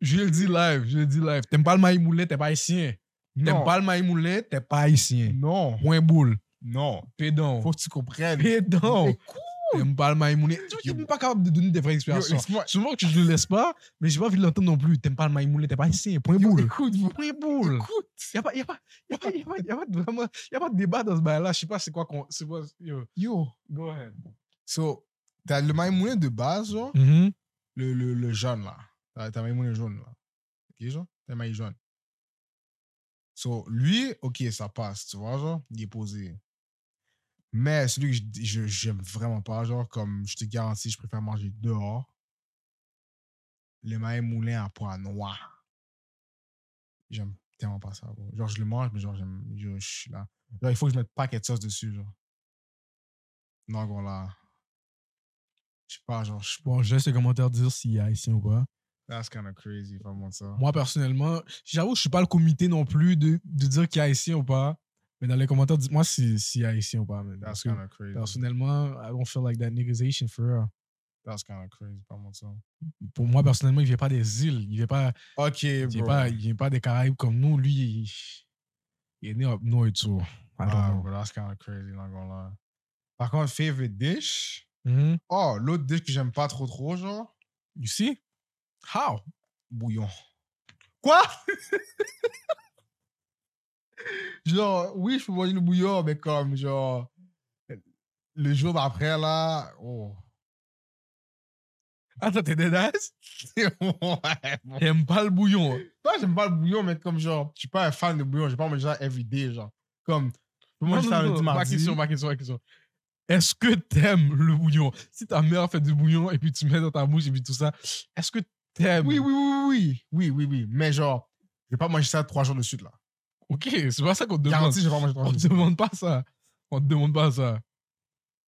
[SPEAKER 1] Je le dis live, je le dis live. T'aimes pas le maï moulin, t'es pas haïtien. T'aimes
[SPEAKER 2] Non,
[SPEAKER 1] pas le maï moulin, t'es pas haïtien.
[SPEAKER 2] non,
[SPEAKER 1] Point boule.
[SPEAKER 2] non.
[SPEAKER 1] Pédon.
[SPEAKER 2] Faut que tu comprennes.
[SPEAKER 1] Pédon.
[SPEAKER 2] Mais cool.
[SPEAKER 1] T'aimes pas le maï moulin. Tu
[SPEAKER 2] Yo.
[SPEAKER 1] n'es même pas capable de donner des vraies
[SPEAKER 2] Yo,
[SPEAKER 1] explications.
[SPEAKER 2] laisse-moi-
[SPEAKER 1] Souvent que je le laisse pas, mais j'ai pas envie de l'entendre non plus. T'aimes pas le maï moulin, t'es pas haïtien. Point
[SPEAKER 2] Yo,
[SPEAKER 1] boule.
[SPEAKER 2] écoute, vous-
[SPEAKER 1] Point boule.
[SPEAKER 2] écoute.
[SPEAKER 1] Y'a pas, y a pas, y a pas, y a pas, y a pas de vraiment, y a pas de débat dans ce bail-là. Je sais pas c'est quoi qu'on. c'est quoi- yo.
[SPEAKER 2] Yo.
[SPEAKER 1] Go ahead.
[SPEAKER 2] So, t'as le Maï Moulin de base, genre.
[SPEAKER 1] Mm-hmm.
[SPEAKER 2] le, le, le jaune là. T'as t'as Maïmoun le jaune là. Ok, genre? T'as Maï jaune. So, lui, ok, ça passe, tu vois, genre, il est posé. Mais celui que je dis- je j'aime vraiment pas, genre, comme je te garantis, je préfère manger dehors. Le maïs moulin à pois noir. J'aime tellement pas ça, bro. Genre, je le mange, mais genre, j'aime. Je, je suis là. Genre, il faut que je mette paquet de sauce dessus, genre. Non, gros, là. Je sais pas, genre, je
[SPEAKER 1] Bon, je laisse les commentaires dire s'il y a haïtien ou pas.
[SPEAKER 2] That's kind of crazy, vraiment ça.
[SPEAKER 1] Moi, personnellement, j'avoue, je suis pas le comité non plus de, de dire qu'il y a haïtien ou pas. Mais dans les commentaires, dites-moi si- s'il y a haïtien ou pas. man.
[SPEAKER 2] That's
[SPEAKER 1] Parce que
[SPEAKER 2] kind of crazy.
[SPEAKER 1] personnellement, I don't feel like that nigga's Haitian for real.
[SPEAKER 2] That's kind of crazy, vraiment ça.
[SPEAKER 1] Pour moi, personnellement, il vient pas des îles. Il vient pas,
[SPEAKER 2] Ok,
[SPEAKER 1] il vient
[SPEAKER 2] bro.
[SPEAKER 1] pas, il vient pas des Caraïbes comme nous. Lui, il, il est né up north, so I don't
[SPEAKER 2] Ah,
[SPEAKER 1] know.
[SPEAKER 2] bro, that's kind of crazy, not gonna lie. Par contre, favorite dish.
[SPEAKER 1] Mhm.
[SPEAKER 2] Oh, l'autre dish que j'aime pas trop trop, genre,
[SPEAKER 1] You see? How?
[SPEAKER 2] bouillon. Quoi? genre, oui, je peux manger le bouillon, mais comme, genre, le jour d'après, là, oh.
[SPEAKER 1] Attends, Ah, t'es deadass?
[SPEAKER 2] ouais, bro.
[SPEAKER 1] T'aimes pas le bouillon.
[SPEAKER 2] Moi, j'aime pas le bouillon, mais comme, genre, je suis pas un fan de bouillon, j'ai pas manger ça everyday, genre. Comme, moi,
[SPEAKER 1] Non,
[SPEAKER 2] je
[SPEAKER 1] non, non,
[SPEAKER 2] lundi,
[SPEAKER 1] Ma
[SPEAKER 2] mardi.
[SPEAKER 1] question, ma question, ma question. Est-ce que t'aimes le bouillon Si ta mère fait du bouillon et puis tu mets dans ta bouche et puis tout ça, est-ce que t'aimes
[SPEAKER 2] Oui, oui, oui, oui, oui, oui, oui, oui. Mais genre, je vais pas manger ça trois jours de suite là.
[SPEAKER 1] Ok, c'est pas ça qu'on te demande.
[SPEAKER 2] Garanti, je vais pas manger trois
[SPEAKER 1] On
[SPEAKER 2] jours. de
[SPEAKER 1] te
[SPEAKER 2] suite.
[SPEAKER 1] demande pas ça. On te demande pas ça.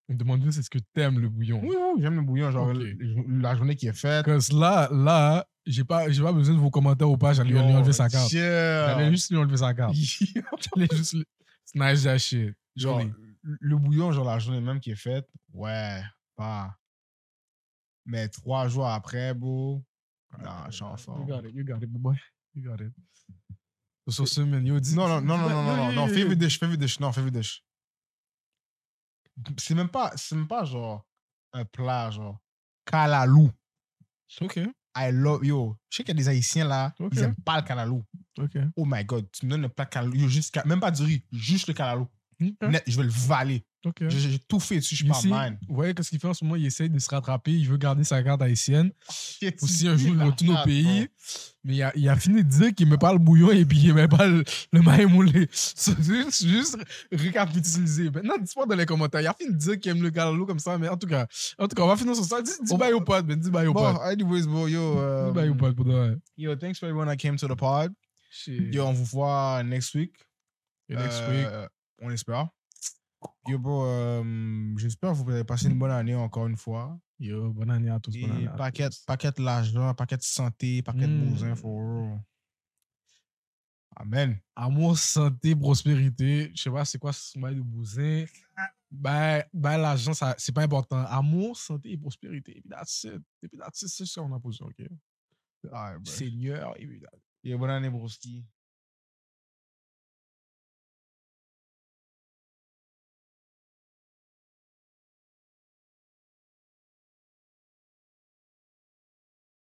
[SPEAKER 1] On te demande juste est-ce que t'aimes le bouillon.
[SPEAKER 2] Oui, oui, j'aime le bouillon, genre
[SPEAKER 1] Ok.
[SPEAKER 2] le- la journée qui est faite.
[SPEAKER 1] Parce que là, là, j'ai pas, j'ai pas besoin de vos commentaires ou pas, j'allais lui enlever sa carte. J'allais
[SPEAKER 2] Yeah.
[SPEAKER 1] juste lui enlever sa carte. J'allais juste. lui- Snatch that shit.
[SPEAKER 2] genre,
[SPEAKER 1] Joli.
[SPEAKER 2] le bouillon, genre la journée même qui est faite, ouais, pas. Mais trois jours après, beau. Non, je suis en
[SPEAKER 1] You
[SPEAKER 2] forme.
[SPEAKER 1] got it, you got it, boy. You got it. Sur ce, man, yo, dis-
[SPEAKER 2] Non, non, non, non,
[SPEAKER 1] dis-
[SPEAKER 2] non, non,
[SPEAKER 1] yo,
[SPEAKER 2] non,
[SPEAKER 1] yo,
[SPEAKER 2] non,
[SPEAKER 1] yo,
[SPEAKER 2] favorite dish, favorite dish, non, favorite dish. C'est même pas, c'est même pas genre un plat, genre, calalou.
[SPEAKER 1] yo. Ok,
[SPEAKER 2] I love, yo, je sais qu'il y a des Haïtiens là,
[SPEAKER 1] Ok.
[SPEAKER 2] ils aiment pas le calalou.
[SPEAKER 1] ok.
[SPEAKER 2] Oh my god, tu me donnes le plat calalou, yo, juste ca- même pas du riz, juste le calalou. Net, je vais le valer.
[SPEAKER 1] Ok.
[SPEAKER 2] J'ai- J'ai j'ai tout fait dessus, je suis
[SPEAKER 1] Il
[SPEAKER 2] pas
[SPEAKER 1] essaie-
[SPEAKER 2] man.
[SPEAKER 1] Vous voyez qu'est-ce qu'il fait en ce moment? Il essaye de se rattraper. Il veut garder sa carte haïtienne. Pour si un jour il retourne au pays. Mais il a, il a fini de dire qu'il me parle bouillon et puis il me parle le maïs moulé. C'est juste, juste récapituliser. Maintenant, dis-moi dans les commentaires. Il a fini de dire qu'il aime le galop comme ça. Mais en tout cas, en tout cas on va finir sur ça. Dis, dis
[SPEAKER 2] On-
[SPEAKER 1] bye au pote, ben, dis bye au
[SPEAKER 2] euh, Bon,
[SPEAKER 1] pote.
[SPEAKER 2] anyways, bro, yo. euh,
[SPEAKER 1] Dis bye au pote pour de vrai.
[SPEAKER 2] Yo, thanks for everyone that came to the pod. Yo, on vous voit next week.
[SPEAKER 1] Et next
[SPEAKER 2] Euh,
[SPEAKER 1] week.
[SPEAKER 2] On espère. Yo, bro, euh, j'espère que vous avez passé une bonne année encore une fois.
[SPEAKER 1] Yo, bonne année à tous. Bonne année
[SPEAKER 2] Et
[SPEAKER 1] à
[SPEAKER 2] paquet, paquet de l'argent, paquet de santé, paquet de
[SPEAKER 1] Mm.
[SPEAKER 2] bons infos. bro. Amen.
[SPEAKER 1] Amour, santé, prospérité. Je sais pas c'est quoi ce bail de bousin. Ben, ben l'argent, ça- c'est pas important. Amour, santé et prospérité. Et puis that's it. Et puis that's it, c'est ça qu'on a posé, OK?
[SPEAKER 2] All right, bro.
[SPEAKER 1] Seigneur, et puis that's
[SPEAKER 2] Yo, bonne année, broski.